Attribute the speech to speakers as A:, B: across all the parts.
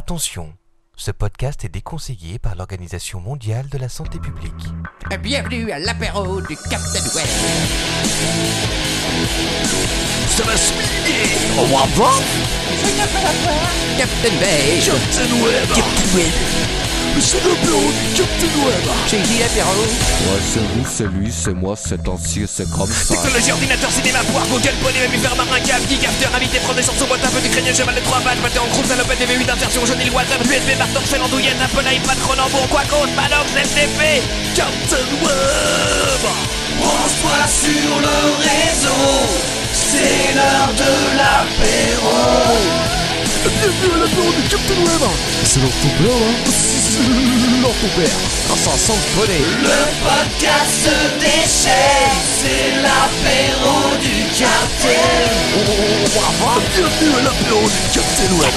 A: Attention, ce podcast est déconseillé par l'Organisation mondiale de la santé publique.
B: Bienvenue à l'apéro du Captain Web.
C: Ça va se miner Au moins pas
B: Captain Bay.
C: Captain Web Captain Web C'est le bureau du Captain Web
B: Chez qui l'apéro
D: Moi, c'est vous, c'est lui, c'est moi, c'est ainsi et c'est comme ça.
C: Technologie, ordinateur, cinéma, poire, Google, poney, même faire marin, cave, geek, after, invité, prendre des chansons, boîte un peu de craigneux, cheval de trois pattes, pâté en croupe, salopette, DV8, insertion, jaune, île, WhatsApp, USB, marteau, fais l'andouillette, Apple, iPad, Cronenbourg, quoi qu'on, Manox, STP, Captain Web Branche-toi sur le réseau, c'est l'heure de l'apéro Bienvenue à l'apéro du Captain Web hein. C'est leur ton père, hein C'est leur ton père On s'en sent poney
E: podcast déchaîne, c'est l'apéro du quartier.
C: Bienvenue à l'apéro du Captain Web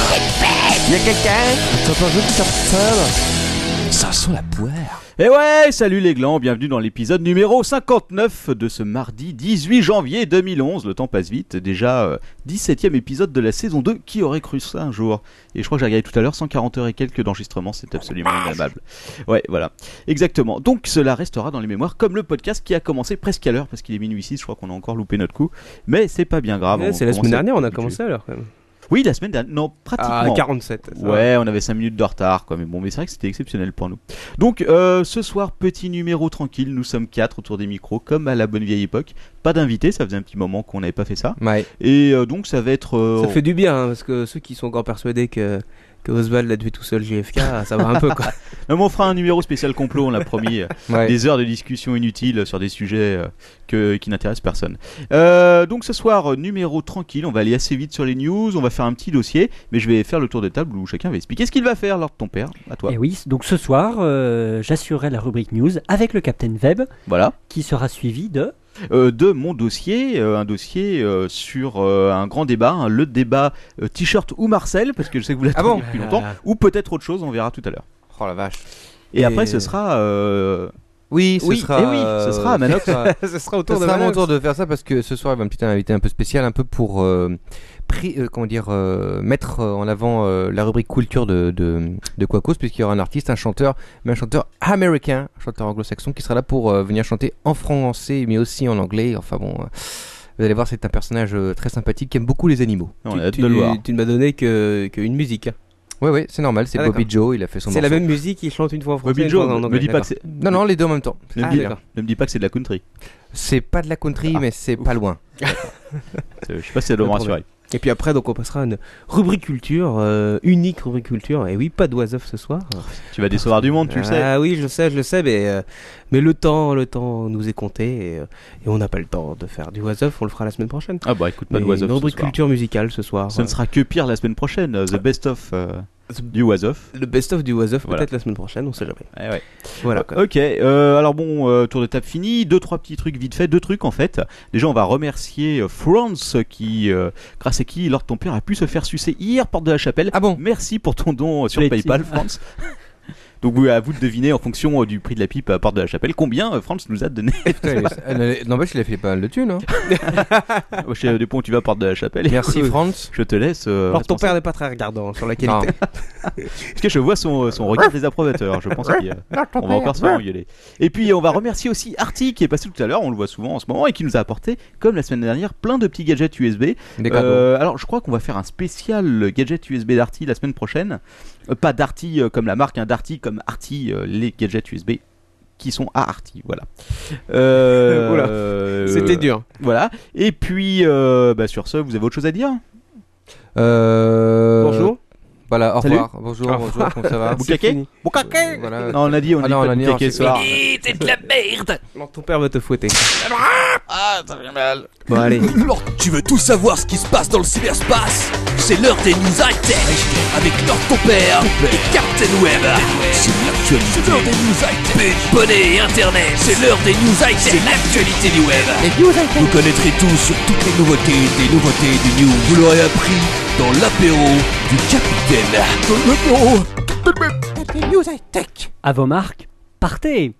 F: Et Eh ouais, salut les glands, bienvenue dans l'épisode numéro 59 de ce mardi 18 janvier 2011. Le temps passe vite, déjà euh, 17e épisode de la saison 2, qui aurait cru ça un jour Et je crois que j'ai regardé tout à l'heure, 140 heures et quelques d'enregistrement, c'est absolument innommable. Ouais, voilà, exactement. Donc cela restera dans les mémoires, comme le podcast qui a commencé presque à l'heure, parce qu'il est minuit 6, je crois qu'on a encore loupé notre coup. Mais c'est pas bien grave.
G: Ouais,
F: on
G: c'est la
F: commence
G: semaine
F: à-
G: dernière, on a commencé alors quand même.
F: Oui, la semaine dernière, non,
G: À
F: pratiquement.
G: 47. Ah, ça va.
F: Ouais, on avait 5 minutes de retard, quoi. Mais bon, mais c'est vrai que c'était exceptionnel pour nous. Donc, euh, ce soir, petit numéro tranquille. Nous sommes quatre autour des micros, comme à la bonne vieille époque. Pas d'invité, ça faisait un petit moment qu'on n'avait pas fait ça.
G: Ouais.
F: Et euh, donc, ça va être. euh,
G: Ça fait du bien hein, parce que ceux qui sont encore persuadés que, que Oswald l'a tué tout seul JFK, ça va un peu quoi.
F: Non, mais on fera un numéro spécial complot, on l'a promis. Euh, Des heures de discussion inutiles sur des sujets euh, que, qui n'intéressent personne. Euh, donc, ce soir, euh, numéro tranquille. On va aller assez vite sur les news. On va faire un petit dossier. Mais je vais faire le tour de table où chacun va expliquer ce qu'il va faire lors de ton père. À toi.
H: Et Eh oui, donc ce soir, euh, j'assurerai la rubrique news avec le Captain Web,
F: Voilà.
H: qui sera suivi de...
F: euh, de mon dossier, euh, un dossier euh, sur euh, un grand débat, hein, le débat euh, t-shirt ou Marcel, parce que je sais que vous l'attendez
G: bon
F: depuis longtemps,
G: Ah.
F: ou peut-être autre chose, on verra tout à l'heure.
G: Oh la vache.
F: Et,
G: Et-
F: après, ce sera. euh,
I: Oui, ce
F: Oui,
I: sera.
F: eh oui, ce
I: euh,
F: sera à Manox.
I: ce sera-
G: ça sera
I: ce
G: autour de
I: sera mon
G: Manox.
I: tour de faire ça parce que ce soir, il y a un petit invité un peu spécial, un peu pour euh, pri- euh, comment dire, euh, mettre euh, en avant euh, la rubrique culture de, de, de Quacos, puisqu'il y aura un artiste, un chanteur, mais un chanteur américain, un chanteur anglo-saxon, qui sera là pour euh, venir chanter en français, mais aussi en anglais. Enfin bon. euh, vous allez voir, c'est un personnage euh, très sympathique qui aime beaucoup les animaux.
F: on
G: Tu-
F: a hâte
G: tu-
F: de le voir.
G: Tu ne m'as donné que, que une musique. hein.
I: Ouais, ouais, c'est normal, c'est
G: Ah,
I: Bobby Joe, il a fait son
G: C'est la
I: morceau.
G: même musique, il chante une fois en français.
F: Bobby
G: une
F: Joe,
G: fois en
F: me
G: anglais,
F: dis pas que
G: d'accord.
F: c'est.
I: Non, non, les deux en même temps.
F: Ne, me
G: Ah,
F: dis-
G: d'accord.
F: ne me dis pas que c'est de la country.
I: C'est pas de la country,
G: Ah.
I: mais c'est pas loin.
F: Euh, Je sais pas si ça doit me
G: Le
F: rassurer.
G: Et puis après, donc on passera à une rubrique culture, euh, unique rubrique culture. Et oui, pas d'oiseuf ce soir.
F: Tu vas décevoir du monde, Ah, tu le sais.
G: Ah oui, je le sais, je le sais, mais, euh, mais le temps, le temps nous est compté et, euh, et on n'a pas le temps de faire du was-off, on le fera la semaine prochaine.
F: Ah bah écoute, pas de
G: Mais
F: was
G: Une rubrique culture Ah. musicale ce soir. euh,
F: Ça ne sera que pire la semaine prochaine, euh, The Best of euh, du was of.
G: Le best-of du was-off
F: Voilà.
G: peut-être la semaine prochaine, on sait jamais.
F: Eh ouais.
G: Voilà. quoi.
F: Ok, euh, alors bon, euh, tour de table fini, deux trois petits trucs vite fait, deux trucs en fait. Déjà, on va remercier euh, France qui, euh, grâce à qui Lord ton père a pu se faire sucer hier porte de la Chapelle.
I: Ah bon
F: Merci pour ton don euh, sur
H: Les
F: PayPal, France. Donc vous, à vous de deviner en fonction euh, du prix de la pipe à porte de la Chapelle combien euh, France nous a donné.
I: Putain, elle- N'empêche, il a fait pas mal de thunes. Hein.
F: Moi, je sais du point où tu vas porte de la Chapelle. et
I: Merci, France.
F: Je te laisse. euh,
G: Alors ton
F: responsable.
G: père n'est pas très regardant sur la qualité.
I: Non.
F: Parce que je vois son, euh, son regard désapprobateur. Je pense qu'il. euh,
G: Ah,
F: On va encore se faire engueuler. Et puis on va remercier aussi Arty qui est passé tout à l'heure, on le voit souvent en ce moment, et qui nous a apporté, comme la semaine dernière, plein de petits gadgets USB.
I: Des cadeaux.
F: Euh, alors je crois qu'on va faire un spécial gadget USB d'Arty la semaine prochaine. Euh, pas d'Arty euh, comme la marque, hein, d'Arty comme Arty, euh, les gadgets USB qui sont à Arty, voilà. Euh,
G: Oula,
F: euh,
G: C'était dur.
F: Voilà. Et puis, euh, bah, sur ce, vous avez autre chose à dire
I: Euh,
G: Bonjour.
I: Voilà, au
F: Salut.
I: revoir. Bonjour,
C: Ah.
G: Au
I: bonjour, comment ça va
F: Vous claquez
G: fini.
I: Euh, voilà.
F: Non, on a dit, on a
I: Ah
F: dit
I: non,
F: pas
I: on a
F: de
I: dit,
F: boucaquet
I: on
F: ce
I: s'est-
F: soir.
G: Alors ton père va te fouetter.
F: Bon, allez.
C: Alors, tu veux tout savoir ce qui se passe dans le cyberspace C'est l'heure des news high-tech avec Lord ton père et Captain Web. C'est l'actualité. C'est l'heure des news high-tech. Bonnet et Internet. C'est l'heure des news high-tech. C'est l'actualité du web. Vous connaîtrez tout sur toutes les nouveautés, des nouveautés, des news. Vous l'aurez appris dans l'apéro du capitaine.
H: À vos marques, partez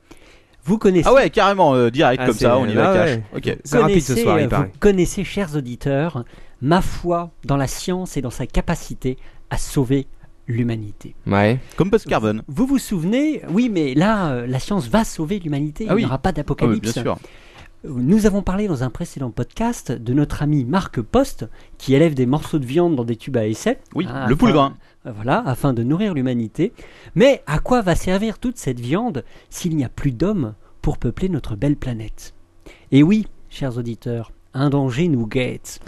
H: Vous connaissez...
F: Ah ouais, carrément, euh, direct
G: Ah,
F: comme
G: c'est-
F: ça, on y va
G: ah
F: cash.
G: ouais.
F: Ok.
G: C'est rapide ce
H: connaissez,
G: soir,
H: euh,
G: il paraît.
H: vous connaissez, chers auditeurs, ma foi dans la science et dans sa capacité à sauver l'humanité.
C: Ouais.
F: Comme Post Carbon.
H: Vous vous souvenez Oui, mais là, euh, la science va sauver l'humanité.
F: Ah
H: Il
F: oui.
H: n'y aura pas
F: Ah oui,
H: d'apocalypse.
F: bien sûr.
H: Nous avons parlé dans un précédent podcast de notre ami Marc Post, qui élève des morceaux de viande dans des tubes à essai.
F: Oui,
H: hein,
F: le
H: afin-
F: poule grain.
H: euh, Voilà, afin de nourrir l'humanité. Mais à quoi va servir toute cette viande s'il n'y a plus d'hommes pour peupler notre belle planète Et oui, chers auditeurs, un danger nous guette.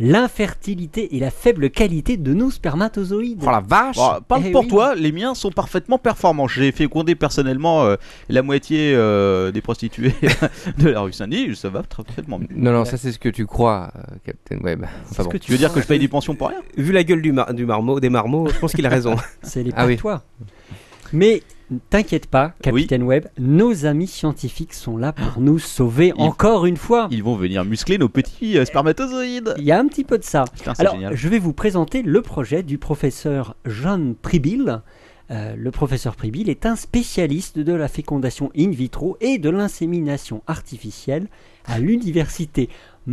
H: L'infertilité et la faible qualité de nos spermatozoïdes.
C: Oh la vache
F: Bon, parle
H: Eh
F: pour
H: oui.
F: toi, les miens sont parfaitement performants. J'ai fécondé personnellement euh, la moitié euh, des prostituées de la rue Saint-Denis, ça va très- parfaitement bien.
C: Non, non, ça c'est ce que tu crois, euh, Captain Web. Enfin bon.
H: que
F: Tu veux dire que je paye des pensions pour rien
G: Vu la gueule du, mar- du marmot, des marmots, je pense qu'il a raison.
H: C'est les
C: Ah oui.
H: patois. Mais t'inquiète pas, Capitaine Webb, nos amis scientifiques sont là
C: Ah.
H: pour nous sauver
F: Ils-
H: encore une fois.
F: Ils vont venir muscler nos petits euh, spermatozoïdes.
H: Il y a un petit peu de ça.
F: Putain, c'est
H: Alors,
F: génial.
H: je vais vous présenter le projet du professeur John Pribill. Euh, le professeur Pribill est un spécialiste de la fécondation in vitro et de l'insémination artificielle à l'université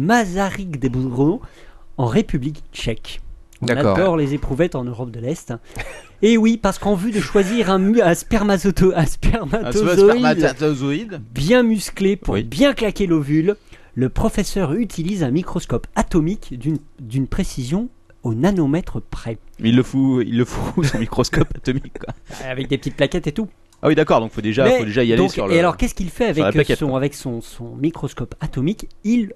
H: Masaryk de Brno en République tchèque. On
C: D'accord.
H: adore les éprouvettes en Europe de l'Est. Et oui, parce qu'en vue de choisir un, mu- un spermazoto- un
F: Un
H: spermatozoïde
F: Ah, spermatozoïde
H: bien musclé pour
F: Oui.
H: bien claquer l'ovule, le professeur utilise un microscope atomique d'une- d'une précision au nanomètre près.
F: Mais il le fout, il le fout son microscope atomique. quoi.
H: Avec des petites plaquettes et tout.
F: Ah oui, d'accord, donc faut déjà,
H: Mais,
F: faut déjà y aller
H: donc,
F: sur le.
H: Et alors, qu'est-ce qu'il fait
F: sur la
H: avec,
F: plaquette,
H: son, avec son, son microscope atomique Il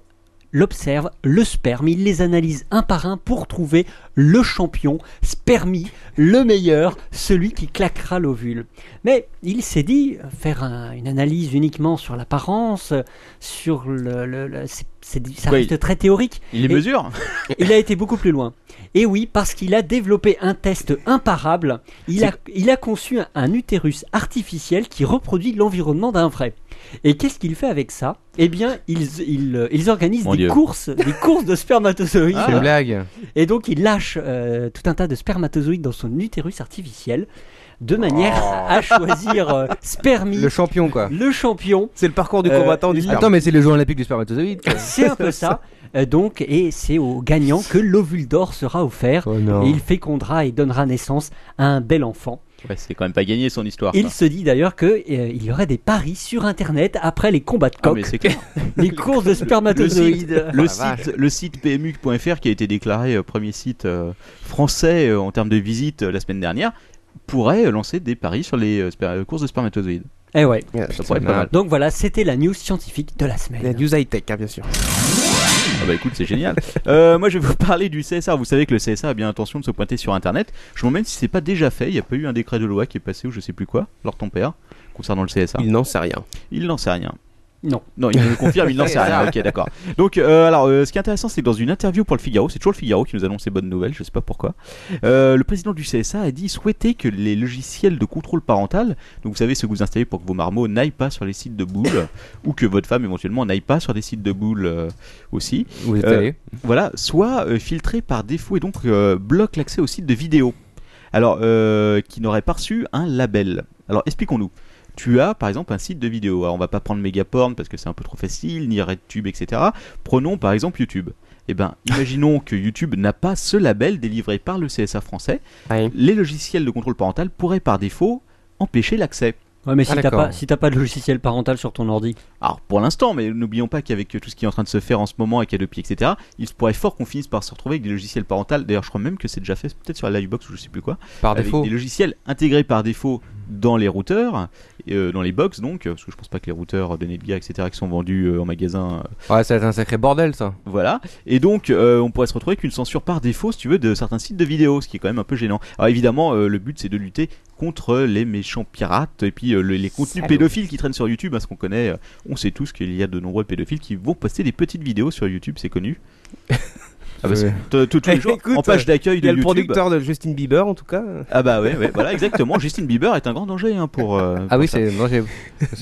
H: l'observe, le sperme, il les analyse un par un pour trouver le champion, spermie, le meilleur, celui qui claquera l'ovule. Mais il s'est dit, euh, faire un- une analyse uniquement sur l'apparence, euh, sur le... le- le- c'est- c'est- ça
F: Oui.
H: reste très théorique.
F: il les
H: et-
F: mesure
H: Il a été beaucoup plus loin. Et oui, parce qu'il a développé un test imparable. Il a, il a conçu un, un utérus artificiel qui reproduit l'environnement d'un vrai. Et qu'est-ce qu'il fait avec ça Eh bien, ils, ils, euh, ils organisent
F: Mon
H: des
F: Dieu. Ah.
H: courses, des courses de spermatozoïdes.
C: C'est une blague.
H: Et donc, il lâche euh, tout un tas de spermatozoïdes dans son utérus artificiel, de manière
F: Oh.
H: à choisir euh, spermie,
C: Le
H: le,
C: champion, quoi.
H: champion.
G: C'est le parcours du
H: Euh,
G: combattant du
H: il-
G: sperme.
C: Attends, mais c'est les Jeux Olympiques du spermatozoïde. quoi.
H: C'est un peu ça. Euh, donc, et c'est au gagnant que l'ovule d'or sera offert.
C: Oh non.
H: Et il fécondera et donnera naissance à un bel enfant.
F: Ouais, c'est quand même pas gagné son histoire.
H: Il
F: quoi.
H: se dit d'ailleurs qu'il il y aurait des paris sur Internet après les combats de
F: Ah,
H: coq,
F: mais c'est clair.
H: les courses de spermatozoïdes.
F: Le
C: la
F: site, le site pmu.fr qui a été déclaré euh, premier site euh, français euh, en termes de visite euh, la semaine dernière pourrait euh, lancer des paris sur les euh, sper- euh, courses de spermatozoïdes.
H: Eh ouais.
G: Ah,
F: Ça pourrait être pas mal.
H: Donc voilà, c'était la news scientifique de la
G: La
H: semaine.
G: news high-tech, hein, bien sûr.
F: Ah bah écoute, c'est génial. Euh, moi je vais vous parler du CSA. Vous savez que le CSA a bien intention de se pointer sur internet. Je me demande si c'est pas déjà fait. Il n'y a pas eu un décret de loi qui est passé ou je sais plus quoi, lors de ton père, concernant le CSA.
G: Il n'en sait rien.
F: Il n'en sait rien.
H: Non.
F: Non, il me le confirme, il n'en sait rien. Ok, d'accord. Donc, euh, alors, euh, ce qui est intéressant, c'est que dans une interview pour le Figaro, c'est toujours le Figaro qui nous annonce ces bonnes nouvelles, je sais pas pourquoi. euh, le président du CSA a dit souhaiter que les logiciels de contrôle parental, donc vous savez ceux que vous installez pour que vos marmots n'aillent pas sur les sites de boules, ou que votre femme éventuellement n'aille pas sur des sites de boules euh, aussi,
C: Vous êtes
F: Euh,
C: allé
F: voilà, soit euh, filtrés par défaut et donc euh, bloquent l'accès aux sites de vidéos. Alors, euh, qui n'aurait pas reçu un label. Alors, expliquons-nous. Tu as par exemple un site de vidéo. Alors, on va pas prendre Megaporn parce que c'est un peu trop facile, ni RedTube, etc. Prenons par exemple YouTube. Eh ben, imaginons que YouTube n'a pas ce label délivré par le CSA français.
G: Ouais.
F: Les logiciels de contrôle parental pourraient par défaut empêcher l'accès.
H: Ouais, mais si
C: Ah,
H: t'as
C: d'accord.
H: pas, si t'as pas de logiciel parental sur ton ordi,
F: Alors pour l'instant, mais n'oublions pas qu'avec euh, tout ce qui est en train de se faire en ce moment avec Adopi, etc., il se pourrait fort qu'on finisse par se retrouver avec des logiciels parentaux. D'ailleurs, je crois même que c'est déjà fait, c'est peut-être sur la Livebox ou je sais plus quoi,
C: Par
F: avec
C: défaut.
F: des logiciels intégrés par défaut dans les routeurs, et, euh, dans les box donc, euh, parce que je pense pas que les routeurs de Netgear, etc., qui sont vendus euh, en magasin, euh,
C: Ouais, ça va être un sacré bordel, ça.
F: voilà. Et donc, euh, on pourrait se retrouver avec une censure par défaut, si tu veux, de certains sites de vidéos, ce qui est quand même un peu gênant. Alors évidemment, euh, le but c'est de lutter contre les méchants pirates et puis euh, le- les contenus pédophiles qui traînent sur YouTube, parce qu'on connaît, euh, on sait tous qu'il y a de nombreux pédophiles qui vont poster des petites vidéos sur YouTube, c'est connu. Ah bah, c'est- t- tous les jours,
G: Écoute,
F: en page d'accueil
G: Il
F: de
G: y a le
F: YouTube.
G: producteur de Justin Bieber, en tout cas.
F: Ah bah ouais, ouais, voilà exactement. Justin Bieber est un grand danger hein, pour. euh,
C: Ah
F: pour
C: oui,
F: ça.
C: c'est. non, j'ai-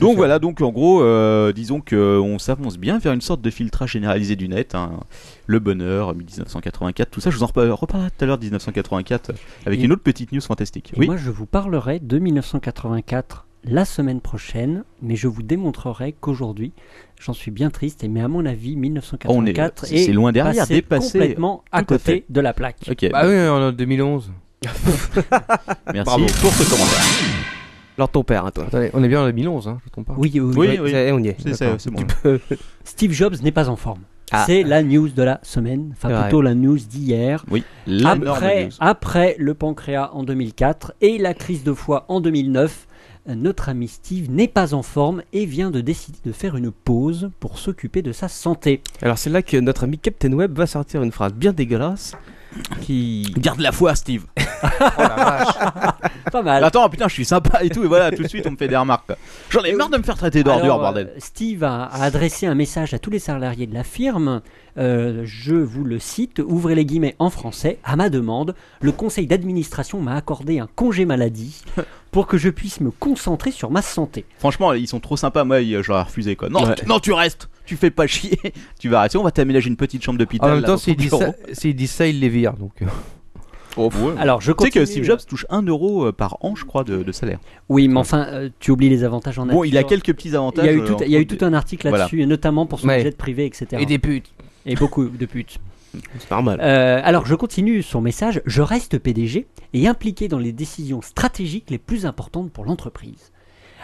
F: Donc voilà, donc en gros, euh, disons qu'on s'avance bien vers une sorte de filtrage généralisé du net. hein. Le bonheur, euh, 1984, tout ça, je vous en repa- reparlerai tout à l'heure 1984 euh, avec
H: Et-
F: une autre petite news fantastique.
H: et
F: Oui,
H: moi je vous parlerai de 1984 la semaine prochaine, mais je vous démontrerai qu'aujourd'hui, j'en suis bien triste, mais à mon avis,
F: on est,
H: 1984
F: c'est c'est loin derrière,
H: passé
F: dépassé.
H: complètement à
F: Tout à
C: Ah
H: côté de la plaque.
F: Ok.
C: Bah oui, en 2011.
F: Merci
G: Bravo.
F: pour ce commentaire.
G: Alors ton père, hein, toi.
C: Attendez, on est bien en 2011, hein, je ne trompe pas.
H: Oui, oui, oui.
F: Oui,
G: Ouais,
F: oui.
G: ça y est, on y est.
F: C'est-
G: D'accord.
F: c'est- c'est bon.
H: Steve Jobs n'est pas en forme.
G: Ah.
H: C'est la news de la semaine, enfin
G: C'est vrai.
H: plutôt la news d'hier.
F: Oui, l'énorme
H: Après,
F: news.
H: après le pancréas en 2004 et la crise de foie en 2009, euh, notre ami Steve n'est pas en forme et vient de décider de faire une pause pour s'occuper de sa santé.
G: Alors c'est là que notre ami Captain Web va sortir une phrase bien dégueulasse qui
F: Garde la foi, Steve.
H: Pas mal.
F: Attends, oh, putain, je suis sympa et tout, et voilà, tout de suite, on me fait des remarques. quoi. J'en ai marre de me faire traiter d'ordure,
H: Alors,
F: bordel.
H: euh, Steve a, a adressé un message à tous les salariés de la firme. Euh, je vous le cite, ouvrez les guillemets en français. À ma demande, le conseil d'administration m'a accordé un congé maladie pour que je puisse me concentrer sur ma santé.
F: Franchement, ils sont trop sympas, moi, ils- euh, j'aurais refusé quoi. Non, tu, non, tu restes, tu fais pas chier, tu vas rester, on va t'aménager une petite chambre d'hôpital.
C: En même
F: là,
C: temps,
F: dans ton
C: s'ils disent,
F: bureau.
C: ça- s'ils disent ça, ils les virent. Donc, euh,
F: Oh, ouais.
H: Alors, je
F: Tu sais
H: continue.
F: que Steve Jobs touche 1 euro euh, par an, je crois, de, de salaire.
H: Oui, mais enfin, euh, tu oublies les avantages en
F: Bon, il a
H: nature.
F: quelques petits
H: Il
F: avantages.
H: y a eu
F: euh,
H: tout,
F: entre
H: il y a eu
F: des-
H: tout un article là-dessus, et notamment pour son
C: Ouais.
H: jet privé, etc.
C: Et des putes.
H: Et beaucoup de putes.
G: c'est normal.
H: Euh, alors je continue son message, je reste PDG et impliqué dans les décisions stratégiques les plus importantes pour l'entreprise.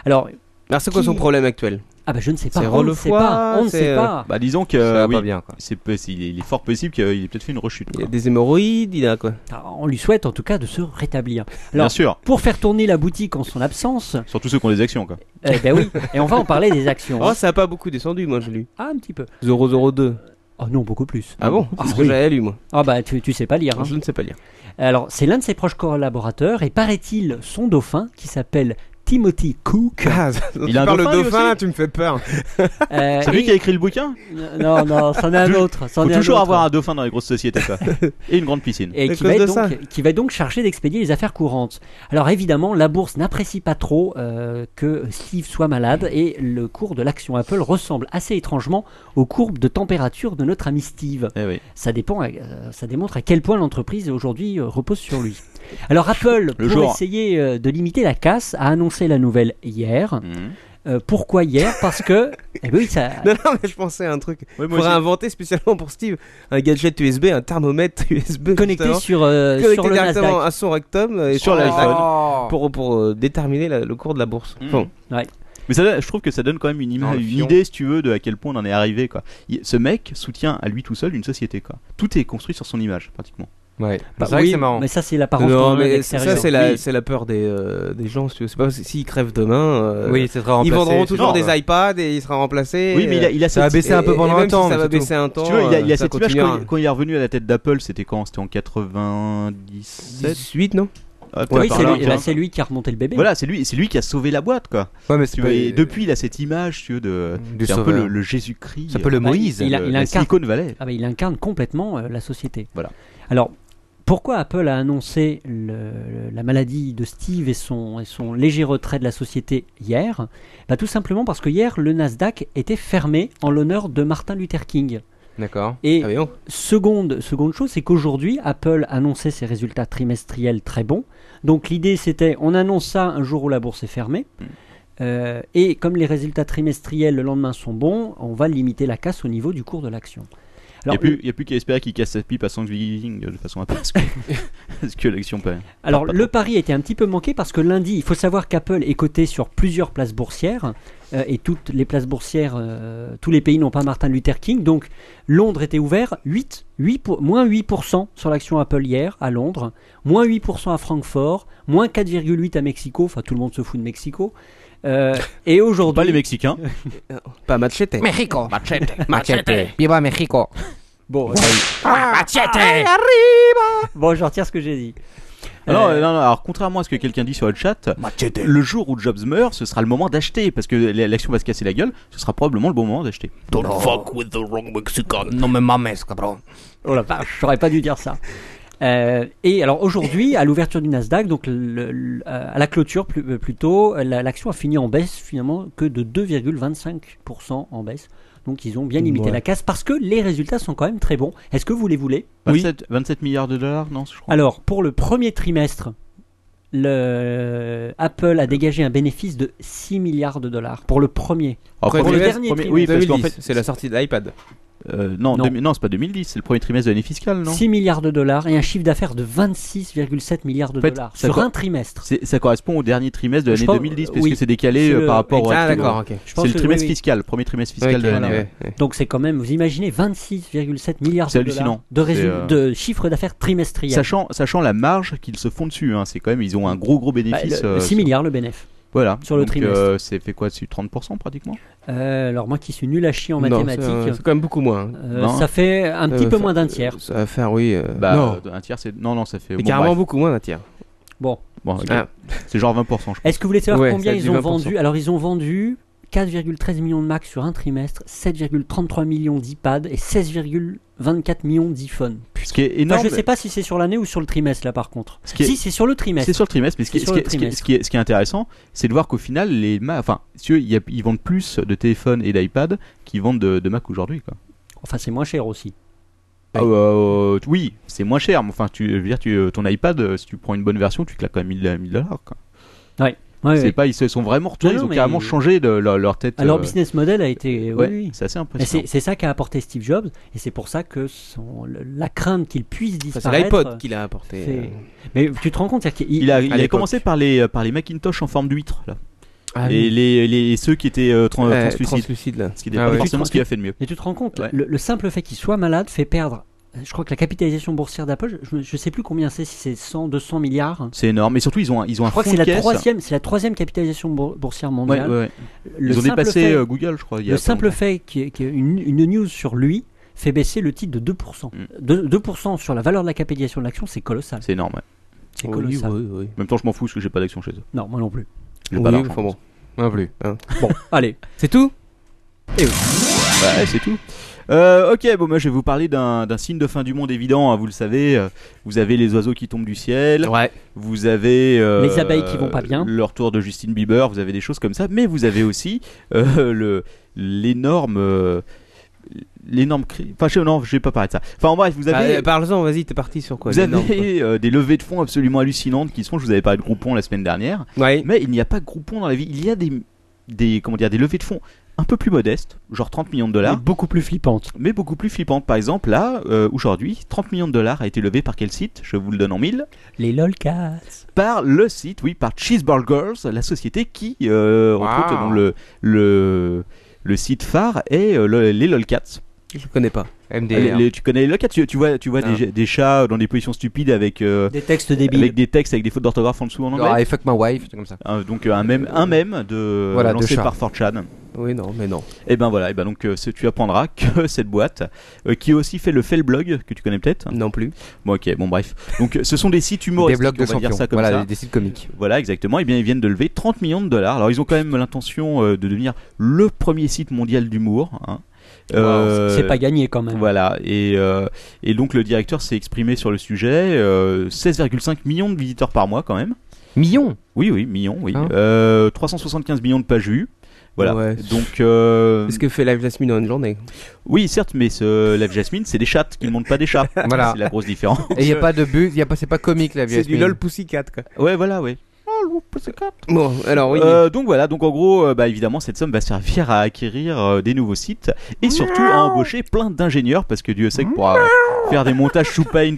H: Alors,
G: Alors c'est quoi
H: qui-
G: son problème actuel
H: ah bah je ne sais pas,
G: C'est
H: on ne
G: Rolle
H: sait
G: Foy,
H: pas, on ne
G: c'est,
H: sait
G: euh,
H: pas.
F: Bah, disons que.
C: ça va
F: oui,
C: pas bien. Quoi.
F: C'est possible, il est fort possible qu'il ait peut-être fait une rechute.
G: Il
F: quoi.
G: a des hémorroïdes, il a quoi
H: Ah, On lui souhaite en tout cas de se rétablir.
F: Bien
H: Alors,
F: sûr,
H: pour faire tourner la boutique en son absence,
F: surtout ceux qui ont des actions quoi.
H: eh ben oui, et on va en parler des actions.
G: Oh, ça a pas beaucoup descendu moi je lu.
H: Ah un petit peu.
G: 002.
H: Oh non, beaucoup plus.
G: Ah bon C'est ce que
H: oui.
G: j'avais lu moi.
H: Ah bah tu, tu sais pas lire.
F: Oh.
H: hein.
G: Je ne sais pas lire.
H: Alors, c'est l'un de ses proches collaborateurs et paraît-il son dauphin qui s'appelle Timothy Cook.
F: Il a un dauphin, lui aussi
G: tu me fais peur.
H: Euh,
F: C'est lui
H: et-
F: qui a écrit le bouquin
H: Non, non, c'en est un
F: Tou-
H: autre. c'en
F: Faut
H: est un
F: toujours
H: autre. hein.
F: avoir un dauphin dans les grosses sociétés quoi. Et une grande piscine.
H: et
G: À
H: qui
G: cause
H: va,
G: de
H: être
G: ça.
H: donc, qui va donc charger d'expédier les affaires courantes. Alors évidemment, la bourse n'apprécie pas trop euh, que Steve soit malade et le cours de l'action Apple ressemble assez étrangement aux courbes de température de notre ami Steve.
F: Eh oui.
H: Ça, dépend, euh, ça démontre à quel point l'entreprise aujourd'hui euh, repose sur lui. Alors Apple,
F: Le
H: pour
F: jour.
H: essayer euh, de limiter la casse, a annoncé la nouvelle hier.
F: Mhm.
H: Euh, pourquoi hier Parce que... eh ben oui, ça...
G: Non, non, mais je pensais à un truc.
F: Ouais, moi
G: Faudrait
F: aussi.
G: inventer spécialement pour Steve un gadget USB, un thermomètre USB
H: Connecté
G: justement,
H: sur, euh,
G: connecté
H: sur le Nasdaq.
G: directement à son rectum euh, et
F: Sur
C: Ah, Oh.
F: l'iPhone.
G: pour pour euh, déterminer la- le cours de la bourse.
F: Mhm.
G: Enfin,
F: Mais ça, je trouve que ça donne quand même une, ima-
C: Dans le
F: une
C: fion.
F: idée, si tu veux, de à quel point on en est arrivé. Quoi. Il- ce mec soutient à lui tout seul une société. Quoi. Tout est construit sur son image, pratiquement.
C: Ouais.
H: Bah
C: c'est vrai
H: oui,
C: que c'est marrant.
H: Mais ça, c'est l'apparence qu'on
G: non
H: en a
G: mais ça
H: d'extérieur.
G: c'est la
F: Oui.
G: c'est la peur des euh, des gens. si tu veux. C'est pas parce que s'ils crèvent demain. euh,
C: oui, c'est très
G: Ils vendront
F: genre,
G: toujours des iPads et il sera remplacé. euh,
F: oui, mais il a,
H: euh,
F: il a
C: Ça va
F: cette...
C: baisser un peu pendant un temps.
G: Ça
C: mais
G: va
C: c'est tout.
G: baisser un temps.
F: si tu veux, il a, il a
G: euh, ça
F: cette image
G: continuera.
F: quand, il- quand il est revenu à la tête d'Apple, c'était quand C'était en 97
G: 18 non
F: Ah, peut-être
H: Oui,
F: par
H: c'est
F: là,
H: lui,
F: tu vois.
H: bah, c'est lui qui a remonté le bébé.
F: Voilà, c'est lui, c'est lui qui a sauvé la boîte. Quoi.
C: Ouais, mais c'est
F: Tu
C: pas-
H: Bah,
F: vois,
H: euh,
F: et depuis, il a cette image, tu veux, de.
C: Du
F: C'est un peu
C: sauveur.
F: le, le Jésus-Christ. euh,
C: C'est un peu le
H: Bah,
C: Moïse.
H: il a-
F: le-
H: il
F: la
H: incarne-
F: Silicon Valley.
H: Ah bah, il incarne complètement euh, la société.
F: Voilà.
H: Alors, pourquoi Apple a annoncé le- le- la maladie de Steve et son, et son léger retrait de la société hier bah, Tout simplement parce que hier, le Nasdaq était fermé en l'honneur de Martin Luther King.
C: D'accord.
H: Et
G: Ah mais non.
H: Seconde, seconde chose, c'est qu'aujourd'hui, Apple annonçait ses résultats trimestriels très bons. Donc l'idée, c'était, on annonce ça un jour où la bourse est fermée. Euh, et comme les résultats trimestriels le lendemain sont bons, on va limiter la casse au niveau du cours de l'action.
F: Il n'y
H: Alors,
F: a plus, il y a plus qu'à espérer qu'il casse sa pipe à Thanksgiving euh, de façon un peu. Parce que, parce que l'action peut.
H: Alors
F: Pas
H: le pari était un petit peu manqué parce que lundi, il faut savoir qu'Apple est coté sur plusieurs places boursières euh, et toutes les places boursières, euh, tous les pays n'ont pas Martin Luther King. Donc Londres était ouvert 8, 8 pour- moins 8% sur l'action Apple hier à Londres, moins 8% à Francfort, moins 4,8 à Mexico. Enfin tout le monde se fout de Mexico. Euh, et aujourd'hui,
F: Pas les Mexicains.
G: Pas Machete.
B: Mexico.
C: Machete. Ah,
B: Viva Mexico.
H: bon, euh,
B: Machete.
H: bon, je retire ce que j'ai dit.
F: Ah Non,
H: Euh,
F: non, non, alors contrairement à ce que quelqu'un dit sur le chat, le jour où Jobs meurt, ce sera le moment d'acheter parce que l'action va se casser la gueule, ce sera probablement le bon moment d'acheter.
J: Don't fuck with the wrong Mexican.
C: Non, mais mames, cabron.
H: Oh la vache, j'aurais pas dû dire ça. Euh, et alors aujourd'hui, à l'ouverture du Nasdaq, donc le- le- euh, à la clôture plus- euh, plutôt, la- l'action a fini en baisse finalement que de 2,25% en baisse. Donc ils ont bien limité
G: Ouais.
H: la casse parce que les résultats sont quand même très bons. Est-ce que vous les voulez
F: 27, 27 milliards de dollars, non, je crois.
H: Alors pour le premier trimestre, le Apple a dégagé un bénéfice de 6 milliards de dollars pour le premier.
F: Après,
H: pour le
G: Premier-
H: dernier
F: premier-
H: trimestre.
F: oui, parce qu'en
G: 2010,
F: fait-
G: c'est la sortie de l'iPad.
F: Euh, non,
H: Non.
F: deux- non c'est pas 2010, c'est le premier trimestre de l'année fiscale, non
H: 6 milliards de dollars et un chiffre d'affaires de 26,7 milliards de
F: En fait,
H: dollars
F: ça
H: sur
F: co-
H: un trimestre.
F: C'est- Ça correspond au dernier trimestre de
H: Je
F: l'année
H: pense-
F: 2010, parce
H: oui.
F: que c'est décalé
H: C'est
F: euh,
H: le-
F: par rapport
G: Ah,
F: à.
G: d'accord, ok.
H: Je pense
F: C'est le
H: que-
F: trimestre
H: oui, oui.
F: fiscal, premier trimestre fiscal
G: Ok,
F: de l'année.
G: ouais, ouais.
H: Donc c'est quand même, vous imaginez, 26,7 milliards
F: C'est
H: de dollars
F: hallucinant.
H: de, résul-
F: C'est, euh,
H: de chiffre d'affaires trimestriel.
F: Sachant, sachant la marge qu'ils se font dessus, hein, c'est quand même, ils ont un gros gros
H: Bah,
F: bénéfice.
H: le-
F: euh,
H: 6
F: sur-
H: milliards le bénéfice.
F: Voilà.
H: sur le
F: Donc,
H: trimestre.
F: euh, c'est fait quoi dessus 30% pratiquement
H: Euh, alors moi qui suis nul à chier en
G: Non,
H: mathématiques,
G: c'est- C'est quand même beaucoup moins. hein.
H: euh,
F: non.
H: ça fait un petit
G: Euh,
H: peu
G: ça-
H: moins d'un tiers.
G: Ça va faire, oui. euh,
F: Bah,
G: non.
F: euh, un tiers, c'est. Non, non, ça fait.
G: Mais
F: bon,
G: carrément
F: bref.
G: beaucoup moins d'un tiers.
H: Bon,
F: Bon, ok.
G: Ah.
F: C'est genre 20%, je crois.
H: est-ce que vous voulez savoir
G: Ouais,
H: combien
G: ça dit
H: ils ont
G: 20%.
H: vendu Alors ils ont vendu 4,13 millions de Mac sur un trimestre, 7,33 millions d'iPad et 16,24 millions d'iPhone.
F: Ce qui est
H: Enfin,
F: énorme.
H: je sais pas si c'est sur l'année ou sur le trimestre là par contre.
F: Ce qui est-
H: Si c'est sur le trimestre.
F: C'est sur le trimestre, mais ce qui, ce
H: C'est sur
F: qui-
H: le
F: ce qui- ce qui est, ce qui est intéressant, c'est de voir qu'au final, les ma- enfin, si tu veux, il y a- ils vendent plus de téléphones et d'iPad qu'ils vendent de, de Mac aujourd'hui. quoi.
H: Enfin c'est moins cher aussi. Bah,
F: Ah, euh, euh, oui, c'est moins cher, mais enfin, tu, je veux dire, tu, euh, ton iPad, euh, si tu prends une bonne version, tu claques quand même 1000 1000 dollars. quoi.
H: Ouais,
F: C'est
H: ouais.
F: pas, ils se sont vraiment retournés,
H: Non, non,
F: ils ont
H: mais-
F: carrément changé de leur, leur tête.
H: Alors
F: euh,
H: business model a été. oui,
F: ouais,
H: oui.
F: c'est assez
H: Et
F: impressionnant.
H: c'est c'est ça qu'a apporté Steve Jobs, et c'est pour ça que son- le- la crainte qu'il puisse
G: Enfin, c'est
H: disparaître.
G: l'iPod qu'il a apporté.
H: c'est-
G: euh.
H: Mais tu te rends compte, c'est-à-dire qu'il
F: Il a, il a
G: l'époque.
F: commencé par les, euh, par les Macintosh en forme d'huître, là.
G: Ah,
F: et les, les- ceux qui étaient euh, tran-
G: oui. Euh,
F: translucides.
G: translucide, là.
F: Ce qui n'est
G: Ah
F: pas
G: ouais.
F: forcément ce qu'il a fait de mieux.
H: Mais tu te rends compte,
F: Ouais.
H: le, le simple fait qu'il soit malade fait perdre. Je crois que la capitalisation boursière d'Apple, je, je sais plus combien c'est, si c'est 100, 200 milliards.
F: C'est énorme. Et surtout, ils ont un, ils ont un
H: Je crois
F: fond
H: que c'est
F: de
H: la
F: caisse.
H: troisième, c'est la troisième capitalisation bour- boursière
F: Ouais,
H: mondiale.
F: ouais, ouais.
H: Le
F: Ils ont
H: simple
F: dépassé
H: fait-
F: euh, Google, je crois. il y a
H: le
F: pas
H: simple
F: longtemps.
H: fait qu'il y ait- qu'il y ait une, une news sur lui fait baisser le titre de 2%.
F: Mm.
H: De- 2% sur la valeur de la capitalisation de l'action, c'est colossal.
F: C'est énorme. ouais.
H: C'est
G: Oui,
H: colossal.
G: oui, oui.
F: En même temps, je m'en fous parce que j'ai pas d'action chez eux.
H: Non, moi non plus.
F: J'ai
G: Oui,
F: pas d'argent.
G: enfin bon. Non plus. hein.
H: Bon, allez.
G: C'est tout
F: Ouais, Bah, c'est tout. Euh, ok, bon, moi je vais vous parler d'un d'un signe de fin du monde évident. hein, vous le savez, euh, vous avez les oiseaux qui tombent du ciel,
G: Ouais.
F: vous avez euh,
H: Les abeilles qui vont pas bien.
F: le retour de Justin Bieber, vous avez des choses comme ça, mais vous avez aussi euh, le l'énorme euh, l'énorme cri. Enfin, je, non, je vais pas parler de ça. Enfin, en bref, vous avez
G: Allez, Bah, euh, Parle-en, vas-y, t'es parti sur quoi
F: vous
G: l'énorme, quoi.
F: avez euh, des levées de fonds absolument hallucinantes qui sont. Je vous avais parlé de Groupon la semaine dernière.
G: Ouais.
F: Mais il n'y a pas de groupon dans la vie. Il y a des, des, comment dire, des levées de fonds un peu plus modestes, genre 30 millions de dollars,
H: Beaucoup plus flippante.
F: mais beaucoup plus flippantes. Par exemple, là, euh, aujourd'hui, 30 millions de dollars a été levé par quel site Je vous le donne en mille.
H: Les lolcats.
F: Par le site, oui, par Cheeseburgers, la société qui euh, recrute
G: Wow.
F: dont le, le, le site phare est euh, le- les Lolcats.
G: Je connais pas.
C: MDR.
F: Les- les- tu connais les Lolcats tu, tu vois, tu vois
G: hein. Ah.
F: des, des chats dans des positions stupides avec, euh,
H: Des textes débiles.
F: avec des textes, avec des fautes d'orthographe en dessous en anglais.
C: Genre, Ah, I fuck my wife, tout comme ça.
F: Un- donc un même, un même de,
C: Voilà, de
F: lancé
C: chat.
F: par 4chan.
G: Oui, non, mais non.
F: Et ben voilà, et ben donc euh, c'est- tu apprendras que cette boîte, euh, qui a aussi fait le Fellblog, que tu connais peut-être.
G: Non plus.
F: Bon ok, bon bref. Donc euh, ce sont des sites
C: Des
F: humoristiques,
C: blogs de
F: on va dire
C: champions.
F: ça comme
C: Voilà,
F: ça.
C: des- des sites comiques.
F: Voilà, exactement. Et bien ils viennent de lever 30 millions de dollars. Alors ils ont quand même l'intention euh, de devenir le premier site mondial d'humour. hein. Euh,
H: C'est pas gagné quand même.
F: Voilà, et, euh, et donc le directeur s'est exprimé sur le sujet. euh, 16,5 millions de visiteurs par mois quand même.
C: Millions
F: Oui, oui, millions, oui.
C: Hein
F: Euh, 375 millions de pages vues. Voilà.
G: Ouais.
F: Donc, euh,
G: Ce que fait Live Jasmine en une journée.
F: Oui, certes, mais ce Live Jasmine, c'est des chats qui ne montent pas des chats.
C: Voilà.
F: C'est la grosse différence.
C: Et il n'y a pas de but, y a pas, c'est pas comique la vie. Jasmine.
G: Pussycat, quoi.
F: Ouais, voilà, ouais.
G: Bon, alors oui.
F: Euh, donc voilà, donc en gros, euh, bah, évidemment, cette somme va servir à acquérir euh, des nouveaux sites et surtout à embaucher plein d'ingénieurs parce que Dieu sait que pour euh, faire des montages sous paint,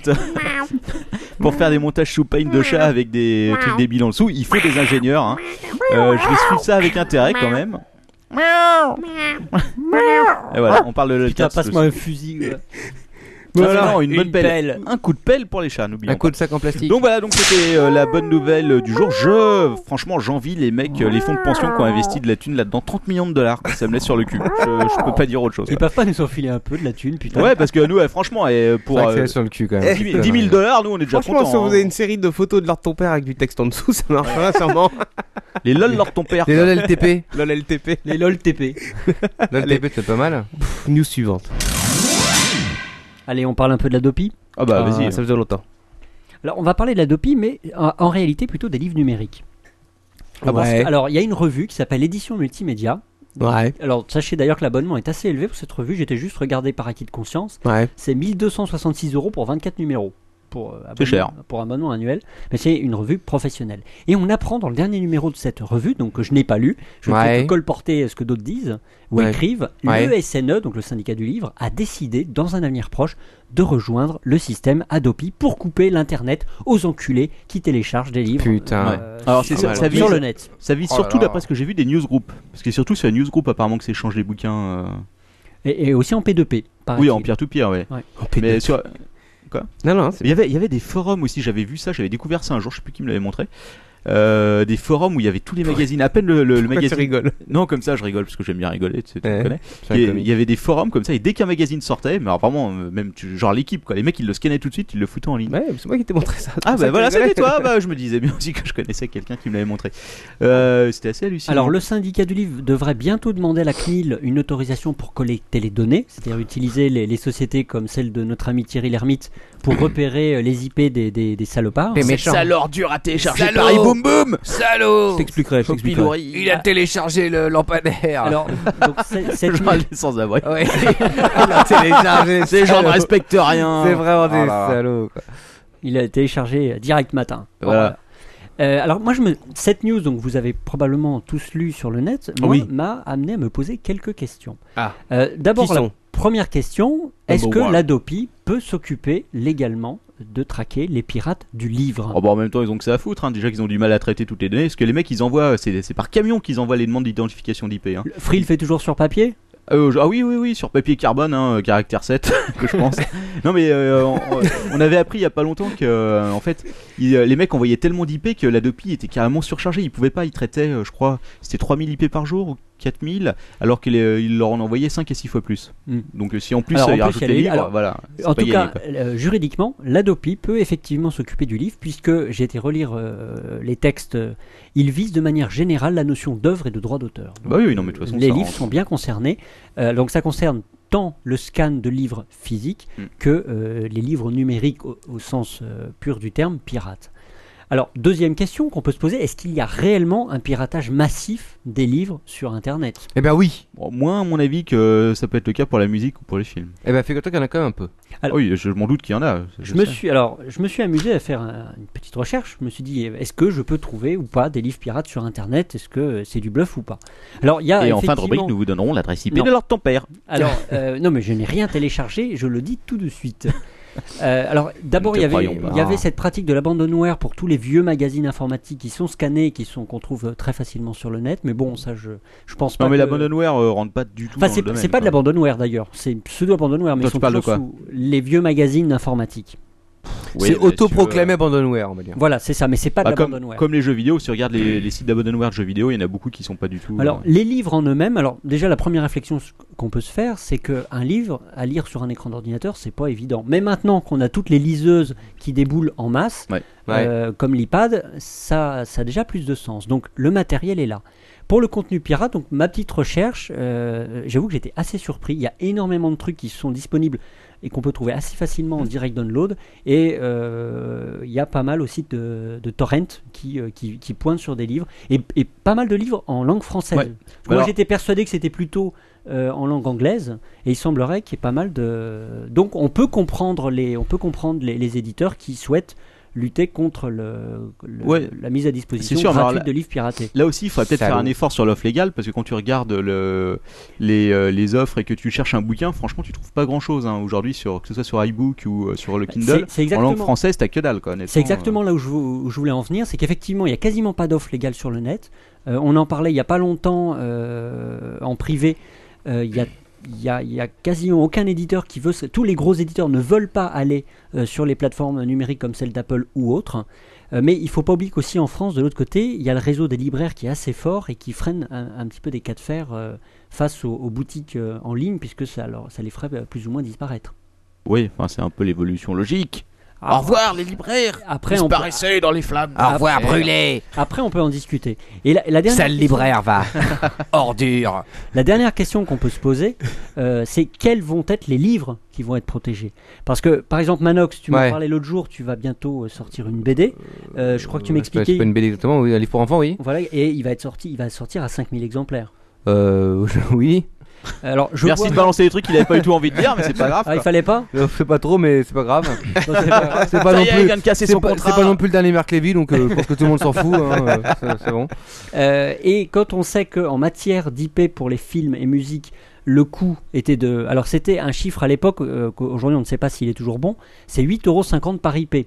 F: pour faire des montages sous paint de chats avec des trucs débiles en dessous, il faut des ingénieurs. hein. Euh, je vais suivre ça avec intérêt quand même. Et voilà, on parle de
H: Putain,
F: l'Olcat.
H: passe-moi un fusil. ouais.
F: Voilà, Ah, non, une,
H: une
F: bonne pelle.
H: pelle.
F: Un coup de pelle pour les chats,
C: Un
F: n'oublions pas.
C: coup de sac en plastique.
F: Donc voilà, donc c'était euh, la bonne nouvelle euh, du jour. Je, franchement, j'envie les mecs, euh, les fonds de pension qui ont investi de la thune là-dedans, 30 millions de dollars. Ça me laisse sur le cul. Je, je peux pas dire autre chose.
H: Ils peuvent pas nous enfiler un peu de la thune, putain.
F: Ouais, parce que nous, ouais, franchement, et pour
C: pour
F: euh,
C: accélérer sur le cul quand même.
F: 10 000 dollars, nous, on est déjà
G: Franchement, si
F: contents.
G: vous
F: hein.
G: avez une série de photos de l'art de ton père avec du texte en dessous, ça marchera sûrement.
F: Les lol leur ton père.
C: Les LOL LTP.
G: LOL LTP.
H: Les lol TP.
C: LOL LTP, c'est pas mal.
G: Pff, News suivante.
H: Allez, on parle un peu de la dopi.
F: Ah bah vas-y.
G: Ah, Ça faisait longtemps.
H: Alors, on va parler de la dopi, mais en, en réalité plutôt des livres numériques. Parce que- alors, il y a une revue qui s'appelle Édition Multimédia.
G: Ouais.
H: Alors, sachez d'ailleurs que l'abonnement est assez élevé pour cette revue. J'étais juste regardé par acquis de conscience.
G: Ouais.
H: C'est 1266 euros pour 24 numéros. pour, euh,
F: C'est cher.
H: abonnement- pour abonnement annuel, mais c'est une revue professionnelle. Et on apprend dans le dernier numéro de cette revue, donc que je n'ai pas lu, je vais
C: Ouais.
H: peut-être colporter ce que d'autres disent ou
C: Ouais.
H: écrivent,
C: Ouais.
H: le SNE, donc le syndicat du livre, a décidé, dans un avenir proche, de rejoindre le système Adopi pour couper l'Internet aux enculés qui téléchargent des livres
C: Putain.
H: euh,
F: Alors, c'est
H: sur,
F: ça- ça vise-
H: sur le net.
F: Ça vise
C: Oh là
F: surtout,
C: là.
F: d'après ce que j'ai vu, des newsgroups. Parce que surtout sur les newsgroups, apparemment que c'est change les bouquins. euh,
H: Et, et aussi en P2P, paraît
F: Oui, en peer-to-peer, ouais. Mais sur...
G: Non, non, c'est-
F: il, y avait, il y avait des forums aussi, j'avais vu ça, j'avais découvert ça un jour, je sais plus qui me l'avait montré. Euh, des forums où il y avait tous les magazines, à peine le, le- le
C: Pourquoi tu
F: magazine.
C: rigoles
F: Non, comme ça, je rigole parce que j'aime bien rigoler, tu sais, tu me
C: Ouais.
F: connais.
C: C'est un
F: Et Il
C: comique.
F: y avait des forums comme ça, et dès qu'un magazine sortait, mais alors vraiment, euh, même tu- genre l'équipe, quoi, les mecs ils le scannaient tout de suite, ils le foutaient en ligne.
C: Ouais, c'est moi qui t'ai montré ça.
F: Ah
C: C'est ça
F: bah
C: que
F: voilà,
C: je rigolais.
F: c'était toi. Bah je me disais bien aussi que je connaissais quelqu'un qui me l'avait montré. Euh, c'était assez hallucinant.
H: Alors, le syndicat du livre devrait bientôt demander à la CNIL une autorisation pour collecter les données, c'est-à-dire utiliser les, les sociétés comme celle de notre ami Thierry Lhermitte pour repérer euh, les IP des, des, des salopards.
C: T'es méchant.
J: Salor dur à télécharger
B: Salaud.
J: Paris Boom Boom
B: Salaud
G: je t'expliquerai. Je t'expliquerai.
B: pilori.
J: Il a
B: téléchargé le lampadaire.
H: Alors, donc, c'est- cette
F: Genre,
H: nuit-
F: les sans-abri.
C: téléchargé.
F: Ces gens ne respectent rien.
C: C'est vraiment des
F: Oh là là.
C: salauds. quoi.
H: il a téléchargé euh, direct matin.
F: Voilà.
H: Euh, alors moi, je me... cette news, donc vous avez probablement tous lu sur le net, moi,
F: Oui.
H: m'a amené à me poser quelques questions.
C: Ah.
H: Euh, D'abord,
G: Qui
H: la
G: sont
H: première question est-ce que
F: Number one.
H: l'Adopi peut s'occuper légalement de traquer les pirates du livre
F: Oh bah en même temps ils ont que ça à foutre. hein. Déjà qu'ils ont du mal à traiter toutes les données. Parce que les mecs ils envoient, c'est c'est par camion qu'ils envoient les demandes d'identification d'IP. hein.
H: Le- Free le fait toujours sur papier
F: Euh, je- ah oui, oui, oui, sur papier carbone, hein, euh, caractère 7, que je pense. non, mais euh, on, on avait appris il y a pas longtemps que, euh, en fait, il- euh, les mecs envoyaient tellement d'IP que la Dopi était carrément surchargée. Ils pouvaient pas, ils traitaient, euh, je crois, c'était 3000 IP par jour ou 4000, alors qu'ils euh, leur en envoyaient 5 à 6 fois plus.
H: Hmm.
F: Donc, euh, si en plus,
H: Alors, en
F: euh, ils
H: plus,
F: rajoutent
H: elle
F: les
H: est-
F: livres,
H: alors,
F: voilà. c'est
H: En
F: pas
H: tout
F: gagné,
H: cas,
F: quoi.
H: euh, juridiquement, l'Adopi peut effectivement s'occuper du livre, puisque j'ai été relire euh, les textes. Il vise de manière générale la notion d'œuvre et de droit d'auteur.
F: Bah oui, non, mais de toute façon,
H: les
F: ça
H: livres
F: rentre.
H: sont bien concernés. Euh, donc ça concerne tant le scan de livres physiques
F: Mm.
H: que euh, les livres numériques au, au sens euh, pur du terme, pirates. Alors, deuxième question qu'on peut se poser, est-ce qu'il y a réellement un piratage massif des livres sur Internet
C: Eh ben oui.
F: Bon, moins, à mon avis, que ça peut être le cas pour la musique ou pour les films.
C: Eh ben figure-toi qu'il y en a quand même un peu.
H: Alors-
F: oui, je m'en doute qu'il y en a.
H: je me, suis, alors, je me suis amusé à faire un- une petite recherche. Je me suis dit, est-ce que je peux trouver ou pas des livres pirates sur Internet Est-ce que euh, c'est du bluff ou pas Alors, il y a
F: Et en fin de rubrique,
H: effectivement-
F: nous vous donnerons l'adresse IP
H: Non.
F: de l'ordre de ton père.
H: Alors, euh, non, mais je n'ai rien téléchargé, je le dis tout de suite. Euh, alors, d'abord,
F: Nous
H: il y
F: te
H: avait,
F: croyons pas.
H: il y avait cette pratique de l'abandonware pour tous les vieux magazines informatiques qui sont scannés, qui sont qu'on trouve euh, très facilement sur le net. Mais bon, ça, je, je pense pas.
F: Non mais
H: que-
F: l'abandonware euh, rentre pas du tout
H: Enfin,
F: dans
H: c'est
F: le domaine,
H: c'est pas de
F: quoi.
H: l'abandonware d'ailleurs, c'est pseudo-abandonware, mais
F: Toi,
H: ils
F: tu
H: sont
F: parles de
H: toujours sous les vieux magazines informatiques.
F: Oui,
C: c'est
F: mais si
C: autoproclamé
F: tu veux,
C: abandonware, on va dire.
H: Voilà, c'est ça, mais c'est pas
F: euh,
H: de
F: bah, comme,
H: l'abandonware.
F: comme les jeux vidéo, si tu regardes les, les sites d'abandonware de jeux vidéo, il y en a beaucoup qui sont pas du tout.
H: Alors,
F: euh,
H: les livres en eux-mêmes, alors déjà la première réflexion s- qu'on peut se faire, c'est qu'un livre à lire sur un écran d'ordinateur, c'est pas évident. Mais maintenant qu'on a toutes les liseuses qui déboulent en masse,
F: Ouais.
H: euh, comme l'iPad, ça, ça a déjà plus de sens. Donc, le matériel est là. Pour le contenu pirate, donc ma petite recherche, euh, j'avoue que j'étais assez surpris. Il y a énormément de trucs qui sont disponibles et qu'on peut trouver assez facilement en
F: Mm.
H: direct download. Et euh, il y a pas mal aussi de, de torrents qui, euh, qui, qui pointent sur des livres et, et pas mal de livres en langue française.
F: Ouais.
H: Moi,
F: Alors-
H: j'étais persuadé que c'était plutôt euh, en langue anglaise et il semblerait qu'il y ait pas mal de. Donc, on peut comprendre les, on peut comprendre les, les éditeurs qui souhaitent lutter contre le, le-
F: Ouais.
H: la mise à disposition
F: C'est sûr, mais alors
H: gratuite
F: là-
H: de livres piratés.
F: Là aussi, il faudrait peut-être
C: Salaud.
F: faire un effort sur l'offre légale parce que quand tu regardes le, les, euh, les offres et que tu cherches un bouquin, franchement, tu trouves pas grand-chose hein, aujourd'hui sur que ce soit sur iBook ou euh, sur le Kindle.
H: C'est- Bah, c'est
F: En langue
H: exactement-
F: française, t'as que dalle, quoi. honnêtement, euh.
H: C'est exactement là où je, vou- où je voulais en venir, c'est qu'effectivement, il n'y a quasiment pas d'offres légales sur le net. Euh, on en parlait il n'y a pas longtemps euh, en privé. Euh, Il y a il y a- il y a quasiment aucun éditeur qui veut. se- Tous les gros éditeurs ne veulent pas aller euh, sur les plateformes numériques comme celle d'Apple ou autres. Euh, mais il faut pas oublier qu'aussi en France, de l'autre côté, il y a le réseau des libraires qui est assez fort et qui freine un, un petit peu des cas de fer euh, face aux, aux boutiques euh, en ligne, puisque ça, leur- ça les ferait euh, plus ou moins disparaître.
F: euh, Oui, enfin, c'est un peu l'évolution logique.
B: Au revoir les libraires.
H: Après, on peut,
B: Disparaissez dans les flammes.
H: Au
B: revoir brûlé.
H: après, on peut en discuter. Et la, la dernière
B: Sale
H: question-
B: libraire va. Ordure.
H: La dernière question qu'on peut se poser, euh, c'est quels vont être les livres qui vont être protégés Parce que, par exemple, Manox, tu m'en
C: Ouais.
H: parlais l'autre jour, tu vas bientôt euh, sortir une BD. Euh, je crois que tu
C: Euh, c'est pas- C'est pas
H: m'expliquais.
C: une BD exactement, oui, un livre pour enfants, oui.
H: Voilà, et il va être sorti, il va sortir à 5000 exemplaires.
C: Euh, oui.
H: Alors, je
F: Merci
H: vois-
F: de balancer des trucs qu'il avait pas du tout envie de dire, mais c'est pas grave.
H: Ah, il fallait pas
C: Je sais pas trop, mais c'est pas grave.
H: Ah, Non, c'est pas-
F: Ah,
C: C'est pas, non
F: il
C: plus.
F: vient de casser
C: C'est
F: son
C: pas,
F: contrat.
C: c'est pas non plus le dernier Marc Lévy, donc euh, je pense que tout le monde s'en fout. hein, euh, c'est- c'est bon.
H: Euh, et quand on sait qu'en matière d'IP pour les films et musique, le coût était de. Alors, c'était un chiffre à l'époque, euh, qu'aujourd'hui on ne sait pas s'il est toujours bon, c'est 8,50€ par IP.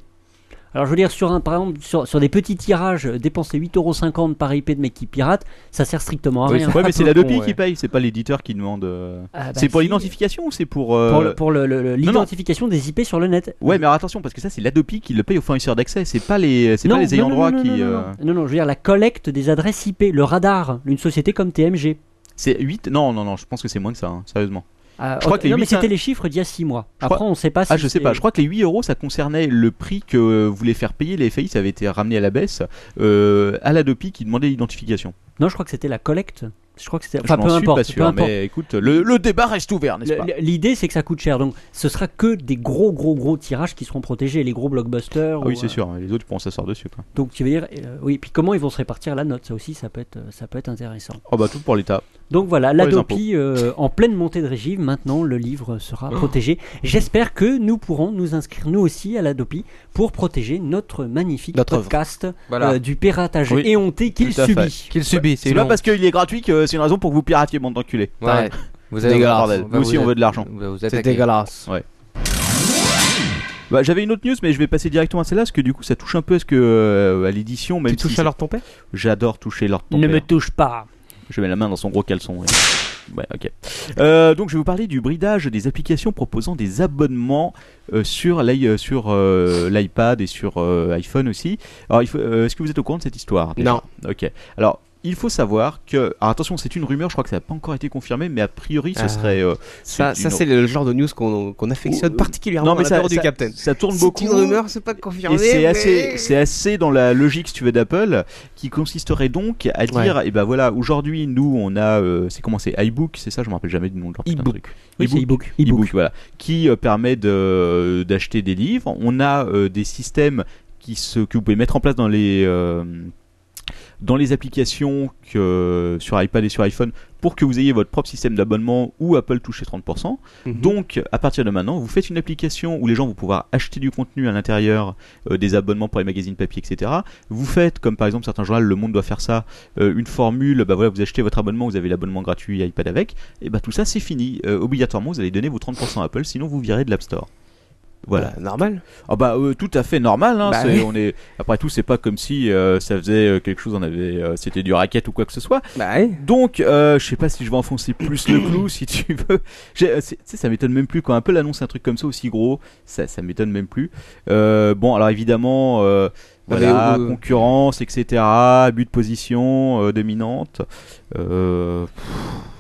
H: Alors, je veux dire, sur, un, par exemple, sur, sur des petits tirages, euh, dépenser 8,50€ par IP de mecs qui piratent, ça sert strictement à
C: Oui,
H: rien.
C: ils sont
F: Ouais, mais
C: Un
F: c'est
C: peu
F: la
C: con,
F: DOPI
C: ouais.
F: qui paye, c'est pas l'éditeur qui demande. euh,
H: Ah, bah,
F: c'est pour
H: si.
F: l'identification ou c'est pour. euh,
H: Pour le- Pour le- le- le-
F: non.
H: l'identification des IP sur le net.
F: Ouais, mais alors attention, parce que ça, c'est l'Adopi qui le paye aux fournisseurs d'accès, c'est pas les, euh, c'est pas les ayants droit
H: non,
F: qui.
H: Non, non,
F: euh,
H: non, non, je veux dire la collecte des adresses IP, le radar, une société comme TMG.
F: C'est 8 Non, non, non, je pense que c'est moins que ça, hein, sérieusement.
H: Ah,
F: Je crois
H: ok,
F: que les
H: non, mais
F: huit,
H: c'était
F: hein.
H: les chiffres d'il y a 6 mois.
F: Je
H: Après,
F: crois-
H: on ne sait pas si.
F: Ah, je sais
H: c'est-
F: pas, je crois que les 8 euros ça concernait le prix que euh, voulait faire payer les FAI, ça avait été ramené à la baisse euh, à l'Adopi qui demandait l'identification.
H: Non, je crois que c'était la collecte. Je crois que c'était.
F: Je
H: Enfin,
F: m'en
H: peu
F: suis
H: importe.
F: pas
H: peu
F: sûr, hein,
H: importe.
F: mais écoute, le, le débat reste ouvert, n'est-ce pas
H: Le- le- L'idée, c'est que ça coûte cher. Donc, ce sera que des gros, gros, gros tirages qui seront protégés, les gros blockbusters.
F: Ah oui,
H: ou,
F: c'est
H: euh,
F: sûr, les autres pourront s'asseoir dessus. Quoi.
H: Donc, tu veux dire, euh, oui. Puis, comment ils vont se répartir la note Ça aussi, ça peut être, euh, ça peut être intéressant.
F: Oh bah tout pour l'État.
H: Donc voilà,
F: Pour les
H: l'Adopi euh, en pleine montée de régime. Maintenant, le livre
F: Oh.
H: sera protégé. J'espère que nous pourrons nous inscrire nous aussi à l'Adopi pour protéger notre magnifique
G: Notre œuvre.
H: podcast
C: Voilà.
H: euh, du piratage
F: Oui.
H: éhonté qu'il
F: Tout à fait.
H: subit.
C: Qu'il subit,
F: C'est pas parce qu'il est gratuit que c'est une raison pour que vous piratiez, bande d'enculés.
C: Ouais. Vous
F: C'est
C: avez
F: dégueulasse. Nous aussi, on veut de l'argent.
G: C'est dégueulasse.
F: Bah, j'avais une autre news, mais je vais passer directement à celle-là parce que du coup ça touche un peu à, ce que, euh, à l'édition. Même
G: Tu touches
F: si
G: à leur ton père
F: J'adore toucher leur ton
H: ne
F: père.
H: me touche pas.
F: Je mets la main dans son gros caleçon. ouais. Ouais, ok. Euh, donc, je vais vous parler du bridage des applications proposant des abonnements euh, sur l'i- euh, sur euh, l'iPad et sur euh, iPhone aussi. Alors, il faut- euh, est-ce que vous êtes au courant de cette histoire déjà
G: Non.
F: Ok. Alors, il faut savoir que. Alors, attention, c'est une rumeur, je crois que ça n'a pas encore été confirmé, mais a priori, ce
G: Ah.
F: serait. euh,
G: Ça,
F: c'est
G: ça
F: une-
G: c'est le genre de news qu'on qu'on affectionne
F: Oh,
G: particulièrement. à la peur du Captain.
F: ça tourne
G: C'est
F: beaucoup.
G: une rumeur, c'est pas
F: Et
G: confirmé.
F: c'est
G: mais-
F: assez, c'est assez dans la logique, si tu veux, d'Apple, qui consisterait donc à dire, et eh ben voilà, aujourd'hui, nous, on a, euh, c'est comment c'est, iBook, c'est ça, je me rappelle jamais du nom de leur putain de
G: iBook.
F: truc.
H: Oui, c'est
F: E-book.
H: e-book.
F: E-book,
H: E-book.
F: voilà, qui euh, permet de- euh, d'acheter des livres. On a euh, des systèmes qui se, que vous pouvez mettre en place dans les, euh, dans les applications que, euh, sur iPad et sur iPhone pour que vous ayez votre propre système d'abonnement ou Apple toucher 30%.
G: Mhm.
F: Donc, à partir de maintenant, vous faites une application où les gens vont pouvoir acheter du contenu à l'intérieur, euh, des abonnements pour les magazines papier, etc. Vous faites, comme par exemple certains journaux, Le Monde doit faire ça, euh, une formule, bah voilà, vous achetez votre abonnement, vous avez l'abonnement gratuit iPad avec, et bah tout ça c'est fini. Euh, obligatoirement, vous allez donner vos 30% à Apple, sinon vous virez de l'App Store. Voilà.
G: Bah, normal.
F: Ah bah euh, tout à fait normal. Hein,
G: Bah
F: c'est-
G: oui.
F: on est après tout c'est pas comme si euh, ça faisait euh, quelque chose, on avait euh, c'était du racket ou quoi que ce soit.
G: Bah ouais.
F: Donc, euh, je sais pas si je vais enfoncer plus le clou, si tu veux. J'ai- euh, c'est- Tu sais, ça m'étonne même plus quand Apple annonce un truc comme ça aussi gros. Ça, ça m'étonne même plus. Euh, bon, alors évidemment, euh,
G: Non,
F: voilà,
G: mais, euh,
F: concurrence, etc. But de position euh, dominante. Euh, pff,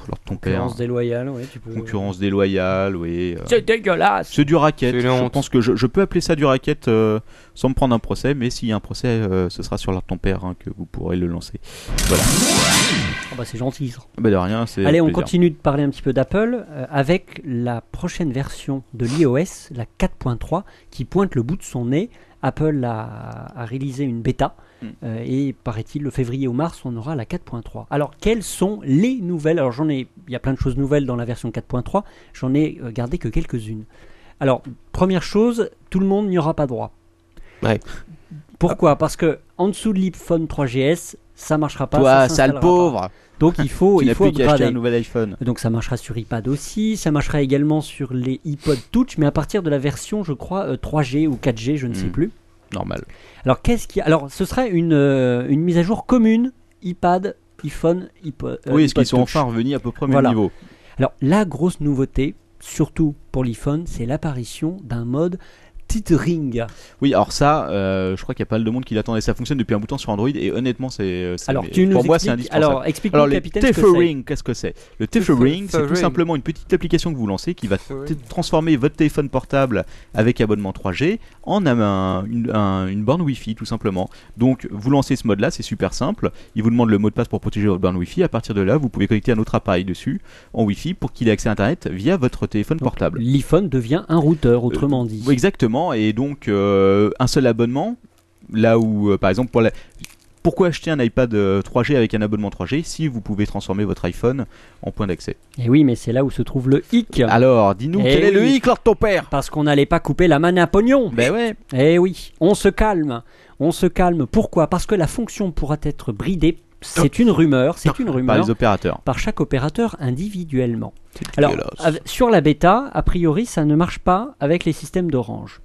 F: alors ton père,
H: Concurrence déloyale, ouais, tu peux.
F: concurrence déloyale, oui. euh,
H: C'est dégueulasse.
F: c'est du racket.
C: C'est
F: Je
C: la honte.
F: pense que je, je peux appeler ça du racket euh, sans me prendre un procès, mais s'il y a un procès, euh, ce sera sur l'art de ton père hein, que vous pourrez le lancer.
H: Ah bah, c'est gentil. ça.
F: Bah de rien, c'est.
H: Allez, on
F: plaisir.
H: continue de parler un petit peu d'Apple euh, avec la prochaine version de l'iOS, la 4.3, qui pointe le bout de son nez. Apple a, a réalisé une bêta
F: Mm.
H: euh, et paraît-il le février ou mars on aura la 4.3. Alors quelles sont les nouvelles Alors j'en ai, il y a plein de choses nouvelles dans la version 4.3. J'en ai euh, gardé que quelques-unes. Alors première chose, tout le monde n'y aura pas droit.
G: Ouais.
H: Pourquoi Parce que en dessous de l'iPhone 3GS, ça marchera pas.
F: Toi,
H: ça
F: sale
H: s'installera pas.
F: pauvre.
H: Donc il faut,
F: Tu
H: Oh, il
F: n'as
H: faut
F: plus qu'à acheter un
H: upgrader.
F: nouvel iPhone.
H: Donc ça marchera sur iPad aussi, ça marchera également sur les iPod Touch, mais à partir de la version, je crois, euh, 3G ou 4G, je ne sais
F: Mm.
H: plus.
F: Normal.
H: Alors qu'est-ce qui, alors ce serait une euh, une mise à jour commune iPad, iPhone, iPod. euh,
F: oui, est-ce
H: iPod
F: qu'ils sont
H: Touch.
F: enfin revenus à peu près au même
H: Voilà.
F: niveau
H: Alors la grosse nouveauté, surtout pour l'iPhone, c'est l'apparition d'un mode tethering.
F: Oui, alors ça, euh, je crois qu'il y a pas mal de monde qui l'attendait. Ça fonctionne depuis un bout de temps sur Android et honnêtement, c'est. c'est-
H: Alors
F: mais
H: tu nous
F: Pour moi, c'est
H: expliques.
F: indispensable.
H: alors explique
F: Alors,
H: nous
F: le
H: capitaine ce que c'est.
F: tethering, qu'est-ce que c'est Le tethering, c'est tout
C: Tethering.
F: simplement une petite application que vous lancez qui va
C: Tethering.
F: t- transformer votre téléphone portable avec abonnement 3G en un- un- une, un- une borne Wi-Fi, tout simplement. Donc, vous lancez ce mode-là, c'est super simple. Il vous demande le mot de passe pour protéger votre borne Wi-Fi. À partir de là, vous pouvez connecter un autre appareil dessus en Wi-Fi pour qu'il ait accès à Internet via votre téléphone portable.
H: L'iPhone devient un routeur, autrement dit.
F: Oui, exactement, et donc euh, un seul abonnement, là où euh, par euh, exemple pour la... pourquoi acheter un iPad euh, 3G avec un abonnement 3G si vous pouvez transformer votre iPhone en point d'accès
H: Et oui, mais c'est là où se trouve le hic.
F: Alors, dis-nous
H: Eh
F: quel est le
H: oui.
F: hic, Lord ton père
H: Parce qu'on n'allait pas couper la manne à pognon.
F: Ben ouais.
H: Eh oui, on se calme. On se calme. Pourquoi Parce que la fonction pourra être bridée. C'est une rumeur. C'est une
F: Par
H: rumeur.
F: les opérateurs.
H: par chaque opérateur individuellement.
F: C'est
H: Alors,
F: dégueulasse.
H: av- sur la bêta, a priori, ça ne marche pas avec les systèmes d'Orange.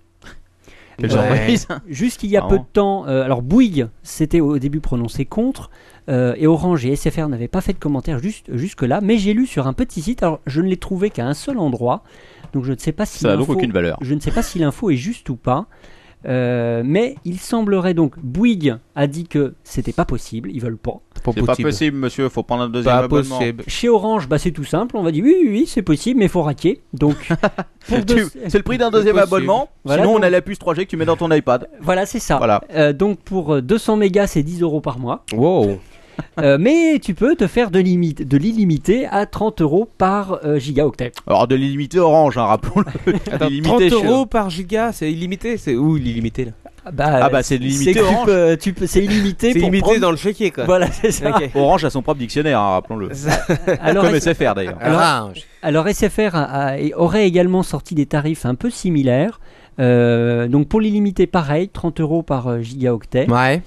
F: Quel genre
H: Ouais.
F: d'entreprise
H: Jusqu'il y a
F: Marrant.
H: peu de temps, euh, alors Bouygues s'était au début prononcé contre, euh, et Orange et SFR n'avaient pas fait de commentaires juste- jusque-là, mais j'ai lu sur un petit site, alors je ne l'ai trouvé qu'à un seul endroit, donc je ne sais pas si
F: Ça n'a donc
H: l'info-
F: aucune valeur.
H: je ne sais pas si l'info est juste ou pas, euh, mais il semblerait donc Bouygues a dit que c'était pas possible, ils veulent pas.
F: C'est pas possible, monsieur, faut prendre un deuxième
C: Pas
F: abonnement.
C: possible.
H: Chez Orange, bah, c'est tout simple. On va dire oui, oui, oui, c'est possible, mais faut raquer. Donc, pour deux-
F: Tu- C'est le prix d'un deuxième
C: possible.
F: abonnement,
H: Voilà
F: sinon on
H: donc.
F: a la puce 3G que tu mets dans ton iPad.
H: Voilà, c'est ça.
F: Voilà.
H: Euh, donc, pour euh, 200 mégas, c'est 10 euros par mois.
C: Wow.
H: Euh, mais tu peux te faire de limite, de l'illimité à 30 euros par euh, gigaoctet.
F: Alors de l'illimité orange, hein, rappelons-le.
C: Attends, 30
F: Illimité, chez eux.
C: euros par giga, c'est illimité C'est où l'illimité là
F: Ah bah, c'est de l'illimité
H: que tu
F: Orange.
H: peux- tu peux- C'est illimité.
C: C'est
H: pour
C: illimité
H: prendre-
C: dans le chéquier quoi.
G: Bah,
H: Voilà, c'est ça.
C: Ok.
F: Orange a son propre dictionnaire, hein, rappelons-le.
H: Alors,
F: Comme
H: est-ce-
F: SFR d'ailleurs.
H: Alors-
C: Orange.
H: Alors SFR a- a- et aurait également sorti des tarifs un peu similaires. Euh, donc pour l'illimité, pareil, 30 euros par euh, gigaoctet.
C: Ouais.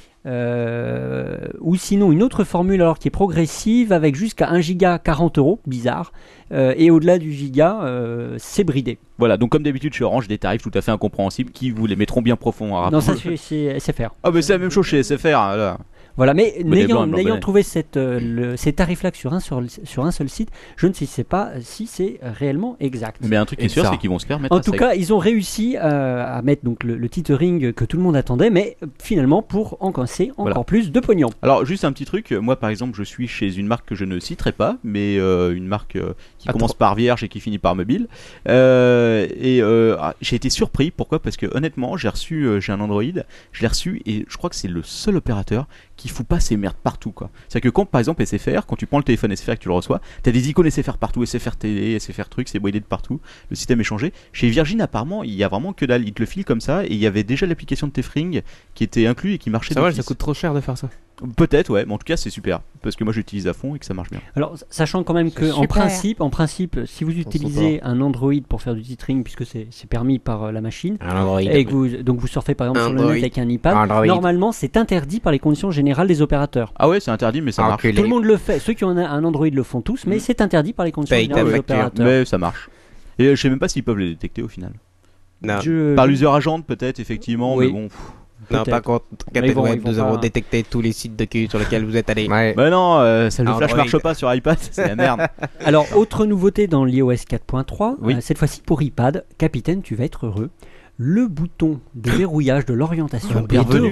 H: Euh, ou sinon une autre formule alors qui est progressive avec jusqu'à 1 giga 40 euros, bizarre, Euh, et au-delà du giga, euh, c'est bridé.
F: Voilà, donc comme d'habitude chez Orange, des tarifs tout à fait incompréhensibles qui vous les mettront bien profond. hein,
H: non, ça
F: rappelons-le.
H: c'est c'est SFR.
F: Ah mais c'est la même chose chez SFR. hein, là.
H: Voilà, mais
F: Bonnet blanc
H: n'ayant
F: et blanc
H: n'ayant
F: bonnet.
H: trouvé cette, euh, le- ces tarifs-là que sur un, sur, sur un seul site, je ne sais pas si c'est réellement exact.
F: Mais un truc qui est
C: Et
F: sûr,
C: ça.
F: c'est qu'ils vont se faire mettre
H: En
F: à
H: tout
F: sec.
H: cas, ils ont réussi euh, à mettre donc le, le titering que tout le monde attendait, mais euh, finalement pour encaisser encore
F: Voilà.
H: plus de pognon.
F: Alors juste un petit truc, moi par exemple je suis chez une marque que je ne citerai pas, mais euh, une marque euh, qui
C: Attends.
F: commence par vierge et qui finit par mobile. Euh, et euh, ah, j'ai été surpris, pourquoi Parce que honnêtement j'ai reçu, euh, j'ai un Android, je l'ai reçu et je crois que c'est le seul opérateur qui fout pas ses merdes partout quoi. C'est-à-dire que quand par exemple SFR, quand tu prends le téléphone SFR et que tu le reçois, t'as des icônes SFR partout, SFR télé, SFR truc, c'est boidé de partout, le système est changé. Chez Virgin apparemment il y a vraiment que dalle, ils te le filent comme ça et il y avait déjà l'application de Tefring qui était inclue et qui marchait
C: Ça va, ça
F: d'office.
C: coûte trop cher de faire ça.
F: Peut-être, ouais, mais en tout cas, c'est super. Parce que moi, j'utilise à fond et que ça marche bien.
H: Alors, sachant quand même que
C: C'est
H: en
C: super.
H: principe, en principe, si vous utilisez un Android pour faire du titering, puisque c'est c'est permis par euh, la machine, et que vous, donc vous surfez par exemple sur le
C: Android.
H: net avec un iPad,
C: Android.
H: normalement c'est interdit par les conditions générales des opérateurs.
F: Ah ouais, c'est interdit, mais ça marche.
C: Enculé.
H: Tout le monde le fait, ceux qui ont un- un Android le font tous, mais c'est interdit par les conditions
C: Paye ta
H: générales des
C: facture.
H: opérateurs.
F: Hmm. Mais ça marche. Et euh, je sais même pas s'ils peuvent les détecter au final.
C: Non,
H: Je-
F: Par l'user agent, peut-être, effectivement,
H: Oui.
F: mais bon. pff.
C: non,
H: peut-être.
C: par contre,
H: Mais
C: Captain
H: bon,
C: Web,
H: ils vont
C: nous
H: pas-
C: avons détecté tous les sites de cul sur lesquels vous êtes allé. Ouais.
F: Bah non, euh, ça, le
C: Android.
F: flash marche pas sur iPad, c'est la merde.
H: Alors, autre nouveauté dans l'iOS 4.3,
F: Oui.
H: euh, cette fois-ci pour iPad, capitaine, tu vas être heureux. Le bouton de verrouillage de l'orientation est de
F: bienvenue.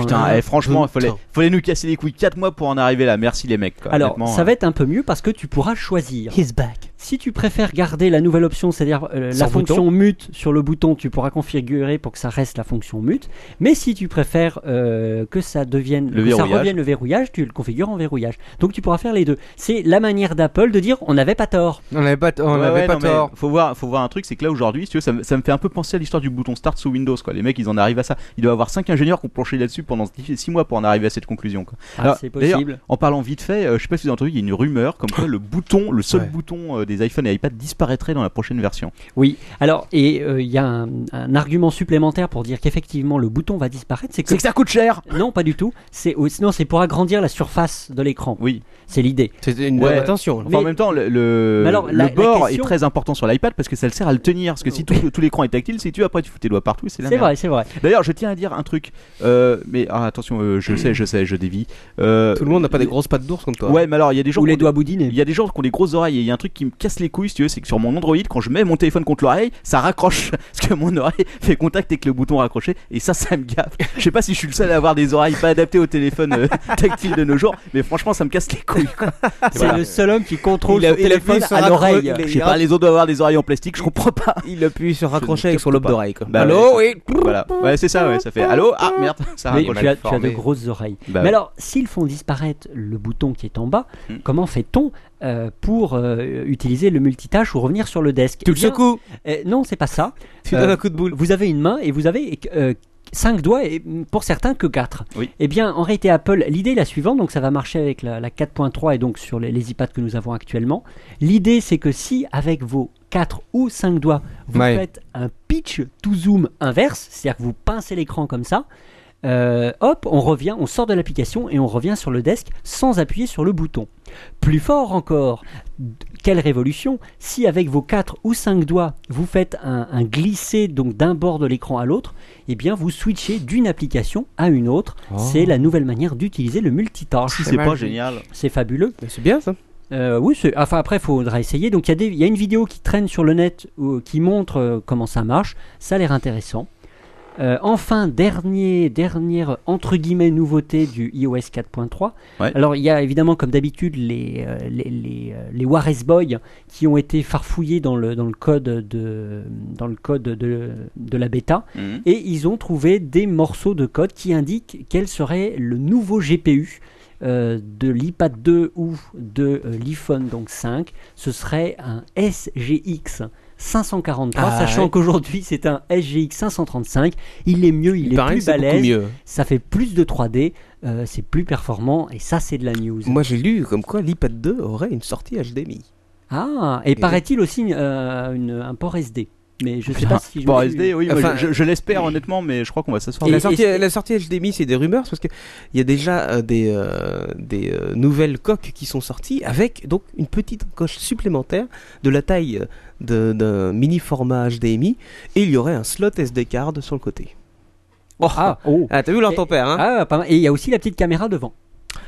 F: Putain, eh, franchement, il fallait,
C: Putain.
F: fallait nous casser les couilles 4 mois pour en arriver là. Merci les mecs. Quoi.
H: Alors,
F: Honnêtement,
H: ça
F: euh,
H: va être un peu mieux parce que tu pourras choisir.
G: He's back.
H: Si tu préfères garder la nouvelle option, c'est-à-dire euh, la
C: Sans
H: fonction mute sur le bouton, tu pourras configurer pour que ça reste la fonction mute. Mais si tu préfères euh, que ça devienne
F: Le
H: que ça
F: verrouillage.
H: revienne le verrouillage, tu le configures en verrouillage. Donc tu pourras faire les deux. C'est la manière d'Apple de dire on n'avait pas tort.
C: On n'avait pas, on
F: hein. ouais,
C: avait
F: ouais,
C: pas
F: non, mais
C: tort.
F: Faut voir, faut voir un truc, c'est que là aujourd'hui, si tu veux, ça, me- ça me fait un peu penser à l'histoire du bouton start sous Windows. Quoi. Les mecs, ils en arrivent à ça. Il doit y avoir 5 ingénieurs qui ont planché là-dessus pendant 6 mois pour en arriver à cette conclusion. quoi.
H: Ah,
F: Alors,
H: c'est
F: d'ailleurs,
H: possible.
F: En parlant vite fait, euh, je sais pas si vous avez entendu, il y a une rumeur comme quoi le bouton, le seul
C: Ouais.
F: bouton euh, des iPhone et iPad disparaîtrait dans la prochaine version.
H: Oui. Alors et euh, il y a un, un argument supplémentaire pour dire qu'effectivement le bouton va disparaître, c'est que
F: ça coûte cher
H: non, pas du tout. C'est non, c'est pour agagrandir la surface de l'écran.
F: Oui.
H: C'est l'idée.
C: C'était une
F: Ouais.
C: bonne attention. là.
F: Enfin, en même temps, le, le-
H: Mais alors,
F: le
H: la- la
F: bord
H: question-
F: est très important sur l'iPad parce que ça le sert à le tenir. Parce que si tout, tout l'écran est tactile, si tu après tu fous tes doigts partout, c'est la
H: C'est
F: merde.
H: vrai, c'est vrai.
F: D'ailleurs, je tiens à dire un truc. Euh, mais ah, attention, euh, je sais, je sais, je dévie. Euh,
C: Tout le monde n'a pas des grosses pattes d'ours comme toi.
F: Ouais, mais alors il y a des gens
H: Ou
F: qui
H: les
F: ont des-
H: doigts boudinés.
F: Il y a des gens qui ont des grosses oreilles et il y a un truc qui me casse les couilles, si tu veux, c'est que sur mon Android, quand je mets mon téléphone contre l'oreille, ça raccroche. Parce que mon oreille fait contact avec le bouton raccroché et ça, ça me gaffe. Je sais pas si je suis le seul à avoir des oreilles pas adaptées au téléphone euh, tactile de nos jours, mais franchement, ça me casse les couilles. quoi.
H: Ah, C'est
F: Voilà.
H: le seul homme qui contrôle
C: Il a-
H: son
C: il a
H: téléphone
C: fait
H: à
C: sa
H: l'oreille.
C: raccro- il a-
F: Je sais pas, les autres doivent avoir des oreilles en plastique, je comprends pas.
C: Il appuie sur
F: Je
C: raccrocher
F: ne
C: avec son lobe
F: capte pas.
C: d'oreille. quoi.
F: Bah
C: Allô,
F: ouais,
C: oui.
F: voilà. Ouais, c'est ça, ouais, ça fait. Allô Ah merde, ça
H: Oui,
F: raccroche.
H: tu
C: mal
H: as, tu as de
C: formé.
H: grosses oreilles.
F: Bah
H: Mais
F: ouais.
H: alors, s'ils font disparaître le bouton qui est en bas,
F: Hmm.
H: comment fait-on euh, pour euh, utiliser le multitâche ou revenir sur le desk
C: Tu
H: Eh
C: le
H: bien,
C: secoues.
H: euh, Non, c'est pas ça.
C: Tu
H: Euh,
C: donnes un coup de boule.
H: Vous avez une main et vous avez euh, 5 doigts et mm, pour certains que 4.
F: Oui.
H: Eh bien, en réalité, Apple, l'idée est la suivante, donc ça va marcher avec la, la 4.3 et donc sur les, les iPads que nous avons actuellement. L'idée, c'est que si avec vos 4 ou 5 doigts, vous
C: Ouais.
H: faites un pitch to zoom inverse, c'est-à-dire que vous pincez l'écran comme ça, euh, hop, on revient, on sort de l'application et on revient sur le desk sans appuyer sur le bouton. Plus fort encore, d- quelle révolution Si avec vos 4 ou 5 doigts, vous faites un, un glisser donc d'un bord de l'écran à l'autre, eh bien vous switchez d'une application à une autre.
G: Ah. Oh.
H: C'est la nouvelle manière d'utiliser le multitâche.
F: Si c'est pas génial.
H: C'est fabuleux.
G: Mais C'est bien ça.
H: Euh, oui, c'est- enfin après, il faudra essayer. Donc il y, a des- il y a une vidéo qui traîne sur le net où- qui montre euh, comment ça marche. Ça a l'air intéressant. Euh, enfin, dernier, dernière entre guillemets nouveauté du iOS 4.3.
F: Ouais.
H: Alors il y a évidemment comme d'habitude les, euh, les, les, euh, les Warez Boys qui ont été farfouillés dans le, dans le code, de, dans le code de, de la bêta
F: Mhm.
H: et ils ont trouvé des morceaux de code qui indiquent quel serait le nouveau GPU euh, de l'iPad 2 ou de euh, l'iPhone donc 5. Ce serait un SGX 543,
G: Ah,
H: sachant
G: ouais.
H: qu'aujourd'hui c'est un SGX 535. Il est mieux, il, est
G: paraît que
H: plus
G: c'est beaucoup
H: balèze,
G: mieux.
H: ça fait plus de 3D, euh, c'est plus performant et ça c'est de la news.
G: Moi j'ai lu comme quoi l'iPad 2 aurait une sortie HDMI.
H: Ah, et,
G: Et-
H: paraît-il aussi euh, une- un port SD. Mais
G: Ah,
H: je sais pas si je
F: Bon,
H: l'ai
F: SD,
H: eu.
F: oui, moi,
G: Enfin,
F: je, je l'espère honnêtement, mais je crois qu'on va s'asseoir.
H: Et-
G: la,
F: là-dessus.
G: sortie,
H: est-ce que-
G: la sortie HDMI, c'est des rumeurs parce qu'il y a déjà euh, des, euh, des euh, nouvelles coques qui sont sorties avec donc une petite coche supplémentaire de la taille euh, de- d'un mini format HDMI et il y aurait un slot SD card sur le côté.
H: Ah, oh.
G: Ah, t'as vu leur
H: Et-
G: ton père, hein
H: Ah, pas mal. Et il y a aussi la petite caméra devant.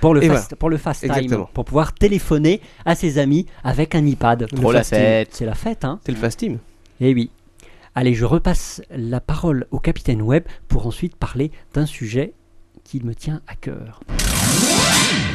H: Pour le,
G: Et
H: fast, pour le fast time,
G: Exactement.
H: pour pouvoir téléphoner à ses amis avec un iPad.
G: Trop la fête.
H: C'est la fête, hein
G: C'est le fast team.
H: Eh oui. Allez, je repasse la parole au capitaine Web pour ensuite parler d'un sujet qui me tient à cœur.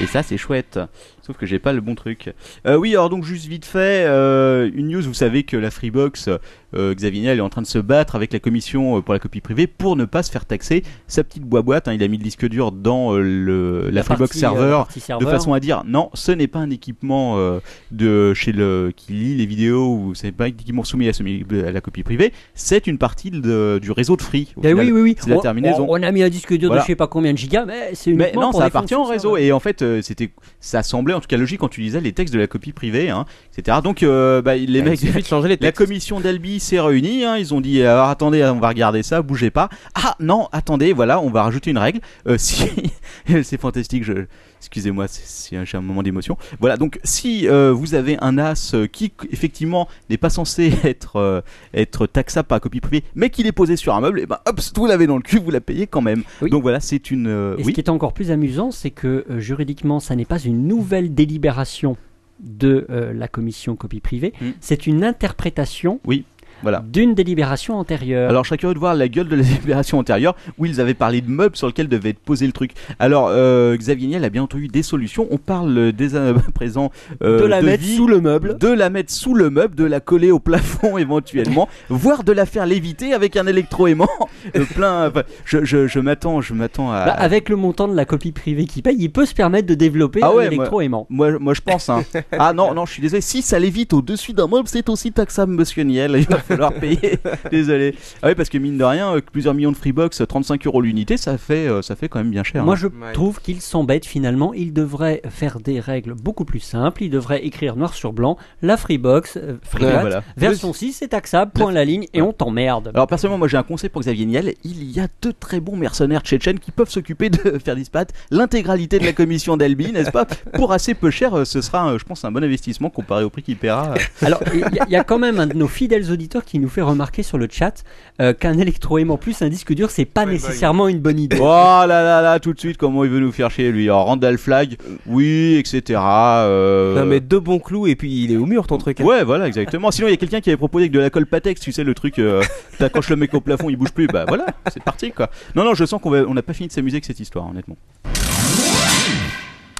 F: Et ça, c'est chouette. Sauf que j'ai pas le bon truc. Euh, oui, alors donc juste vite fait, euh, une news. Vous savez que la Freebox, euh, Xavier Niel est en train de se battre avec la commission euh, pour la copie privée pour ne pas se faire taxer sa petite boîte. Hein, il a mis le disque dur dans euh, le, la, Freebox
H: partie, euh,
F: serveur.
H: partie
F: de
H: serveur.
F: façon à dire non, ce n'est pas un équipement euh, de chez le qui lit les vidéos ou ce n'est pas un équipement soumis à, semi- à la copie privée. C'est une partie de- du réseau de Free. Au
H: Eh
F: final,
H: oui, oui, oui.
F: c'est la
H: On-
F: terminaison.
H: On, on a mis un disque dur
F: Voilà.
H: de je sais pas combien de gigas, mais c'est
F: Mais
H: uniquement
F: non,
H: pour
F: ça
H: des
F: appartient
H: fonctions
F: au réseau. Et en fait, euh, c'était, ça semblait en tout cas logique quand tu lisais les textes de la copie privée, hein, etc. Donc, euh, bah, les
G: Il
F: mecs.
G: suffit de changer les
F: La
G: textes.
F: commission d'Albi s'est réunie, hein, ils ont dit alors, attendez, on va regarder ça, bougez pas. Ah non, attendez, voilà, on va rajouter une règle. Euh, si c'est fantastique, je... excusez-moi, c'est- c'est un- j'ai un moment d'émotion. Voilà, donc si euh, vous avez un as euh, qui effectivement n'est pas censé être euh, être taxable par copie privée, mais qu'il est posé sur un meuble, et ben hop, vous l'avez dans le cul, vous la payez quand même.
H: Oui.
F: Donc voilà, c'est une euh, oui.
H: Et ce qui est encore plus amusant, c'est que euh, juridiquement, ça n'est pas une nouvelle délibération de euh, la commission copie privée,
F: Mm.
H: c'est une interprétation
F: Oui, voilà.
H: d'une délibération
G: euh,
H: antérieure.
F: Alors, je serais curieux de voir la gueule de la libération antérieure où ils avaient parlé de meubles sur lesquels devait être posé le truc. Alors, euh, Xavier Niel a bien entendu des solutions. On parle euh, dès à présent euh,
G: de la mettre
F: vie,
G: sous le meuble.
F: de la mettre sous le meuble, de la coller au plafond éventuellement, voire de la faire léviter avec un électroaimant euh, plein. enfin, je je- je m'attends, je m'attends à.
H: Bah, avec le montant de la copie privée qui paye, il peut se permettre de développer
F: Ah ouais,
H: un électroaimant.
F: Moi, moi, je pense. Hein. Ah non, non, je suis désolé. Si ça lévite au-dessus d'un meuble, c'est aussi taxable, monsieur Niel. Il va falloir payer. désolé. Ah oui, parce que mine de rien, euh, plusieurs millions de Freebox, euh, 35 euros l'unité, ça fait, euh, ça fait quand même bien cher.
H: Moi,
F: hein.
H: je
C: Ouais.
H: trouve qu'il s'embête finalement. Il devrait faire des règles beaucoup plus simples. Il devrait écrire noir sur blanc la Freebox, euh, Freebox,
F: Ouais, voilà.
H: version 6, c'est taxable, point la ligne, et on t'emmerde.
F: Alors personnellement, moi j'ai un conseil pour Xavier Niel. Il y a deux très bons mercenaires tchétchènes qui peuvent s'occuper de faire disparaître l'intégralité de la commission d'Albi, n'est-ce pas Pour assez peu cher, euh, ce sera, euh, je pense, un bon investissement comparé au prix qu'il paiera. euh.
H: Alors, il y, a- il y a quand même un de nos fidèles auditeurs qui nous fait remarquer sur le chat euh, qu'un électroaimant plus un disque dur, c'est pas nécessairement une bonne idée.
F: Oh là là là, tout de suite, comment il veut nous faire chez lui Alors Randall Flag, oui, etc. euh,
G: Non mais deux bons clous et puis il est au mur ton truc. hein.
F: Ouais, voilà, exactement. Sinon, il y a quelqu'un qui avait proposé que de la colle Patex, tu sais, le truc, euh, t'accroches le mec au plafond, il bouge plus. Bah voilà, c'est parti quoi. Non, non, je sens qu'on va- on n'a pas fini de s'amuser avec cette histoire, honnêtement.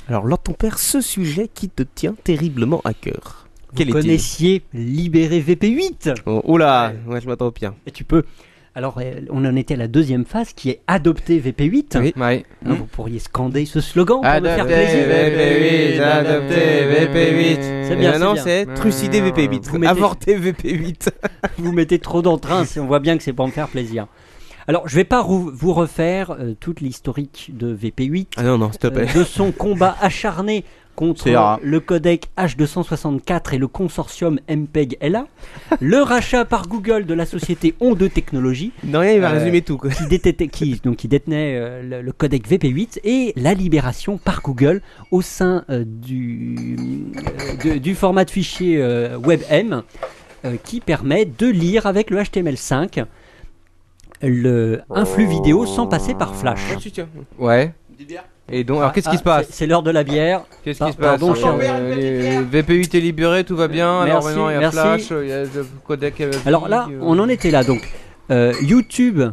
G: Alors là ton père, ce sujet qui te tient terriblement à cœur. Quel
H: Vous
G: est-il
H: connaissiez Libéré VP8
G: Oh,
C: Ah,
G: Oula, ouais, je m'attends au pire.
H: Et tu peux. Alors, euh, on en était à la deuxième phase qui est adopter VP8.
G: Oui.
C: Ouais.
H: Hein, vous pourriez scander ce slogan pour me faire
C: Adopter
H: plaisir.
C: VP8, adopter VP8.
H: C'est
G: Et
H: bien,
G: maintenant,
H: c'est bien.
G: Eh ben c'est trucider
H: Vous
G: VP8.
H: mettez-
G: Avorter VP8.
H: Vous mettez trop d'entrain, c'est- on voit bien que c'est pour me faire plaisir. Alors, je vais pas rou- vous refaire euh, toute l'historique de VP8,
G: Ah non, non, s'il te
H: euh,
G: plaît.
H: de son combat acharné
F: C'est rare.
H: contre le codec H264 et le consortium E MPEG-LA, le rachat par Google de la société On2 Technologies,
G: Non, rien, il va
H: Euh,
G: résumer tout. Quoi.
H: qui, dététait- qui- donc, qui détenait euh, le, le codec VP8, et la libération par Google au sein euh, du, euh, de- du format de fichier euh, WebM, euh, qui permet de lire avec le HTML5 le, un flux vidéo sans passer par Flash.
C: Ouais. Et donc, alors qu'est-ce qui
H: Ah,
C: se passe
H: c'est- C'est l'heure de la bière.
C: Qu'est-ce
H: Par-
C: qui se passe
H: pardon, cher-
C: Euh, les- VP8 est libéré, tout va bien. alors
H: Merci,
C: maintenant, il y a
H: merci.
C: Flash, euh, il y a le codec. euh,
H: Alors là,
C: euh,
H: on en était là. Donc, euh, YouTube,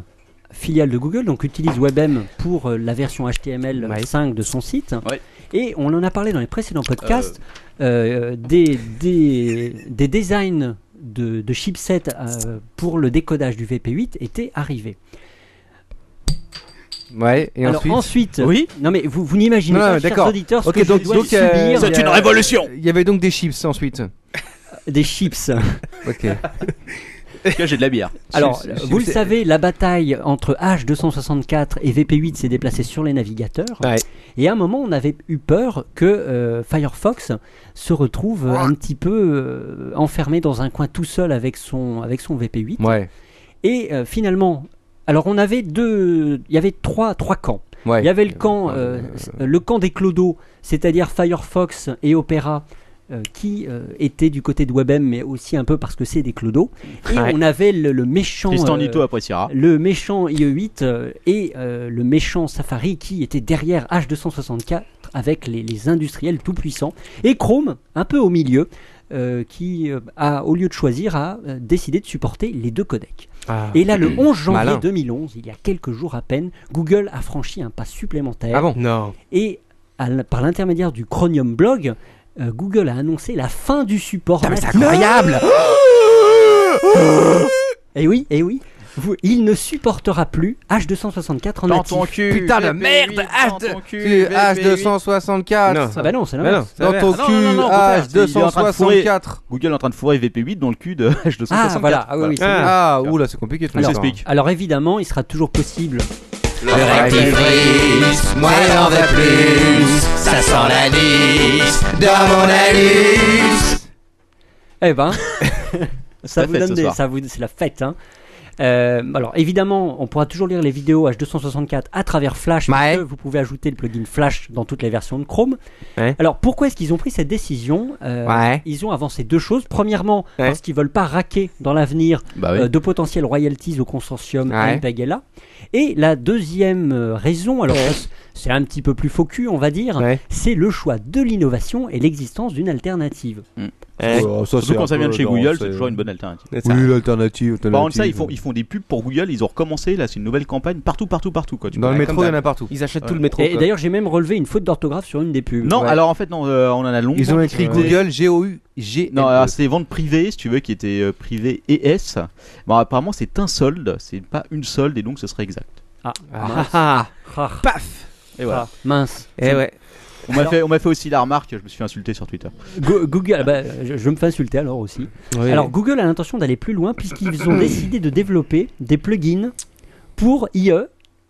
H: filiale de Google, donc utilise WebM pour euh, la version HTML5 de son site.
F: Ouais.
H: Et on en a parlé dans les précédents podcasts euh, des, des, des designs de, de chipsets euh, pour le décodage du VP8 étaient arrivés.
C: euh, Ouais, et
H: Alors
C: ensuite.
H: ensuite,
F: Oui.
H: non mais vous, vous n'imaginez
C: Non,
H: pas,
C: mais
H: chers
C: d'accord.
H: auditeurs, ce
C: Ok,
H: que je
C: donc-
H: dois
C: donc,
H: subir
C: euh,
H: il y a
J: C'est une révolution
C: Il y avait donc des chips ensuite.
H: des chips.
C: Ok.
F: En tout cas, j'ai de la bière.
H: Alors,
C: Chips, chips,
H: vous le
C: c'est-
H: savez, la bataille entre H264 et VP8 s'est déplacée sur les navigateurs.
C: Ouais.
H: Et à un moment, on avait eu peur que euh, Firefox se retrouve
C: Ah.
H: euh, un petit peu euh, enfermé dans un coin tout seul avec son, avec son VP8.
C: Ouais,
H: Et euh, finalement, alors on avait deux, il y avait trois, trois camps.
C: ouais.
H: Il y avait le camp, euh, le camp des clodos, c'est-à-dire Firefox et Opera, euh, qui euh, étaient du côté de WebM, mais aussi un peu parce que c'est des clodos. Et
C: Ouais.
H: on avait le, le méchant,
F: Tristan
H: euh,
F: Nito appréciera.
H: le méchant IE8 euh, et euh, le méchant Safari qui était derrière H264 avec les, les industriels tout puissants. Et Chrome, un peu au milieu. euh, qui euh, a, au lieu de choisir, a euh, décidé de supporter les deux codecs.
C: Ah.
H: Et là, le 11 janvier
C: Malin.
H: 2011, il y a quelques jours à peine, Google a franchi un pas supplémentaire
C: Ah bon
G: Non.
H: et à l- par l'intermédiaire du Chromium Blog, euh, Google a annoncé la fin du support. incroyable Et Eh oui, et oui. Vous- il ne supportera plus H264 en
F: Dans
H: natif.
F: ton cul
C: Putain, la
F: VP8,
C: merde,
F: dans ton cul,
C: Tu-
F: VP8.
C: H264
G: Non.
H: Ah bah non, c'est
G: Bah
H: l'inverse.
G: non,
C: Dans
G: ça a
C: ton
F: non,
C: cul,
F: non, non, au contraire, il est en train de fourrer.
C: H264
F: Google est en train de fourrer VP8 dans le cul de H264.
H: Ah, voilà. Ah oui, oui, c'est vrai.
C: Ah, oula, c'est compliqué tout
F: Je
C: ça.
F: t'explique.
H: Alors évidemment, il sera toujours possible.
A: Le rectifrice, moi j'en veux plus. Ça sent l'anis dans mon anus.
H: Eh ben, ça
F: la
H: vous
F: fête
H: donne
F: ce
H: des-
F: soir.
H: ça vous- c'est la fête. hein. Euh, alors évidemment, on pourra toujours lire les vidéos H264 à travers Flash, parce
C: Ouais.
H: que vous pouvez ajouter le plugin Flash dans toutes les versions de Chrome.
C: Ouais.
H: Alors pourquoi est-ce qu'ils ont pris cette décision Euh,
C: Ouais.
H: Ils ont avancé deux choses. Premièrement,
C: Ouais.
H: parce qu'ils veulent pas raquer dans l'avenir
F: Bah oui.
H: euh, de potentiels royalties au consortium
C: Ouais.
H: Alpagella. Et la deuxième euh, raison, alors ça, c'est un petit peu plus faux cul, on va dire,
C: Ouais.
H: c'est le choix de l'innovation et l'existence d'une alternative.
F: Surtout quand ça vient de chez Google, c'est toujours une bonne alternative.
G: C'est ça.
C: l'alternative.
F: Par contre, ça, ils font, ils font des pubs pour Google, ils ont recommencé, là, c'est une nouvelle campagne partout, partout, partout. Quoi, tu
C: Dans
F: peux-
C: le
F: Ouais,
C: métro,
F: comme
C: il y en a partout.
G: Ils achètent
F: Euh,
G: tout le métro.
H: Et
G: quoi.
H: d'ailleurs, j'ai même relevé une faute d'orthographe sur une des pubs.
F: Non,
C: Ouais.
F: alors en fait, non, euh, on en a longtemps.
C: Ils ont écrit
F: discuté.
C: Google GOU G. E.
F: Non, alors, c'est des ventes privées, si tu veux, qui étaient euh, privées ES. Bon, apparemment, c'est un solde, c'est pas une solde, et donc ce serait exact.
H: Ah,
C: Ah,
H: mince.
C: ah,
H: Ah,
C: paf
F: Et voilà.
H: ah, mince.
G: Eh ouais.
F: On m'a
H: Alors-
F: fait, on m'a fait aussi la remarque, je me suis insulté sur Twitter.
H: Go- Google, bah, je, je me fais insulter alors aussi. Alors Google a l'intention d'aller plus loin puisqu'ils ont décidé de développer des plugins pour IE,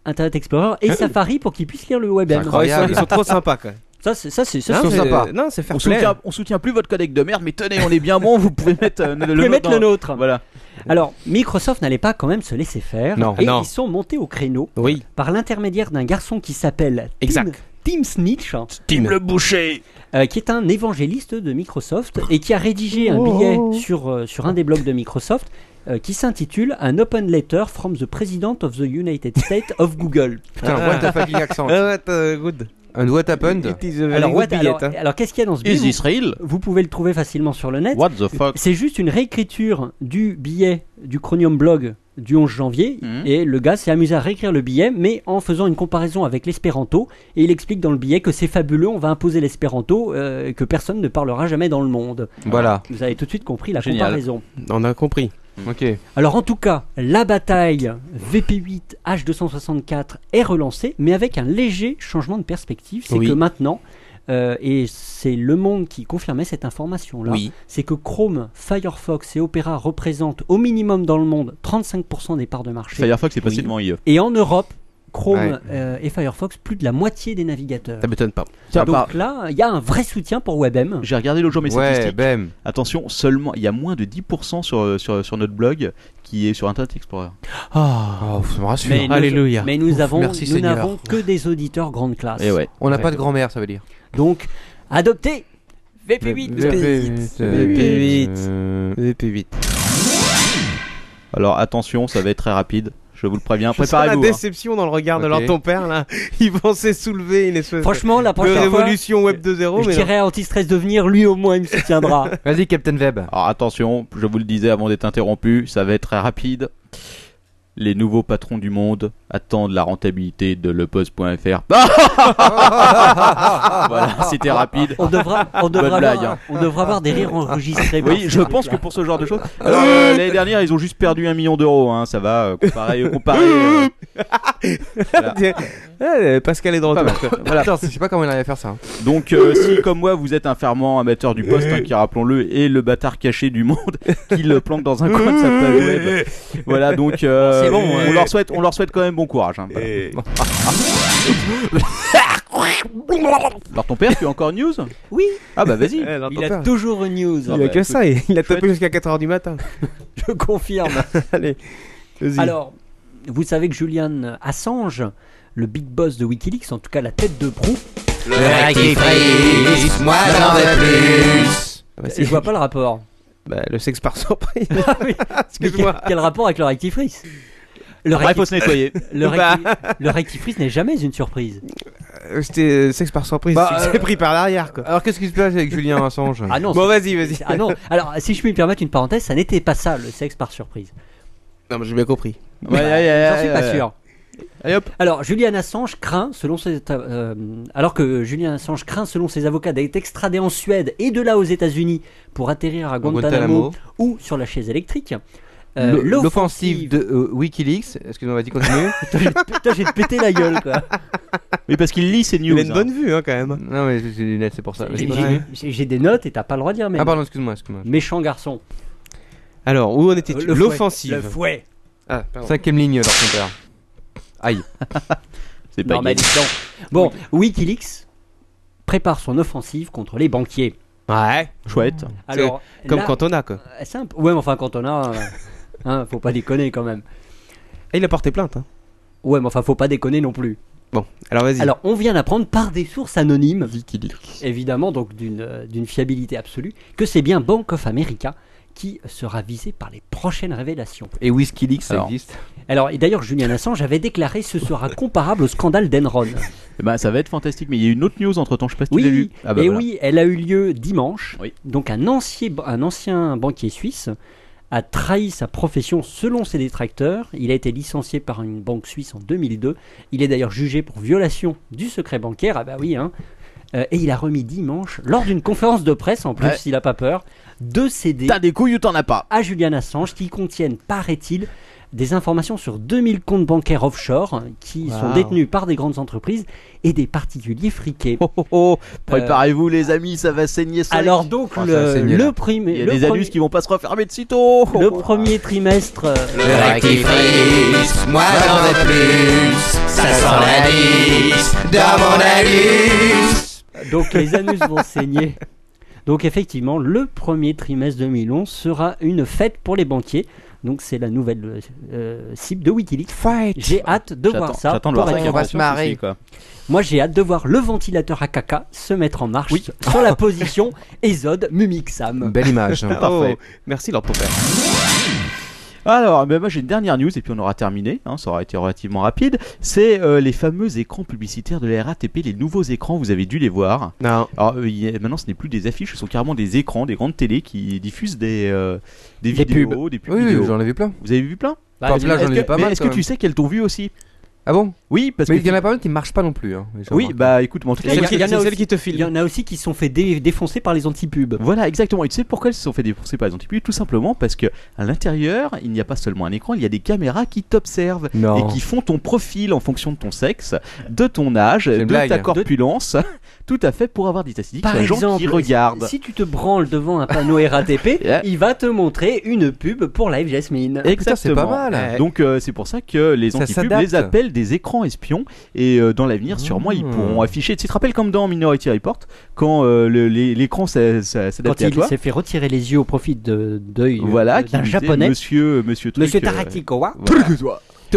H: Internet Explorer et Safari pour qu'ils puissent lire le
C: C'est
H: WebM.
C: incroyable.
G: ils, sont, ils sont trop sympas quoi.
H: Ça, c'est ça, c'est ça.
G: Non,
C: sont
G: c'est-
C: sympas.
G: Ah. Non, c'est fair
F: On
G: play.
F: soutient, on soutient plus votre codec de merde, mais tenez, on est bien bon, vous pouvez mettre euh, le,
H: Vous pouvez mettre
F: dans-
H: le nôtre.
F: Voilà.
H: Alors, Microsoft n'allait pas quand même se laisser faire.
C: Non.
H: et
G: Non.
H: ils sont montés au créneau
G: Oui,
H: par l'intermédiaire d'un garçon qui s'appelle Tim-
G: Exact.
H: Tim Snitch. hein,
J: Tim le boucher
H: euh, qui est un évangéliste de Microsoft et qui a rédigé un billet
G: Oh.
H: sur, euh, sur un des blogs de Microsoft euh, qui s'intitule An Open Letter from the President of the United States of Google.
C: Putain, what the fucking accent
G: Ah ouais, t'as- good.
C: And what happened
G: It is a very
H: Alors,
G: good
H: what-
G: billet,
H: alors,
G: hein.
H: alors, qu'est-ce qu'il y a dans ce
F: Is
H: billet
F: this real
H: vous, vous pouvez le trouver facilement sur le net.
F: What the fuck
H: C'est juste une réécriture du billet du Chronium Blog du 11 janvier
F: Mhm.
H: et le gars s'est amusé à réécrire le billet mais en faisant une comparaison avec l'espéranto et il explique dans le billet que c'est fabuleux, on va imposer l'espéranto euh, que personne ne parlera jamais dans le monde.
C: Voilà,
H: Vous avez tout de suite compris la
F: Génial.
H: comparaison.
G: On a compris.
C: ok.
H: Alors en tout cas, la bataille VP8 H264 est relancée, mais avec un léger changement de perspective. C'est
G: Oui.
H: que maintenant, euh, et c'est Le Monde qui confirmait cette information-là.
A: Oui.
H: C'est que Chrome, Firefox et Opera représentent au minimum dans le monde 35% des parts de marché.
F: Firefox est facilement IE.
H: Et en Europe, Chrome
C: Ouais.
H: euh, et Firefox, plus de la moitié des navigateurs.
G: Ça m'étonne pas.
F: Tiens,
H: Donc
F: par-
H: là, il y a un vrai soutien pour WebM.
F: J'ai regardé l'autre jour mes
C: Ouais,
F: statistiques.
I: ben-
C: bam.
F: Attention, seulement, il y a moins de 10% sur, euh, sur, sur notre blog qui est sur Internet Explorer.
G: Ah.
C: Oh, ça me rassure.
H: Mais nous-
G: Alléluia.
H: Mais nous
C: Ouf,
H: avons,
C: merci,
H: nous
C: Seigneur.
H: n'avons que des auditeurs grande classe.
F: Et ouais.
C: On n'a pas de grand-mère, ça veut dire.
H: Donc, adoptez VP8.
C: VP8.
G: VP8.
C: Euh,
G: VP8.
F: Alors attention, ça va être très rapide. Je vous le préviens.
G: la
F: Préparez-vous. hein.
G: déception dans le regard de
C: Ok.
G: leur ton père là. Ils pensaient soulever une espèce
H: Franchement, la
G: de
H: prochaine fois,
G: révolution web 2.0
H: je
G: mais non.
H: dirais à Antistress de venir, lui au moins il me soutiendra.
C: Vas-y, Captain Web.
F: Alors attention, je vous le disais avant d'être interrompu, ça va être très rapide. Les nouveaux patrons du monde attendent la rentabilité de lepost.fr. voilà, c'était rapide.
H: On devra, on
F: Bonne
H: devra,
F: blague,
H: avoir,
F: hein.
H: on devra avoir des rires enregistrés. par
F: Oui,
H: ces
F: je pense que
H: trucs-là.
F: pour ce genre de choses. Alors, euh, L'année dernière, ils ont juste perdu un million d'euros, hein, ça va, euh, comparé. euh, comparé, euh,
G: Eh, Pascal est de
F: pas
G: retour.
F: mal. Voilà.
C: Putain, je sais pas comment il arrive à faire ça. hein.
F: Donc, euh, si comme moi, vous êtes un fervent amateur du poste, hein, qui rappelons-le, est le bâtard caché du monde, qui le planque dans un coin de sa page web. Voilà, donc euh,
G: C'est bon,
F: on,
G: ouais.
F: leur souhaite, on leur souhaite quand même bon courage. hein, voilà. Alors ton père, tu as encore une news
H: Oui.
F: Ah bah vas-y.
I: Euh,
G: Eh, leur
H: Il
G: ton
H: a
G: père.
H: toujours une news,
F: Ah
G: Il a
F: bah,
G: que ça, il il a
F: chouette.
G: tapé jusqu'à 4h du matin.
H: je confirme.
G: Allez. vas-y.
H: Alors, vous savez que Julian Assange, le big boss de Wikileaks, en tout cas la tête de proue,
A: Le rectifrice, moi j'en veux plus.
G: Bah, c'est-
H: je vois pas le rapport.
G: bah, le sexe par surprise.
H: Ah oui, mais quel,
G: Excuse-moi.
H: quel rapport avec le rectifrice le,
F: Bref, faut
H: recti-
F: se nettoyer.
H: le, recti- le rectifrice n'est jamais une surprise.
G: Euh, C'était euh, sexe par surprise,
C: Bah,
G: c'est que
C: euh,
G: c'est pris par l'arrière quoi.
C: Alors, qu'est-ce qui se passe avec Julien Assange
H: Ah non,
G: Bon,
H: c'est-
G: vas-y, vas-y.
H: ah non. Alors, si je puis me permettre une parenthèse, ça n'était pas ça le sexe par surprise.
G: Non, mais j'ai bien compris.
F: Ouais, ouais, ouais,
H: J'en suis
F: ouais,
H: pas
F: ouais.
H: sûr.
F: Euh, Allez, hop.
H: Alors, Julian Assange craint, selon ses, euh, alors que Julian Assange craint, selon ses avocats, d'être extradé en Suède et de là aux États-Unis pour atterrir à Guantanamo,
C: Guantanamo.
H: ou sur la chaise électrique. Euh,
C: L- L'offensive de euh, Wikileaks. Excuse-moi, vas-y, continue.
H: Putain, j'ai pété la gueule quoi.
F: Oui, parce qu'il lit ses news.
G: Il a une
F: hein.
G: bonne vue hein, quand même.
C: non, mais c'est c'est des lunettes, c'est pour ça. Vas-y,
H: J'ai-
C: continue.
H: j'ai- J'ai j'ai des notes et t'as pas le droit de dire, mais.
C: Ah, pardon, excuse-moi, excuse-moi.
H: Méchant garçon.
G: Alors, où on était
H: Euh, le fouet. Le
G: L'offensive.
H: fouet.
G: Ah, pardon.
C: Cinquième ligne, alors, ton père. Aïe.
F: C'est pas
H: Non, mais
F: gay.
H: dis donc. Bon, Wikileaks prépare son offensive contre les banquiers.
G: Ouais,
F: Chouette.
H: Alors,
G: comme
H: là,
G: quand on a quoi.
H: euh, c'est un peu- Ouais, mais enfin, quand on a. euh, hein, faut pas déconner quand même.
G: Et il a porté plainte. hein.
H: Ouais, mais enfin, faut pas déconner non plus.
G: Alors vas-y.
H: Alors, on vient d'apprendre par des sources anonymes, évidemment, donc d'une euh, d'une fiabilité absolue, que c'est bien Bank of America qui sera visé par les prochaines révélations.
C: Et Wikileaks, ça
F: Alors.
C: existe.
H: Alors, et d'ailleurs, Julian Assange avait déclaré ce sera comparable au scandale d'Enron.
F: Eh ben, ça va être fantastique. Mais il y a une autre news entre temps, je sais pas si
H: Oui,
F: tu l'as lu. Ah bah
H: et oui, elle a eu lieu dimanche.
F: Oui.
H: Donc un ancien, un ancien banquier suisse a trahi sa profession selon ses détracteurs. Il a été licencié par une banque suisse en 2002. Il est d'ailleurs jugé pour violation du secret bancaire. Ah bah oui, hein. Euh, et il a remis dimanche, lors d'une conférence de presse, en plus,
F: Ouais.
H: s'il a pas peur, deux CD
F: T'as des couilles ou t'en as pas
H: à Julian Assange qui contiennent, paraît-il, des informations sur 2000 comptes bancaires offshore qui sont
G: Wow.
H: détenus par des grandes entreprises et des particuliers friqués.
F: Oh, oh, oh. Préparez-vous, les amis, ça va saigner ça.
H: Euh, Alors donc
C: Oh, ça va
H: le,
C: saigner, là.
H: le primi-
F: il y a
H: le
F: des
H: premi-
F: anus qui vont pas se refermer de sitôt. Oh,
H: le premier trimestre euh,
A: Le rectifrice, moi j'en veux plus. Ça sent la lisse dans mon anus.
H: donc les anus vont saigner. Donc effectivement le premier trimestre 2011 sera une fête pour les banquiers. Donc c'est la nouvelle euh, cible de WikiLeaks. J'ai hâte de voir
F: J'attends
H: ça.
F: j'attends de
H: pour
F: voir ça.
H: être
C: on va
H: franc.
C: se marrer.
F: Quoi.
H: Moi j'ai hâte de voir le ventilateur à caca se mettre en marche
F: Oui.
H: sur la position Exode Mumik Sam.
C: Belle image. hein.
G: Oh,
F: parfait.
G: merci leur ton père.
F: Alors, ben, moi j'ai une dernière news et puis on aura terminé, hein, ça aura été relativement rapide. C'est euh, les fameux écrans publicitaires de la RATP, les nouveaux écrans, vous avez dû les voir.
G: Non.
F: Alors euh, il y a- maintenant ce n'est plus des affiches, ce sont carrément des écrans, des grandes télés qui diffusent des, euh, des,
H: Des
F: vidéos, des pubs
C: Oui,
F: vidéo.
C: oui, j'en ai vu plein.
F: Vous avez vu plein
H: Bah,
C: Enfin, là,
F: Est-ce
C: j'en ai vu
F: que,
C: pas
F: mais
C: mal.
F: est-ce
C: quand
F: que tu
C: même.
F: sais qu'elles t'ont vu aussi
C: Ah bon
F: Oui, parce
C: Mais
F: que...
C: il y en a pas mal qui marchent pas non plus. hein. J'ai
F: Oui,
C: remarqué.
F: bah écoute, moi en tout cas...
H: Et il y a-
G: Celle qui,
H: il y en a
G: c'est celle
H: aussi-
G: qui te
H: il y
G: file.
H: en a aussi qui se sont fait dé- défoncer par les anti-pubs.
F: Voilà, exactement. Et tu sais pourquoi elles se sont fait défoncer par les antipodes Tout simplement parce que à l'intérieur, il n'y a pas seulement un écran, il y a des caméras qui t'observent.
C: Non.
F: et qui font ton profil en fonction de ton sexe, de ton âge,
C: une
F: de
C: blague.
F: ta corpulence, Tout à fait, pour avoir des statistiques
H: Par
F: sur les gens
H: exemple,
F: qui regardent.
C: Ah,
H: si tu te branles devant un panneau RATP,
F: Yeah.
H: il va te montrer une pub pour Live Jasmine.
C: Putain, c'est
F: Exactement.
C: pas mal.
F: Ouais. Donc euh, c'est pour ça que les
C: Ça
F: anti-pubs
C: s'adapte.
F: les appellent des écrans espions et euh, dans l'avenir sûrement ils
C: Mmh.
F: pourront afficher. Tu te rappelles comme dans Minority Report quand euh, le- les- l'écran s'a- s'a-
H: Quand
F: s'adaptait à
H: il
F: toi.
H: s'est fait retirer les yeux au profit de d'œil
F: Voilà,
H: euh,
F: qui
H: d'un
F: disait
H: japonais,
F: Monsieur Monsieur Truc,
H: Monsieur
F: euh,
H: Taratikawa.
F: voilà.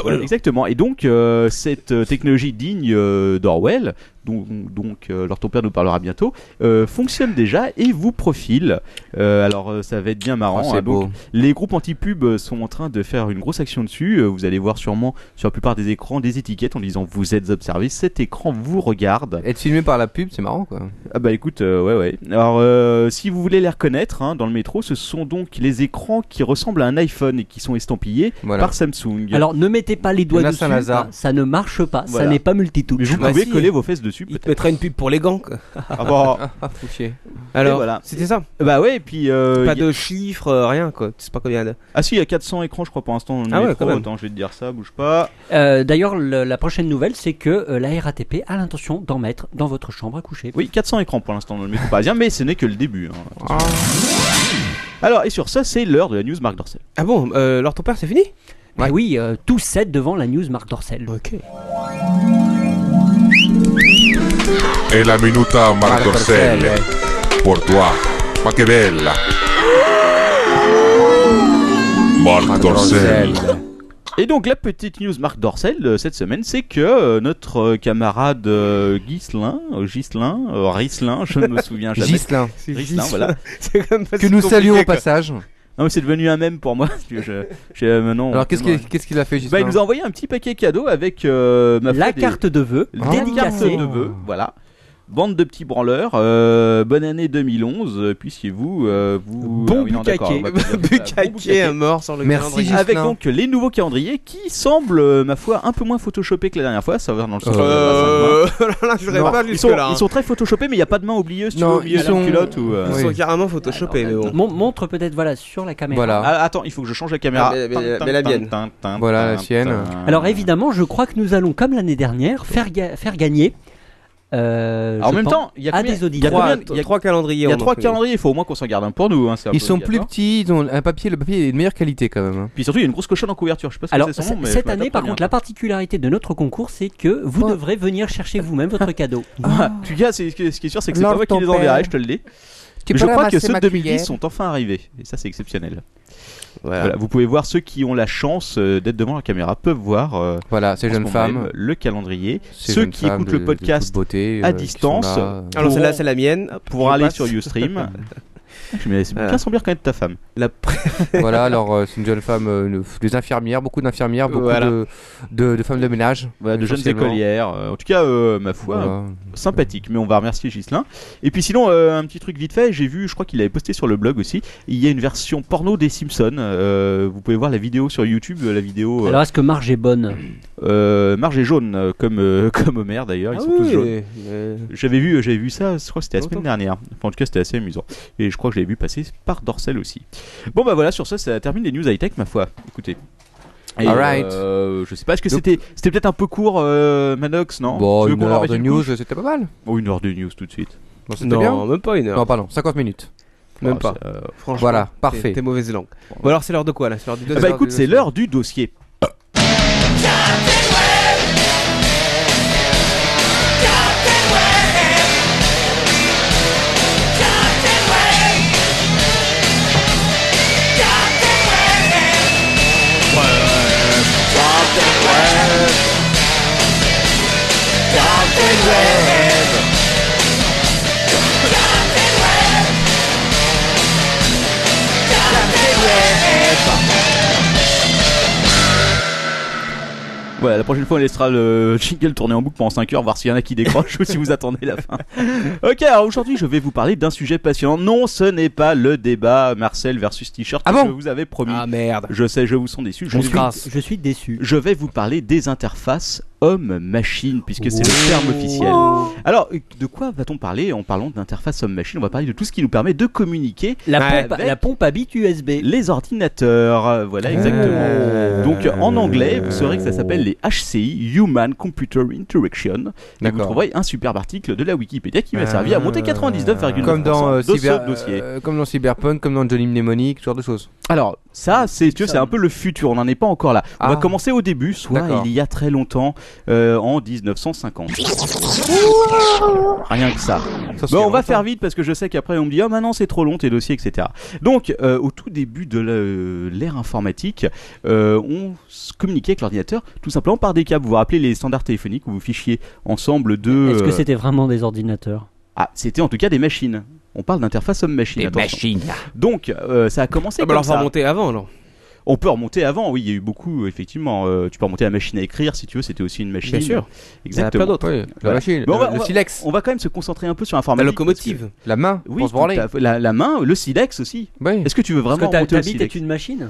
F: Voilà, exactement. Et donc euh, cette euh, technologie digne euh, d'Orwell, dont, donc euh, alors ton père nous parlera bientôt, euh, fonctionne déjà et vous profile. Euh, alors euh, ça va être bien marrant.
C: Oh,
H: Ah,
F: hein,
C: c'est
F: donc,
C: beau.
F: les groupes anti-pub euh, sont en train de faire une grosse action dessus. Euh, Vous allez voir sûrement sur la plupart des écrans des étiquettes en disant vous êtes observé, cet écran vous regarde.
C: Être filmé par la pub, c'est marrant quoi.
F: Ah bah écoute, euh, ouais ouais. Alors euh, si vous voulez les reconnaître hein, dans le métro, ce sont donc les écrans qui ressemblent à un iPhone et qui sont estampillés
C: Voilà.
F: par Samsung.
H: Alors ne mettez pas les doigts
C: Jonas
H: dessus,
C: Saint-Lazare.
H: hein, ça ne marche pas,
F: Voilà.
H: ça n'est pas
F: Mais
H: multitouch.
F: vous
C: Bah
F: pouvez
C: si.
F: coller vos fesses dessus.
G: Il te mettra une pub pour les gants. quoi.
F: Ah bah,
C: Ah, ah, faut chier.
G: Alors,
F: voilà.
G: c'était ça.
F: bah ouais, et puis euh,
G: pas
F: y a-
G: de chiffres, euh, rien quoi. Tu sais pas combien. De...
F: ah si, il y a 400 écrans, je crois pour l'instant. dans le
G: Ah ouais,
F: métro.
G: quand même.
F: Attends, je vais te dire ça, bouge pas.
H: Euh, D'ailleurs, le- la prochaine nouvelle, c'est que euh, la RATP a l'intention d'en mettre dans votre chambre à coucher.
F: Oui, 400 écrans pour l'instant dans le métro parisien, mais ce n'est que le début. hein.
G: Ah.
F: Alors, et sur ça, c'est l'heure de la news Marc Dorcel.
G: Ah bon, euh, alors ton père, c'est fini
H: Bah oui, euh, tous sept devant la news Marc Dorcel.
G: Ok.
K: È la minuta Marc Dorcel pour toi. Ma che bella! Marc Dorcel.
F: Et donc, la petite news Marc Dorcel euh, cette semaine, c'est que euh, notre euh, camarade euh, Ghislain, euh, Ghislain, euh, Rislin, je ne me souviens jamais.
C: Gislin,
F: Rislin, voilà.
G: C'est quand même pas
C: que
G: si
C: nous
G: compliqué,
C: saluons au
G: quoi.
C: passage.
F: Non, mais c'est devenu un mème pour moi. parce que je, je- euh, maintenant,
C: Alors qu'est-ce
F: maintenant,
C: qu'il qu'est-ce qu'il a fait
F: Bah,
C: Gislin
F: il nous a envoyé un petit paquet cadeau avec euh, ma foi,
H: La
F: des-
H: carte de vœux,
F: Des cartes
H: dédicacée.
F: de vœux, voilà. Bande de petits branleurs, euh, bonne année 2011, euh, puissiez-vous euh, vous... ah
G: Bon
F: oui, non, d'accord,
G: bucaquet.
F: on va pas dire ça. Bon
G: Bucaquet hein. à mort sur le
C: Merci,
G: calendrier.
C: Gilles.
F: Avec
C: Gislin.
F: donc les nouveaux calendriers qui semblent, euh, ma foi, un peu moins photoshopés que la dernière fois, ça va dans le sens de la
G: Euh, là, je
C: Non,
G: voudrais pas
F: ils, sont,
G: jusque-là. hein.
F: ils sont très photoshopés, mais il n'y a pas de main oublieuse, tu
C: Non,
F: vois, au milieu
C: ils
F: de la
C: sont-
F: culotte ou... euh,
G: Ils
C: Oui.
G: sont carrément photoshopés, mais bon.
H: Mon- montre peut-être voilà sur la caméra.
C: Voilà.
F: Ah, attends, il faut que je change la caméra.
G: Ah, mais- mais- mais la mienne.
F: Tin, tin, tin,
C: Voilà, la
F: tin,
C: sienne.
F: tin.
H: Alors évidemment, je crois que nous allons comme l'année dernière faire ga- faire gagner. euh,
F: Alors, en
H: je
F: même
H: pense-
F: temps, il y a
H: à
F: combien-
H: des auditeurs.
F: il y a combien-
G: Il
F: il y a-
G: trois calendriers.
F: il y a
G: on en
F: trois
G: fait.
F: calendriers, il faut au moins qu'on s'en garde un pour nous. hein, c'est un peu
C: euh, Ils sont plus
F: obligatoire.
C: petits, ils ont un papier, le papier est de meilleure qualité quand même. hein.
F: Puis surtout, il y a une grosse cochonne en couverture, je sais pas ce
H: Alors,
F: que c'est son
H: c-
F: nom, mais je
H: cette
F: m'attends
H: année, par
F: bien.
H: contre, la particularité de notre concours, c'est que vous
C: Ouais.
H: devrez venir chercher vous-même votre cadeau.
F: Ah, tu gars, c'est- ce qui ce qui est sûr, c'est que c'est pas
C: Lord
F: moi qui
C: ton
F: les
C: père.
F: enverrai, je te le dis.
C: Tu
F: Mais je
C: peux
F: crois que
C: ramasser
F: ceux de
C: ma
F: 2010
C: cuillère.
F: sont enfin arrivés. Et ça, c'est exceptionnel.
G: Voilà.
F: Voilà, vous pouvez voir ceux qui ont la chance euh, d'être devant la caméra peuvent voir euh,
C: Voilà, ces
F: en ce
C: jeunes
F: moment même,
C: femmes,
F: le calendrier.
C: ces
F: bah, Ceux
C: jeunes
F: qui
C: femmes
F: écoutent
C: de-
F: le
C: de toute
F: podcast
C: beauté,
F: à
C: euh, qui sont
F: distance,
C: là, euh,
G: Alors
F: Pour-
G: celle-là, c'est la mienne. Hop,
F: pour
G: je
F: aller
G: passe.
F: sur YouStream. Je me laisse
G: Voilà.
F: bien sembler reconnaître ta femme.
G: La pré-
C: voilà, alors euh, c'est une jeune femme, euh, une- des infirmières, beaucoup d'infirmières, beaucoup
G: Voilà.
C: de, de- de femmes de ménage.
F: Voilà, de jeunes
C: essentiellement.
F: écolières. euh, en tout cas, euh, ma foi,
C: Voilà.
F: sympathique. Mais on va remercier Ghislain. Et puis sinon, euh, un petit truc vite fait. J'ai vu, je crois qu'il avait posté sur le blog aussi. Il y a une version porno des Simpsons. euh, vous pouvez voir la vidéo sur YouTube, la vidéo. euh,
H: Alors, est-ce que Marge est bonne
F: Euh, Marge est jaune, euh, comme, euh, comme Homer d'ailleurs, ils
G: Ah
F: sont tous
G: oui,
F: jaunes.
G: euh,
F: J'avais vu, j'avais vu ça, je crois que c'était la semaine
G: Longtemps.
F: dernière. Enfin, en tout cas, c'était assez amusant. Et je crois que je l'ai vu passer par Dorsel aussi. Bon, bah voilà, sur ça, ça termine les news high-tech, ma foi. Écoutez. Et,
C: Alright.
F: euh, je sais pas, est-ce que
C: Donc-
F: c'était c'était peut-être un peu court, euh, Manox, non
C: Bon,
F: Tu veux
C: une
F: qu'on leur
C: heure
F: mette
C: de
F: une
C: news,
F: couche
C: c'était pas mal.
F: Bon, Oh, une heure de news tout de suite.
C: Bon, c'était
G: Non,
C: bien.
G: même pas une heure.
C: Non, pardon, 50 minutes.
G: Même
F: Ah,
G: pas.
F: c'est, euh,
G: Franchement,
C: Voilà,
G: t'es-
C: parfait.
G: T'es mauvaise langue. Bon, alors c'est l'heure de quoi là C'est l'heure du
F: Ah
G: deuxième.
F: bah
C: heures
F: écoute,
C: du
F: c'est
C: dossier.
F: l'heure du dossier. Voilà, la prochaine fois, on laissera le jingle tourner en boucle pendant 5 heures, voir s'il y en a qui décrochent ou si vous attendez la fin. Ok, alors aujourd'hui, je vais vous parler d'un sujet passionnant. Non, ce n'est pas le débat Marcel versus T-shirt
C: Ah
F: que
C: bon
F: je vous avais promis.
G: Ah merde.
F: Je sais, je vous sens déçu. Je,
H: je suis,
F: suis-
H: je suis déçu.
F: je vais vous parler des interfaces homme-machine, puisque c'est le
C: Oh.
F: terme officiel. Alors, de quoi va-t-on parler en parlant d'interface homme-machine On va parler de tout ce qui nous permet de communiquer
H: La,
F: Ouais.
H: pompe, la pompe à bite USB.
F: les ordinateurs. Euh, Voilà,
C: Ah.
F: exactement. Donc, en anglais, vous saurez que ça s'appelle les HCI, Human Computer Interaction. Et vous
C: D'accord. Ah.
F: trouverez un superbe article de la Wikipédia qui m'a servi à monter 99,9%
C: Comme dans, euh,
F: de
C: cyber-
F: ce dossier.
C: euh, comme dans Cyberpunk, comme dans Johnny Mnemonic, ce genre de choses.
F: Alors, ça, c'est tu vois, c'est un peu le futur, on n'en est pas encore là. On
C: Ah.
F: va commencer au début, soit
C: D'accord.
F: il y a très longtemps, euh, en 1950. Rien que ça.
C: Ça, c'est
F: Bon, on
C: longtemps.
F: va faire vite parce que je sais qu'après on me dit oh maintenant c'est trop long tes dossiers etc. Donc euh, au tout début de la- euh, l'ère informatique, euh, on se communiquait avec l'ordinateur tout simplement par des câbles. Vous vous rappelez les standards téléphoniques où vous fichiez ensemble de.
H: Est-ce que
F: euh,
H: c'était vraiment des ordinateurs
F: Ah, c'était en tout cas des machines. On parle d'interface homme-machine. attention. Donc euh, ça a commencé.
G: Ah, bah,
F: comme
G: alors, on
F: ça.
G: va remonter avant, alors.
F: On peut remonter avant. Oui, il y a eu beaucoup euh, effectivement. euh, tu peux remonter à la machine à écrire si tu veux. C'était aussi une machine.
G: Bien sûr.
F: Exactement.
G: Il y en a plein d'autres.
C: Oui, la
F: Voilà.
C: machine,
F: Bon, on
C: le,
F: va-
C: le
F: on va-
C: silex,
F: On va quand même se concentrer un peu sur
G: La
F: l'informatique.
G: locomotive.
C: la main
F: parce que- Oui,
C: pour se branler.
F: tout à fait. la, la main, le silex aussi.
C: Oui.
F: Est-ce que tu veux
H: Parce que
F: vraiment
H: ta,
F: remonter
H: ta
F: au
H: bite
F: silex
H: est une machine.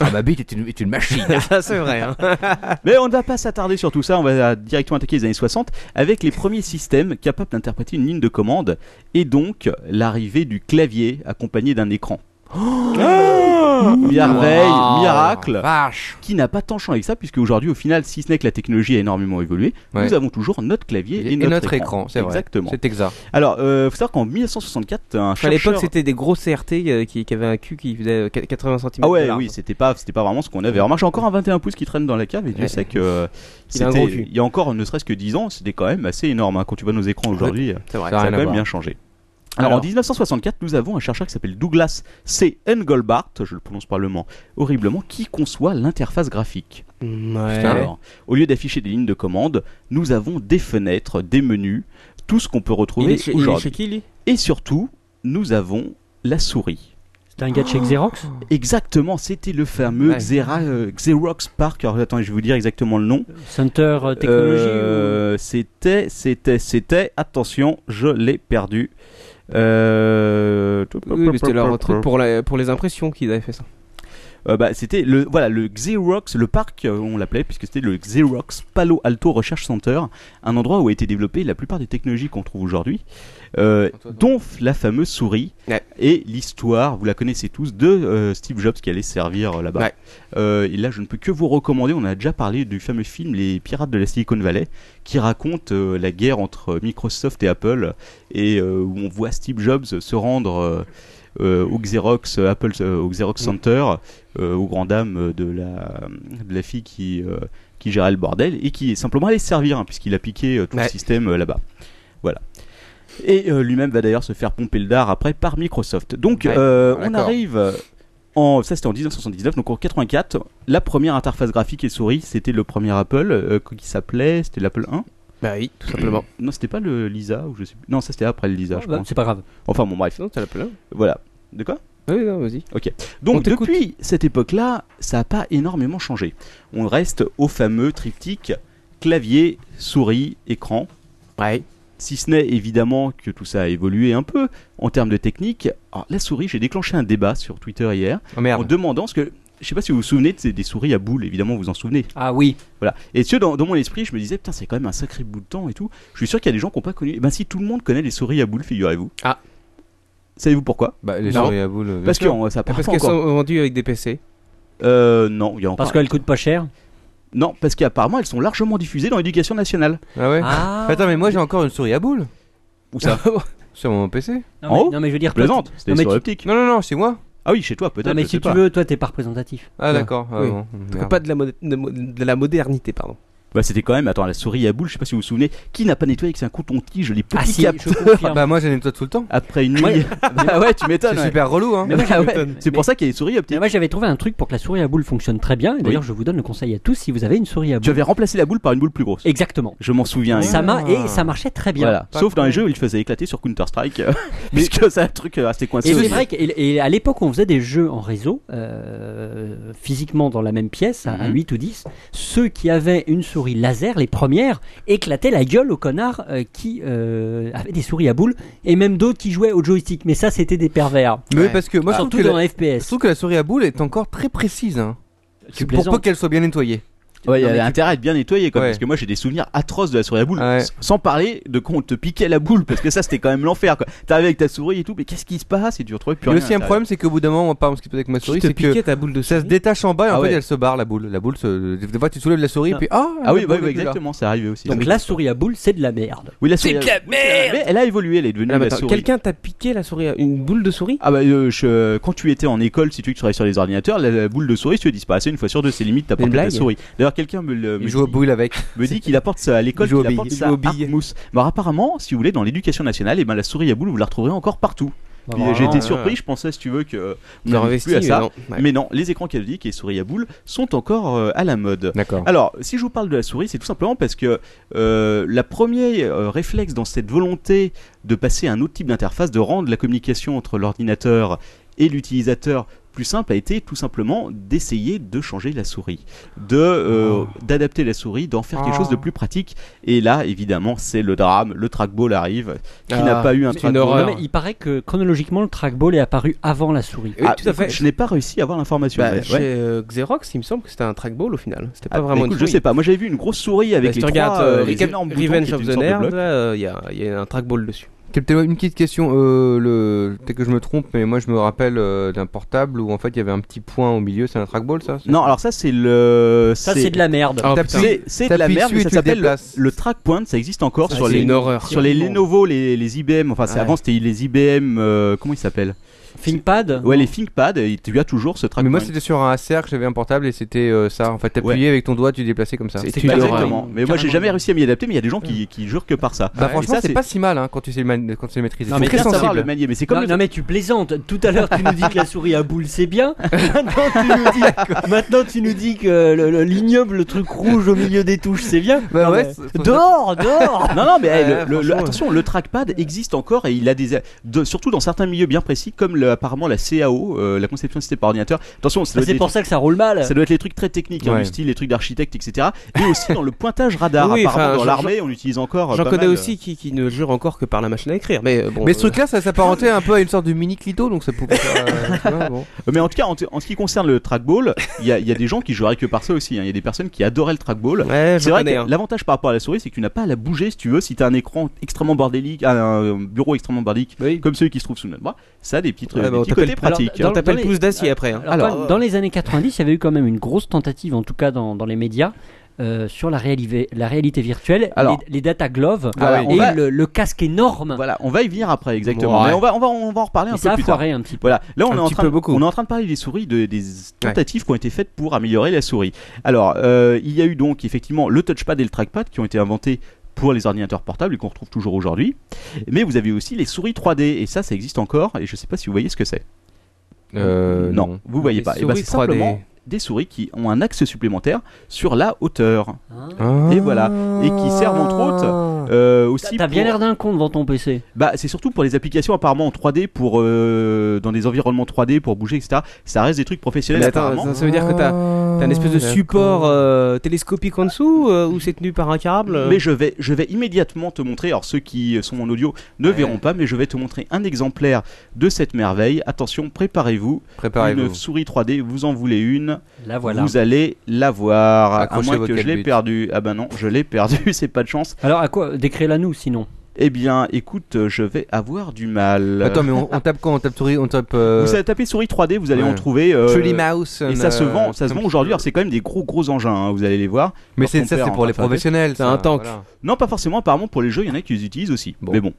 C: Ah, ma bite est une, est une machine.
G: Ça, c'est vrai. hein.
F: Mais on ne va pas s'attarder sur tout ça, on va directement attaquer les années 60 avec les premiers systèmes capables d'interpréter une ligne de commande et donc l'arrivée du clavier accompagné d'un écran. Merveille,
C: Wow.
F: miracle,
C: Oh, Vache.
F: qui n'a pas tant changé que ça, puisque aujourd'hui, au final, si ce n'est que la technologie a énormément évolué,
C: Ouais.
F: nous avons toujours notre clavier et,
C: Et notre écran, c'est vrai.
F: Exactement.
C: C'est exact.
F: Alors, euh, faut savoir qu'en 1964, un
G: À l'époque,
F: chercheur-
G: c'était des gros CRT euh, qui, qui avaient un cul qui faisait euh, 80 cm.
F: Ah ouais, oui, c'était pas, c'était pas vraiment ce qu'on avait. Alors, moi, j'ai encore un 21 pouces qui traîne dans la cave et Dieu
G: Ouais.
F: sait que euh,
G: Il a un
F: c'était-
G: gros cul.
F: il y a encore ne serait-ce que 10 ans, c'était quand même assez énorme. hein. Quand tu vois nos écrans aujourd'hui, euh,
G: c'est vrai.
C: Ça a
F: ça a
C: rien
F: quand
C: à
F: même
C: voir.
F: bien changé. Alors, en 1964, nous avons un chercheur qui s'appelle Douglas C. Engelbart, je le prononce probablement horriblement, qui conçoit l'interface graphique.
G: Ouais.
F: Hein, Alors, au lieu d'afficher des lignes de commande, nous avons des fenêtres, des menus, tout ce qu'on peut
G: Il est
F: retrouver
G: chez- il est chez
F: aujourd'hui.
G: qui, lui
F: Et surtout, nous avons la souris.
H: C'était un gars
F: Ah.
H: de chez Xerox
F: Exactement, c'était le fameux
G: Ah. Ouais.
F: Xera- euh, Xerox Park. Alors attendez, je vais vous dire exactement le nom.
H: Center euh, Technologie ou-
F: Euh, C'était, c'était, c'était. Attention, je l'ai perdu. Euh...
G: Oui, mais c'était leur truc pour, la- pour les impressions qu'ils avaient fait ça.
F: Euh, bah, c'était le voilà le Xerox, le parc euh, on l'appelait puisque c'était le Xerox Palo Alto Research Center, un endroit où a été développée la plupart des technologies qu'on trouve aujourd'hui, euh, dont f- la fameuse souris
G: Ouais.
F: et l'histoire, vous la connaissez tous, de euh, Steve Jobs qui allait servir euh, là-bas.
G: Ouais.
F: Euh, et là, je ne peux que vous recommander. On a déjà parlé du fameux film Les Pirates de la Silicon Valley, qui raconte euh, la guerre entre Microsoft et Apple et euh, où on voit Steve Jobs se rendre euh, euh, au Xerox euh, Apple euh, au Xerox Center euh, aux grandes dames de la de la fille qui euh, qui gérait le bordel et qui est simplement allé se servir hein, puisqu'il a piqué euh, tout
G: Ouais.
F: le système euh, là-bas. Voilà. Et euh, lui-même va d'ailleurs se faire pomper le dard après par Microsoft. Donc
C: Ouais,
F: euh, on
C: d'accord.
F: arrive en ça c'était en 1979 donc en 84 la première interface graphique et souris c'était le premier Apple euh, qui s'appelait c'était l'Apple 1
G: Bah oui, tout simplement.
F: non c'était pas le Lisa ou je sais plus non ça c'était après le Lisa
H: Ah,
F: je
H: bah,
F: pense
H: C'est pas grave.
F: enfin bon bref
G: Non, t'as la pelure.
F: voilà de quoi
G: Ah Oui, non, vas-y. On
F: donc
G: t'écoute.
F: depuis cette époque-là, ça n'a pas énormément changé. On reste au fameux triptyque clavier, souris, écran.
G: Ouais.
F: Si ce n'est évidemment que tout ça a évolué un peu en termes de technique. Alors, la souris, j'ai déclenché un débat sur Twitter hier
C: Oh
F: en
C: merde.
F: demandant ce que. Je sais pas si vous vous souvenez de ces- des souris à boules, évidemment vous vous en souvenez.
H: Ah oui.
F: Voilà. Et tu sais, dans, dans mon esprit, je me disais, putain, c'est quand même un sacré bout de temps et tout. Je suis sûr qu'il y a des gens qui n'ont pas connu. Eh ben si tout le monde connaît les souris à boules, figurez-vous.
G: Ah.
F: Savez-vous pourquoi
C: Bah, les
G: Non.
C: souris à boules. bien
F: Parce que
C: sûr.
F: on- ça part
G: Parce
F: pas
G: qu'elles
F: encore.
G: sont vendues avec des PC.
F: Euh, non, il y a encore.
H: Parce qu'elle coûte pas cher.
F: Non, parce qu'apparemment elles sont largement diffusées dans l'éducation nationale.
C: Ah ouais.
H: Ah.
C: Attends, mais moi j'ai encore une souris à boules
F: Où ça
C: sur mon PC.
H: Non,
F: en
H: mais,
F: haut
H: non, mais je veux dire. toi,
F: Oh, Plaisante,
H: Ah, non,
F: c'était
H: mais
F: sur
H: tu-
F: optique.
C: Non, non, non, c'est moi.
F: Ah oui, chez toi
H: Non,
F: peut-être.
H: mais
F: je
H: si
F: sais
H: tu
F: pas.
H: veux, toi, t'es pas représentatif.
C: Ah,
G: Non.
C: d'accord. Ah,
G: Oui.
C: bon,
G: Donc,
C: merde.
G: Pas de la, mode- de mo- de la modernité, pardon.
F: Bah c'était quand même, attends, la souris à boule, je sais pas si vous vous souvenez, qui n'a pas nettoyé avec un coton-tige les petits
H: Ah si, bah
F: caps
H: je confirme.
C: Bah, moi j'ai une toi tout le temps.
F: après une nuit. ah ouais, tu m'étonnes.
C: C'est
F: ouais.
C: super relou, hein.
H: Mais moi,
F: Ah
H: j'avais-
F: ouais, C'est pour ça qu'il y a des souris
H: mais
F: optiques.
H: euh, moi, j'avais trouvé un truc pour que la souris à boule fonctionne très bien. Et d'ailleurs, je vous donne le conseil à tous si vous avez une souris à
F: Tu
H: boule.
F: avais remplacé la boule par une boule plus grosse.
H: Exactement.
F: Je m'en souviens.
H: Ça m'a et ça marchait très bien.
F: Ah. Voilà.
C: Pas
F: Sauf dans les
C: con.
F: jeux où il faisait éclater sur Counter-Strike. euh, puisque c'est un truc euh, assez coincé.
H: Et c'est
F: aussi.
H: vrai qu'à l'époque, on faisait des jeux en réseau, euh, physiquement dans la même pièce, à,
F: Mhm.
H: à 8 ou 10. Ceux qui avaient une souris laser, les premières, éclataient la gueule aux connards euh, qui euh, avaient des souris à boules, et même d'autres qui jouaient au joystick. Mais ça, c'était des pervers.
C: Mais
G: Ouais.
C: parce que
I: Ah,
C: moi je trouve
H: Surtout
C: que,
H: dans
C: la...
H: la
C: je
H: FPS.
C: trouve que la souris à boules est encore très précise. Hein.
H: Tu
C: Pour peu
H: plaisantes.
C: qu'elle soit bien nettoyée.
F: Ouais, il y
C: Non, mais
F: avait
C: tu-
F: intérêt à être bien nettoyé quand même,
C: Ouais.
F: parce que moi j'ai des souvenirs atroces de la souris à boule,
C: Ouais.
F: sans parler de quand on te piquait la boule, parce que ça c'était quand même l'enfer quoi. T'arrivais avec ta souris et tout, mais qu'est-ce qui se passe Et tu retrouvais plus
C: Il y a
F: rien.
C: aussi un problème, c'est qu'au bout d'un moment, par exemple, ce qui se passe avec ma
G: Qui
C: souris,
G: te
C: c'est que
G: piquait ta boule de
C: ça se
G: souris
C: détache en bas et en
F: Ah
C: fait
F: ouais.
C: elle se barre la boule. La boule, se... des fois tu soulèves la souris et
F: Ah.
C: puis ah
F: Ah oui,
C: la
F: oui,
C: boule
F: oui,
C: est plus là.
F: exactement, c'est arrivé aussi.
H: Donc la souris à boule, c'est de la merde.
F: oui, la
J: C'est
F: souris.
J: de la
F: oui, c'est la-
J: merde.
F: mais Elle a évolué, elle est devenue
G: Ah,
C: bah,
G: mais
F: la
G: attends,
F: souris.
G: Quelqu'un t'a piqué la souris, à- une boule de souris
F: Ah bah euh, je- euh, quand tu étais en école, si tu travaillais sur les ordinateurs, la, la boule de souris tu disparaissait une fois sur deux, c'est limite t'as
G: Une
F: porté ta
G: blague
F: souris. D'ailleurs quelqu'un me, le-
C: Il
F: me
C: joue au
F: dit-
C: boule avec.
F: me dit qu'il apporte ça à l'école,
C: Il joue aux
F: qu'il apporte
C: billes.
F: ça
C: Il joue aux
F: à
C: billes.
F: Mousse. Bah apparemment, si vous voulez, dans l'éducation nationale, et ben la souris à boule vous la retrouverez encore partout. Puis, J'ai été surpris, je pensais si tu veux que euh, on
G: T'as
F: n'arrive
G: investi,
F: plus à
G: mais
F: ça.
G: non. Ouais.
F: Mais non, les écrans cathodiques et souris à boule sont encore euh, à la mode.
C: D'accord.
F: Alors, si je vous parle de la souris, c'est tout simplement parce que euh, la première euh, réflexe dans cette volonté de passer à un autre type d'interface, de rendre la communication entre l'ordinateur et l'utilisateur plus simple, a été tout simplement d'essayer de changer la souris, de euh,
G: Ah.
F: d'adapter la souris, d'en faire quelque chose de plus pratique. Et là, évidemment, c'est le drame. Le trackball arrive, qui
G: Ah,
F: n'a pas eu un
G: c'est une
F: trackball.
G: horreur.
H: Non, mais il paraît que chronologiquement, le trackball est apparu avant la souris.
G: Oui,
F: Ah,
G: tout à fait.
F: Je n'ai pas réussi à avoir l'information.
G: Bah,
F: mais-
G: chez
F: ouais.
G: euh, Xerox, il me semble que c'était un trackball au final. C'était pas
F: Ah,
G: vraiment
F: écoute,
G: une
F: je
G: souris.
F: sais pas. Moi, j'avais vu une grosse souris
G: Bah,
F: avec
G: si
F: les trois,
G: tu regardes
F: euh,
G: euh,
F: les
G: Recap-
F: énormes boutons qui
G: Revenge
F: étaient
G: of
F: une
G: the
F: sorte de
G: Nerd,
F: bloc.
G: là, il y, a- y a un trackball dessus.
C: Peut-être une petite question, euh, le... peut-être que je me trompe, mais moi je me rappelle euh, d'un portable où en fait il y avait un petit point au milieu, c'est un trackball ça c'est-
F: Non, alors oh, ça c'est le.
H: Ça, c'est de la merde.
G: Ah,
C: T'appuies-
F: C'est c'est de la
C: t'appuies
F: merde,
C: dessus
F: mais
C: et
F: ça
C: tu le
F: s'appelle le,
C: déplaces.
F: le track point. Ça existe encore sur les
G: une horreur.
F: sur les Lenovo, les, les IBM. Enfin, c'est-
G: Ouais.
F: avant c'était les IBM. euh, comment ils s'appellent
H: ThinkPad
F: Ouais, les ThinkPad. et Tu as toujours ce track
C: Mais moi
F: point.
C: c'était sur un ACR que j'avais un portable et c'était euh, ça, en fait t'appuyais avec ton doigt, tu déplaçais comme ça.
F: C'est
G: c'est
F: une
G: une
F: horreur.
H: horreur.
F: Mais moi j'ai
H: Carrément.
F: jamais réussi à m'y adapter. Mais il y a des gens qui, qui jurent que par ça.
C: Bah
F: Ah Et
C: franchement
F: ça,
C: c'est pas si mal hein, quand tu sais le, man- quand tu sais le maîtriser.
H: Non,
C: C'est
H: mais
C: très
F: bien savoir le
C: sensible.
F: manier. Mais c'est comme
H: non,
F: les-
H: non, mais tu plaisantes. Tout à l'heure tu nous dis que la souris à boule c'est bien. Maintenant tu nous dis, maintenant, tu nous dis que le- le- l'ignoble truc rouge au milieu des touches c'est bien.
C: Bah
H: Non,
C: ouais,
H: mais-
C: c'est-
H: Dehors, dehors.
F: Non, non, mais eh, le-
C: Ouais,
F: le- le-
C: franchement,
F: attention, le trackpad existe encore et il a des. de- surtout dans certains milieux bien précis, comme le- apparemment la CAO, euh, la conception de système par ordinateur. Attention, ça doit être
H: C'est
F: des
H: pour ça que ça roule mal.
F: Ça doit être les trucs très techniques, hein,
C: Ouais.
F: du style les trucs d'architecte, etc. Et aussi dans le pointage radar.
G: Oui,
F: apparemment,
G: enfin,
F: dans
G: j'en-
F: l'armée, on utilise encore. euh,
G: J'en
F: pas
G: connais
F: mal.
G: aussi qui, qui ne jure encore que par la machine à écrire. Mais euh, bon.
C: Mais
G: euh,
C: ce truc là ça s'apparentait un peu à une sorte de mini clito donc ça pouvait faire, euh, tu vois, bon.
F: Euh, Mais en tout cas, en, t- en ce qui concerne le trackball, il y, a- il y a des gens qui joueraient que par ça aussi. hein. Il y a des personnes qui adoraient le trackball.
G: Ouais,
F: C'est
G: je
F: vrai
G: connais. hein.
F: que l'avantage par rapport à la souris, c'est que tu n'as pas à la bouger si tu veux. Si tu as un écran extrêmement bordélique, un bureau extrêmement bordélique,
G: Oui.
F: comme celui qui se trouve sous notre bras, ça a des petits, trucs-
G: Ouais, bah,
F: des
G: on
F: petits côtés
G: t'appelle-
F: pratiques.
H: alors,
G: On t'appelle
H: dans les-
G: pouce
F: Ah,
G: d'acier après. hein.
H: Alors, dans- dans les années 90, il y avait eu quand même une grosse tentative, en tout cas dans, dans les médias, euh, sur la, réali- la réalité virtuelle,
F: Alors.
H: les, les data gloves
F: Voilà, on
H: et
F: va-
H: le, le casque énorme.
F: Voilà, on va y venir après, exactement.
C: Ouais.
F: Mais on va, on va, on va en reparler un
H: Et
F: peu
H: ça a
F: plus tard.
H: foiré un petit peu.
F: Voilà, là on
G: Un
F: est, en
G: petit
F: train,
G: peu beaucoup.
F: on est en train de parler des souris, de- des tentatives qui ont été faites pour améliorer la souris. Alors, euh, il y a eu donc effectivement le touchpad et le trackpad qui ont été inventés pour les ordinateurs portables et qu'on retrouve toujours aujourd'hui. Mais vous avez aussi les souris 3D et ça, ça existe encore et je sais pas si vous voyez ce que c'est.
C: Euh,
F: non, vous voyez
G: Les
F: pas. Et ben,
G: souris
F: c'est simplement
G: 3D.
F: des souris qui ont un axe supplémentaire sur la hauteur
H: Hein
F: Et voilà. et qui servent entre
C: Ah.
F: autres euh,
H: T'as-
F: aussi.
H: T'as bien
F: pour-
H: l'air d'un con devant ton PC.
F: bah, c'est surtout pour les applications apparemment en 3D pour euh, dans des environnements 3D pour bouger etc. Ça reste des trucs professionnels
G: Mais attends,
F: apparemment.
G: ça, ça veut dire que t'as t'as une espèce de support euh, télescopique en dessous euh, où c'est tenu par un
C: Euh,
G: câble. euh,
F: Mais je vais, je vais immédiatement te montrer. Alors ceux qui sont en audio ne verront pas, mais je vais te montrer un exemplaire de cette merveille. Attention, préparez-vous. Une
C: Préparez-vous.
F: souris 3D, vous en voulez une.
H: Là voilà.
F: Vous allez la voir.
C: Accrochez
F: à moins
C: votre
F: que je l'ai
C: calbut.
F: perdue. Ah ben non, je l'ai perdue. C'est pas de chance.
H: Alors à quoi Décris-la nous sinon.
F: Eh bien, écoute, je vais avoir du mal.
C: Attends mais on, on tape quoi On tape souris, on tape euh,
F: Vous savez taper souris 3D, vous allez
C: ouais.
F: en trouver. euh,
C: Truly Mouse.
F: et ça se
C: euh,
F: vend, ça se vend aujourd'hui. Alors c'est quand même des gros gros engins. hein, vous allez les voir.
C: Mais
F: Leur
C: c'est ça
F: compère
C: c'est
F: en
C: pour les
F: train de faire
C: professionnels.
G: C'est
C: ça,
G: un tank.
C: voilà.
F: Non, pas forcément. Apparemment, pour les jeux, il y en a qui les utilisent aussi.
C: Bon.
F: Mais bon.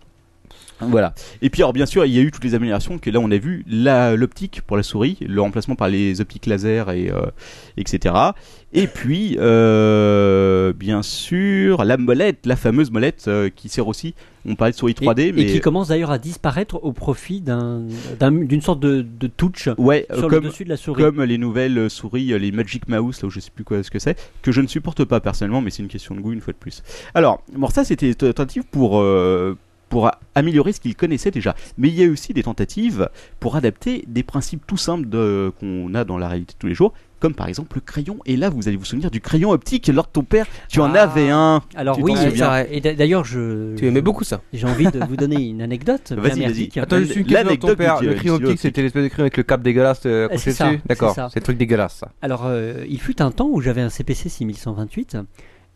F: Voilà. Et puis, alors, bien sûr, il y a eu toutes les améliorations que là, on a vu. La- L'optique pour la souris, le remplacement par les optiques laser, et, euh, etc. Et puis, euh, bien sûr, la molette, la fameuse molette euh, qui sert aussi. On parlait de souris 3D,
H: et,
F: mais.
H: et qui commence d'ailleurs à disparaître au profit d'un- d'un- d'une sorte de, de touch
F: Ouais, euh,
H: sur le
F: comme,
H: dessus de la souris.
F: comme les nouvelles euh, souris, euh, les Magic Mouse, là où je sais plus quoi ce que c'est, que je ne supporte pas personnellement, mais c'est une question de goût une fois de plus. Alors, bon, ça c'était une tentative pour euh, pour a- améliorer ce qu'il connaissait déjà. Mais il y a eu aussi des tentatives pour adapter des principes tout simples de- qu'on a dans la réalité de tous les jours, comme par exemple le crayon. Et là, vous allez vous souvenir du crayon optique. Lors de ton père, tu en
H: Ah.
F: avais un.
H: Alors
F: Tu
H: oui,
F: t'en
H: et-
F: souviens.
H: et d'a- d'ailleurs, je
G: Tu aimais beaucoup ça.
H: J'ai envie de vous donner une anecdote. bien
F: Vas-y, vas-y.
H: merdique.
F: Attends,
C: Attends, juste une question
F: L'anecdote
C: ton père.
F: du-
C: Le
F: du
C: crayon optique,
F: optique.
C: c'était l'espèce de crayon avec le cap dégueulasse euh,
H: Ah,
C: accroché
H: c'est ça,
C: dessus
H: c'est
C: D'accord,
H: ça.
C: c'est le truc dégueulasse ça.
H: Alors, euh, il fut un temps où j'avais un CPC 6128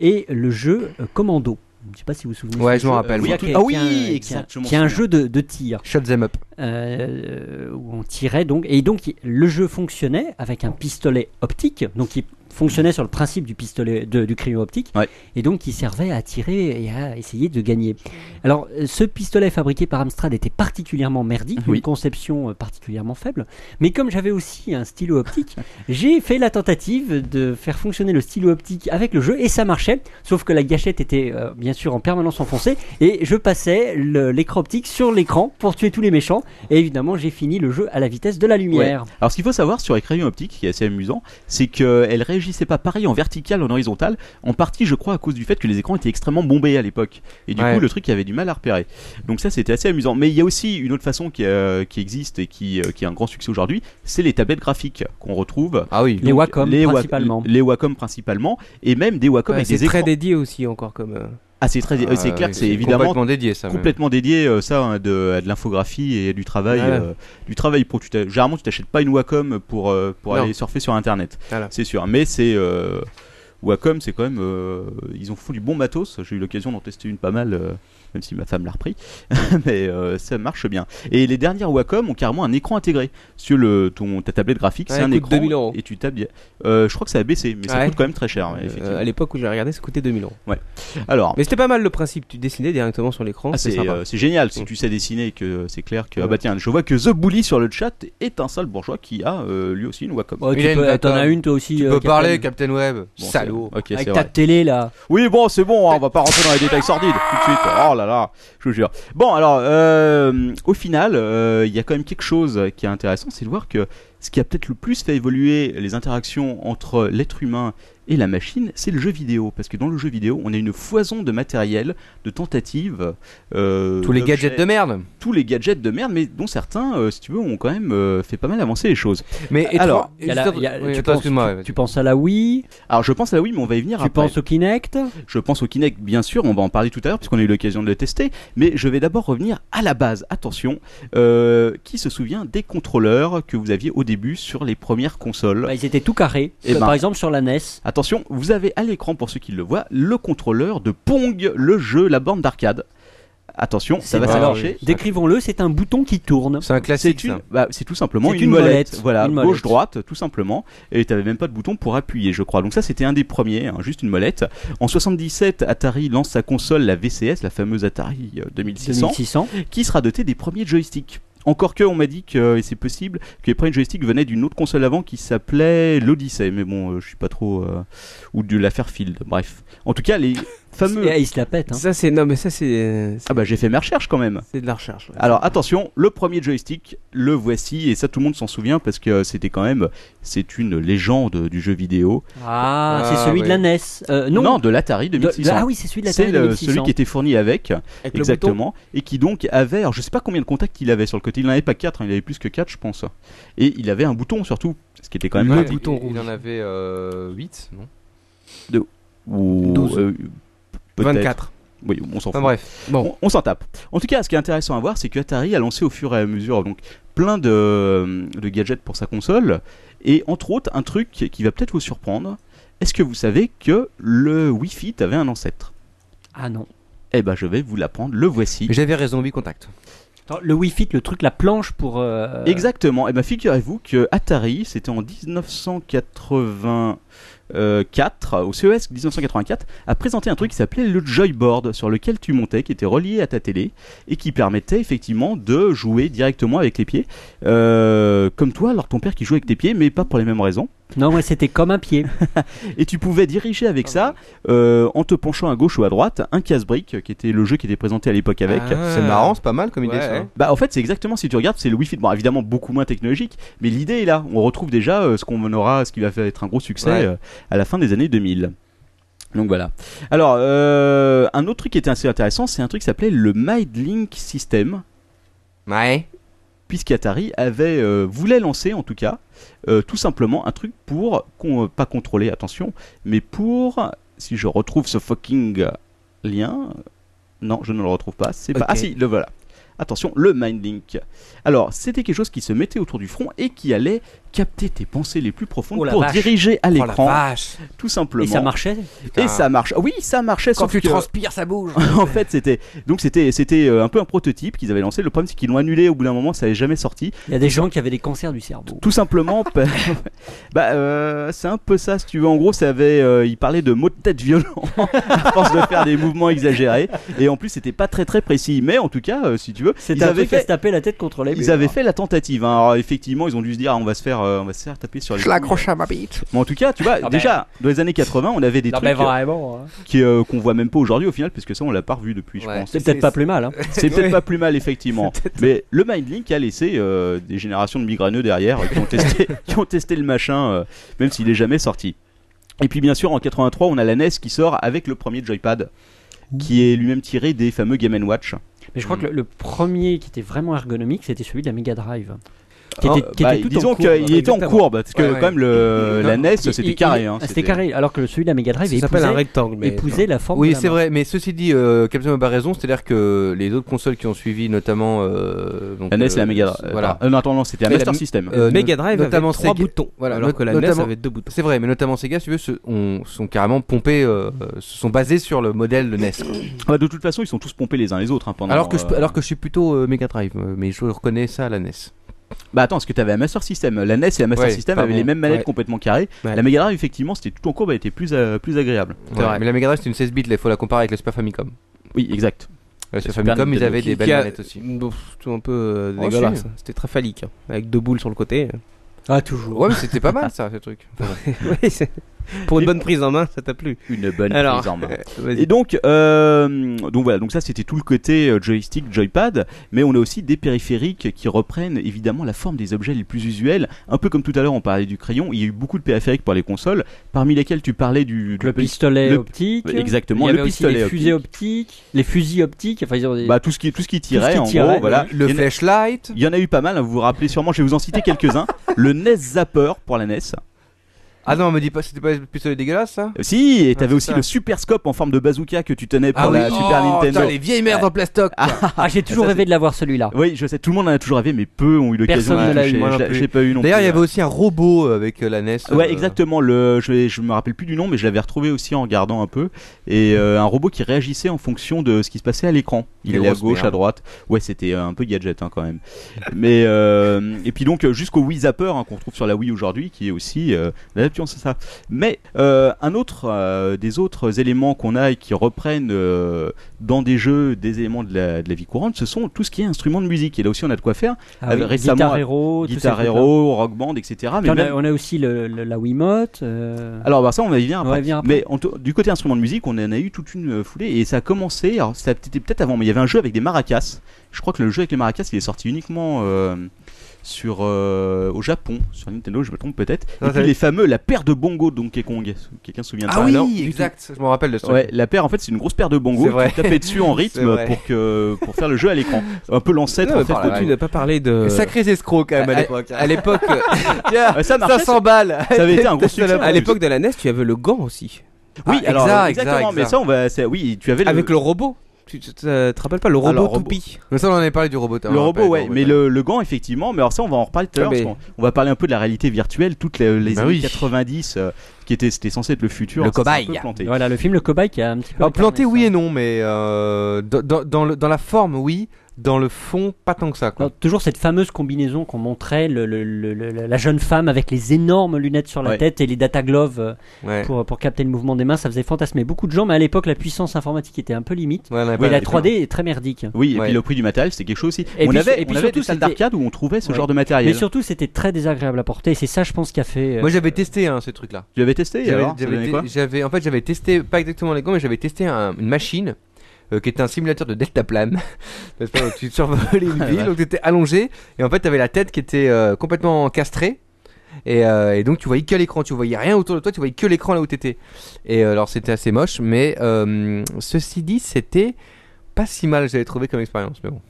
H: et le jeu euh, Commando. Je ne sais pas si vous vous souvenez.
C: Ouais,
H: de ce
C: je m'en
H: jeu.
C: rappelle,
H: Euh,
C: moi.
H: qui est-
F: Ah oui,
H: qui est un- qui est un-
F: exact, je m'en
H: Qui est un
F: souviens.
H: jeu de, de tir
C: Shut them up.
H: euh, où on tirait donc. Et donc, il- le jeu fonctionnait avec un pistolet optique, donc qui fonctionnait sur le principe du pistolet de- du crayon optique
F: Ouais.
H: et donc qui servait à tirer et à essayer de gagner. Alors euh, ce pistolet fabriqué par Amstrad était particulièrement merdique,
F: Oui.
H: une conception euh, particulièrement faible, mais comme j'avais aussi un stylo optique, j'ai fait la tentative de faire fonctionner le stylo optique avec le jeu et ça marchait, sauf que la gâchette était euh, bien sûr en permanence enfoncée et je passais le- l'écran optique sur l'écran pour tuer tous les méchants et évidemment j'ai fini le jeu à la vitesse de la lumière.
F: Alors ce qu'il faut savoir sur les crayons optiques, qui est assez amusant, c'est qu'elles réagissaient pas pareil en vertical, en horizontal, en partie je crois à cause du fait que les écrans étaient extrêmement bombés à l'époque. Et du
C: Ouais.
F: coup le truc il y avait du mal à repérer. Donc ça c'était assez amusant. Mais il y a aussi une autre façon qui, euh, qui existe et qui, euh, qui a un grand succès aujourd'hui, c'est les tablettes graphiques qu'on retrouve.
C: Ah oui.
H: Les
F: Donc,
H: Wacom
F: les Wa-
H: principalement.
F: les Wacom principalement, et même des Wacom
G: Ouais,
F: avec
G: c'est
F: des
G: très
F: écrans.
G: dédié aussi encore comme. euh,
F: Ah, c'est très, euh, c'est
C: Ah,
F: clair
C: oui,
F: que c'est évidemment
C: complètement dédié ça. même.
F: complètement dédié euh, ça hein, de, à de l'infographie et du travail
G: Ouais.
F: euh, du travail pro. Tu t'a- Généralement tu t'achètes pas une Wacom pour euh, pour
C: Non.
F: aller surfer sur internet,
C: Voilà.
F: c'est sûr. Mais c'est euh, Wacom, c'est quand même euh, ils ont foutu du bon matos. J'ai eu l'occasion d'en tester une pas mal. euh, même si ma femme l'a repris, mais euh, ça marche bien. Et les dernières Wacom ont carrément un écran intégré sur le ton ta tablette graphique,
G: Ouais,
F: c'est un
G: elle coûte
F: écran
G: 2000 euros.
F: et tu tapes. di- euh, je crois que ça a baissé, mais ça
G: Ouais.
F: coûte quand même très cher. ouais,
G: euh,
F: effectivement.
G: à l'époque où j'ai regardé, ça coûtait 2000 euros.
F: Alors,
G: Mais c'était pas mal le principe. Tu dessinais directement sur l'écran.
F: Ah,
G: c'est
F: c'est
G: sympa.
F: euh, c'est génial si
G: Mm.
F: tu sais dessiner et que c'est clair que. Ah
G: Ouais.
F: bah tiens, je vois que The Bully sur le chat est un sale bourgeois qui a euh, lui aussi une Wacom.
H: Oh, tu
C: Il a une
H: peux-
C: Wacom.
H: t'en as une toi aussi.
C: Tu
H: euh,
C: peux
H: Captain
C: parler, Captain Web.
F: Bon, c'est-
C: Salaud.
F: Ok,
H: avec
F: c'est
H: ta
F: vrai.
H: télé là.
F: Oui, bon, c'est bon, hein, on va pas rentrer dans les détails sordides tout de suite. Oh là là, je vous jure. Bon, alors, euh, au final, euh, il y a quand même quelque chose qui est intéressant, c'est de voir que ce qui a peut-être le plus fait évoluer les interactions entre l'être humain et la machine, c'est le jeu vidéo. Parce que dans le jeu vidéo, on a une foison de matériel, de tentatives. euh,
C: Tous les gadgets
F: d'objets-
C: de merde.
F: tous les gadgets de merde, mais dont certains, euh, si tu veux, ont quand même euh, fait pas mal avancer les choses.
C: Mais
F: Alors,
H: Il y a la- il y a- tu, penses,
C: excuse-moi.
H: tu-
C: ouais,
H: tu penses à la Wii,
F: Alors je pense à la Wii, mais on va y venir
H: tu
F: après.
H: penses au Kinect.
F: Je pense au Kinect, bien sûr, on va en parler tout à l'heure, puisqu'on a eu l'occasion de le tester, mais je vais d'abord revenir à la base. Attention, euh, qui se souvient des contrôleurs que vous aviez au début sur les premières consoles
H: Bah, ils étaient tout carrés.
F: Eh
H: Comme
F: ben.
H: Par exemple sur la E NES.
F: Attention, vous avez à l'écran, pour ceux qui le voient, le contrôleur de Pong, le jeu, la bande d'arcade. Attention, ça
H: C'est-
F: va
H: alors,
F: s'afficher.
H: Décrivons-le, c'est un bouton qui tourne.
C: C'est un classique.
F: C'est une,
C: ça.
F: bah, c'est tout simplement
H: C'est
F: une,
H: une
F: molette.
H: molette,
F: Voilà,
H: une molette.
F: gauche-droite, tout simplement. Et t'avais même pas de bouton pour appuyer, je crois. Donc ça, c'était un des premiers, hein, juste une molette. En 77, Atari lance sa console, la VCS, la fameuse Atari euh, 2600,
H: 2600.
F: qui sera dotée des premiers joysticks. Encore que, on m'a dit que, et c'est possible, que les premiers joysticks venaient d'une autre console avant qui s'appelait l'Odyssey. Mais bon, euh, je suis pas trop. euh, ou de la Fairfield, bref. En tout cas, les fameux.
H: Et, ils se la pètent. hein.
G: Ça c'est non mais ça c'est c'est-
F: Ah bah, j'ai fait mes recherches quand même.
G: c'est de la recherche. ouais.
F: Alors attention, le premier joystick, le voici, et ça tout le monde s'en souvient parce que euh, c'était quand même, c'est une légende du jeu vidéo.
H: Ah,
C: Ah,
H: c'est celui
C: ouais.
H: de la NES. Euh, non,
F: de l'Atari
H: de- de-
F: 2600.
H: ah oui, c'est celui de la
F: c'est
H: Atari
F: le-
H: 2600.
F: celui qui était fourni avec,
G: Avec le bouton.
F: exactement, et qui donc avait, alors je sais pas combien de contacts il avait sur le côté, il n'en avait pas 4, il avait plus que 4 je pense, et il avait un bouton surtout, ce qui était quand même
C: Ouais,
F: pratique.
C: il-
G: bouton
C: Il
G: rouge.
C: en avait
I: euh,
C: 8, non
F: Ou,
G: 12.
F: euh, peut-être.
G: 24.
F: Oui, on s'en fout.
C: Enfin bref.
G: Bon.
F: On, on s'en tape. En tout cas, ce qui est intéressant à voir, c'est que Atari a lancé au fur et à mesure donc plein de, de gadgets pour sa console, et entre autres un truc qui va peut-être vous surprendre. Est-ce que vous savez que le Wi-Fi avait un ancêtre
H: Ah non.
F: Eh ben, je vais vous l'apprendre. Le voici.
C: Mais J'avais raison, 8 contacts.
H: Attends, le Wi-Fi, le truc, la planche pour. euh,
F: Exactement. Eh ben, figurez-vous que Atari, c'était en 1984, au E CES 1984, a présenté un truc qui s'appelait le Joyboard, sur lequel tu montais, qui était relié à ta télé et qui permettait effectivement de jouer directement avec les pieds, Euh, comme toi, alors ton père qui jouait avec tes pieds, mais pas pour les mêmes raisons.
H: Non, ouais, c'était comme un pied.
F: Et tu pouvais diriger avec ça, euh, en te penchant à gauche ou à droite, un casse-brique, qui était le jeu qui était présenté à l'époque avec.
G: Ah.
I: Euh,
C: C'est marrant, c'est pas mal comme idée
G: Ouais,
C: ça.
G: ouais.
C: hein.
F: Bah en fait c'est exactement si tu regardes c'est le Wi-Fi bon évidemment beaucoup moins technologique mais l'idée est là on retrouve déjà euh, ce qu'on aura ce qui va faire être un gros succès
C: Ouais.
F: euh, à la fin des années 2000 Donc voilà. Alors, euh, un autre truc qui était assez intéressant, c'est un truc qui s'appelait le Mindlink System,
I: Ouais.
F: puisqu'Atari avait, euh, voulait lancer en tout cas, euh, tout simplement un truc pour, con- euh, pas contrôler, attention, mais pour, si je retrouve ce fucking lien, non, je ne le retrouve pas, c'est pas,
G: Ok.
F: ah si, le voilà. Attention, le Mindlink. Alors, c'était quelque chose qui se mettait autour du front et qui allait capter tes pensées les plus profondes
H: Oh la
F: pour
H: vache.
F: diriger à
A: Oh,
F: l'écran, tout simplement.
H: Et ça marchait
F: Et
C: Ah.
F: ça marche. Oui, ça marchait.
I: Quand
F: sauf
I: tu
F: que-
I: transpires, ça bouge.
F: en fait, c'était donc c'était c'était euh, un peu un prototype qu'ils avaient lancé. Le problème, c'est qu'ils l'ont annulé au bout d'un moment. Ça n'avait jamais sorti.
H: Il y a des gens qui avaient des cancers du cerveau.
F: Tout simplement, pa- bah euh, c'est un peu ça. Si tu veux, en gros, ça avait euh, ils parlaient de mots de tête violents à force de faire des mouvements exagérés. Et en plus, c'était pas très très précis. Mais en tout cas, euh, si tu veux,
H: C'était
F: ils
H: un
F: avaient
H: truc à se
F: fait
H: taper la tête contre les murs.
F: ils avaient fait la tentative. hein. Alors, effectivement, ils ont dû se dire, ah, on va se faire euh, on va se faire taper sur les.
I: l'accroche à ma bite.
F: Mais en tout cas, tu vois,
H: Non, mais-
F: déjà dans les années 80, on avait des
H: Ah, ben. Non, mais
F: trucs
H: vraiment. hein.
F: qui, euh, qu'on voit même pas aujourd'hui au final, puisque ça, on l'a pas revu depuis, je
I: Ouais.
F: pense.
H: C'est peut-être pas plus mal. hein.
F: C'est peut-être
I: Ouais.
F: pas plus mal, effectivement. Mais le Mindlink a laissé euh, des générations de migraineux derrière euh, qui ont testé, qui ont testé le machin, euh, même s'il est jamais sorti. Et puis, bien sûr, en 83, on a la NES qui sort avec le premier Joypad, qui est lui-même tiré des fameux Game Watch.
H: Mais je crois que le, le premier qui était vraiment ergonomique, c'était celui de la Mega Drive. Qui
I: Oh,
H: était, qui
F: Bah,
H: était tout en
F: disons
H: courbe.
F: qu'il était en
H: Exactement.
F: courbe, parce que
I: Ouais, ouais.
F: quand même, le,
I: Non,
F: la NES,
H: Il-
F: c'était
H: il-
F: carré.
H: il-
F: hein,
H: c'était carré, alors que celui de la Mega Drive
G: Ça s'appelle
H: épousait,
G: un rectangle, Ah, mais.
H: épousait la forme. de
I: Oui,
H: la
I: c'est
H: main.
I: vrai, mais ceci dit, euh, Captain Web a raison, c'est-à-dire que les autres consoles qui ont suivi, notamment. euh, donc,
F: La NES et la
I: euh,
F: Mega
I: euh,
F: Voilà.
I: Voilà.
F: Euh, non, attends, non, c'était la
I: Mais la
F: Master
I: mi-
F: System.
I: euh,
G: Mega Drive
I: notamment
G: avait trois
I: Sega-
G: boutons,
I: voilà,
G: alors
I: not-
G: que la NES
I: notamment-
G: avait deux boutons.
I: C'est vrai, mais notamment Sega, si tu veux, se, on- sont carrément pompés, euh, euh, se sont basés sur le modèle de E NES. quoi.
F: Ah, de toute façon, ils sont tous pompés les uns les autres. hein, pendant,
I: alors, que je,
F: euh,
I: alors que je suis plutôt euh, Mega Drive, euh, mais je reconnais ça à la NES.
F: Bah attends, parce que t'avais la Master System, la NES et la Master
I: Ouais,
F: System
I: pardon.
F: avaient les mêmes manettes
I: Ouais.
F: complètement carrées.
I: Ouais.
F: La Mega Drive, effectivement, c'était tout en courbe, elle était plus, euh, plus agréable.
I: Ouais, Mais la Mega Drive, c'est une 16 bits, il faut la comparer avec le Super Famicom.
F: Oui, exact.
I: Le Super
F: Super
I: Famicom, ils
F: Nintendo.
I: avaient des belles
G: Qui a-
I: manettes aussi.
G: Bouf, tout un peu euh,
I: Oh,
G: dégueulasse.
I: si.
G: C'était très phallique, hein, avec deux boules sur le côté.
H: Ah, toujours.
I: Ouais, mais c'était pas mal ça, ce truc.
G: Oui, c'est- pour une bonne prise en main, ça t'a plu.
F: Une bonne
G: Alors,
F: prise en main.
G: euh, vas-y.
F: Et donc, euh, donc voilà, donc ça c'était tout le côté euh, joystick, joypad, mais on a aussi des périphériques qui reprennent évidemment la forme des objets les plus usuels. Un peu comme tout à l'heure, on parlait du crayon. Il y a eu beaucoup de périphériques pour les consoles, parmi lesquels tu parlais du, du
H: Le
F: petit-
H: pistolet
F: le-
H: optique.
F: exactement,
H: Il y
F: le
H: avait aussi
F: pistolet
H: les fusées optiques. Les fusils optiques. Enfin, ils ont des-
F: Bah tout ce qui tout ce qui tirait,
H: qui
F: en
H: tirait,
F: gros, voilà.
I: Le
F: Il y en a-
I: flashlight.
F: Il y en a eu pas mal, hein, vous vous rappelez sûrement, je vais vous en citer quelques-uns. Le NES Zapper pour la E NES.
I: Ah non, me dis pas, c'était pas le pistolet dégueulasse ça
F: Euh, Si, et
I: Ah,
F: t'avais
I: c'est
F: aussi
I: ça.
F: le Super Scope en forme de bazooka que tu tenais pour
I: Ah oui,
F: la Super
I: oh,
F: Nintendo.
I: putain, les vieilles merdes en plastoc.
H: Ah, j'ai toujours
F: ça,
H: rêvé de l'avoir celui-là.
F: Oui, je sais, tout le monde en a toujours rêvé, mais peu ont eu l'occasion
H: Personne
F: de
H: ne l'a
F: toucher.
H: eu,
I: moi non
F: Je l'ai-
I: plus.
F: je l'ai pas eu non
I: D'ailleurs, il
F: plus, hein.
I: y avait aussi un robot avec euh, la NES.
F: Ouais,
I: euh,
F: exactement. Le, je, vais- je me rappelle plus du nom, mais je l'avais retrouvé aussi en regardant un peu. Et euh, un robot qui réagissait en fonction de ce qui se passait à l'écran. Il
I: Les
F: allait à
I: grosses
F: gauche,
I: merdes.
F: à droite. Ouais, c'était euh, un peu gadget hein, quand même. mais euh, et puis donc euh, jusqu'au Wii Zapper hein, qu'on retrouve sur la Wii aujourd'hui, qui est aussi euh, l'adaptation c'est ça. Mais euh, un autre euh, des autres éléments qu'on a et qui reprennent euh, dans des jeux des éléments de la, de la vie courante, ce sont tout ce qui est instruments de musique. Et là aussi, on a de quoi faire.
H: Ah oui,
F: récemment,
H: Guitar Hero. tous ces
F: Guitar
H: trucs-là.
F: Hero, Rock Band, etc.
H: Puis
F: Mais
H: On
F: même-
H: a, on a aussi le, le- la Wiimote. euh,
F: Alors bah, ça on va y venir
H: On
F: après.
H: va y venir après.
F: Mais en tout- du côté instrument de musique, on en a eu toute une euh, foulée et ça a commencé. Alors ça c'était peut-être avant, mais il y avait un jeu avec des maracas. Je crois que le jeu avec les maracas, il est sorti uniquement euh, sur euh, au Japon, sur Nintendo, je me trompe peut-être.
I: Non,
F: Et
I: ça-
F: puis les fameux la paire de bongo de Donkey Kong. Quelqu'un se souvient de
I: Ah
F: ça
I: oui,
F: Non
I: exact. Je me rappelle de ça.
F: Ouais, la paire en fait c'est une grosse paire de
I: C'est
F: bongos
I: vrai.
F: qui tapait dessus en
I: C'est
F: rythme
I: vrai.
F: pour que pour faire le jeu à l'écran. Un peu l'ancêtre
G: Non, mais
F: en fait.
G: par contre,
I: ouais.
G: tu n'as pas parlé de.
I: Sacrés escrocs Euh, quand même à
G: Euh, À-
I: l'époque.
G: À l'époque, euh,
I: Tiens,
F: Ouais, ça marchait,
I: 500 balles.
F: Ça avait été un gros succès. en
G: à
F: plus.
G: l'époque de la NES, tu avais le gant aussi.
F: Oui,
I: Ah,
F: alors
I: exact,
F: exactement,
I: exact,
F: mais
I: exact.
F: ça on va c'est- oui, tu avais le-
G: Avec le robot. Tu tu- tu- euh, te rappelles pas le robot
F: Alors, robot.
G: toupie
I: Mais ça, on en avait parlé du robot. hein,
F: Le
I: on
F: robot,
I: rappelle,
F: ouais, mais
I: hein.
F: le, le gant, effectivement. Mais alors, ça, on va en reparler tout à
G: Ah,
F: l'heure. parce
G: mais-
F: qu'on- On va parler un peu de la réalité virtuelle, toutes les, les
I: Bah
F: années
I: oui.
F: 90, euh, qui était, c'était censé être le futur. hein,
I: Le
F: Ça s'est un peu
I: cobaye.
F: planté.
H: Voilà, le film Le Cobaye qui a un petit peu.
I: Alors, planté,
H: incarné
I: oui
H: ça.
I: et non, mais euh, dans, dans- dans le- dans la forme, oui. Dans le fond, pas tant que ça. Quoi.
H: Alors, toujours cette fameuse combinaison qu'on montrait, le- le- le- le- la jeune femme avec les énormes lunettes sur la
F: Ouais.
H: tête et les data gloves euh,
I: Ouais.
H: pour, pour capter le mouvement des mains, ça faisait fantasmer beaucoup de gens, mais à l'époque la puissance informatique était un peu limite.
I: Ouais, on avait
H: et
I: parlé
H: la
I: du-
H: 3D est très merdique.
F: Oui, et
I: Ouais.
F: puis le prix du matériel, c'était quelque chose aussi.
H: Et
F: on
H: puis-
F: avait,
H: et puis
F: on avait
H: surtout,
F: des salles
H: c'était-
F: d'arcade où on trouvait ce
H: Ouais.
F: genre de
H: Mais
F: matériel.
H: surtout, c'était très désagréable à porter, et c'est ça, je pense, qui a fait. euh,
I: Moi, j'avais testé hein, ces trucs-là.
F: Tu l'avais testé
I: J'avais-
F: alors Ça
I: j'avais
F: donnait
I: te-
F: quoi
I: J'avais en fait j'avais testé pas exactement les gants mais j'avais testé un- une machine euh, qui était un simulateur de deltaplane. N'est-ce pas, donc
F: Ah,
I: tu survolais une ville donc t'étais allongé et en fait t'avais la tête qui était euh, complètement encastrée
C: Et, euh, et donc tu voyais que l'écran, tu voyais rien autour de toi, tu voyais que l'écran là où t'étais. Et euh, alors c'était assez moche, mais euh, ceci dit, c'était pas si mal, j'avais trouvé comme expérience. Mais bon.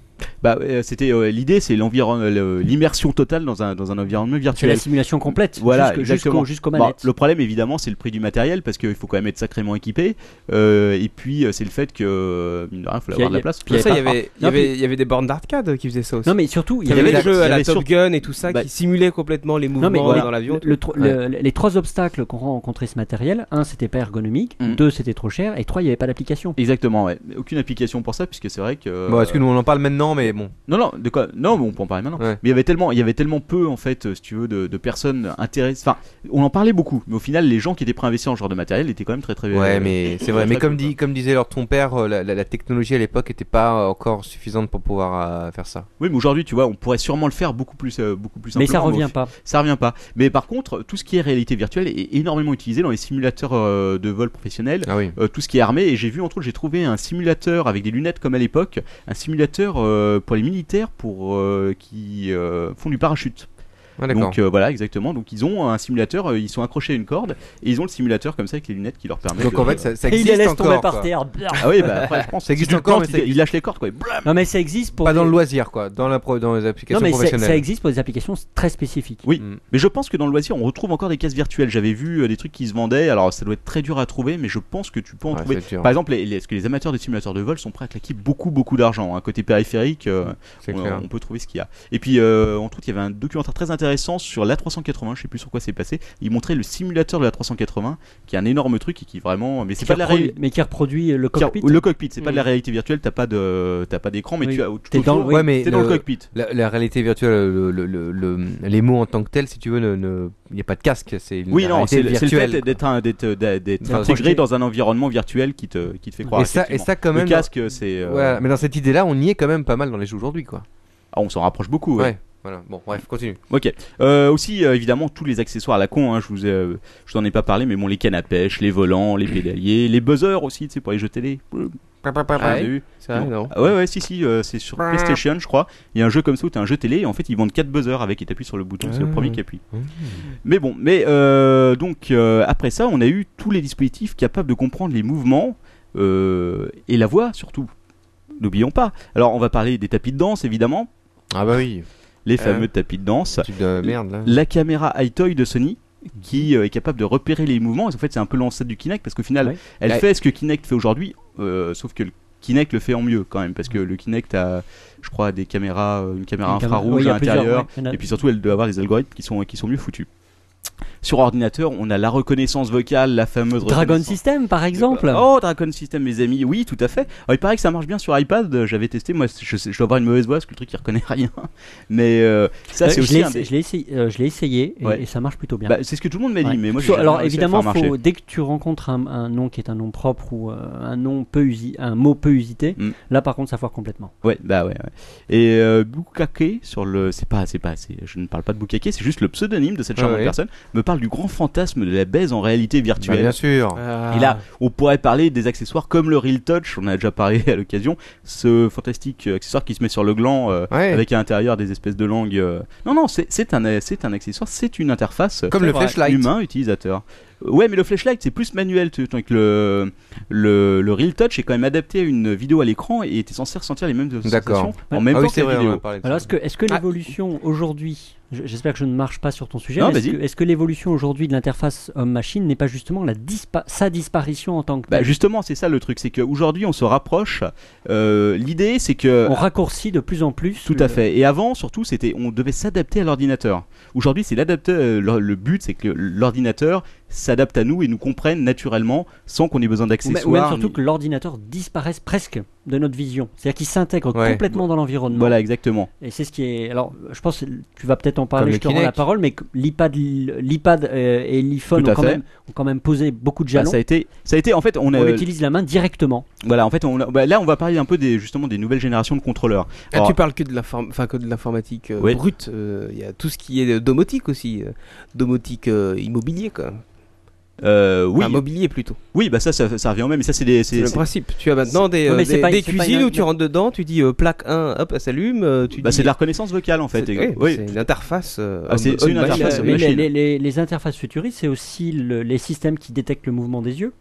F: Bah, euh, c'était euh, l'idée, c'est l'environ- le- l'immersion totale dans un, dans un environnement
H: C'est la
F: virtuel.
H: simulation complète.
F: Voilà,
H: jusque-
F: exactement.
H: Jusqu'au jusqu'aux
F: Bah,
H: manettes.
F: le problème, évidemment, c'est le prix du matériel parce qu'il faut quand même être sacrément équipé. Euh, et puis, euh, c'est le fait que euh, mine de rien, faut
H: Puis
F: avoir de
H: il y a-
F: la place.
H: puis il y
G: Ça, il y
H: pas-
G: avait, il y
H: non,
G: avait- il y avait des bornes d'arcade qui faisaient ça aussi.
H: Non, mais surtout, il y
G: il y
H: avait
G: avait le jeu à
F: il y
G: la
F: avait
G: Top
F: sur-
G: Gun et tout ça
F: Bah-
G: qui simulait complètement les mouvements
H: Non, mais voilà,
G: dans l'avion.
H: le- le tro- le- les trois obstacles qu'ont rencontré ce matériel, un c'était pas ergonomique,
F: Mm.
H: deux c'était trop cher, et trois il n'y avait pas d'application.
F: Exactement, ouais. Mais Aucune application pour ça, puisque c'est vrai que. euh,
C: bon, Bah, est-ce que nous on en parle maintenant, mais bon.
F: Non, non, de quoi Non, mais on peut en parler maintenant.
C: Ouais.
F: Mais il y avait tellement, il y avait tellement peu en fait, euh, si tu veux, de, de personnes intéressées. Enfin, on en parlait beaucoup, mais au final, les gens qui étaient préinvestis en ce genre de matériel étaient quand même très, très.
C: Ouais,
F: euh,
C: mais c'est vrai.
F: très,
C: Mais
F: très
C: comme,
F: peu,
C: dit, comme disait leur ton père, euh, la, la- la technologie à l'époque n'était pas euh, encore suffisante pour pouvoir euh, faire ça.
F: Oui, mais aujourd'hui, tu vois, on pourrait sûrement le faire beaucoup plus, euh, beaucoup plus
H: Mais ça
F: simplement, au
H: revient
F: fi-
H: pas.
F: Ça revient pas. Mais par contre, tout ce qui est réalité virtuelle est énormément utilisé dans les simulateurs euh, de vol professionnels.
C: Ah oui.
F: euh, tout ce qui est armé et j'ai vu entre autres j'ai trouvé un simulateur avec des lunettes comme à l'époque un simulateur euh, pour les militaires pour euh, qui euh, font du parachute
C: Ah, d'accord.
F: donc euh, voilà exactement donc ils ont un simulateur euh, ils sont accrochés à une corde et ils ont le simulateur comme ça avec les lunettes qui leur permettent
C: euh, Donc
F: de-
C: en fait, ça, ça
H: Et il
C: existe
H: les laisse
C: encore.
H: tomber par
C: quoi.
H: terre.
F: ah oui bah après je pense
C: Ça existe
F: si tu le
C: encore,
F: plantes,
C: mais ça
F: il, il lâche les cordes quoi et blam
H: Non mais ça existe pour
C: Pas dans
H: des-
C: le loisir, quoi. Dans, la pro- dans les applications
H: Non mais c'est- ça
C: professionnelles.
H: existe pour des applications très spécifiques.
F: Oui. Mais je pense que dans le loisir, on retrouve encore des cases virtuelles. J'avais vu euh, des trucs qui se vendaient. Alors, ça doit être très dur à trouver, mais je pense que tu peux en
C: Ouais,
F: trouver.
C: c'est dur.
F: Par exemple, les- les- est-ce que les amateurs de simulateurs de vol sont prêts à claquer beaucoup, beaucoup d'argent hein. Côté périphérique, euh,
C: Mm, C'est
F: on,
C: clair.
F: on peut trouver ce qu'il y a. Et puis, euh, entre autres, il y avait un documentaire très intéressant sur l'A380. Je sais plus sur quoi c'est passé. Il montrait le simulateur de l'A380, qui est un énorme truc et qui vraiment. Mais c'est
H: Qui
F: pas de la
H: reproduit-
F: réalité.
H: Mais qui reproduit le cockpit.
F: Le cockpit, c'est pas de la
G: Mm.
F: réalité virtuelle. T'as pas de, t'as pas d'écran, mais
H: Oui.
F: tu as.
H: T'es
F: tu-
H: dans-
F: tu-
H: oui,
C: Ouais, mais
F: t'es dans le
C: le-
F: cockpit.
C: La, la réalité virtuelle, le- le- le- le- les mots en tant que tels, si tu veux, ne- ne- il n'y a pas de casque. C'est une
F: Oui, non,
C: réalité
F: c'est le c'est le fait
C: virtuelle.
F: d'être
C: quoi.
F: un- d'être- d'être- d'être
C: Enfin, projeté.
F: intégré dans un environnement virtuel qui te, qui te fait croire.
C: Et ça, et
F: effectivement.
C: ça, quand même.
F: le casque, c'est. euh,
C: ouais, mais dans cette idée-là, on y est quand même pas mal dans les jeux aujourd'hui, quoi.
F: ah, on s'en rapproche beaucoup.
C: Ouais.
F: ouais.
C: Voilà. Bon, bref, continue.
F: Ok. Euh, aussi, euh, évidemment, tous les accessoires à la con. hein, je vous, ai, euh, je t'en ai pas parlé, mais bon, les cannes à pêche, les volants, les pédaliers, les buzzers aussi, tu sais, pour les jeter les. Ah, t'as vu
C: C'est vrai, non
F: Ah ouais, ouais, si, si, euh, c'est sur PlayStation, je crois. Il y a un jeu comme ça où t'as un jeu télé et en fait ils vendent 4 buzzers avec et t'appuies sur le bouton, c'est le
C: Ah.
F: premier qui appuie.
C: Mmh.
F: Mais bon, mais euh, donc euh, après ça, on a eu tous les dispositifs capables de comprendre les mouvements euh, et la voix surtout. N'oublions pas. Alors on va parler des tapis de danse évidemment,
C: Ah bah oui.
F: les fameux tapis de danse.
C: Type de merde là.
F: La caméra iToy de Sony qui
H: Mhm.
F: euh, est capable de repérer les mouvements. En fait, c'est un peu l'ancêtre du Kinect parce qu'au final,
H: Ouais.
F: elle
C: Ouais.
F: fait ce que Kinect fait aujourd'hui, euh, sauf que le Kinect le fait en mieux quand même parce que le Kinect a, je crois, des caméras, euh, une caméra infrarouge à l'intérieur. Et puis surtout, elle doit avoir des algorithmes qui sont, qui sont mieux foutus. Sur ordinateur, on a la reconnaissance vocale, la fameuse
H: Dragon
F: reconnaissance-
H: System par exemple.
F: Oh, Dragon System, mes amis, oui, tout à fait. Alors, il paraît que ça marche bien sur iPad. J'avais testé, moi, je, sais- je dois avoir une mauvaise voix parce que le truc il reconnaît rien. Mais euh, ça,
H: Euh,
F: c'est
H: je
F: aussi
H: l'ai
F: un
H: essa-
F: des-
H: je l'ai essayé, euh, je l'ai essayé et,
F: Ouais.
H: et ça marche plutôt bien.
F: Bah, c'est ce que tout le monde m'a dit,
H: Ouais.
F: mais moi, j'ai
H: Faut-
F: jamais
H: alors
F: réussi à le
H: évidemment,
F: faire marcher.
H: faut, dès que tu rencontres un, un nom qui est un nom propre ou euh, un nom peu usi- un mot peu usité,
F: Mm.
H: là par contre, ça foire complètement.
F: Ouais, bah ouais. ouais. Et euh, Bukake sur le, c'est pas, c'est pas, c'est, je ne parle pas de Bukake, c'est juste le pseudonyme de cette charmante
C: Ah ouais.
F: personne. Me parle du grand fantasme de la baise en réalité
C: Bah,
F: virtuelle.
C: bien sûr.
G: Ah.
C: Ah.
F: Et là, on pourrait parler des accessoires comme le Real Touch, on en a déjà parlé à l'occasion, ce fantastique euh, accessoire qui se met sur le gland euh,
C: Ouais. Ah
F: avec à l'intérieur des espèces de langues. euh. Non, non, c'est c'est un, euh, c'est un accessoire, c'est une interface
C: Comme
F: C'est
C: le
F: vrai.
C: flashlight.
F: humain utilisateur. Euh, Ouais, mais le flashlight c'est plus manuel. tu- Donc le, le, le Real Touch est quand même adapté à une vidéo à l'écran et t'es censé ressentir les mêmes sensations en même
C: ah
F: temps
C: oui,
F: que
C: c'est
F: la
C: vrai. on en
F: vidéo.
C: parlait de
H: Alors
C: ça.
H: est-ce que, est-ce que l'évolution aujourd'hui, je- j'espère que je ne marche pas sur ton sujet,
F: Non,
H: mais est-ce
F: vas-y.
H: que, est-ce que l'évolution aujourd'hui de l'interface homme-machine n'est pas justement la dispa- sa disparition en tant que
F: Bah
H: telle
F: justement, c'est ça le truc, c'est qu'aujourd'hui on se rapproche. Euh, L'idée c'est que
H: On raccourcit de plus en plus.
F: Tout
H: le-
F: à fait. Et avant, surtout, c'était on devait s'adapter à l'ordinateur. Aujourd'hui, c'est l'adapteur. euh, Le, le but, c'est que l'ordinateur s'adapte à nous et nous comprenne naturellement sans qu'on ait besoin
H: Ou même- ou même
F: d'accessoires.
H: surtout
F: ni-
H: que l'ordinateur disparaisse presque de notre vision. C'est-à-dire qu'il s'intègre
C: Ouais.
H: complètement dans l'environnement.
F: Voilà, exactement.
H: Et c'est ce qui est. Alors, je pense, que tu vas peut-être en parler,
C: Comme
H: je
C: le
H: te rends la
C: Kinect.
H: parole, mais que l'iPad, l'iPad euh, et l'iPhone
F: Tout
H: ont
F: à
H: quand,
F: fait.
H: même, ont quand même posé beaucoup de
F: Bah,
H: jalons.
F: ça a été, ça a été. En fait, on, euh, a,
H: on utilise la main directement.
F: voilà. En fait, on a- bah, là, on va parler un peu des justement des nouvelles générations de contrôleurs.
G: Ah,
F: Alors,
G: tu parles que de l'inform- enfin, que de l'informatique euh,
F: Oui.
G: brute. euh, Il y a tout ce qui est euh, domotique aussi, euh, domotique euh, immobilier quoi.
F: Euh, oui.
G: Un mobilier plutôt.
F: Oui, bah ça, ça, ça revient au même. Mais ça, c'est des.
G: C'est le principe. Tu as maintenant des,
H: Ouais, mais
G: euh,
H: c'est
G: des,
H: pas-
G: des
H: c'est pas
G: cuisines
H: une-
G: où tu rentres dedans, tu dis euh, plaque 1, hop, elle s'allume. euh, tu
F: Bah,
G: dis-
F: c'est de la reconnaissance vocale en fait.
G: c'est-
F: Et-
G: oui,
F: oui.
G: c'est une interface. euh,
F: Ah, c'est-
G: on-
F: c'est une
G: on-
H: Mais,
F: interface,
H: euh,
F: aux
H: mais les,
F: machines.
H: les- les- les interfaces futuristes, c'est aussi le- les systèmes qui détectent le mouvement des yeux.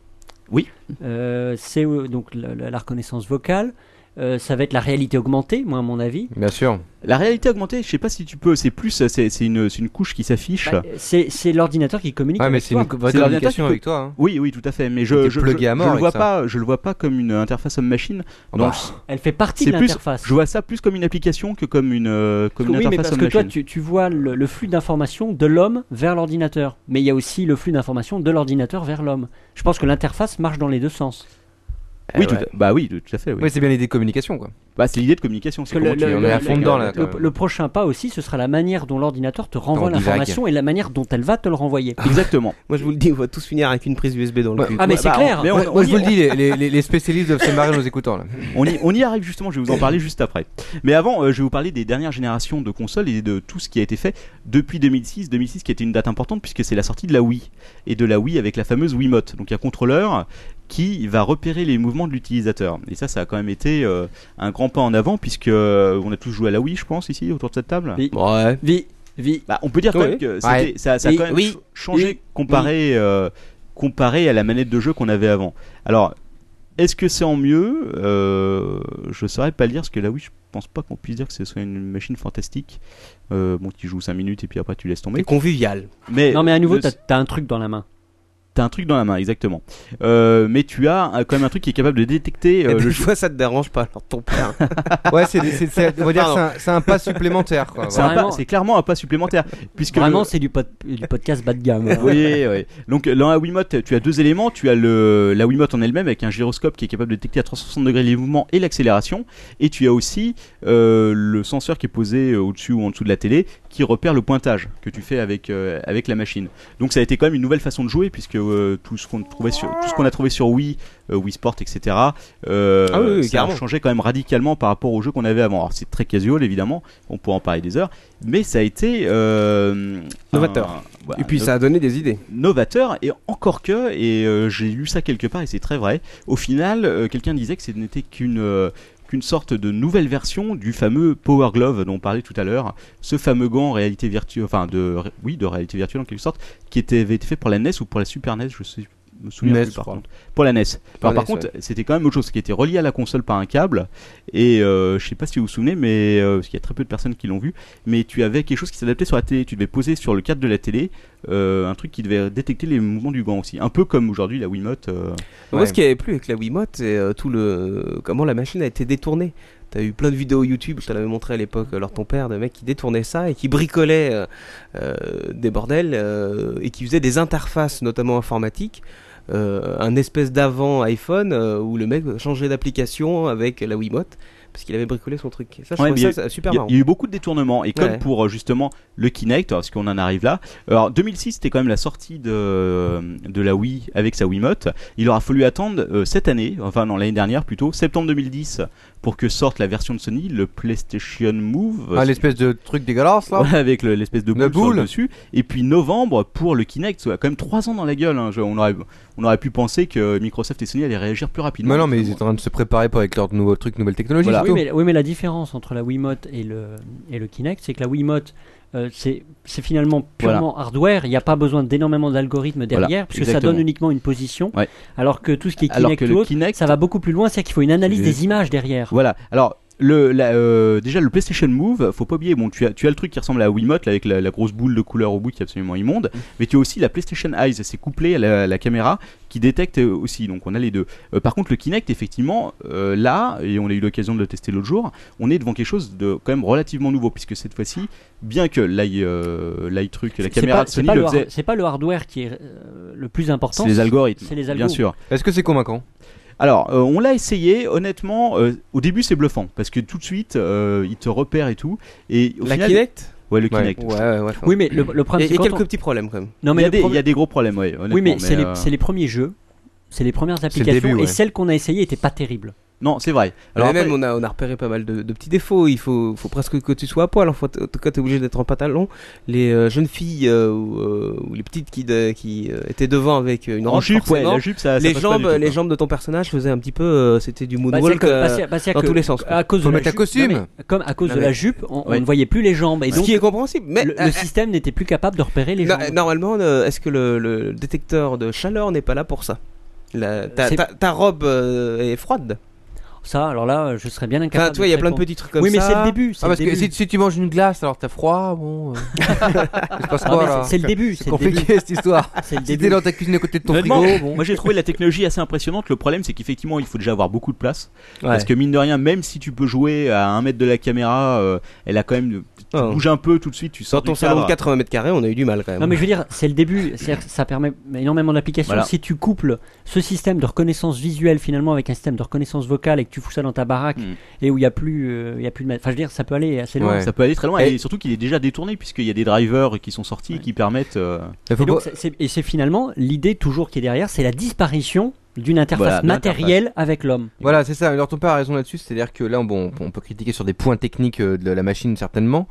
F: Oui.
H: Euh, c'est euh, donc la, la- la reconnaissance vocale. Euh, ça va être la réalité augmentée, moi à mon avis.
C: Bien sûr.
F: La réalité augmentée, je sais pas si tu peux. C'est plus, c'est c'est une, c'est une couche qui s'affiche.
H: Bah, c'est c'est l'ordinateur qui communique.
C: Ouais, mais
H: avec
C: c'est
H: toi.
C: une co- vraie
F: C'est l'ordinateur
C: communication
F: qui
C: avec toi. hein.
F: Oui, oui, tout à fait. Mais je,
C: T'es
F: je, je,
C: plugué à mort
F: je le
C: avec
F: vois
C: ça.
F: pas. Je le vois pas comme une interface homme-machine.
C: Ah
F: dans
C: bah.
F: le-
H: Elle fait partie
F: c'est
H: de
F: plus.
H: l'interface.
F: Je vois ça plus comme une application que comme une, euh, comme une
H: oui, mais
F: interface
H: parce que toi,
F: homme-machine.
H: tu, tu vois le, le flux d'informations de l'homme vers l'ordinateur. Mais il y a aussi le flux d'informations de l'ordinateur vers l'homme. Je pense que l'interface marche dans les deux sens.
C: Ah
F: Oui, tout à- bah oui, tout à fait. oui.
C: Oui, c'est bien l'idée de communication quoi.
F: Bah, c'est l'idée de communication. C'est
H: Parce que
F: comment
H: le-
F: tu-
H: le-
C: on est à fond dedans là. quand
H: Le,
C: même.
H: le prochain pas aussi, ce sera la manière dont l'ordinateur te
C: Dans
H: renvoie
C: le
H: l'information et la manière dont elle va te le renvoyer.
F: Exactement.
G: Moi, je vous le dis, on va tous finir avec une prise USB dans le
C: Ouais.
G: cul.
H: Ah, mais
F: Ouais,
H: c'est
F: bah,
H: clair.
F: on- mais on-
C: Moi,
F: on
C: moi,
F: y
C: je vous
F: est.
C: le dis, les, les- les- les spécialistes doivent se marrer en nous écoutant là.
F: On y, on y arrive justement, je vais vous en parler juste après. Mais avant, euh, je vais vous parler des dernières générations de consoles et de tout ce qui a été fait depuis 2006. 2006 qui était une date importante puisque c'est la sortie de la Wii. Et de la Wii avec la fameuse Wiimote. Donc il y a un contrôleur qui va repérer les mouvements de l'utilisateur. Et ça, ça a quand même été euh, un grand pas en avant puisque euh, on a tous joué à la Wii, je pense, ici, autour de cette table.
H: Oui.
G: Ouais.
H: Vi, vi.
F: Bah, on peut dire quand
G: Oui.
F: même que
C: Ouais.
F: c'était- ça, ça a
H: Oui,
F: quand même
G: oui,
F: ch- changé
H: oui,
F: comparé, euh, comparé à la manette de jeu qu'on avait avant. Alors, est-ce que c'est en mieux Euh, Je ne saurais pas le dire, parce que là, oui, je pense pas qu'on puisse dire que ce soit une machine fantastique. Euh, bon, tu joues 5 minutes et puis après tu laisses tomber.
G: C'est convivial.
F: Mais
H: Non mais à nouveau,
F: le-
H: t'as t'as un truc dans la main.
F: t'as un truc dans la main, exactement. Euh, mais tu as un- quand même un truc qui est capable de détecter euh,
G: Et
F: le
G: des
F: jeu.
G: fois, ça te dérange pas, alors ton père.
C: Ouais, c'est, c'est- c'est- on va dire c'est un- c'est un, pas supplémentaire quoi.
F: C'est un
C: Voilà.
F: pas-
H: Vraiment.
F: c'est clairement un pas supplémentaire. puisque le-
H: Vraiment, c'est du, pod- du podcast bas de gamme. hein.
F: Oui, oui. Donc euh, dans la Wiimote, tu as deux éléments. Tu as le, la Wiimote en elle-même avec un gyroscope qui est capable de détecter à 360 degrés les mouvements et l'accélération. Et tu as aussi euh, le senseur qui est posé euh, au-dessus ou en dessous de la télé qui repère le pointage que tu fais avec, euh, avec la machine. Donc ça a été quand même une nouvelle façon de jouer puisque euh, tout ce qu'on trouvait sur tout ce qu'on a trouvé sur Wii, euh, Wii Sport, etc. euh,
G: Ah oui, oui,
F: ça a
G: carrément.
F: changé quand même radicalement par rapport au jeu qu'on avait avant. Alors c'est très casual évidemment, on pourrait en parler des heures, mais ça a été euh,
G: Novateur.
F: un- voilà,
G: Et puis, ça a donné des idées.
F: novateur et encore que et euh, j'ai lu ça quelque part et c'est très vrai au final euh, quelqu'un disait que ce n'était qu'une euh, qu'une sorte de nouvelle version du fameux Power Glove dont on parlait tout à l'heure ce fameux gant réalité virtuelle enfin de ré- oui de réalité virtuelle en quelque sorte qui était avait été fait pour la NES ou pour la Super NES je sais me souviens
C: NES,
F: plus, par
C: E je crois.
F: contre pour la E NES
C: la
F: Alors, par
C: NES,
F: contre c'était quand même autre chose qui était relié à la console par un câble et euh, je sais pas si vous vous souvenez mais euh, parce qu'il y a très peu de personnes qui l'ont vu mais tu avais quelque chose qui s'adaptait sur la télé tu devais poser sur le cadre de la télé euh, un truc qui devait détecter les mouvements du gant aussi. Un peu comme aujourd'hui la Wiimote. euh,
G: Moi,
C: Ouais.
G: ce qui avait plu avec la Wiimote, c'est euh, tout le comment la machine a été détournée. T'as eu plein de vidéos YouTube, je te l'avais montré à l'époque, alors ton père, de mecs qui détournaient ça et qui bricolaient euh, euh, des bordels euh, et qui faisaient des interfaces, notamment informatiques. Euh, un espèce d'avant iPhone euh, où le mec changeait d'application avec la Wiimote parce qu'il avait bricolé son truc. Et ça, je
F: Ouais,
G: trouvais
F: mais
G: ça, ça super
F: Il y a-
G: marrant.
F: il y, a eu beaucoup de détournements. Et comme
G: Ouais.
F: pour euh, justement le Kinect, parce qu'on en arrive là. euh, Alors 2006, c'était quand même la sortie de, euh, de la Wii avec sa Wiimote. Il aura fallu attendre euh, cette année, enfin non, l'année dernière plutôt, septembre 2010, pour que sorte la version de Sony, le PlayStation Move.
C: Ah, l'espèce de truc dégueulasse là.
F: Voilà, avec le- l'espèce de boule,
C: La
F: sur le
C: boule.
F: dessus. Et puis novembre pour le Kinect, ça a quand même 3 ans dans la gueule. hein. Je- on, aurait, on aurait pu penser que Microsoft et Sony allaient réagir plus rapidement.
C: Mais non, mais ils étaient en train de se préparer pour avec leur nouveau truc, nouvelle technologie.
F: Voilà.
C: c'est
H: Oui
C: tout.
H: mais, oui, mais la différence entre la Wiimote et le, et le Kinect, c'est que la Wiimote, euh, c'est c'est finalement purement hardware. Il n'y a pas besoin d'énormément d'algorithmes derrière,
F: Voilà,
H: puisque
F: exactement.
H: ça donne uniquement une position.
F: Ouais.
H: Alors que tout ce qui est
F: Alors
H: Kinect
F: que
H: ou
F: le
H: autre,
F: Kinect,
H: ça va beaucoup plus loin. C'est qu'il faut une analyse
F: Je-
H: des images derrière.
F: Voilà. Alors. Le, la, euh, déjà le PlayStation Move, faut pas oublier, bon tu as, tu as le truc qui ressemble à la Wiimote là, avec la, la grosse boule de couleur au bout qui est absolument
H: Mm.
F: immonde, mais tu as aussi la PlayStation Eyes, c'est couplé à la, la caméra qui détecte euh, aussi, donc on a les deux. Euh, par contre le Kinect effectivement, euh, là, et on a eu l'occasion de le tester l'autre jour, on est devant quelque chose de quand même relativement nouveau, puisque cette fois-ci, bien que l'eye euh, l'eye truc, la
H: C'est
F: caméra
H: pas-
F: de
H: c'est
F: Sony
H: pas
F: le
H: le har-
F: faisait,
H: C'est pas le hardware qui est euh, le plus important.
F: c'est les algorithmes,
H: C'est les algos.
F: bien sûr.
C: Est-ce que c'est convaincant
F: Alors, euh, on l'a essayé, honnêtement, euh, au début c'est bluffant, parce que tout de suite, euh, il te repère et tout. Et au
G: La
F: final-
G: Kinect
F: Ouais, le
C: Ouais.
F: Kinect.
G: Ouais, ouais, ouais.
H: Oui, mais le, le
G: Il y
H: problème,
G: a- il y
H: c'est
G: a
H: quand
G: quelques
H: on-
G: petits problèmes quand même.
F: il,
H: Non,
F: y
H: mais
F: a
H: le
F: des,
H: problème-
F: il y a des gros problèmes, ouais, honnêtement.
H: Oui, mais, c'est les-
F: euh,
H: c'est les, premiers jeux, c'est les premières
C: le
H: applications,
C: début, ouais.
H: et celles qu'on a essayées étaient pas terribles.
F: Non, c'est vrai.
G: Alors
F: après-
G: même, on a, on a repéré pas mal de, de petits défauts. Il faut, faut presque que tu sois à poil. En fait, en tout cas, t'es obligé d'être en pantalon. Les euh, jeunes filles euh, ou, euh, ou les petites qui, de- qui euh, étaient devant avec euh, une
F: en
G: robe,
F: jupe, ouais,
G: forcément,
F: la jupe, ça. ça passe
G: les
F: pas
G: jambes,
F: du tout,
G: les
F: quoi.
G: jambes de ton personnage faisaient un petit peu, euh, c'était du
H: Bah, c'est
G: moonwalk.
H: que-
G: euh,
H: bah, c'est- bah, c'est
G: dans
H: que-
G: tous les sens, quoi.
H: À cause
I: Faut
H: de la
I: mettre un
H: jupe-
I: costume.
H: non, mais Comme à cause
I: Non,
H: de
I: mais-
H: la jupe, on, on
F: Ouais.
H: ne voyait plus les jambes. Et
G: ce
H: donc,
G: qui est compréhensible. Mais
H: le,
G: euh,
H: le système n'était plus capable de repérer les
G: Na-
H: jambes.
G: Normalement, euh, est-ce que le, le détecteur de chaleur n'est pas là pour ça La- ta,
H: C'est-
G: ta- ta robe euh, est froide.
H: Ça, alors là, je serais bien incapable.
G: Enfin, tu vois, il y a plein de petits trucs comme
H: Oui,
G: ça.
H: mais c'est le début. c'est
I: Ah,
H: le
I: parce que
H: début.
I: si, si tu manges une glace, alors t'as froid, bon. euh, il se passe
H: Ah,
I: quoi
H: mais
I: là
H: c'est- C'est le début.
I: C'est
H: C'est le début.
I: compliqué cette histoire.
H: C'est le
I: Si t'es
H: début.
I: dans ta cuisine à côté de ton
F: Honnêtement,
I: frigo,
F: Moi j'ai trouvé la technologie assez impressionnante. Le problème c'est qu'effectivement il faut déjà avoir beaucoup de place. Parce que mine de rien, même si tu peux jouer à un mètre de la caméra, euh, elle a quand même. Tu
G: Oh.
F: bouges un peu tout de suite, tu
G: Dans
F: sors
G: ton
F: du
G: salon
F: cadre.
G: de 80 mètres carrés, on a eu du mal quand même.
H: Non mais je veux dire, c'est le début, c'est-à-dire que ça permet énormément d'applications.
F: Voilà.
H: Si tu couples ce système de reconnaissance visuelle finalement avec un système de reconnaissance vocale et que tu fous ça dans ta baraque
F: Mm.
H: et où il n'y a plus, euh, il y a plus de, ma- enfin je veux dire, ça peut aller assez loin.
I: Ouais.
F: Ça peut aller très loin et,
I: Et-
F: surtout qu'il est déjà détourné puisqu'il y a des drivers qui sont sortis
H: Ouais.
F: qui permettent. euh,
I: il
H: Et
I: faut
H: donc,
I: pas-
H: c'est- c'est- et c'est finalement l'idée toujours qui est derrière, c'est la disparition d'une
F: Voilà,
H: interface
F: de l'interface.
H: matérielle avec l'homme.
I: Voilà, c'est ça. Alors ton père a raison là-dessus, c'est-à-dire que là, bon, on peut critiquer sur des points techniques euh, de la machine certainement,